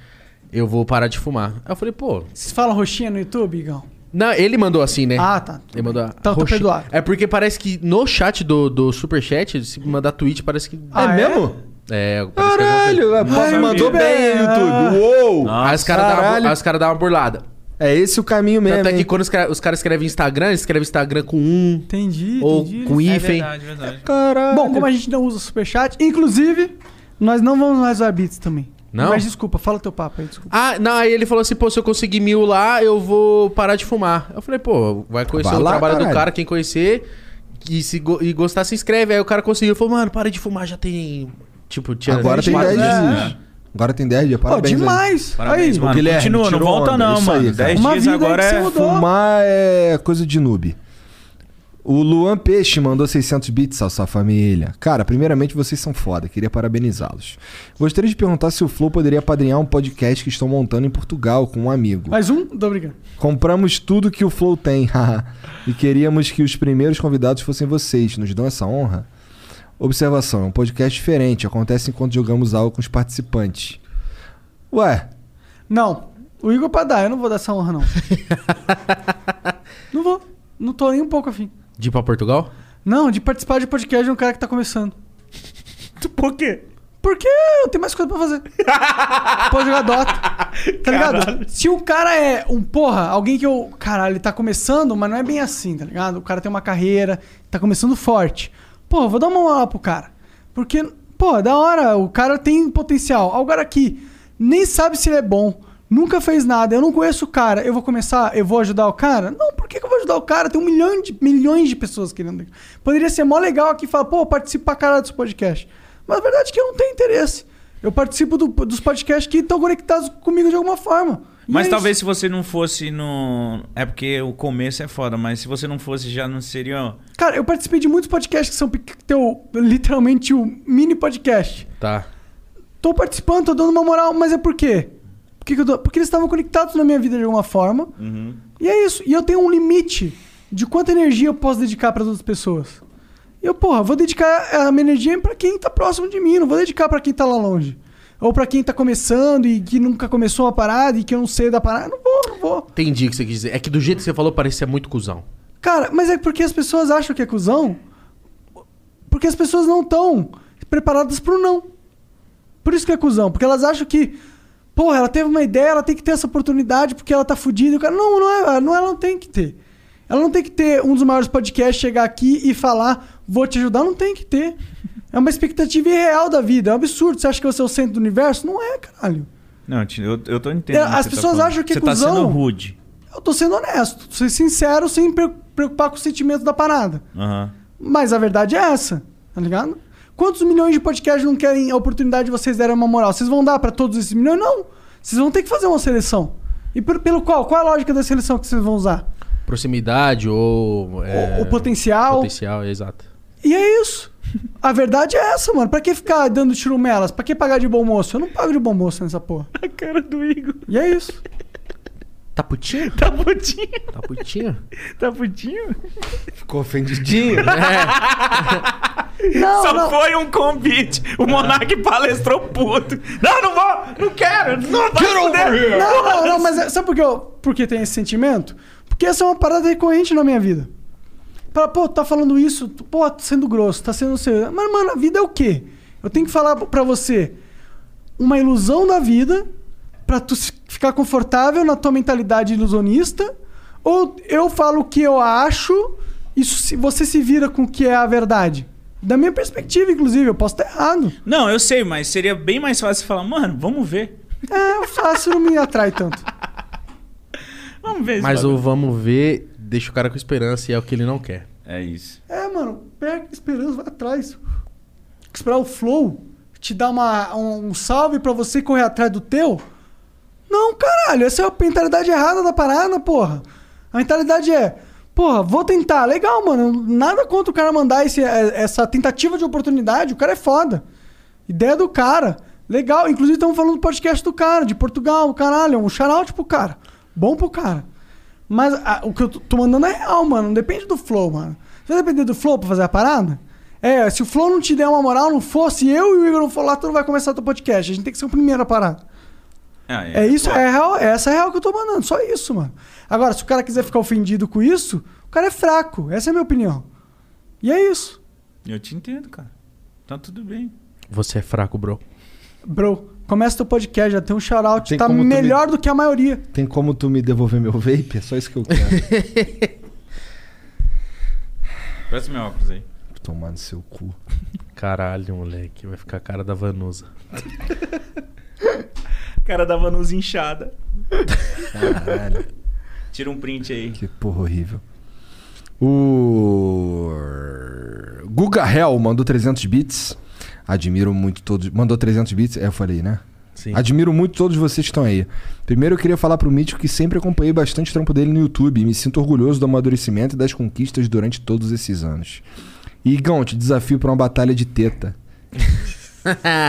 Speaker 4: eu vou parar de fumar. Aí eu falei, pô.
Speaker 2: Vocês falam roxinha no YouTube, Igão?
Speaker 4: Não, ele mandou assim,
Speaker 3: É.
Speaker 4: né?
Speaker 2: Ah, tá.
Speaker 4: Ele mandou.
Speaker 2: Então tá
Speaker 4: roxinha.
Speaker 2: perdoado.
Speaker 4: É porque parece que no chat do, do Superchat, se mandar tweet, parece que.
Speaker 2: Ah, é?
Speaker 4: É, parece que é alguma coisa.
Speaker 3: Caralho,
Speaker 2: Ai,
Speaker 3: mandou
Speaker 2: meu
Speaker 3: bem, né?
Speaker 2: Deus.
Speaker 3: YouTube. Uou!
Speaker 4: Aí os caras dão
Speaker 3: Caralho.
Speaker 4: uma- aí os caras dão uma burlada.
Speaker 3: É esse o caminho mesmo.
Speaker 4: Tanto é que
Speaker 3: hein?
Speaker 4: quando os caras cara escrevem Instagram, eles escrevem Instagram com um,
Speaker 2: Entendi,
Speaker 4: ou
Speaker 2: entendi.
Speaker 4: com
Speaker 5: É
Speaker 4: hífen.
Speaker 5: verdade, verdade.
Speaker 3: Caralho.
Speaker 2: Bom, como a gente não usa superchat, inclusive, nós não vamos mais usar bits também.
Speaker 4: Não?
Speaker 2: Mas desculpa, fala teu papo aí, desculpa.
Speaker 4: Ah, não, aí ele falou assim, pô, se eu conseguir mil lá, eu vou parar de fumar. Eu falei, pô, vai conhecer
Speaker 3: Vai
Speaker 4: o
Speaker 3: lá,
Speaker 4: trabalho
Speaker 3: caralho.
Speaker 4: do cara, quem conhecer e, se go- e gostar, se inscreve. Aí o cara conseguiu, falou, mano, para de fumar, já tem... Tipo, tinha...
Speaker 3: Agora tem 10
Speaker 4: quatro-
Speaker 3: dias. É. Agora tem 10 dias.
Speaker 2: Pô,
Speaker 3: Parabéns. aí.
Speaker 2: demais!
Speaker 5: Parabéns,
Speaker 2: aí,
Speaker 5: mano.
Speaker 3: Guilherme,
Speaker 5: Continua, não
Speaker 3: tirou
Speaker 5: volta
Speaker 3: onda.
Speaker 5: não,
Speaker 3: Isso
Speaker 5: mano.
Speaker 3: aí, cara.
Speaker 5: 10
Speaker 2: Uma
Speaker 5: dias
Speaker 2: vida aí
Speaker 5: agora
Speaker 2: que você
Speaker 5: é...
Speaker 2: mudou.
Speaker 3: Fumar é coisa de noob. O Luan Peixe mandou 600 bits à sua família. Cara, primeiramente vocês são foda, queria parabenizá-los. Gostaria de perguntar se o Flow poderia apadrinhar um podcast que estão montando em Portugal com um amigo.
Speaker 2: Mais um? Tô brincando.
Speaker 3: Compramos tudo que o Flow tem, [laughs] haha. e queríamos que os primeiros convidados fossem vocês. Nos dão essa honra? Observação: é um podcast diferente, acontece enquanto jogamos algo com os participantes. Ué,
Speaker 2: Não, o Igor pra dar, eu não vou dar essa honra,
Speaker 5: [laughs]
Speaker 2: não. não vou. Não tô nem um pouco afim.
Speaker 4: De ir pra Portugal?
Speaker 2: Não, de participar de podcast de um cara que tá começando.
Speaker 5: Por quê?
Speaker 2: Porque eu tenho mais coisa pra fazer.
Speaker 5: [laughs]
Speaker 2: Pode jogar Dota. Tá ligado? Se o cara é um porra, alguém que eu. Caralho, ele tá começando, mas não é bem assim, tá ligado? O cara tem uma carreira, tá começando forte. Pô, eu vou dar uma moral pro cara. Porque, pô, é da hora, o cara tem potencial. Agora aqui, nem sabe se ele é bom. Nunca fez nada, eu não conheço o cara, eu vou começar, eu vou ajudar o cara? Não, por que, que eu vou ajudar o cara? Tem um milhão de, milhões de pessoas querendo. Poderia ser mó legal aqui falar, pô, participa pra caralho desse podcast. Mas a verdade é que eu não tenho interesse. Eu participo do- dos podcasts que estão conectados comigo de alguma forma. E
Speaker 5: Mas
Speaker 2: é
Speaker 5: talvez
Speaker 2: isso.
Speaker 5: se você não fosse no... É porque o começo é foda, mas se você não fosse já não seria...
Speaker 2: Cara, eu participei de muitos podcasts que são pe- que tem o- literalmente o mini podcast.
Speaker 4: Tá.
Speaker 2: Tô participando, tô dando uma moral, mas é por quê? Por que que eu tô- Porque eles estavam conectados na minha vida de alguma forma. E é isso. E eu tenho um limite de quanta energia eu posso dedicar para outras pessoas. E eu, porra, vou dedicar a minha energia pra quem tá próximo de mim, não vou dedicar pra quem tá lá longe. Ou pra quem tá começando e que nunca começou uma parada e que eu não sei da parada, não vou, não vou.
Speaker 4: Entendi o que você quis dizer. É que do jeito que você falou, parecia muito cuzão.
Speaker 2: Cara, mas é porque as pessoas acham que é cuzão. Porque as pessoas não estão preparadas pro não. Por isso que é cuzão. Porque elas acham que, porra, ela teve uma ideia, ela tem que ter essa oportunidade porque ela tá fudida. E o cara, não, não é, não, ela não tem que ter. Ela não tem que ter um dos maiores podcasts chegar aqui e falar, vou te ajudar. Não tem que ter. É uma expectativa irreal da vida. É um absurdo. Você acha que você é o centro do universo? Não é, caralho.
Speaker 5: Não, eu, eu tô entendendo. o que
Speaker 2: As
Speaker 5: você tá
Speaker 2: pessoas
Speaker 5: falando.
Speaker 2: acham que é
Speaker 5: Você tá
Speaker 2: cuzão.
Speaker 5: sendo rude.
Speaker 2: Eu tô sendo honesto, tô sendo sincero, sem pre- preocupar com o sentimento da parada.
Speaker 5: Aham.
Speaker 2: Mas a verdade é essa, tá ligado? Quantos milhões de podcasts não querem a oportunidade de vocês darem uma moral? Vocês vão dar pra todos esses milhões? Não. Vocês vão ter que fazer uma seleção. E por- pelo qual? Qual é a lógica da seleção que vocês vão usar?
Speaker 4: Proximidade ou. é,
Speaker 2: O, o potencial.
Speaker 4: Potencial, exato.
Speaker 2: E é isso. A verdade é essa, mano. Pra que ficar dando tirumelas? Pra que pagar de bom moço? Eu não pago de bom moço nessa porra. A cara do Igor. E é isso. [laughs]
Speaker 4: Tá putinho?
Speaker 12: Tá putinho?
Speaker 4: Tá putinho?
Speaker 12: Tá putinho?
Speaker 3: Ficou ofendidinho?
Speaker 2: Não,
Speaker 12: Só
Speaker 2: não.
Speaker 12: foi um convite. O Monark palestrou puto. Não, não vou. Não quero. Não vai poder.
Speaker 2: Não, não, não, mas é- sabe por que, eu, por que tem esse sentimento? Porque essa é uma parada recorrente na minha vida. Para, pô, tá falando isso, tu- pô, tá sendo grosso, tá sendo. seu- Mas, mano, a vida é o quê? Eu tenho que falar pra você uma ilusão da vida pra tu se- ficar confortável na tua mentalidade ilusionista? Ou eu falo o que eu acho e se- você se vira com o que é a verdade? Da minha perspectiva, inclusive, eu posso estar errado.
Speaker 5: Não, eu sei, mas seria bem mais fácil falar, mano, vamos ver.
Speaker 2: É, eu faço, não me atrai tanto.
Speaker 5: Vamos ver esse
Speaker 4: Mas
Speaker 5: bagulho.
Speaker 4: o vamos ver deixa o cara com esperança e é o que ele não quer.
Speaker 5: É isso.
Speaker 2: É, mano, pega a esperança, vai atrás. Esperar o flow te dar uma, um, um salve pra você correr atrás do teu? Não, caralho, essa é a mentalidade errada da parada, porra. A mentalidade é, porra, vou tentar. Legal, mano, nada contra o cara mandar esse- é, essa tentativa de oportunidade, o cara é foda. Ideia do cara. Legal, inclusive estamos falando do podcast do cara, de Portugal, caralho, um shout pro cara. Bom pro cara. Mas ah, o que eu tô- tô mandando é real, mano. Não depende do flow, mano. Se vai depender do flow pra fazer a parada, é, se o flow não te der uma moral, não fosse eu e o Igor não for lá, tu não vai começar teu podcast. A gente tem que ser o primeiro a parada.
Speaker 5: Ah, é.
Speaker 2: É isso, é real, essa é a real que eu tô mandando. Só isso, mano. Agora, se o cara quiser ficar ofendido com isso, o cara é fraco. Essa é a minha opinião. E é isso.
Speaker 5: Eu te entendo, cara. Tá tudo bem.
Speaker 4: Você é fraco, bro.
Speaker 2: Bro, começa teu podcast, já tem um shout-out.
Speaker 3: Tem
Speaker 2: Tá
Speaker 3: como tu me-
Speaker 2: melhor do que a maioria.
Speaker 3: [laughs] Tem como tu me devolver meu vape? É só isso que eu
Speaker 5: [laughs]
Speaker 3: quero.
Speaker 5: Presta meu óculos aí.
Speaker 3: Tomar no seu cu.
Speaker 4: Caralho, moleque. Vai ficar a cara da Vanusa.
Speaker 12: O cara dava nos inchada.
Speaker 3: Caralho.
Speaker 5: Tira um print aí.
Speaker 3: Que porra horrível. O Guga Hell mandou 300 bits. Admiro muito todos. Mandou 300 bits, é, eu falei, né?
Speaker 4: Sim.
Speaker 3: Admiro muito todos vocês que estão aí. Primeiro eu queria falar pro Mítico que sempre acompanhei bastante o trampo dele no YouTube e me sinto orgulhoso do amadurecimento e das conquistas durante todos esses anos. E Igão, te desafio pra uma batalha de teta.
Speaker 4: [laughs]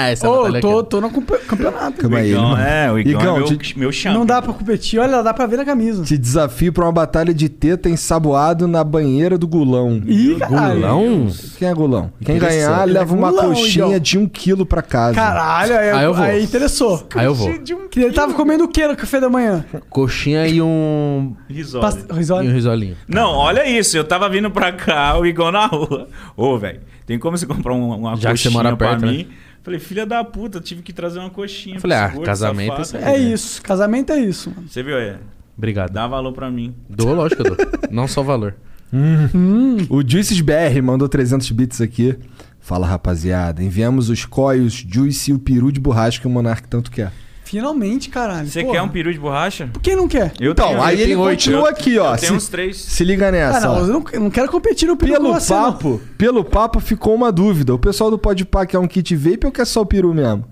Speaker 4: Essa
Speaker 2: Ô,
Speaker 4: batalha
Speaker 2: tô,
Speaker 4: aqui. é
Speaker 2: tô no campe- campeonato.
Speaker 3: Calma aí, ele
Speaker 5: Igão,
Speaker 3: mandou.
Speaker 5: é, o Igão,
Speaker 3: Igão,
Speaker 5: é meu,
Speaker 3: te-
Speaker 5: meu chão.
Speaker 2: Não dá pra competir, olha, dá pra ver na camisa.
Speaker 3: Te desafio pra uma batalha de teta ensaboado na banheira do Gulão.
Speaker 2: Ih, caralho.
Speaker 4: Gulão?
Speaker 3: Quem é Gulão? Quem ganhar
Speaker 4: Interessante.
Speaker 3: leva uma
Speaker 2: Gulão,
Speaker 3: coxinha
Speaker 2: Igão.
Speaker 3: de um quilo pra casa.
Speaker 2: Caralho, aí,
Speaker 4: Ah, Assim. eu vou.
Speaker 2: aí interessou.
Speaker 4: Aí eu vou.
Speaker 5: um
Speaker 2: Que ele tava comendo o que no café da manhã?
Speaker 4: Coxinha e um.
Speaker 5: Risório.
Speaker 2: Past...
Speaker 4: e um
Speaker 2: Risório?
Speaker 4: risolinho.
Speaker 5: Não, olha isso. Eu tava vindo pra cá, o Igão na rua. Ô, velho, tem como você comprar um- uma
Speaker 4: Já que você
Speaker 5: coxinha
Speaker 4: mora
Speaker 5: pra
Speaker 4: perto,
Speaker 5: mim? Falei, filha da puta, eu tive que trazer uma coxinha.
Speaker 4: Eu falei,
Speaker 5: pra
Speaker 4: ah,
Speaker 5: esse gordo
Speaker 4: casamento é
Speaker 5: safado.
Speaker 4: isso aí.
Speaker 2: É isso, casamento é isso, mano.
Speaker 5: Você viu aí?
Speaker 4: Obrigado.
Speaker 5: Dá valor pra mim.
Speaker 4: Dou, lógico que eu dou. Não só valor.
Speaker 3: O Juices BR mandou 300 bits aqui. Fala, rapaziada. Enviamos os coios, Juice e o peru de borracha que o Monark tanto quer.
Speaker 2: Finalmente, caralho.
Speaker 5: Você
Speaker 2: porra.
Speaker 5: quer um peru de borracha?
Speaker 2: Quem não quer?
Speaker 5: Eu
Speaker 3: Então, aí ele
Speaker 5: tenho oito.
Speaker 3: continua aqui, ó.
Speaker 5: Eu
Speaker 3: Se,
Speaker 5: tenho uns três.
Speaker 3: se liga
Speaker 2: Ah,
Speaker 3: nessa.
Speaker 2: não,
Speaker 3: ó.
Speaker 2: eu não, eu não quero competir no peru
Speaker 3: Pelo
Speaker 2: com você, não.
Speaker 3: papo, pelo papo ficou uma dúvida. O pessoal do Podpah quer um kit vape ou quer só o peru mesmo?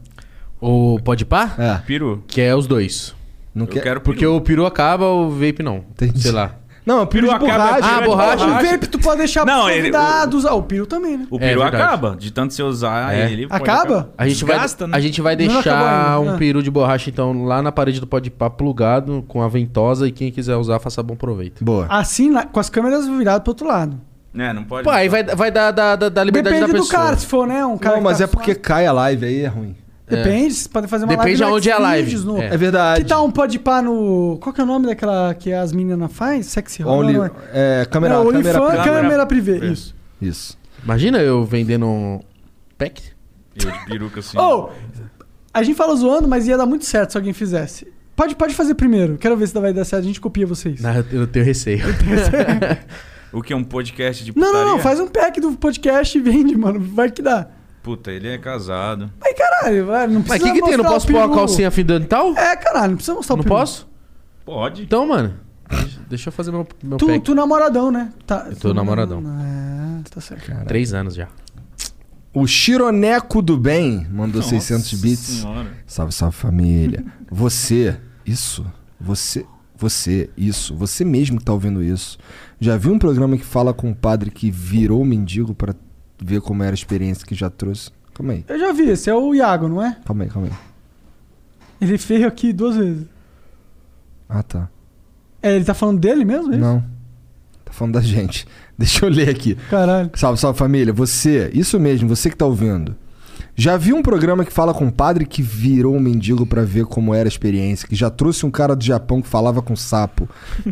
Speaker 4: O pode par?
Speaker 3: É.
Speaker 5: Peru.
Speaker 4: Que é os dois.
Speaker 3: Não
Speaker 5: Eu
Speaker 3: quer.
Speaker 5: quero
Speaker 4: Porque o peru acaba, o vape não.
Speaker 3: Entendi.
Speaker 4: Sei lá.
Speaker 3: Não, é o peru,
Speaker 5: Peru
Speaker 3: de
Speaker 5: acaba-
Speaker 3: borracha.
Speaker 5: Ah,
Speaker 3: É de
Speaker 5: borracha.
Speaker 2: O vape tu pode deixar
Speaker 5: Não,
Speaker 2: pros
Speaker 5: ele-
Speaker 2: convidados. Ah, o peru também, né?
Speaker 5: O peru
Speaker 4: verdade.
Speaker 5: acaba. De tanto você usar
Speaker 4: É.
Speaker 5: ele. pode
Speaker 2: Acaba?
Speaker 5: acabar.
Speaker 4: A gente,
Speaker 5: Desgasta,
Speaker 4: vai,
Speaker 5: né?
Speaker 4: a gente vai
Speaker 2: Não, não
Speaker 4: deixar
Speaker 2: acabou ainda.
Speaker 4: um
Speaker 2: Ah.
Speaker 4: peru de borracha, então, lá na parede do pode par plugado com a ventosa e quem quiser usar, faça bom proveito.
Speaker 3: Boa.
Speaker 2: Assim, na- com as câmeras viradas pro outro lado.
Speaker 5: É, não pode.
Speaker 4: Pô, aí vai, vai dar da, da, da liberdade
Speaker 2: Depende
Speaker 4: da
Speaker 2: do
Speaker 4: pessoa.
Speaker 2: cara, se for, né? Um cara
Speaker 3: Não,
Speaker 2: que
Speaker 3: mas
Speaker 2: tá
Speaker 3: é porque cai a live aí, é ruim.
Speaker 2: Depende, vocês podem fazer uma
Speaker 4: Depende
Speaker 2: live.
Speaker 4: de onde é a live.
Speaker 2: Xvideos
Speaker 4: É.
Speaker 3: É verdade.
Speaker 2: Que tal um pode pá no. Qual que é o nome daquela que as meninas fazem? Sexy Home,
Speaker 3: Only,
Speaker 2: não é?
Speaker 3: é, câmera,
Speaker 2: Não,
Speaker 3: câmera,
Speaker 2: OnlyFans,
Speaker 3: privada.
Speaker 2: câmera,
Speaker 5: câmera É.
Speaker 2: privê.
Speaker 5: privê.
Speaker 2: Isso.
Speaker 3: Isso.
Speaker 4: Imagina eu vendendo um pack.
Speaker 5: Eu de peruca assim.
Speaker 2: Ou, Oh, a gente fala zoando, mas ia dar muito certo se alguém fizesse. Pode, pode fazer primeiro. Quero ver se vai dar certo. A gente copia vocês.
Speaker 4: Não, eu tenho receio.
Speaker 5: O que é um podcast de
Speaker 2: Não,
Speaker 5: putaria?
Speaker 2: não, não. Faz um pack do podcast e vende, mano. Vai que dá.
Speaker 5: Puta, ele é casado.
Speaker 2: Mas caralho, vai, não
Speaker 4: Mas
Speaker 2: precisa
Speaker 4: o que, que tem? Não
Speaker 2: mostrar
Speaker 4: posso
Speaker 2: o
Speaker 4: pôr uma
Speaker 2: peru.
Speaker 4: calcinha fio dental?
Speaker 2: É, caralho. Não precisa mostrar
Speaker 4: Não
Speaker 2: o peru.
Speaker 4: posso?
Speaker 5: Pode.
Speaker 4: Então, mano. deixa- Deixa eu fazer meu, meu
Speaker 2: Tu,
Speaker 4: pack.
Speaker 2: tu namoradão, né? Tá,
Speaker 4: Eu tô namoradão.
Speaker 2: É, tá certo.
Speaker 4: Três anos já.
Speaker 3: O Chironeco do Bem mandou 600 bits.
Speaker 5: Senhora.
Speaker 3: Salve, salve família. Você, isso, você, você, isso, você mesmo que tá ouvindo isso. Já viu um programa que fala com um padre que virou mendigo pra ver como era a experiência que já trouxe? Calma aí,
Speaker 2: Eu já vi, esse é o Iago, não é?
Speaker 3: calma aí, calma aí.
Speaker 2: Ele fez aqui duas vezes.
Speaker 3: Ah, tá.
Speaker 2: É, ele tá falando dele mesmo? é isso?
Speaker 3: Não. Tá falando da gente. [laughs] Deixa eu ler aqui.
Speaker 2: Caralho.
Speaker 3: Salve, salve família. Você, isso mesmo, você que tá ouvindo. Já viu um programa que fala com um padre que virou um mendigo pra ver como era a experiência, que já trouxe um cara do Japão que falava com sapo,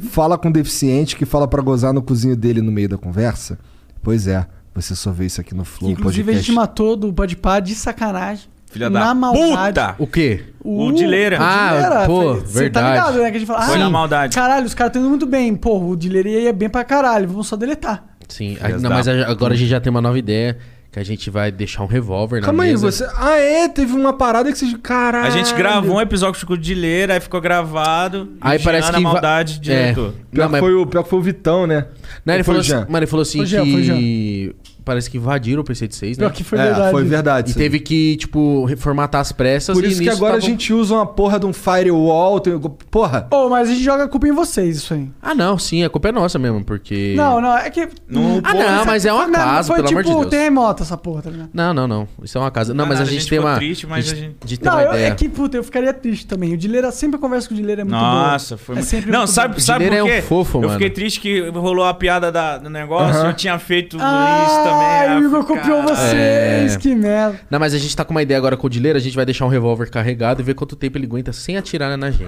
Speaker 3: fala com um deficiente que fala pra gozar no cozinho dele no meio da conversa? Pois é, você só vê isso aqui no Flow
Speaker 2: Inclusive, a
Speaker 3: Podcast.
Speaker 2: gente matou do Podpah de sacanagem.
Speaker 5: Filha
Speaker 2: Na
Speaker 5: da
Speaker 2: maldade.
Speaker 5: puta!
Speaker 4: O quê?
Speaker 5: O Dileira.
Speaker 4: Ah, pô,
Speaker 2: Você tá
Speaker 4: verdade.
Speaker 2: ligado, né? Que a gente fala,
Speaker 5: Foi
Speaker 2: ah,
Speaker 5: na maldade.
Speaker 2: Caralho, os caras estão indo muito bem. Pô, o Dileira ia bem pra caralho. Vamos só deletar.
Speaker 4: Sim. a- não, mas a- agora a gente já tem uma nova ideia. Que a gente vai deixar um revólver na
Speaker 3: Calma aí,
Speaker 4: mesa.
Speaker 3: você. Ah, é? Teve uma parada que você. Caralho.
Speaker 5: A gente gravou um episódio que ficou de ler, aí ficou gravado. e
Speaker 4: Aí
Speaker 5: o
Speaker 4: parece
Speaker 5: Jean
Speaker 4: que...
Speaker 5: na
Speaker 4: inva-
Speaker 5: maldade, diretor.
Speaker 4: É.
Speaker 3: Pior,
Speaker 4: Não, mas
Speaker 3: que foi o, pior que foi o Vitão, né?
Speaker 4: Não, ele
Speaker 3: Ou foi
Speaker 4: falou,
Speaker 3: o Jean?
Speaker 4: assim, mano, ele falou assim
Speaker 2: Foi Jean, foi
Speaker 4: que. Parece que invadiram o PC de 6, né?
Speaker 2: Pior que né? foi
Speaker 3: é,
Speaker 2: verdade.
Speaker 3: foi verdade.
Speaker 4: E
Speaker 3: sim.
Speaker 4: teve que, tipo, reformatar as pressas.
Speaker 3: Por
Speaker 4: e
Speaker 3: isso que
Speaker 4: nisso
Speaker 3: agora
Speaker 4: tava-
Speaker 3: a gente usa uma porra de um firewall. Tem... Porra.
Speaker 2: Ô, mas a gente joga a culpa em vocês, isso aí.
Speaker 4: Ah, não, sim, a culpa é nossa mesmo, porque.
Speaker 2: Não, não, é que.
Speaker 5: Não,
Speaker 4: Ah, não, mas é um
Speaker 2: Foi- não,
Speaker 4: acaso,
Speaker 2: foi
Speaker 4: pelo
Speaker 2: tipo
Speaker 4: amor de Deus.
Speaker 2: terremoto essa porra, tá ligado?
Speaker 4: Não, não, não. Isso é uma casa. Não,
Speaker 5: Não,
Speaker 4: mas a
Speaker 5: nada,
Speaker 4: gente, tem
Speaker 5: ficou
Speaker 4: uma.
Speaker 5: triste, mas a gente-
Speaker 4: De ter
Speaker 2: Não,
Speaker 4: uma
Speaker 2: eu,
Speaker 4: ideia.
Speaker 2: é que, puta, eu ficaria triste também. O Dileira sempre conversa com o Dileira, é muito boa.
Speaker 5: Nossa, foi
Speaker 2: é
Speaker 5: muito...
Speaker 2: sempre
Speaker 5: Não,
Speaker 2: muito
Speaker 5: sabe,
Speaker 2: bom.
Speaker 5: sabe por
Speaker 4: Dileira
Speaker 5: quê?
Speaker 4: é um fofo,
Speaker 5: eu
Speaker 4: mano.
Speaker 5: fiquei triste que rolou a piada da- do negócio, eu tinha feito isso também.
Speaker 2: Ah,
Speaker 5: aí
Speaker 2: o Igor
Speaker 5: eu fiquei,
Speaker 2: copiou
Speaker 5: "Caralho".
Speaker 2: vocês,
Speaker 4: É.
Speaker 2: que merda.
Speaker 4: Não, mas a gente tá com uma ideia agora com o Dileira, a gente vai deixar um revólver carregado e ver quanto tempo ele aguenta sem atirar
Speaker 2: [laughs]
Speaker 4: na gente.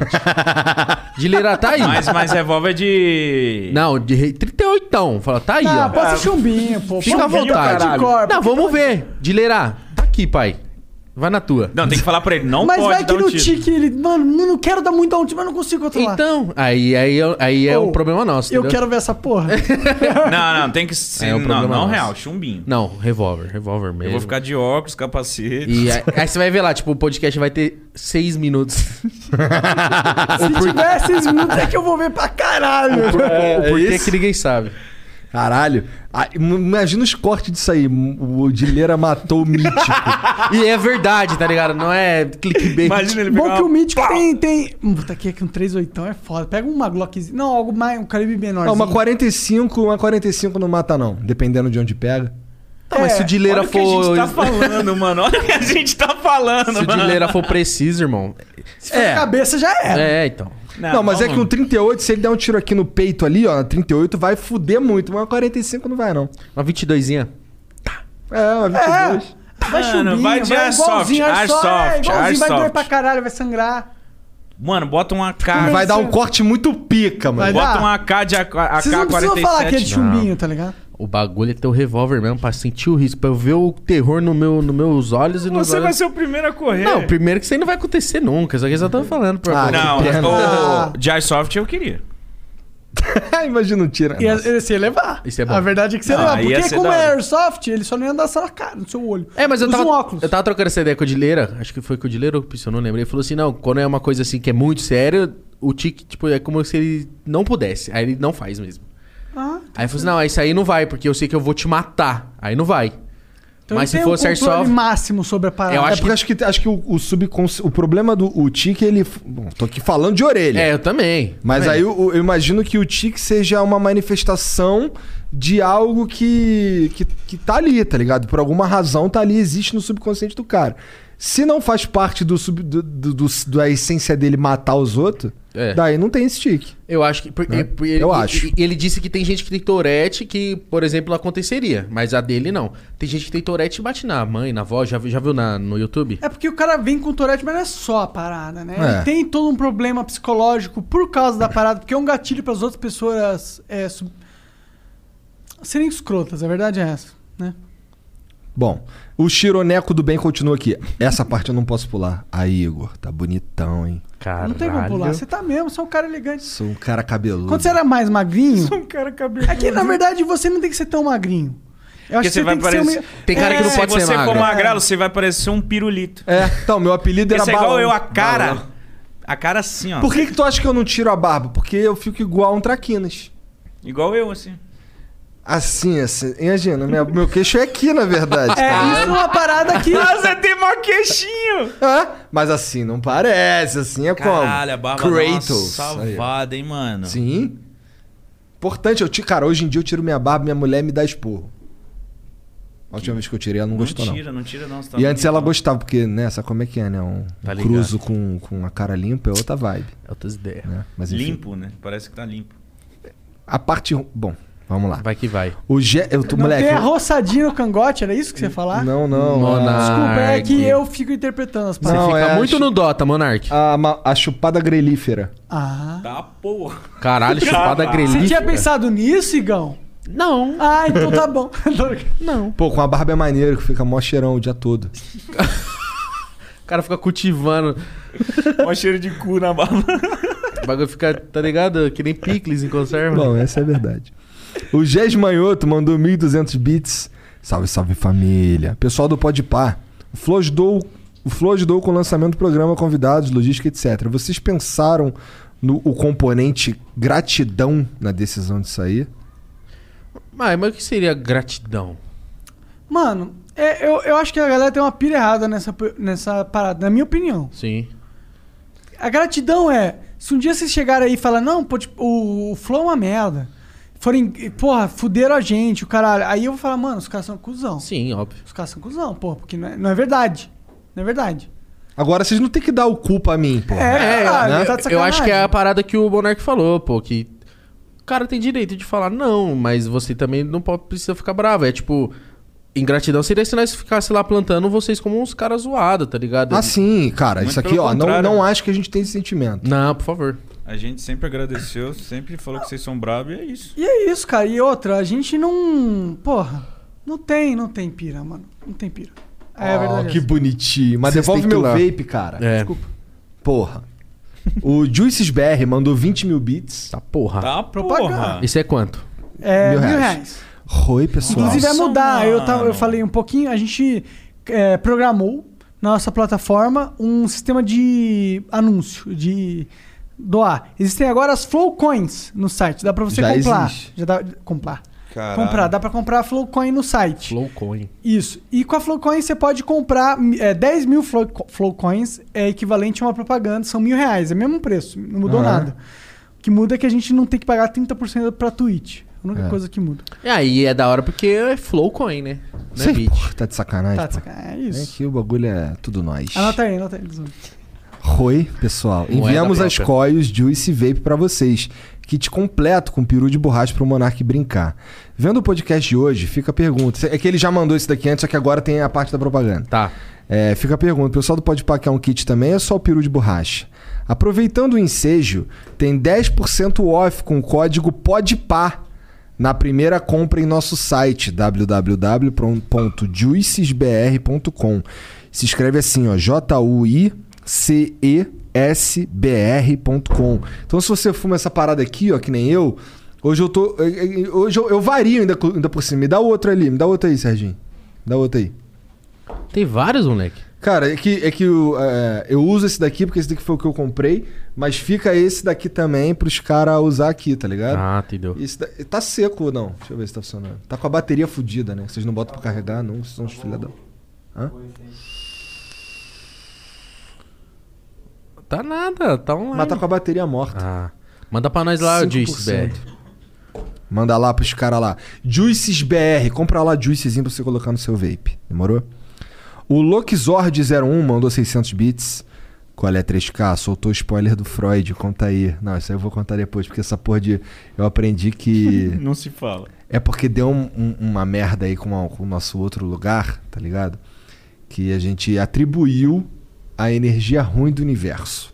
Speaker 4: Dileira, tá aí.
Speaker 5: Mas, mas revólver de...
Speaker 4: Não, de re- 38. Fala, tá aí,
Speaker 2: Ah,
Speaker 4: ó.
Speaker 2: pode ser chumbinho, pô.
Speaker 4: Fica à
Speaker 2: Chumbinho,
Speaker 4: vontade.
Speaker 2: hardcore,
Speaker 4: Não, vamos ver. Dileira, tá aqui, pai. Vai na tua.
Speaker 5: Não, tem que falar pra ele, não
Speaker 2: Mas
Speaker 5: pode
Speaker 2: vai que
Speaker 5: dar um
Speaker 2: no
Speaker 5: tiro.
Speaker 2: tique ele. Mano, não não quero dar muito dar um tiro, mas não consigo controlar.
Speaker 4: Então, aí, aí, eu- aí é
Speaker 2: Ou,
Speaker 4: um problema nosso.
Speaker 2: eu
Speaker 4: entendeu?
Speaker 2: quero ver essa porra.
Speaker 5: Não, não, tem que ser...
Speaker 4: É um
Speaker 5: não,
Speaker 4: problema
Speaker 5: não
Speaker 4: nosso.
Speaker 5: real, chumbinho.
Speaker 4: Não, revólver, revólver mesmo.
Speaker 5: Eu vou ficar de óculos, capacete.
Speaker 4: E aí, aí você vai ver lá, tipo, o podcast vai ter seis
Speaker 5: [laughs]
Speaker 4: minutos.
Speaker 2: Se tiver esses minutos é que eu vou ver pra caralho.
Speaker 4: o
Speaker 3: É,
Speaker 4: porquê
Speaker 3: isso.
Speaker 4: que ninguém sabe.
Speaker 3: Caralho. Ah, im- imagina os cortes disso aí. O o Dileira matou o [laughs] mítico.
Speaker 4: E é verdade, tá ligado? Não é clickbait.
Speaker 5: Imagina ele
Speaker 2: Bom
Speaker 5: pegar
Speaker 2: que o
Speaker 5: uma-
Speaker 2: Mítico tem. tem... Hum, Puta, aqui é que um 38 é foda. Pega uma Glockzinha. Não, algo mais. Um calibre menor.
Speaker 3: Ah, uma 45, uma 45 não mata, não. Dependendo de onde pega.
Speaker 4: Tá, mas se o Dileira
Speaker 5: é, Olha o que a gente
Speaker 4: for.
Speaker 5: tá falando, mano. Olha o que a gente tá falando,
Speaker 4: Se o
Speaker 5: mano.
Speaker 4: Dileira for preciso, irmão.
Speaker 2: Se for cabeça, já era.
Speaker 4: É, então.
Speaker 3: Não, mas é que um 38, se ele der um tiro aqui no peito ali, ó, 38 vai fuder muito, mas uma 45 não vai, não.
Speaker 4: Uma 22inha.
Speaker 3: É, uma 22.
Speaker 2: Vai
Speaker 5: Mano,
Speaker 2: chumbinho,
Speaker 5: vai de airsoft,
Speaker 2: igualzinho,
Speaker 5: airsoft,
Speaker 2: é, igualzinho, vai doer
Speaker 5: airsoft.
Speaker 2: pra caralho, vai sangrar.
Speaker 5: Mano, bota uma
Speaker 3: E
Speaker 5: AK.
Speaker 3: vai dar um corte muito pica, mano.
Speaker 2: Vai
Speaker 5: Bota
Speaker 2: dar.
Speaker 5: uma AK de AK-
Speaker 2: Vocês não precisam
Speaker 5: AK-47.
Speaker 2: falar que é de chumbinho, tá ligado?
Speaker 4: O bagulho é ter o revólver mesmo, pra sentir o risco, pra eu ver o terror no meu, nos meus olhos e nos
Speaker 5: Você vai
Speaker 4: olhos.
Speaker 5: ser o primeiro a correr.
Speaker 4: Não, primeiro que isso aí não vai acontecer nunca. Isso aqui eu só tô falando. Pra...
Speaker 3: Ah,
Speaker 5: Não,
Speaker 3: que pena.
Speaker 5: o de Airsoft eu queria.
Speaker 3: [laughs] imagina um tiro.
Speaker 5: É
Speaker 2: E ele se ia levar.
Speaker 4: Isso é bom.
Speaker 2: A verdade é que você ia
Speaker 5: Ah,
Speaker 2: levar.
Speaker 5: ia
Speaker 2: Porque
Speaker 5: ser
Speaker 2: como
Speaker 5: da
Speaker 2: é
Speaker 5: hora.
Speaker 2: airsoft, ele só não ia andar só na cara, no seu olho.
Speaker 4: É, mas eu
Speaker 2: Usa
Speaker 4: tava,
Speaker 2: um óculos.
Speaker 4: eu tava trocando essa ideia com o Dileira, acho que foi com o Dileira ou com o Pisson, não lembro. Ele falou assim, não, quando é uma coisa assim que é muito séria, o tique, tipo, é como se ele não pudesse. Aí ele não faz mesmo.
Speaker 2: Ah,
Speaker 4: Aí eu falei assim, não, isso aí não vai, porque eu sei que eu vou te matar. Aí não vai.
Speaker 2: então
Speaker 4: mas
Speaker 2: ele
Speaker 4: se
Speaker 2: tem um
Speaker 4: fosse
Speaker 2: controle
Speaker 4: airsoft...
Speaker 2: máximo sobre a parada.
Speaker 4: Eu
Speaker 3: É
Speaker 4: acho
Speaker 3: porque acho que, acho que o, o subconsci... O problema do o tique, ele... Bom, tô aqui falando de orelha.
Speaker 4: É, eu também.
Speaker 3: Mas
Speaker 4: também.
Speaker 3: aí eu, eu imagino que o tique seja uma manifestação de algo que, que, que tá ali, tá ligado? Por alguma razão tá ali, existe no subconsciente do cara. Se não faz parte do, sub- do- do- do- da essência dele matar os outros,
Speaker 4: É.
Speaker 3: daí não tem esse tique.
Speaker 4: Eu acho que. por-
Speaker 3: Né?
Speaker 4: e- por- ele,
Speaker 3: Eu
Speaker 4: e-
Speaker 3: acho.
Speaker 4: E, ele disse que tem gente que tem torete que, por exemplo, aconteceria, mas a dele não. Tem gente que tem torete e bate na mãe, na avó, já, vi- já viu na, no YouTube?
Speaker 2: É porque o cara vem com Tourette, mas não é só a parada, né?
Speaker 3: É.
Speaker 2: Ele tem todo um problema psicológico por causa da parada, porque é um gatilho para as outras pessoas é, sub- serem escrotas, a verdade é essa, né?
Speaker 3: Bom, o Chironeco do Bem continua aqui. Essa parte eu não posso pular. Aí, Igor, tá bonitão, hein?
Speaker 4: Caralho.
Speaker 2: Não tem como pular. Você tá mesmo, você é um cara elegante.
Speaker 3: Sou um cara cabeludo.
Speaker 2: Quando você era mais magrinho,
Speaker 13: Um cara cabelo.
Speaker 2: é que na verdade você não tem que ser tão magrinho. Eu
Speaker 5: Porque
Speaker 2: acho que
Speaker 5: você
Speaker 2: você
Speaker 5: vai
Speaker 2: tem que ser
Speaker 5: parecer.
Speaker 2: meio...
Speaker 4: Tem cara que não pode
Speaker 5: se
Speaker 4: ser
Speaker 5: você for
Speaker 4: magro.
Speaker 5: magrelo, você vai parecer um pirulito.
Speaker 3: É, então, meu apelido
Speaker 5: Porque
Speaker 3: era
Speaker 5: você é igual
Speaker 3: Balão.
Speaker 5: eu, a cara.
Speaker 3: Balão.
Speaker 5: A cara assim, ó.
Speaker 3: Por que, que tu acha que eu não tiro a barba? Porque eu fico igual um traquinas.
Speaker 5: Igual eu, assim.
Speaker 3: Assim, assim. Imagina, minha- meu queixo é aqui, na verdade.
Speaker 2: É,
Speaker 4: Ah.
Speaker 3: tá?
Speaker 2: isso é uma parada
Speaker 4: [laughs]
Speaker 2: que...
Speaker 4: é
Speaker 5: Ah, você tem mó queixinho!
Speaker 3: Hã? Mas assim não parece, assim é como.
Speaker 5: Caralho, a barba dá uma
Speaker 3: Kratos. Aí,
Speaker 5: salvada, hein, mano?
Speaker 3: ó. Sim. Importante, eu tiro. Cara, hoje em dia eu tiro minha barba, minha mulher me dá esporro. A última vez que eu tirei, ela não,
Speaker 5: Não
Speaker 3: gostou,
Speaker 5: tira, não tira, não. você tá
Speaker 3: não. E antes
Speaker 5: bonito.
Speaker 3: ela gostava, porque, né, sabe como é que é, né? Um,
Speaker 5: Tá
Speaker 3: um
Speaker 5: ligado.
Speaker 3: cruzo com, com a cara limpa é outra vibe,
Speaker 4: Outras ideias.
Speaker 3: né? Mas enfim.
Speaker 5: Limpo, né? Parece que tá limpo.
Speaker 3: A parte. ru- Bom, vamos lá.
Speaker 4: Vai que vai.
Speaker 3: O Gé. Eu tô,
Speaker 2: Não
Speaker 3: moleque.
Speaker 2: tem a
Speaker 3: eu-
Speaker 2: roçadinha no cangote, era isso que você ia falar?
Speaker 3: Não, não.
Speaker 4: Mona-
Speaker 3: a-
Speaker 2: Desculpa, é que
Speaker 4: Nargue.
Speaker 2: eu fico interpretando as
Speaker 3: Não,
Speaker 2: palavras.
Speaker 3: é
Speaker 4: Fica
Speaker 3: a
Speaker 4: muito
Speaker 3: chu-
Speaker 4: no Dota, Monark.
Speaker 3: A, ma- a chupada grelífera.
Speaker 2: Ah.
Speaker 5: Tá, porra.
Speaker 4: Caralho, chupada
Speaker 2: Você tinha
Speaker 4: grelífera.
Speaker 2: pensado nisso, Igão?
Speaker 4: Não.
Speaker 2: Ah, então tá
Speaker 4: [laughs]
Speaker 2: bom.
Speaker 4: Não.
Speaker 3: Pô, com a barba é maneiro, que fica mó cheirão o dia todo.
Speaker 4: O cara fica cultivando.
Speaker 5: Mó cheiro de cu na barba.
Speaker 4: O bagulho fica, tá ligado? Que nem picles em conserva.
Speaker 3: Bom, essa é a verdade. O Gés Manhoto mandou 1.200 bits. Salve, salve família. Pessoal do Podpar. O Flow ajudou, o Flow ajudou com o lançamento do programa, convidados, logística, etc. Vocês pensaram no o componente gratidão na decisão de sair?
Speaker 4: Mas, mas o que seria gratidão?
Speaker 2: Mano, é, eu, eu acho que a galera tem uma pira errada nessa, nessa parada, na minha opinião.
Speaker 4: Sim.
Speaker 2: A gratidão é, se um dia vocês chegarem aí e falar, não, pô, tipo, o, o Flow é uma merda. Forem, porra, fuderam a gente, o caralho. Aí eu vou falar, mano, os caras são cuzão.
Speaker 4: Sim, óbvio.
Speaker 2: Os caras são cuzão, porra, porque não é, não é verdade. Não é verdade.
Speaker 3: Agora vocês não têm que dar o culpa a mim, pô.
Speaker 2: É, caralho,
Speaker 4: Né?
Speaker 2: tá de
Speaker 4: Eu
Speaker 2: sacanagem.
Speaker 4: acho que é a parada que o Monark falou, pô, que o cara tem direito de falar não, mas você também não pode, precisa ficar bravo. É tipo, ingratidão seria se nós ficasse lá plantando vocês como uns caras zoados, tá ligado?
Speaker 3: Ah, sim, cara.
Speaker 5: Muito
Speaker 3: isso aqui,
Speaker 5: pelo
Speaker 3: ó. Não,
Speaker 5: contrário.
Speaker 3: não acho que a gente tem esse sentimento.
Speaker 4: Não, por favor.
Speaker 5: A gente sempre agradeceu, sempre falou que vocês são bravos e é isso.
Speaker 2: E é isso, cara. E outra, a gente não. Porra, não tem, não tem pira, mano. Não tem pira. É a
Speaker 3: Ó,
Speaker 2: verdade. é
Speaker 3: que
Speaker 2: essa.
Speaker 3: bonitinho. Mas
Speaker 4: Vocês
Speaker 3: devolve
Speaker 4: têm que ir
Speaker 3: meu
Speaker 4: lá.
Speaker 3: vape, cara.
Speaker 4: É.
Speaker 3: Porra. O Juices BR mandou 20 mil bits.
Speaker 4: Tá porra.
Speaker 5: Tá,
Speaker 2: Propaganda.
Speaker 5: porra.
Speaker 4: Isso é quanto?
Speaker 2: É,
Speaker 3: Mil
Speaker 2: mil
Speaker 3: reais.
Speaker 2: reais.
Speaker 3: Oi, pessoal.
Speaker 2: Inclusive vai
Speaker 5: Nossa,
Speaker 2: mudar. Eu, tava- eu
Speaker 5: mano.
Speaker 2: falei um pouquinho, a gente é, programou na nossa plataforma um sistema de anúncio, de doar. Existem agora as Flow Coins no site, dá pra você
Speaker 3: Já
Speaker 2: comprar.
Speaker 3: existe.
Speaker 2: Já dá comprar.
Speaker 5: Caralho.
Speaker 2: Comprar, dá pra comprar a Flow Coin no site.
Speaker 4: Flowcoin.
Speaker 2: Isso. E com a Flowcoin você pode comprar é, 10 mil Flow- Flowcoins, é equivalente a uma propaganda, são mil reais, é o mesmo preço, não mudou
Speaker 3: Aham.
Speaker 2: nada. O que muda é que a gente não tem que pagar 30% pra Twitch. É a única
Speaker 3: É.
Speaker 2: coisa que muda.
Speaker 4: E aí é da hora porque é Flowcoin, né? Não é
Speaker 3: Cê,
Speaker 4: beat.
Speaker 3: porra, tá de sacanagem.
Speaker 2: Tá,
Speaker 3: pô.
Speaker 2: de sacanagem. é
Speaker 3: É
Speaker 2: isso.
Speaker 3: que o bagulho é tudo nós.
Speaker 2: Anota aí, anota aí.
Speaker 3: Oi, pessoal.
Speaker 4: Moeda
Speaker 3: Enviamos as
Speaker 4: própria.
Speaker 3: coios, Juice e Vape pra vocês. Kit completo com peru de borracha pro Monark brincar. Vendo o podcast de hoje, fica a pergunta. É que ele já mandou isso daqui antes, só que agora tem a parte da propaganda.
Speaker 4: Tá.
Speaker 3: É, fica a pergunta, o pessoal do Podpah quer um kit também ou é só o peru de borracha? Aproveitando o ensejo, tem 10% off com o código PODPAR na primeira compra em nosso site www.juicesbr.com. Se escreve assim, ó, J U I C E S B R.com. Então se você fuma essa parada aqui, ó, que nem eu, hoje eu tô eh, eh, hoje eu, eu vario ainda, co- ainda por cima. Me dá outro ali, me dá outro aí, Serginho. Me dá outro aí.
Speaker 4: Tem vários, moleque.
Speaker 3: Cara, é que, é que o, é, eu uso esse daqui porque esse daqui foi o que eu comprei, mas fica esse daqui também pros caras usar aqui, tá ligado?
Speaker 4: Ah, entendeu.
Speaker 3: Esse da- Tá seco ou não? Deixa eu ver se tá funcionando. Tá com a bateria fodida, né? Vocês não botam pra carregar, não? Vocês são uns filhadão.
Speaker 4: Tá nada, tá online.
Speaker 3: Mas tá com a bateria morta.
Speaker 4: Ah. Manda pra nós lá,
Speaker 3: 5%.
Speaker 4: Juice BR.
Speaker 3: Manda lá pros caras lá. Juices BR. Compra lá juicezinho pra você colocar no seu vape. Demorou? O Loquizord01 mandou 600 bits. Qual é 3K? Soltou spoiler do Freud, conta aí. Não, isso aí eu vou contar depois, porque essa porra de. Eu aprendi que.
Speaker 14: Não se fala.
Speaker 3: É porque deu um- um- uma merda aí com, a- com o nosso outro lugar, tá ligado? Que a gente atribuiu a energia ruim do universo.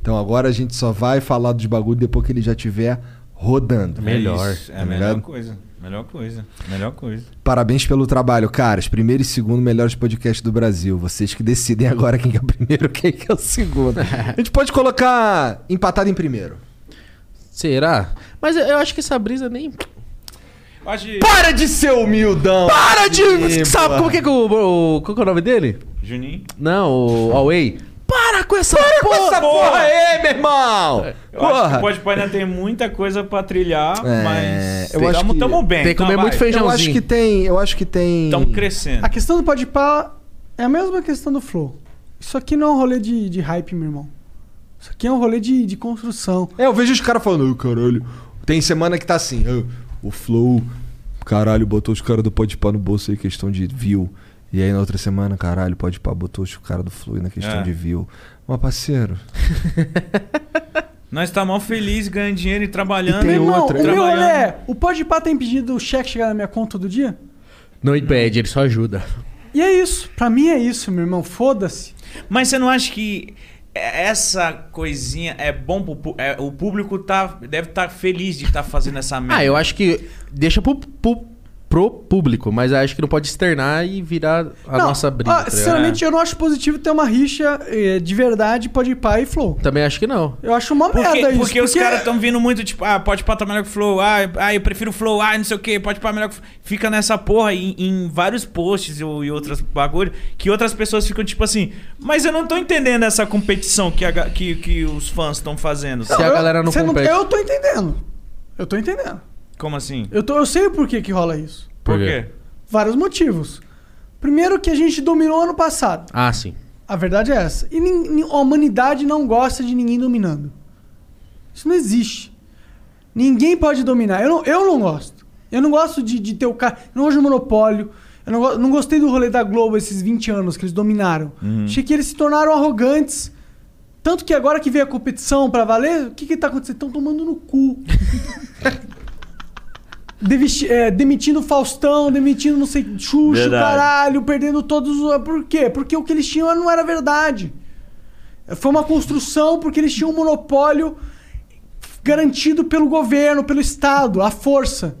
Speaker 3: Então agora a gente só vai falar dos bagulho depois que ele já tiver rodando.
Speaker 5: É, isso, é
Speaker 3: tá
Speaker 5: a melhor
Speaker 3: ligado?
Speaker 5: coisa. Melhor coisa. Melhor coisa.
Speaker 3: Parabéns pelo trabalho, caras. Primeiro e segundo melhores podcasts do Brasil. Vocês que decidem agora quem que é o primeiro, [laughs] quem que é o segundo. A gente pode colocar empatado em primeiro.
Speaker 4: Será? Mas eu- eu acho que essa brisa nem.
Speaker 5: Eu Acho que
Speaker 3: Para de ser humildão.
Speaker 4: Para de. Sabe como que é que o. o- Qual que é o nome dele?
Speaker 5: Juninho.
Speaker 4: Não, o Huawei. Para com essa Para porra! com essa
Speaker 3: Porra aí, meu irmão.
Speaker 5: Eu acho que o Pode Pai ainda tem muita coisa pra trilhar,
Speaker 3: É,
Speaker 5: mas.
Speaker 3: eu acho
Speaker 5: tamo,
Speaker 3: que-
Speaker 5: tamo bem.
Speaker 4: Tem que
Speaker 5: tá,
Speaker 4: comer
Speaker 5: vai.
Speaker 4: muito
Speaker 3: Eu acho
Speaker 4: feijãozinho.
Speaker 3: que tem, eu acho que tem.
Speaker 5: Tamo crescendo.
Speaker 2: A questão do Podpah é a mesma questão do Flow. Isso aqui não é um rolê de, de hype, meu irmão. Isso aqui é um rolê de, de construção.
Speaker 3: É, eu vejo os caras falando, "Ô, caralho. Tem semana que tá assim, "Ô, o Flow, caralho, botou os caras do Pode Pá no bolso aí, questão de view. E aí na outra semana, caralho, Pode Pá botou os caras do Flow aí na questão
Speaker 5: É.
Speaker 3: de view. Mas, parceiro,
Speaker 5: Nós tá mal feliz ganhando dinheiro e trabalhando.
Speaker 3: E tem
Speaker 2: meu irmão,
Speaker 3: outra.
Speaker 2: o meu
Speaker 5: Trabalhando.
Speaker 2: rolê é... O Podpah tem pedido o cheque chegar na minha conta todo dia?
Speaker 4: Não impede, ele só ajuda.
Speaker 2: E é isso. Pra mim é isso, meu irmão. Foda-se.
Speaker 5: Mas você não acha que essa coisinha é bom pro pu- é, o público tá deve estar feliz de estar fazendo essa merda.
Speaker 4: Ah, eu acho que deixa pro, pro, pro público, mas acho que não pode externar e virar a
Speaker 2: Não,
Speaker 4: nossa briga.
Speaker 2: ah,
Speaker 4: tá ligado?
Speaker 2: sinceramente, eu não acho positivo ter uma rixa eh, de verdade Podpah e Flow.
Speaker 4: Também acho que não.
Speaker 2: Eu acho uma
Speaker 5: porque,
Speaker 2: merda isso.
Speaker 5: porque os caras estão vindo muito tipo, ah, pode pá tá melhor que o Flow, ah, ah, eu prefiro o Flow, ah, não sei o que, pode pá melhor que o Flow. Fica nessa porra em, em vários posts ou, e outras bagulho que outras pessoas ficam tipo assim, mas eu não tô entendendo essa competição que, a ga- que, que os fãs estão fazendo.
Speaker 4: Se a
Speaker 2: Eu-
Speaker 4: galera não
Speaker 2: cê
Speaker 4: compete.
Speaker 2: eu tô entendendo. Eu tô entendendo.
Speaker 5: Como assim?
Speaker 2: Eu, tô, eu sei o porquê que rola isso.
Speaker 5: Por
Speaker 4: Por quê?
Speaker 5: quê?
Speaker 2: Vários motivos. Primeiro que a gente dominou ano passado.
Speaker 4: Ah, sim.
Speaker 2: A verdade é essa. E nin- nin- a humanidade não gosta de ninguém dominando. Isso não existe. Ninguém pode dominar. Eu não, eu não gosto. Eu não gosto de, de ter o cara. Eu não gosto de monopólio. Eu não, go- não gostei do rolê da Globo esses 20 anos que eles dominaram. Achei que eles se tornaram arrogantes. Tanto que agora que veio a competição pra valer, o que que tá acontecendo? Estão tomando no cu. [laughs] Devesti- é, demitindo Faustão, demitindo não sei, Xuxa, o
Speaker 14: Verdade.
Speaker 2: caralho, perdendo todos os. Por quê? Porque o que eles tinham não era verdade. Foi uma construção porque eles tinham um monopólio garantido pelo governo, pelo Estado, à força.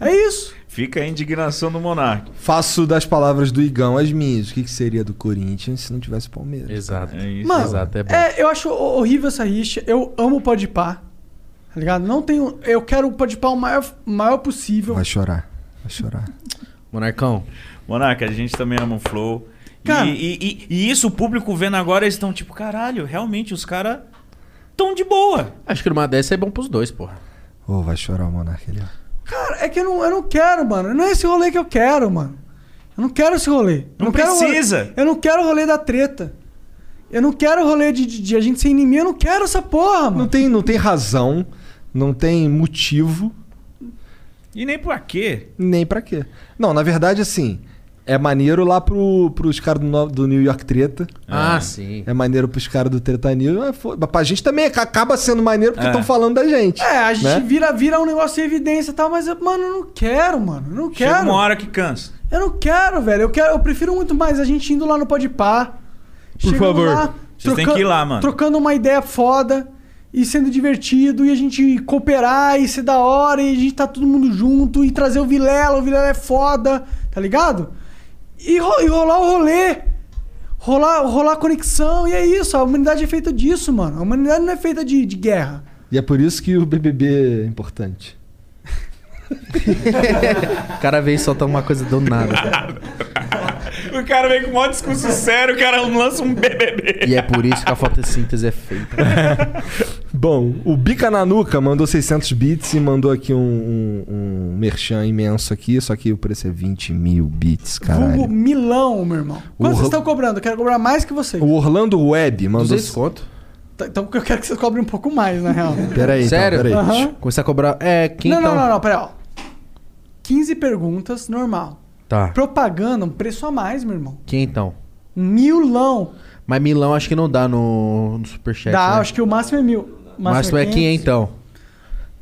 Speaker 2: É isso.
Speaker 5: Fica a indignação do Monark.
Speaker 3: faço das palavras do Igão as minhas. O que, que seria do Corinthians se não tivesse Palmeiras?
Speaker 4: Exato.
Speaker 5: É isso.
Speaker 2: Mano,
Speaker 4: Exato, é bom.
Speaker 2: É, eu acho ho- horrível essa rixa. Eu amo o Podpah. Tá ligado? Não tenho. Eu quero o Podpah o maior, maior possível.
Speaker 3: Vai chorar, vai chorar.
Speaker 4: Monarcão,
Speaker 5: Monarca, a gente também ama o Flow. E-
Speaker 2: Cara-
Speaker 5: e, e- e isso o público vendo agora, eles estão tipo, caralho, realmente os caras tão de boa.
Speaker 4: acho que numa dessa é bom pros dois, porra.
Speaker 3: Ô, vai chorar o Monarca ali, ó.
Speaker 2: Cara, é que eu não, eu não quero, mano. Não é esse rolê que eu quero, mano. Eu não quero esse rolê. Eu
Speaker 5: Não
Speaker 2: quero o rolê-
Speaker 5: precisa.
Speaker 2: eu não quero o rolê da treta. Eu não quero o rolê de, de- de a gente ser inimigo. Eu não quero essa porra,
Speaker 3: Não
Speaker 2: mano.
Speaker 3: tem, não tem razão, não tem motivo,
Speaker 5: E nem pra quê?
Speaker 3: nem pra quê. Não, na verdade, assim, é maneiro lá pro, pros caras do, no- do New York Treta.
Speaker 4: Ah, sim.
Speaker 3: É maneiro pros caras do Treta News. É, fo- Pra gente também ac- acaba sendo maneiro porque
Speaker 5: É.
Speaker 3: estão falando da gente.
Speaker 2: É, a gente
Speaker 3: Né?
Speaker 2: vira, vira um negócio em evidência e tal, mas, eu- mano, eu não quero, mano. Eu não quero.
Speaker 5: Chega uma hora que cansa.
Speaker 2: Eu não quero, velho. Eu quero, eu prefiro muito mais a gente indo lá no Podpah. Por
Speaker 3: favor.
Speaker 5: Vocês têm que ir lá, mano.
Speaker 2: Trocando uma ideia foda e sendo divertido e a gente cooperar e ser da hora e a gente tá todo mundo junto e trazer o Vilela, o Vilela é foda, tá ligado? E, ro- e rolar o rolê. Rolar, rolar a conexão, e é isso. A humanidade é feita disso, mano. A humanidade não é feita de, de guerra.
Speaker 3: E é por isso que o BBB é importante.
Speaker 4: Cada vez solta uma coisa do nada. cara.
Speaker 5: O cara vem com um discurso sério, o cara lança um BBB.
Speaker 4: E é por isso que a fotossíntese é feita.
Speaker 3: Bom, o Bica na Nuca mandou 600 bits e mandou aqui um, um, um merchan imenso aqui, só que o preço é 20 mil bits, caralho.
Speaker 2: Vulgo Milão, meu irmão. Quanto
Speaker 3: O
Speaker 2: vocês
Speaker 3: ro-
Speaker 2: estão cobrando? Eu quero cobrar mais que vocês.
Speaker 3: O Orlando Web mandou...
Speaker 4: 200 conto?
Speaker 2: Tá, Então eu quero que vocês cobrem um pouco mais, na real.
Speaker 3: Peraí, então,
Speaker 4: Sério?
Speaker 3: peraí.
Speaker 2: Aham.
Speaker 4: Começar a cobrar. É, quem
Speaker 2: não,
Speaker 4: então?
Speaker 2: não, não, não, pera, ó. 15 perguntas, normal.
Speaker 4: Tá.
Speaker 2: Propaganda, um preço a mais, meu irmão. Um
Speaker 4: Quem então?
Speaker 2: Milão.
Speaker 4: Mas Milão acho que não dá no, no Superchat.
Speaker 2: Dá,
Speaker 4: né?
Speaker 2: acho que o máximo é mil. O
Speaker 4: Máximo é quem então?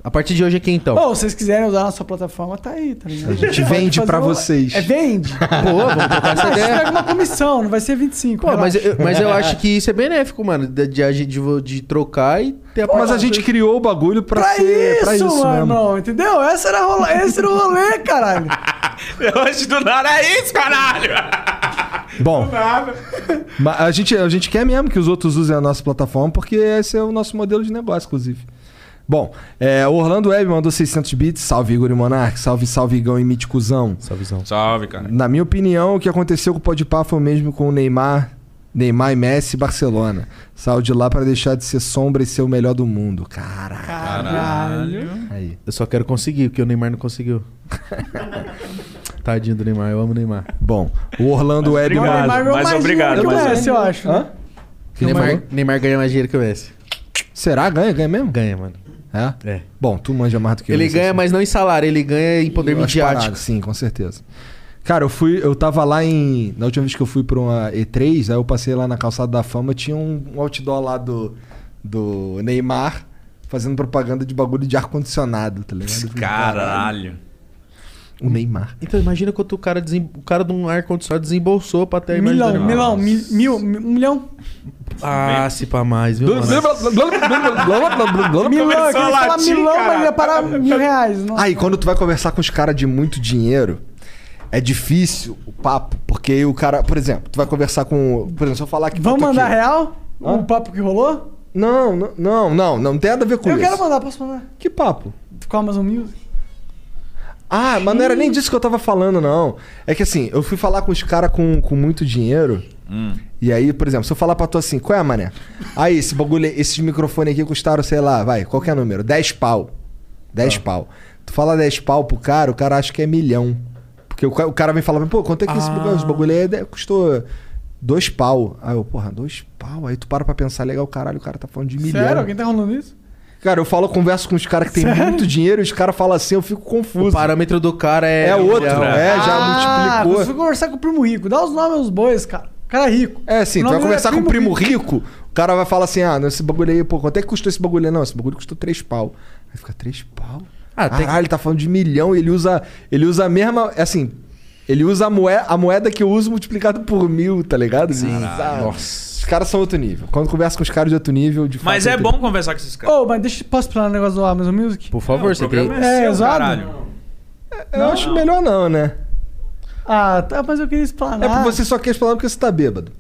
Speaker 4: A partir de hoje é quem então?
Speaker 2: Bom, se vocês quiserem usar a nossa plataforma, tá aí, tá ligado? A gente
Speaker 3: vende pra vocês.
Speaker 2: É vende.
Speaker 4: Boa, vamos trocar essa
Speaker 2: Ah, você
Speaker 4: ideia.
Speaker 2: pega uma comissão, não vai ser 25.
Speaker 4: Pô, mas, é eu, mas eu acho que isso é benéfico, mano. De, de, a gente- de, de trocar e ter a
Speaker 3: Mas a gente criou o bagulho pra,
Speaker 2: Pra
Speaker 3: ser.
Speaker 2: isso,
Speaker 3: pra isso
Speaker 2: mano,
Speaker 3: mesmo.
Speaker 2: entendeu? Essa era rola... Esse era o rolê,
Speaker 5: [laughs]
Speaker 2: caralho.
Speaker 15: Hoje do nada é isso, caralho!
Speaker 3: Bom. Mas a gente, a gente quer mesmo que os outros usem a nossa plataforma, porque esse é o nosso modelo de negócio, inclusive. Bom, é, o Orlando Web mandou 600 bits. Salve, Igor e Monark. Salve, salve, Igão e Miticuzão.
Speaker 4: Essa visão.
Speaker 5: Salve, cara.
Speaker 3: Na minha opinião, o que aconteceu com o Podpah foi o mesmo com o Neymar, Neymar e Messi e Barcelona. Saiu de lá pra deixar de ser sombra e ser o melhor do mundo. Caraca.
Speaker 5: Caralho.
Speaker 3: Aí.
Speaker 4: Eu só quero conseguir, porque o Neymar não [laughs] conseguiu. Tadinho do Neymar, eu amo o Neymar.
Speaker 3: Bom, o Orlando Web
Speaker 5: obrigado.
Speaker 3: mandou...
Speaker 2: Neymar ganhou
Speaker 5: mas
Speaker 2: mais
Speaker 5: obrigado,
Speaker 2: dinheiro que
Speaker 5: mas é-
Speaker 2: o Messi, um eu acho. né?
Speaker 4: Neymar, Neymar ganha mais dinheiro que o Messi.
Speaker 3: Será? Ganha? Ganha mesmo?
Speaker 4: Ganha, mano.
Speaker 3: É?
Speaker 4: É.
Speaker 3: Bom, tu manja mais do que eu.
Speaker 4: ele
Speaker 3: nessa
Speaker 4: ganha, mas não em salário, ele ganha em poder
Speaker 3: Eu acho
Speaker 4: midiático.
Speaker 3: parado, Sim, com certeza. Cara, eu fui, eu tava lá em. Na última vez que eu fui pra uma E3, aí eu passei lá na calçada da fama, tinha um um outdoor lá do, do Neymar fazendo propaganda de bagulho de ar-condicionado, tá ligado? Eu falei,
Speaker 5: Caralho.
Speaker 3: O Neymar.
Speaker 4: Então imagina quanto o cara, desem... o cara de um ar-condicionado desembolsou pra ter a imagem do
Speaker 2: Milão, milão,
Speaker 4: Neymar.
Speaker 2: mi- mil, mi- um milhão.
Speaker 4: Ah, se pra mais, viu, mano?
Speaker 2: Milão, eu
Speaker 15: Começou
Speaker 2: queria
Speaker 15: a
Speaker 2: falar
Speaker 15: latir,
Speaker 2: milão,
Speaker 15: cara.
Speaker 2: mas ia parar
Speaker 5: um
Speaker 2: mil reais. Não.
Speaker 3: Aí, quando tu vai conversar com os caras de muito dinheiro, é difícil o papo, porque o cara, por exemplo, tu vai conversar com. Por exemplo, se eu falar que.
Speaker 2: Vamos
Speaker 3: boto
Speaker 2: mandar
Speaker 3: aqui-
Speaker 2: real? O papo que rolou?
Speaker 3: Não, não, não, não, não tem nada a ver com
Speaker 2: Eu
Speaker 3: isso.
Speaker 2: quero mandar, posso mandar?
Speaker 3: Que papo?
Speaker 2: Com a Amazon Music?
Speaker 3: Ah, mas não era nem disso que eu tava falando, não. É que assim, eu fui falar com os caras com, com muito dinheiro.
Speaker 2: Hum.
Speaker 3: E aí, por exemplo, se eu falar pra tu assim, qual é, mané? Aí, esse bagulho, esses microfones aqui custaram, sei lá, vai, qualquer número, 10 pau.
Speaker 2: Ah.
Speaker 3: 10 pau. Tu fala 10 pau pro cara, o cara acha que é milhão. Porque o, ca- o cara vem falar, pô, quanto é que esse
Speaker 2: Ah.
Speaker 3: bagulho, esse bagulho aí é de- custou 2 pau. Aí eu, porra, 2 pau? Aí tu para pra pensar, legal, caralho, o cara tá falando de milhão.
Speaker 2: Sério? Alguém tá rolando isso?
Speaker 3: Cara, eu falo, converso com os caras que tem muito dinheiro e os caras falam assim, eu fico
Speaker 4: O
Speaker 3: confuso.
Speaker 4: parâmetro do cara é.
Speaker 3: É outro,
Speaker 4: milhão.
Speaker 3: é, já
Speaker 2: ah,
Speaker 3: multiplicou.
Speaker 2: você foi conversar com o primo rico. Dá os nomes aos bois, cara. O cara é rico.
Speaker 3: É, sim,
Speaker 2: O
Speaker 3: tu vai
Speaker 2: nome dele
Speaker 3: conversar
Speaker 2: é
Speaker 3: com o primo rico, o cara vai falar assim, ah, não, esse bagulho aí, pô, quanto é que custou esse bagulho aí? Não, esse bagulho custou três pau. Aí fica, três pau?
Speaker 4: Ah, tem-
Speaker 3: Caralho, ele tá falando de milhão, ele usa, ele usa a mesma, assim, ele usa a moeda, a moeda que eu uso multiplicado por mil, tá ligado? Sim. Nossa. Os caras são outro nível. Quando conversa com os caras de outro nível, de
Speaker 5: Mas
Speaker 3: fato,
Speaker 5: é
Speaker 3: outro
Speaker 5: bom conversar com esses caras.
Speaker 2: Ô, mas deixa, posso falar um negócio do Amazon Music?
Speaker 4: Por favor,
Speaker 5: o
Speaker 4: você tem.
Speaker 5: programa
Speaker 2: É,
Speaker 5: seu,
Speaker 2: exato.
Speaker 5: caralho.
Speaker 3: nível. Eu acho melhor não, né?
Speaker 2: Ah, tá, mas eu queria explanar.
Speaker 3: É porque você só quer falar porque você tá bêbado.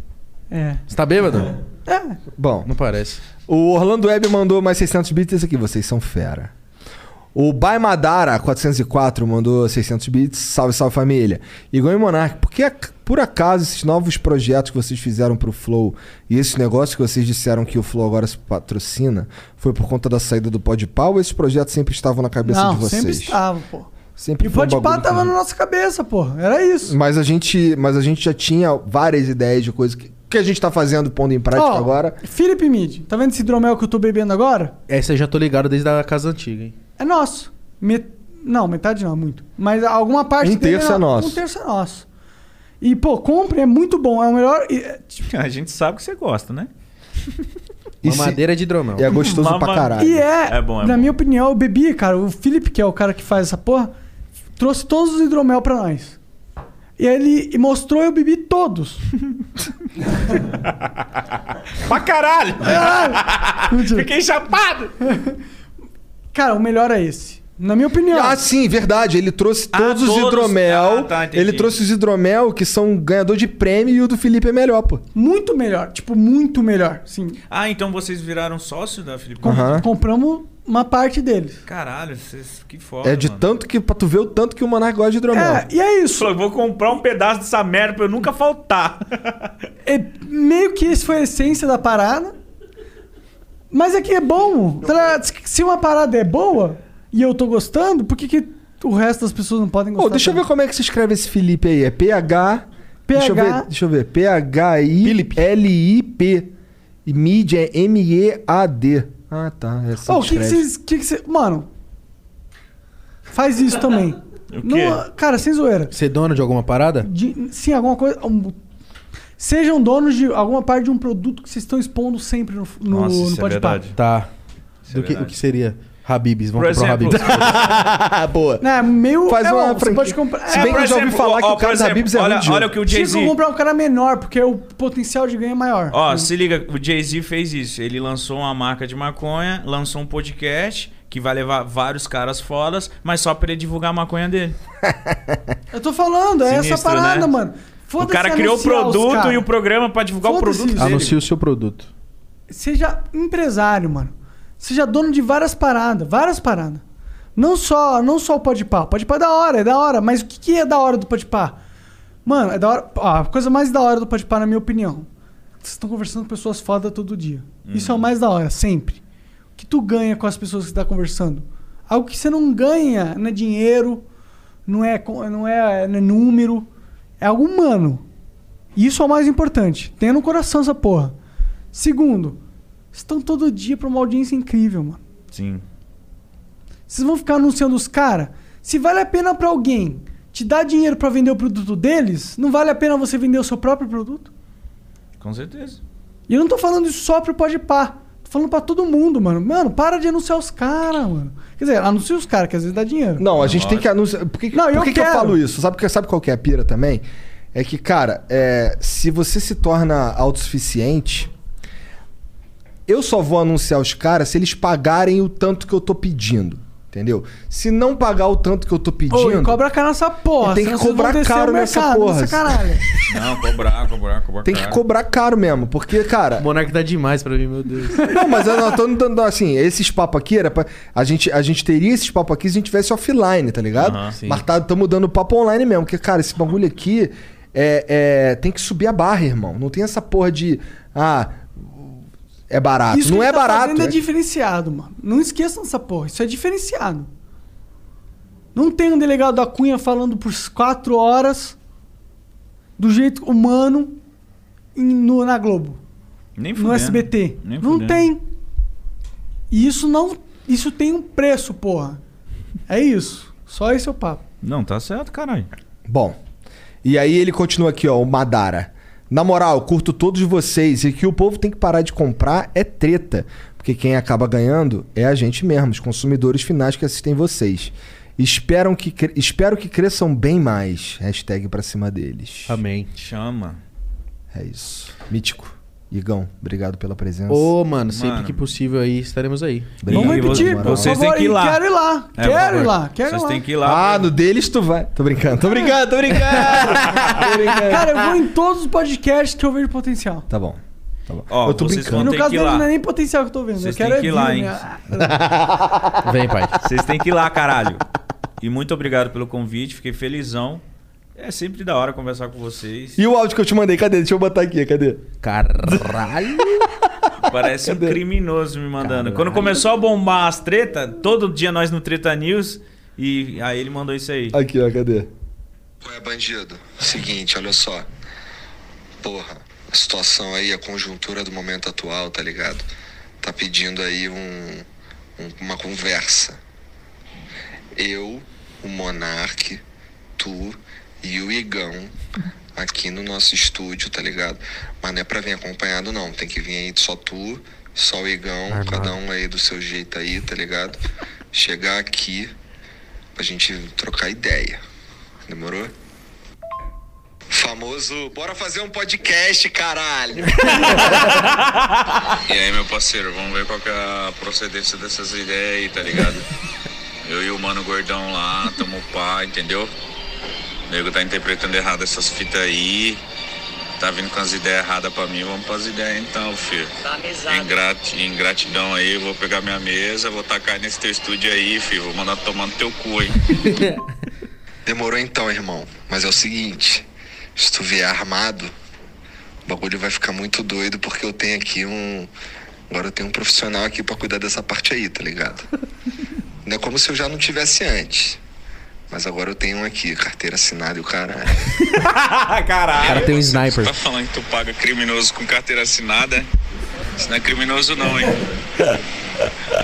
Speaker 2: É.
Speaker 4: Você tá bêbado?
Speaker 2: É.
Speaker 3: Bom,
Speaker 4: Não parece.
Speaker 3: O Orlando Web mandou mais 600 bits. Esse aqui, vocês são fera. O Baimadara 404 mandou 600 bits. Salve, salve família. Igor e Monark, por que ac- por acaso esses novos projetos que vocês fizeram pro Flow e esses negócios que vocês disseram que o Flow agora se patrocina foi por conta da saída do Podpah ou esses projetos sempre estavam na cabeça
Speaker 2: Não,
Speaker 3: de vocês?
Speaker 2: sempre estava, pô.
Speaker 3: Sempre
Speaker 2: E
Speaker 3: foi um
Speaker 2: pode pá
Speaker 3: bagulho
Speaker 2: tava
Speaker 3: que-
Speaker 2: na nossa cabeça, pô. Era isso.
Speaker 3: mas a gente, mas a gente já tinha várias ideias de coisas que, que a gente tá fazendo pondo em prática
Speaker 2: Ó,
Speaker 3: agora.
Speaker 2: Felipe Mid, tá vendo esse hidromel que eu tô bebendo agora?
Speaker 4: Essa eu já tô ligado desde a casa antiga, hein?
Speaker 2: É nosso. Met- Não, metade não, é muito. Mas alguma parte
Speaker 3: Um
Speaker 2: dele
Speaker 3: terço é nosso.
Speaker 2: Um terço é nosso. E, pô, compre, é muito bom. É o melhor. e, é, tipo,
Speaker 5: A gente sabe que você gosta, né?
Speaker 3: E
Speaker 4: Uma
Speaker 3: se-
Speaker 4: madeira de hidromel.
Speaker 3: E é gostoso
Speaker 5: Mama-
Speaker 3: pra caralho.
Speaker 2: E é,
Speaker 5: É bom, é
Speaker 2: na
Speaker 5: bom.
Speaker 2: minha opinião, eu bebi, cara. O Felipe, que é o cara que faz essa porra, trouxe todos os hidromel pra nós. E aí ele mostrou eu bebi
Speaker 3: [laughs]
Speaker 2: todos.
Speaker 15: Pra
Speaker 5: [laughs]
Speaker 15: caralho!
Speaker 5: É.
Speaker 15: Fiquei chapado!
Speaker 2: Cara, o melhor é esse. Na minha opinião.
Speaker 3: Ah, sim, verdade. Ele trouxe
Speaker 5: Ah,
Speaker 3: todos os
Speaker 5: todos.
Speaker 3: hidromel.
Speaker 5: Ah, tá, entendi.
Speaker 3: ele trouxe os hidromel que são um ganhador de prêmio e o do Felipe é melhor, pô.
Speaker 2: Muito melhor. Tipo, muito melhor. Sim.
Speaker 5: Ah, então vocês viraram sócio da Felipe?
Speaker 2: Com- Compramos uma parte deles.
Speaker 5: Caralho, vocês, que foda.
Speaker 3: É de
Speaker 5: mano.
Speaker 3: tanto que. Pra tu ver o tanto que o Monark gosta de hidromel.
Speaker 2: É, e é isso.
Speaker 15: Falou, vou comprar um pedaço dessa merda pra eu nunca faltar.
Speaker 2: É, meio que esse foi a essência da parada. Mas é que é bom. Tra- Se uma parada é boa e eu tô gostando, por que, que o resto das pessoas não podem gostar?
Speaker 3: Ô, deixa eu ver
Speaker 2: também?
Speaker 3: como é que se escreve esse Felipe aí. É PH. Deixa eu ver. Deixa eu ver. P-H-I-L-I-P. E mídia é M-E-A-D. Ah, tá. É assim
Speaker 2: Ô, o
Speaker 3: que
Speaker 2: que, que
Speaker 3: escreve.
Speaker 2: vocês. que que cê- mano. Faz isso também.
Speaker 5: [laughs] O quê?
Speaker 2: Não, cara, sem zoeira.
Speaker 4: Ser é dono de alguma parada?
Speaker 2: De- sim, alguma coisa. um- sejam donos de alguma parte de um produto que vocês estão expondo sempre no, no,
Speaker 5: Nossa,
Speaker 2: no
Speaker 5: isso é
Speaker 2: Podpah.
Speaker 5: verdade.
Speaker 4: Tá.
Speaker 5: Isso é
Speaker 4: Do que, o
Speaker 5: verdade.
Speaker 4: que seria? Habibs,
Speaker 5: Por
Speaker 4: vamos comprar um
Speaker 5: exemplo,
Speaker 4: Habibs. Ah, boa.
Speaker 2: É, meio.
Speaker 16: Faz
Speaker 2: é,
Speaker 16: uma
Speaker 2: bom, você
Speaker 16: franquia.
Speaker 2: pode comprar.
Speaker 16: Se
Speaker 2: é,
Speaker 16: bem que eu já ouvi falar que o cara
Speaker 5: por
Speaker 16: da Bibs é
Speaker 5: olha,
Speaker 16: ruim de
Speaker 5: olha o que o
Speaker 2: tinha
Speaker 5: Jay-Z...
Speaker 2: que comprar um cara menor, porque o potencial de ganho é maior.
Speaker 5: Ó, se liga, o Jay-Z fez isso. Ele lançou uma marca de maconha, lançou um podcast que vai levar vários caras fodas, mas só pra ele divulgar a maconha dele.
Speaker 2: Eu tô falando, é
Speaker 5: Sinistro,
Speaker 2: essa parada,
Speaker 5: né?
Speaker 2: mano.
Speaker 5: O
Speaker 2: Foda-se
Speaker 5: cara criou o
Speaker 2: anunciar os
Speaker 5: produto
Speaker 2: cara.
Speaker 5: e o programa pra divulgar o
Speaker 2: Foda-se
Speaker 5: produto
Speaker 2: isso.
Speaker 5: dele.
Speaker 4: Anuncia o seu produto.
Speaker 2: Seja empresário, mano. Seja dono de várias paradas, várias paradas. Não só, não só o Podpah. O Podpah é da hora, é da hora. Mas o que, que é da hora do Podpah? Mano, é da hora... ó, a coisa mais da hora do Podpah, na minha opinião. Vocês estão conversando com pessoas foda todo dia. Isso é o mais da hora, sempre. O que tu ganha com as pessoas que você tá conversando? Algo que você não ganha, não é dinheiro, não é, co- não é, não é número. É algo humano. E Isso é o mais importante. Tenha no coração essa porra. Segundo, vocês estão todo dia pra uma audiência incrível, mano.
Speaker 5: Sim.
Speaker 2: Vocês vão ficar anunciando os caras. Se vale a pena pra alguém te dar dinheiro pra vender o produto deles, não vale a pena você vender o seu próprio produto?
Speaker 5: Com certeza.
Speaker 2: E eu não tô falando isso só pro Podpah. Tô falando pra todo mundo, mano. Mano, para de anunciar os caras, mano. Quer dizer, anuncia os caras, que às vezes dá dinheiro.
Speaker 3: Não, a gente tem que anunciar. Por que,
Speaker 2: Não,
Speaker 3: por
Speaker 2: eu
Speaker 3: que, que eu
Speaker 2: quero.
Speaker 3: falo isso? Sabe, que- sabe qual que é a pira também? É que, cara, é, se você se torna autossuficiente, eu só vou anunciar os caras se eles pagarem o tanto que eu tô pedindo. Entendeu? Se não pagar o tanto que eu tô
Speaker 2: Ô, e
Speaker 3: pedindo,
Speaker 2: cobra caro nessa porra.
Speaker 3: E tem que
Speaker 2: senão vocês vão
Speaker 3: cobrar
Speaker 2: descer o
Speaker 3: caro nessa porra.
Speaker 2: Nessa caralho.
Speaker 5: Não, cobrar, cobrar, cobrar.
Speaker 3: tem que cobrar caro mesmo. Porque, cara.
Speaker 4: O Monark tá demais pra mim, meu [laughs] Deus.
Speaker 3: Não, mas eu não tô dando assim, esses papos aqui era pra. A gente, a gente teria esses papos aqui se a gente tivesse offline, tá ligado?
Speaker 5: Aham,
Speaker 4: sim.
Speaker 3: mas tá, tamo dando papo online mesmo, porque, cara, esse bagulho aqui é, é- tem que subir a barra, irmão. Não tem essa porra de. Ah, é barato.
Speaker 2: Isso
Speaker 3: não
Speaker 2: que
Speaker 3: é
Speaker 2: ele tá
Speaker 3: barato.
Speaker 2: fazendo é
Speaker 3: é-
Speaker 2: diferenciado, mano. Não esqueçam dessa porra. Isso é diferenciado. Não tem um delegado da Cunha falando por quatro horas do jeito humano em- no, na Globo,
Speaker 5: Nem
Speaker 2: no SBT.
Speaker 5: Nem
Speaker 2: não
Speaker 5: fudendo.
Speaker 2: tem. E isso não. Isso tem um preço, porra. É isso. Só esse é o papo.
Speaker 5: Não, tá certo, caralho.
Speaker 3: Bom. E aí ele continua aqui, ó, o Madara. Na moral, curto todos vocês e que o povo tem que parar de comprar é treta, porque quem acaba ganhando é a gente mesmo, os consumidores finais que assistem vocês. Esperam que cre- espero que cresçam bem mais. Hashtag pra cima deles.
Speaker 4: Amém.
Speaker 5: Chama.
Speaker 3: É isso. Mítico. Igão, obrigado pela presença.
Speaker 4: Ô, mano, sempre
Speaker 5: Mano.
Speaker 4: que possível aí, estaremos aí.
Speaker 3: Obrigado
Speaker 2: Vamos
Speaker 3: pela
Speaker 2: repetir,
Speaker 5: vo-
Speaker 3: moral.
Speaker 2: por
Speaker 5: vocês
Speaker 2: favor,
Speaker 5: têm que ir
Speaker 2: e
Speaker 5: lá.
Speaker 2: Quero ir lá.
Speaker 5: É, por
Speaker 2: quero
Speaker 5: favor.
Speaker 2: ir lá. Quero
Speaker 5: Vocês
Speaker 2: ir lá.
Speaker 5: têm que ir lá.
Speaker 3: Ah, no deles tu vai. Tô brincando, tô brincando,
Speaker 5: [laughs]
Speaker 3: tô brincando. tô brincando.
Speaker 2: Cara, eu vou em todos os podcasts que eu vejo potencial.
Speaker 3: Tá bom. Tá bom.
Speaker 5: Ó,
Speaker 3: eu tô
Speaker 5: vocês
Speaker 3: brincando.
Speaker 5: vão-
Speaker 2: No
Speaker 5: tem
Speaker 2: caso
Speaker 5: que ir
Speaker 2: dele
Speaker 5: lá.
Speaker 2: não é nem potencial que eu tô vendo.
Speaker 5: Vocês
Speaker 2: eu quero
Speaker 5: têm que ir
Speaker 2: é
Speaker 5: lá,
Speaker 2: view,
Speaker 5: hein?
Speaker 2: né?
Speaker 4: Vem, [laughs] pai.
Speaker 5: Vocês têm que ir lá, caralho. E muito obrigado pelo convite, fiquei felizão. É sempre da hora conversar com vocês.
Speaker 3: E o áudio que eu te mandei, cadê? Deixa eu botar aqui, cadê?
Speaker 4: Caralho.
Speaker 5: Parece um criminoso me mandando. Quando começou a bombar as treta, todo dia nós no Treta News, e aí ele mandou isso aí.
Speaker 3: Aqui, ó, cadê?
Speaker 17: Qual é, bandido? Seguinte, olha só. Porra, a situação aí, a conjuntura do momento atual, tá ligado? Tá pedindo aí um, um- uma conversa. Eu, o Monark, tu e o Igão aqui no nosso estúdio, tá ligado? Mas não é pra vir acompanhado, não. Tem que vir aí só tu, só o Igão, cada um aí do seu jeito aí, tá ligado? Chegar aqui pra gente trocar ideia. Demorou? Famoso, bora fazer um podcast, caralho!
Speaker 12: E aí, meu parceiro, vamos ver qual que é a procedência dessas ideias aí, tá ligado? Eu e o mano gordão lá, tamo pá, entendeu? O nego tá interpretando errado essas fitas aí. Tá vindo com as ideias erradas pra mim, vamos pras ideias então, filho. Ingrat, ingratidão aí, eu vou pegar minha mesa, vou tacar nesse teu estúdio aí, filho. Vou mandar tomar no teu cu, hein?
Speaker 17: Demorou então, irmão. Mas é o seguinte, se tu vier armado, o bagulho vai ficar muito doido porque eu tenho aqui um. Agora eu tenho um profissional aqui pra cuidar dessa parte aí, tá ligado? Não é como se eu já não tivesse antes. Mas agora eu tenho um aqui, carteira assinada e o caralho.
Speaker 5: Ah,
Speaker 4: O cara tem um
Speaker 12: Você
Speaker 4: sniper.
Speaker 12: tá falando que tu paga criminoso com carteira assinada? Isso não é criminoso não, hein?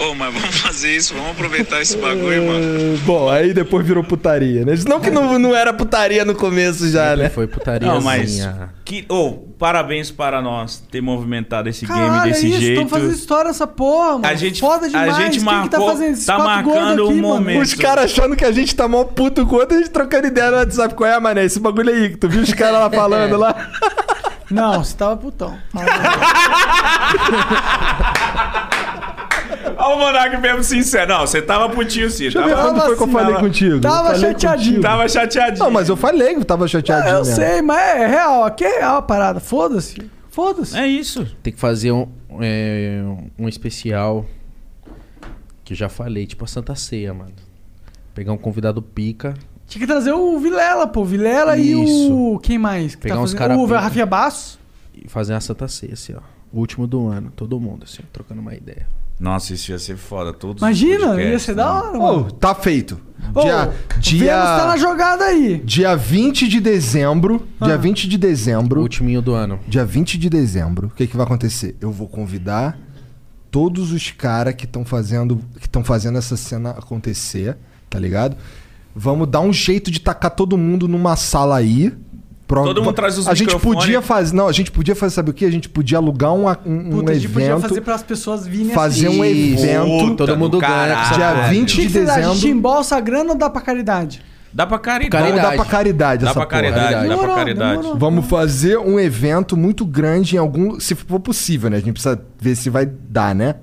Speaker 12: Ô, mas vamos fazer isso, vamos aproveitar esse bagulho, mano.
Speaker 3: É, Bom, aí depois virou putaria, né? Não que não, não era putaria no começo já,
Speaker 5: [laughs]
Speaker 3: né?
Speaker 4: Foi putaria.
Speaker 5: Não, mas. Que, ô, parabéns para nós ter movimentado esse game
Speaker 2: Caralho,
Speaker 5: desse
Speaker 2: é isso,
Speaker 5: jeito.
Speaker 2: Estão fazendo história essa porra, mano.
Speaker 5: A gente-
Speaker 2: Foda demais.
Speaker 5: a gente
Speaker 2: Quem que tá
Speaker 5: marcou-
Speaker 2: fazendo esses
Speaker 5: tá
Speaker 2: quatro gordos
Speaker 5: marcando um
Speaker 2: aqui, mano?
Speaker 5: momento.
Speaker 3: Os caras achando que a gente tá mó puto com outro, a gente trocando ideia no WhatsApp. Qual é, mané? Esse bagulho aí que tu viu os caras lá falando
Speaker 2: [laughs] É.
Speaker 3: lá?
Speaker 2: Não, você tava
Speaker 5: [laughs]
Speaker 2: putão.
Speaker 5: Olha o Monark mesmo sincero. Não, você tava putinho sim.
Speaker 3: Deixa eu ver
Speaker 5: tava-
Speaker 3: quando foi que eu
Speaker 2: assim,
Speaker 3: falei
Speaker 2: tava-
Speaker 3: contigo.
Speaker 2: tava
Speaker 3: Falei
Speaker 2: chateadinho. Ah,
Speaker 3: contigo.
Speaker 5: Tava chateadinho.
Speaker 3: Não, mas eu falei que tava chateadinho.
Speaker 2: Eu
Speaker 3: né?
Speaker 2: sei, mas é real. Aqui é real a parada. Foda-se. Foda-se.
Speaker 5: É isso.
Speaker 4: Tem que fazer um, é, um especial que eu já falei, tipo a Santa Ceia, mano. Pegar um convidado pica.
Speaker 2: Tinha que trazer o Vilela, pô. Vilela e
Speaker 4: Isso.
Speaker 2: o. Quem mais? Que tá
Speaker 4: Pegar uns
Speaker 2: fazendo?
Speaker 4: cara
Speaker 2: O
Speaker 4: pica.
Speaker 2: Rafinha Basso.
Speaker 4: e fazer uma Santa Ceia, assim, ó. O último do ano, todo mundo, assim, trocando uma ideia.
Speaker 5: Nossa, isso ia ser foda. Todos os
Speaker 2: Imagina, ia
Speaker 5: podcasts,
Speaker 2: ser
Speaker 5: né?
Speaker 2: da hora, mano.
Speaker 3: Ô, tá feito.
Speaker 2: Ô,
Speaker 3: Dia, dia,
Speaker 2: Vênus tá na Ah. jogada aí.
Speaker 3: dia 20 de dezembro. Dia 20 de
Speaker 4: O
Speaker 3: dezembro.
Speaker 4: ultiminho do ano.
Speaker 3: Dia 20 de dezembro, o que, que vai acontecer? Eu vou convidar todos os caras que estão fazendo que estão fazendo essa cena acontecer, tá ligado? Vamos dar um jeito de tacar todo mundo numa sala aí. Pro-
Speaker 5: Todo mundo
Speaker 3: va-
Speaker 5: traz os
Speaker 3: A gente
Speaker 5: microfone.
Speaker 3: podia fazer, não, a gente podia fazer, sabe o que? A gente podia alugar um, a- um, um
Speaker 2: Puta, a gente podia
Speaker 3: evento,
Speaker 2: fazer
Speaker 3: fazer,
Speaker 2: pras pessoas virem
Speaker 3: um
Speaker 4: Isso.
Speaker 3: evento
Speaker 4: Todo
Speaker 5: Puta
Speaker 4: mundo
Speaker 5: do
Speaker 4: ganha com essa
Speaker 5: caralho.
Speaker 4: porra.
Speaker 3: dia 20
Speaker 2: O que
Speaker 3: de
Speaker 2: que vocês acham? A gente
Speaker 3: dezembro.
Speaker 2: embolsa a grana ou dá pra caridade?
Speaker 5: Dá pra caridade.
Speaker 3: Vamos dar
Speaker 4: Caridade.
Speaker 3: pra caridade
Speaker 5: Dá
Speaker 3: essa
Speaker 5: pra
Speaker 3: porra.
Speaker 5: caridade, dá pra
Speaker 2: Demorou,
Speaker 5: caridade.
Speaker 2: demorou.
Speaker 3: Vamos fazer um evento muito grande em algum. Se for possível, né? A gente precisa ver se vai dar, né?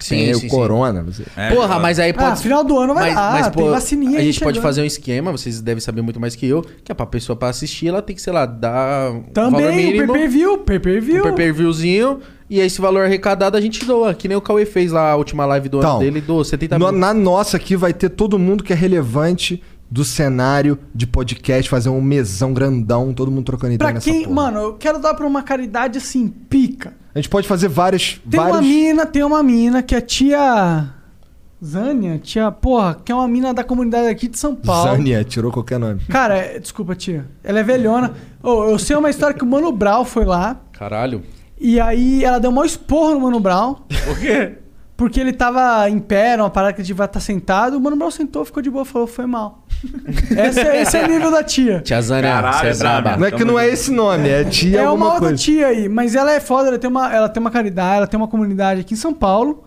Speaker 4: Sim,
Speaker 3: Tem aí
Speaker 4: sim,
Speaker 3: o Corona. não sei.
Speaker 5: É,
Speaker 4: Porra,
Speaker 5: mano.
Speaker 4: mas aí
Speaker 2: Ah,
Speaker 4: pode.
Speaker 2: final do ano vai dar, tem vacininha
Speaker 4: A
Speaker 2: aí
Speaker 4: gente pode
Speaker 2: chegando.
Speaker 4: fazer um esquema, vocês devem saber muito mais que eu, que é pra pessoa pra assistir, ela tem que, sei lá, dar um valor
Speaker 2: Também, o
Speaker 4: mínimo,
Speaker 2: pay-per-view, pay-per-view.
Speaker 4: um pay-per-viewzinho, e aí esse valor arrecadado a gente doa, que nem o Cauê fez lá a última live do
Speaker 3: Então,
Speaker 4: ano dele, doou 70
Speaker 3: No-
Speaker 4: mil.
Speaker 3: na nossa aqui vai ter todo mundo que é relevante do cenário de podcast, fazer um mesão grandão, todo mundo trocando ideia
Speaker 2: Pra
Speaker 3: é nessa
Speaker 2: quem,
Speaker 3: porra.
Speaker 2: mano, eu quero dar pra uma caridade assim, pica.
Speaker 3: A gente pode fazer várias.
Speaker 2: Tem
Speaker 3: vários...
Speaker 2: uma mina, tem uma mina que é tia Zânia, tia, porra, que é uma mina da comunidade aqui de São Paulo.
Speaker 3: [laughs] Zânia, tirou qualquer nome.
Speaker 2: Cara, é- desculpa, tia. Ela é velhona. Ô, eu sei uma história que o Mano Brown foi lá
Speaker 4: Caralho.
Speaker 2: e aí ela deu maior esporro no Mano Brown.
Speaker 5: Por quê?
Speaker 2: Porque ele tava em pé, numa parada que ele devia estar sentado. O Mano Brown sentou, ficou de boa, falou, foi mal. [laughs] Esse é, esse é o nível da tia.
Speaker 4: Tia Zânia,
Speaker 5: Caralho,
Speaker 4: você é
Speaker 5: Zânia.
Speaker 4: braba.
Speaker 3: Não é que não é esse nome, é tia
Speaker 2: é uma
Speaker 3: alguma
Speaker 2: outra
Speaker 3: coisa.
Speaker 2: tia aí, mas ela é foda, ela tem, uma, ela tem uma caridade, ela tem uma comunidade aqui em São Paulo.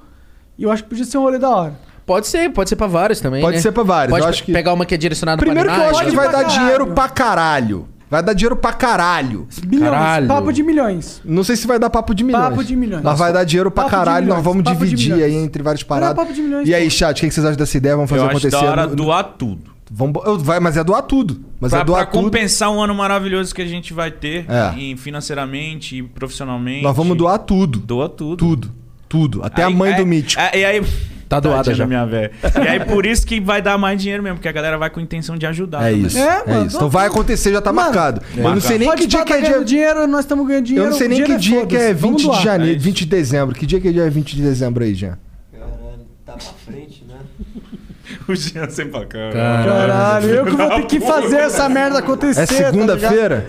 Speaker 2: E eu acho que podia ser um rolê da hora.
Speaker 4: Pode ser, pode ser pra vários também,
Speaker 3: Pode
Speaker 4: né?
Speaker 3: ser pra vários,
Speaker 4: Pode
Speaker 3: eu
Speaker 4: pe-
Speaker 3: acho que-
Speaker 4: pegar uma que é direcionada
Speaker 3: Primeiro
Speaker 4: pra
Speaker 3: que eu acho que
Speaker 4: animais,
Speaker 2: Pode
Speaker 3: vai
Speaker 2: pra
Speaker 3: dar
Speaker 2: caralho.
Speaker 3: dinheiro pra caralho. Vai dar dinheiro pra caralho.
Speaker 2: Bilhões,
Speaker 4: Caralho.
Speaker 2: papo de milhões.
Speaker 3: Não sei se vai dar papo de milhões.
Speaker 2: Papo de milhões.
Speaker 3: Nós vai dar dinheiro pra
Speaker 2: Papo de
Speaker 3: caralho,
Speaker 2: milhões,
Speaker 3: nós vamos
Speaker 2: papo de
Speaker 3: dividir
Speaker 2: milhões. é
Speaker 3: aí entre vários paradas.
Speaker 2: papo de milhões,
Speaker 3: e aí,
Speaker 2: pô.
Speaker 3: chat, o que que vocês acham dessa ideia? Vamos fazer
Speaker 5: Eu acho
Speaker 3: acontecer.
Speaker 5: da hora
Speaker 3: No-
Speaker 5: doar tudo.
Speaker 3: Vamos... Eu- Vai, mas é doar tudo. Mas
Speaker 5: Pra,
Speaker 3: é doar
Speaker 5: pra
Speaker 3: tudo.
Speaker 5: compensar um ano maravilhoso que a gente vai ter
Speaker 3: É.
Speaker 5: em financeiramente e profissionalmente.
Speaker 3: Nós vamos doar tudo.
Speaker 5: Doa tudo.
Speaker 3: Tudo. Tudo. Até a
Speaker 5: Aí-
Speaker 3: mãe
Speaker 5: é-
Speaker 3: do Mítico.
Speaker 5: é- e aí...
Speaker 4: Tá doada
Speaker 5: Tadinha da
Speaker 4: já.
Speaker 5: minha véia. E aí por isso que vai dar mais dinheiro mesmo, porque a galera vai com intenção de ajudar. né?
Speaker 3: É
Speaker 5: também.
Speaker 3: isso.
Speaker 2: É,
Speaker 3: É,
Speaker 2: mano,
Speaker 3: isso.
Speaker 2: doa
Speaker 3: Então vai
Speaker 2: tudo.
Speaker 3: acontecer, já tá
Speaker 2: Mano, é
Speaker 3: marcado. Eu não sei nem
Speaker 2: Pode
Speaker 3: que dia
Speaker 2: tá
Speaker 3: que é
Speaker 2: ganhando
Speaker 3: dia.
Speaker 2: dinheiro, nós estamos ganhando dinheiro.
Speaker 3: Eu não sei nem
Speaker 2: dinheiro
Speaker 3: que dia que é
Speaker 2: foda-se, vamos
Speaker 3: 20 de
Speaker 2: doar.
Speaker 5: É
Speaker 3: janeiro,
Speaker 5: isso.
Speaker 3: 20 de dezembro. Que dia que é dia 20 de dezembro aí, Jean?
Speaker 18: Caralho, tá pra frente, né?
Speaker 5: [laughs] O Jean é sem bacana.
Speaker 2: Caralho, eu que vou ter que fazer essa merda acontecer.
Speaker 3: É
Speaker 2: tá ligado?
Speaker 3: segunda-feira?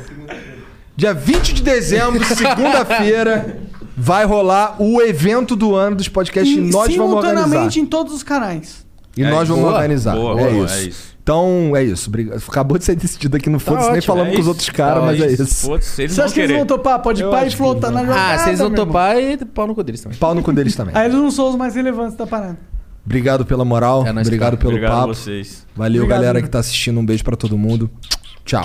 Speaker 3: Dia 20 de dezembro, segunda-feira, vai rolar o evento do ano dos podcasts e,
Speaker 2: E
Speaker 3: é nós vamos organizar.
Speaker 2: simultaneamente em todos os canais.
Speaker 3: E
Speaker 5: É
Speaker 3: nós
Speaker 5: isso.
Speaker 3: vamos
Speaker 5: Boa,
Speaker 3: organizar.
Speaker 5: boa,
Speaker 3: é,
Speaker 5: boa,
Speaker 3: isso.
Speaker 5: é isso.
Speaker 3: Então, é isso. Obrigado. Acabou de ser decidido aqui no
Speaker 2: Tá
Speaker 3: Foda-se, nem
Speaker 4: ótimo,
Speaker 3: falamos
Speaker 5: É
Speaker 3: com os
Speaker 5: isso.
Speaker 3: outros caras,
Speaker 4: Tá
Speaker 3: mas é
Speaker 4: ótimo.
Speaker 3: isso.
Speaker 5: Foda-se, eles
Speaker 2: Você acha que eles vão
Speaker 5: querer.
Speaker 2: topar? Pode
Speaker 3: Eu
Speaker 2: pai e
Speaker 3: acho que
Speaker 2: flotar
Speaker 3: vão.
Speaker 2: na jogada.
Speaker 4: Ah, vocês vão
Speaker 2: meu irmão.
Speaker 4: topar e pau no cu deles também.
Speaker 3: Pau no cu deles também.
Speaker 2: Aí eles não são os mais relevantes da parada.
Speaker 3: Obrigado pela moral,
Speaker 4: É nóis,
Speaker 3: obrigado
Speaker 4: cara.
Speaker 3: pelo
Speaker 5: Obrigado a
Speaker 3: papo.
Speaker 5: vocês.
Speaker 3: Valeu,
Speaker 2: Obrigado,
Speaker 3: galera
Speaker 2: meu.
Speaker 3: que tá assistindo. Um beijo pra todo mundo. Tchau.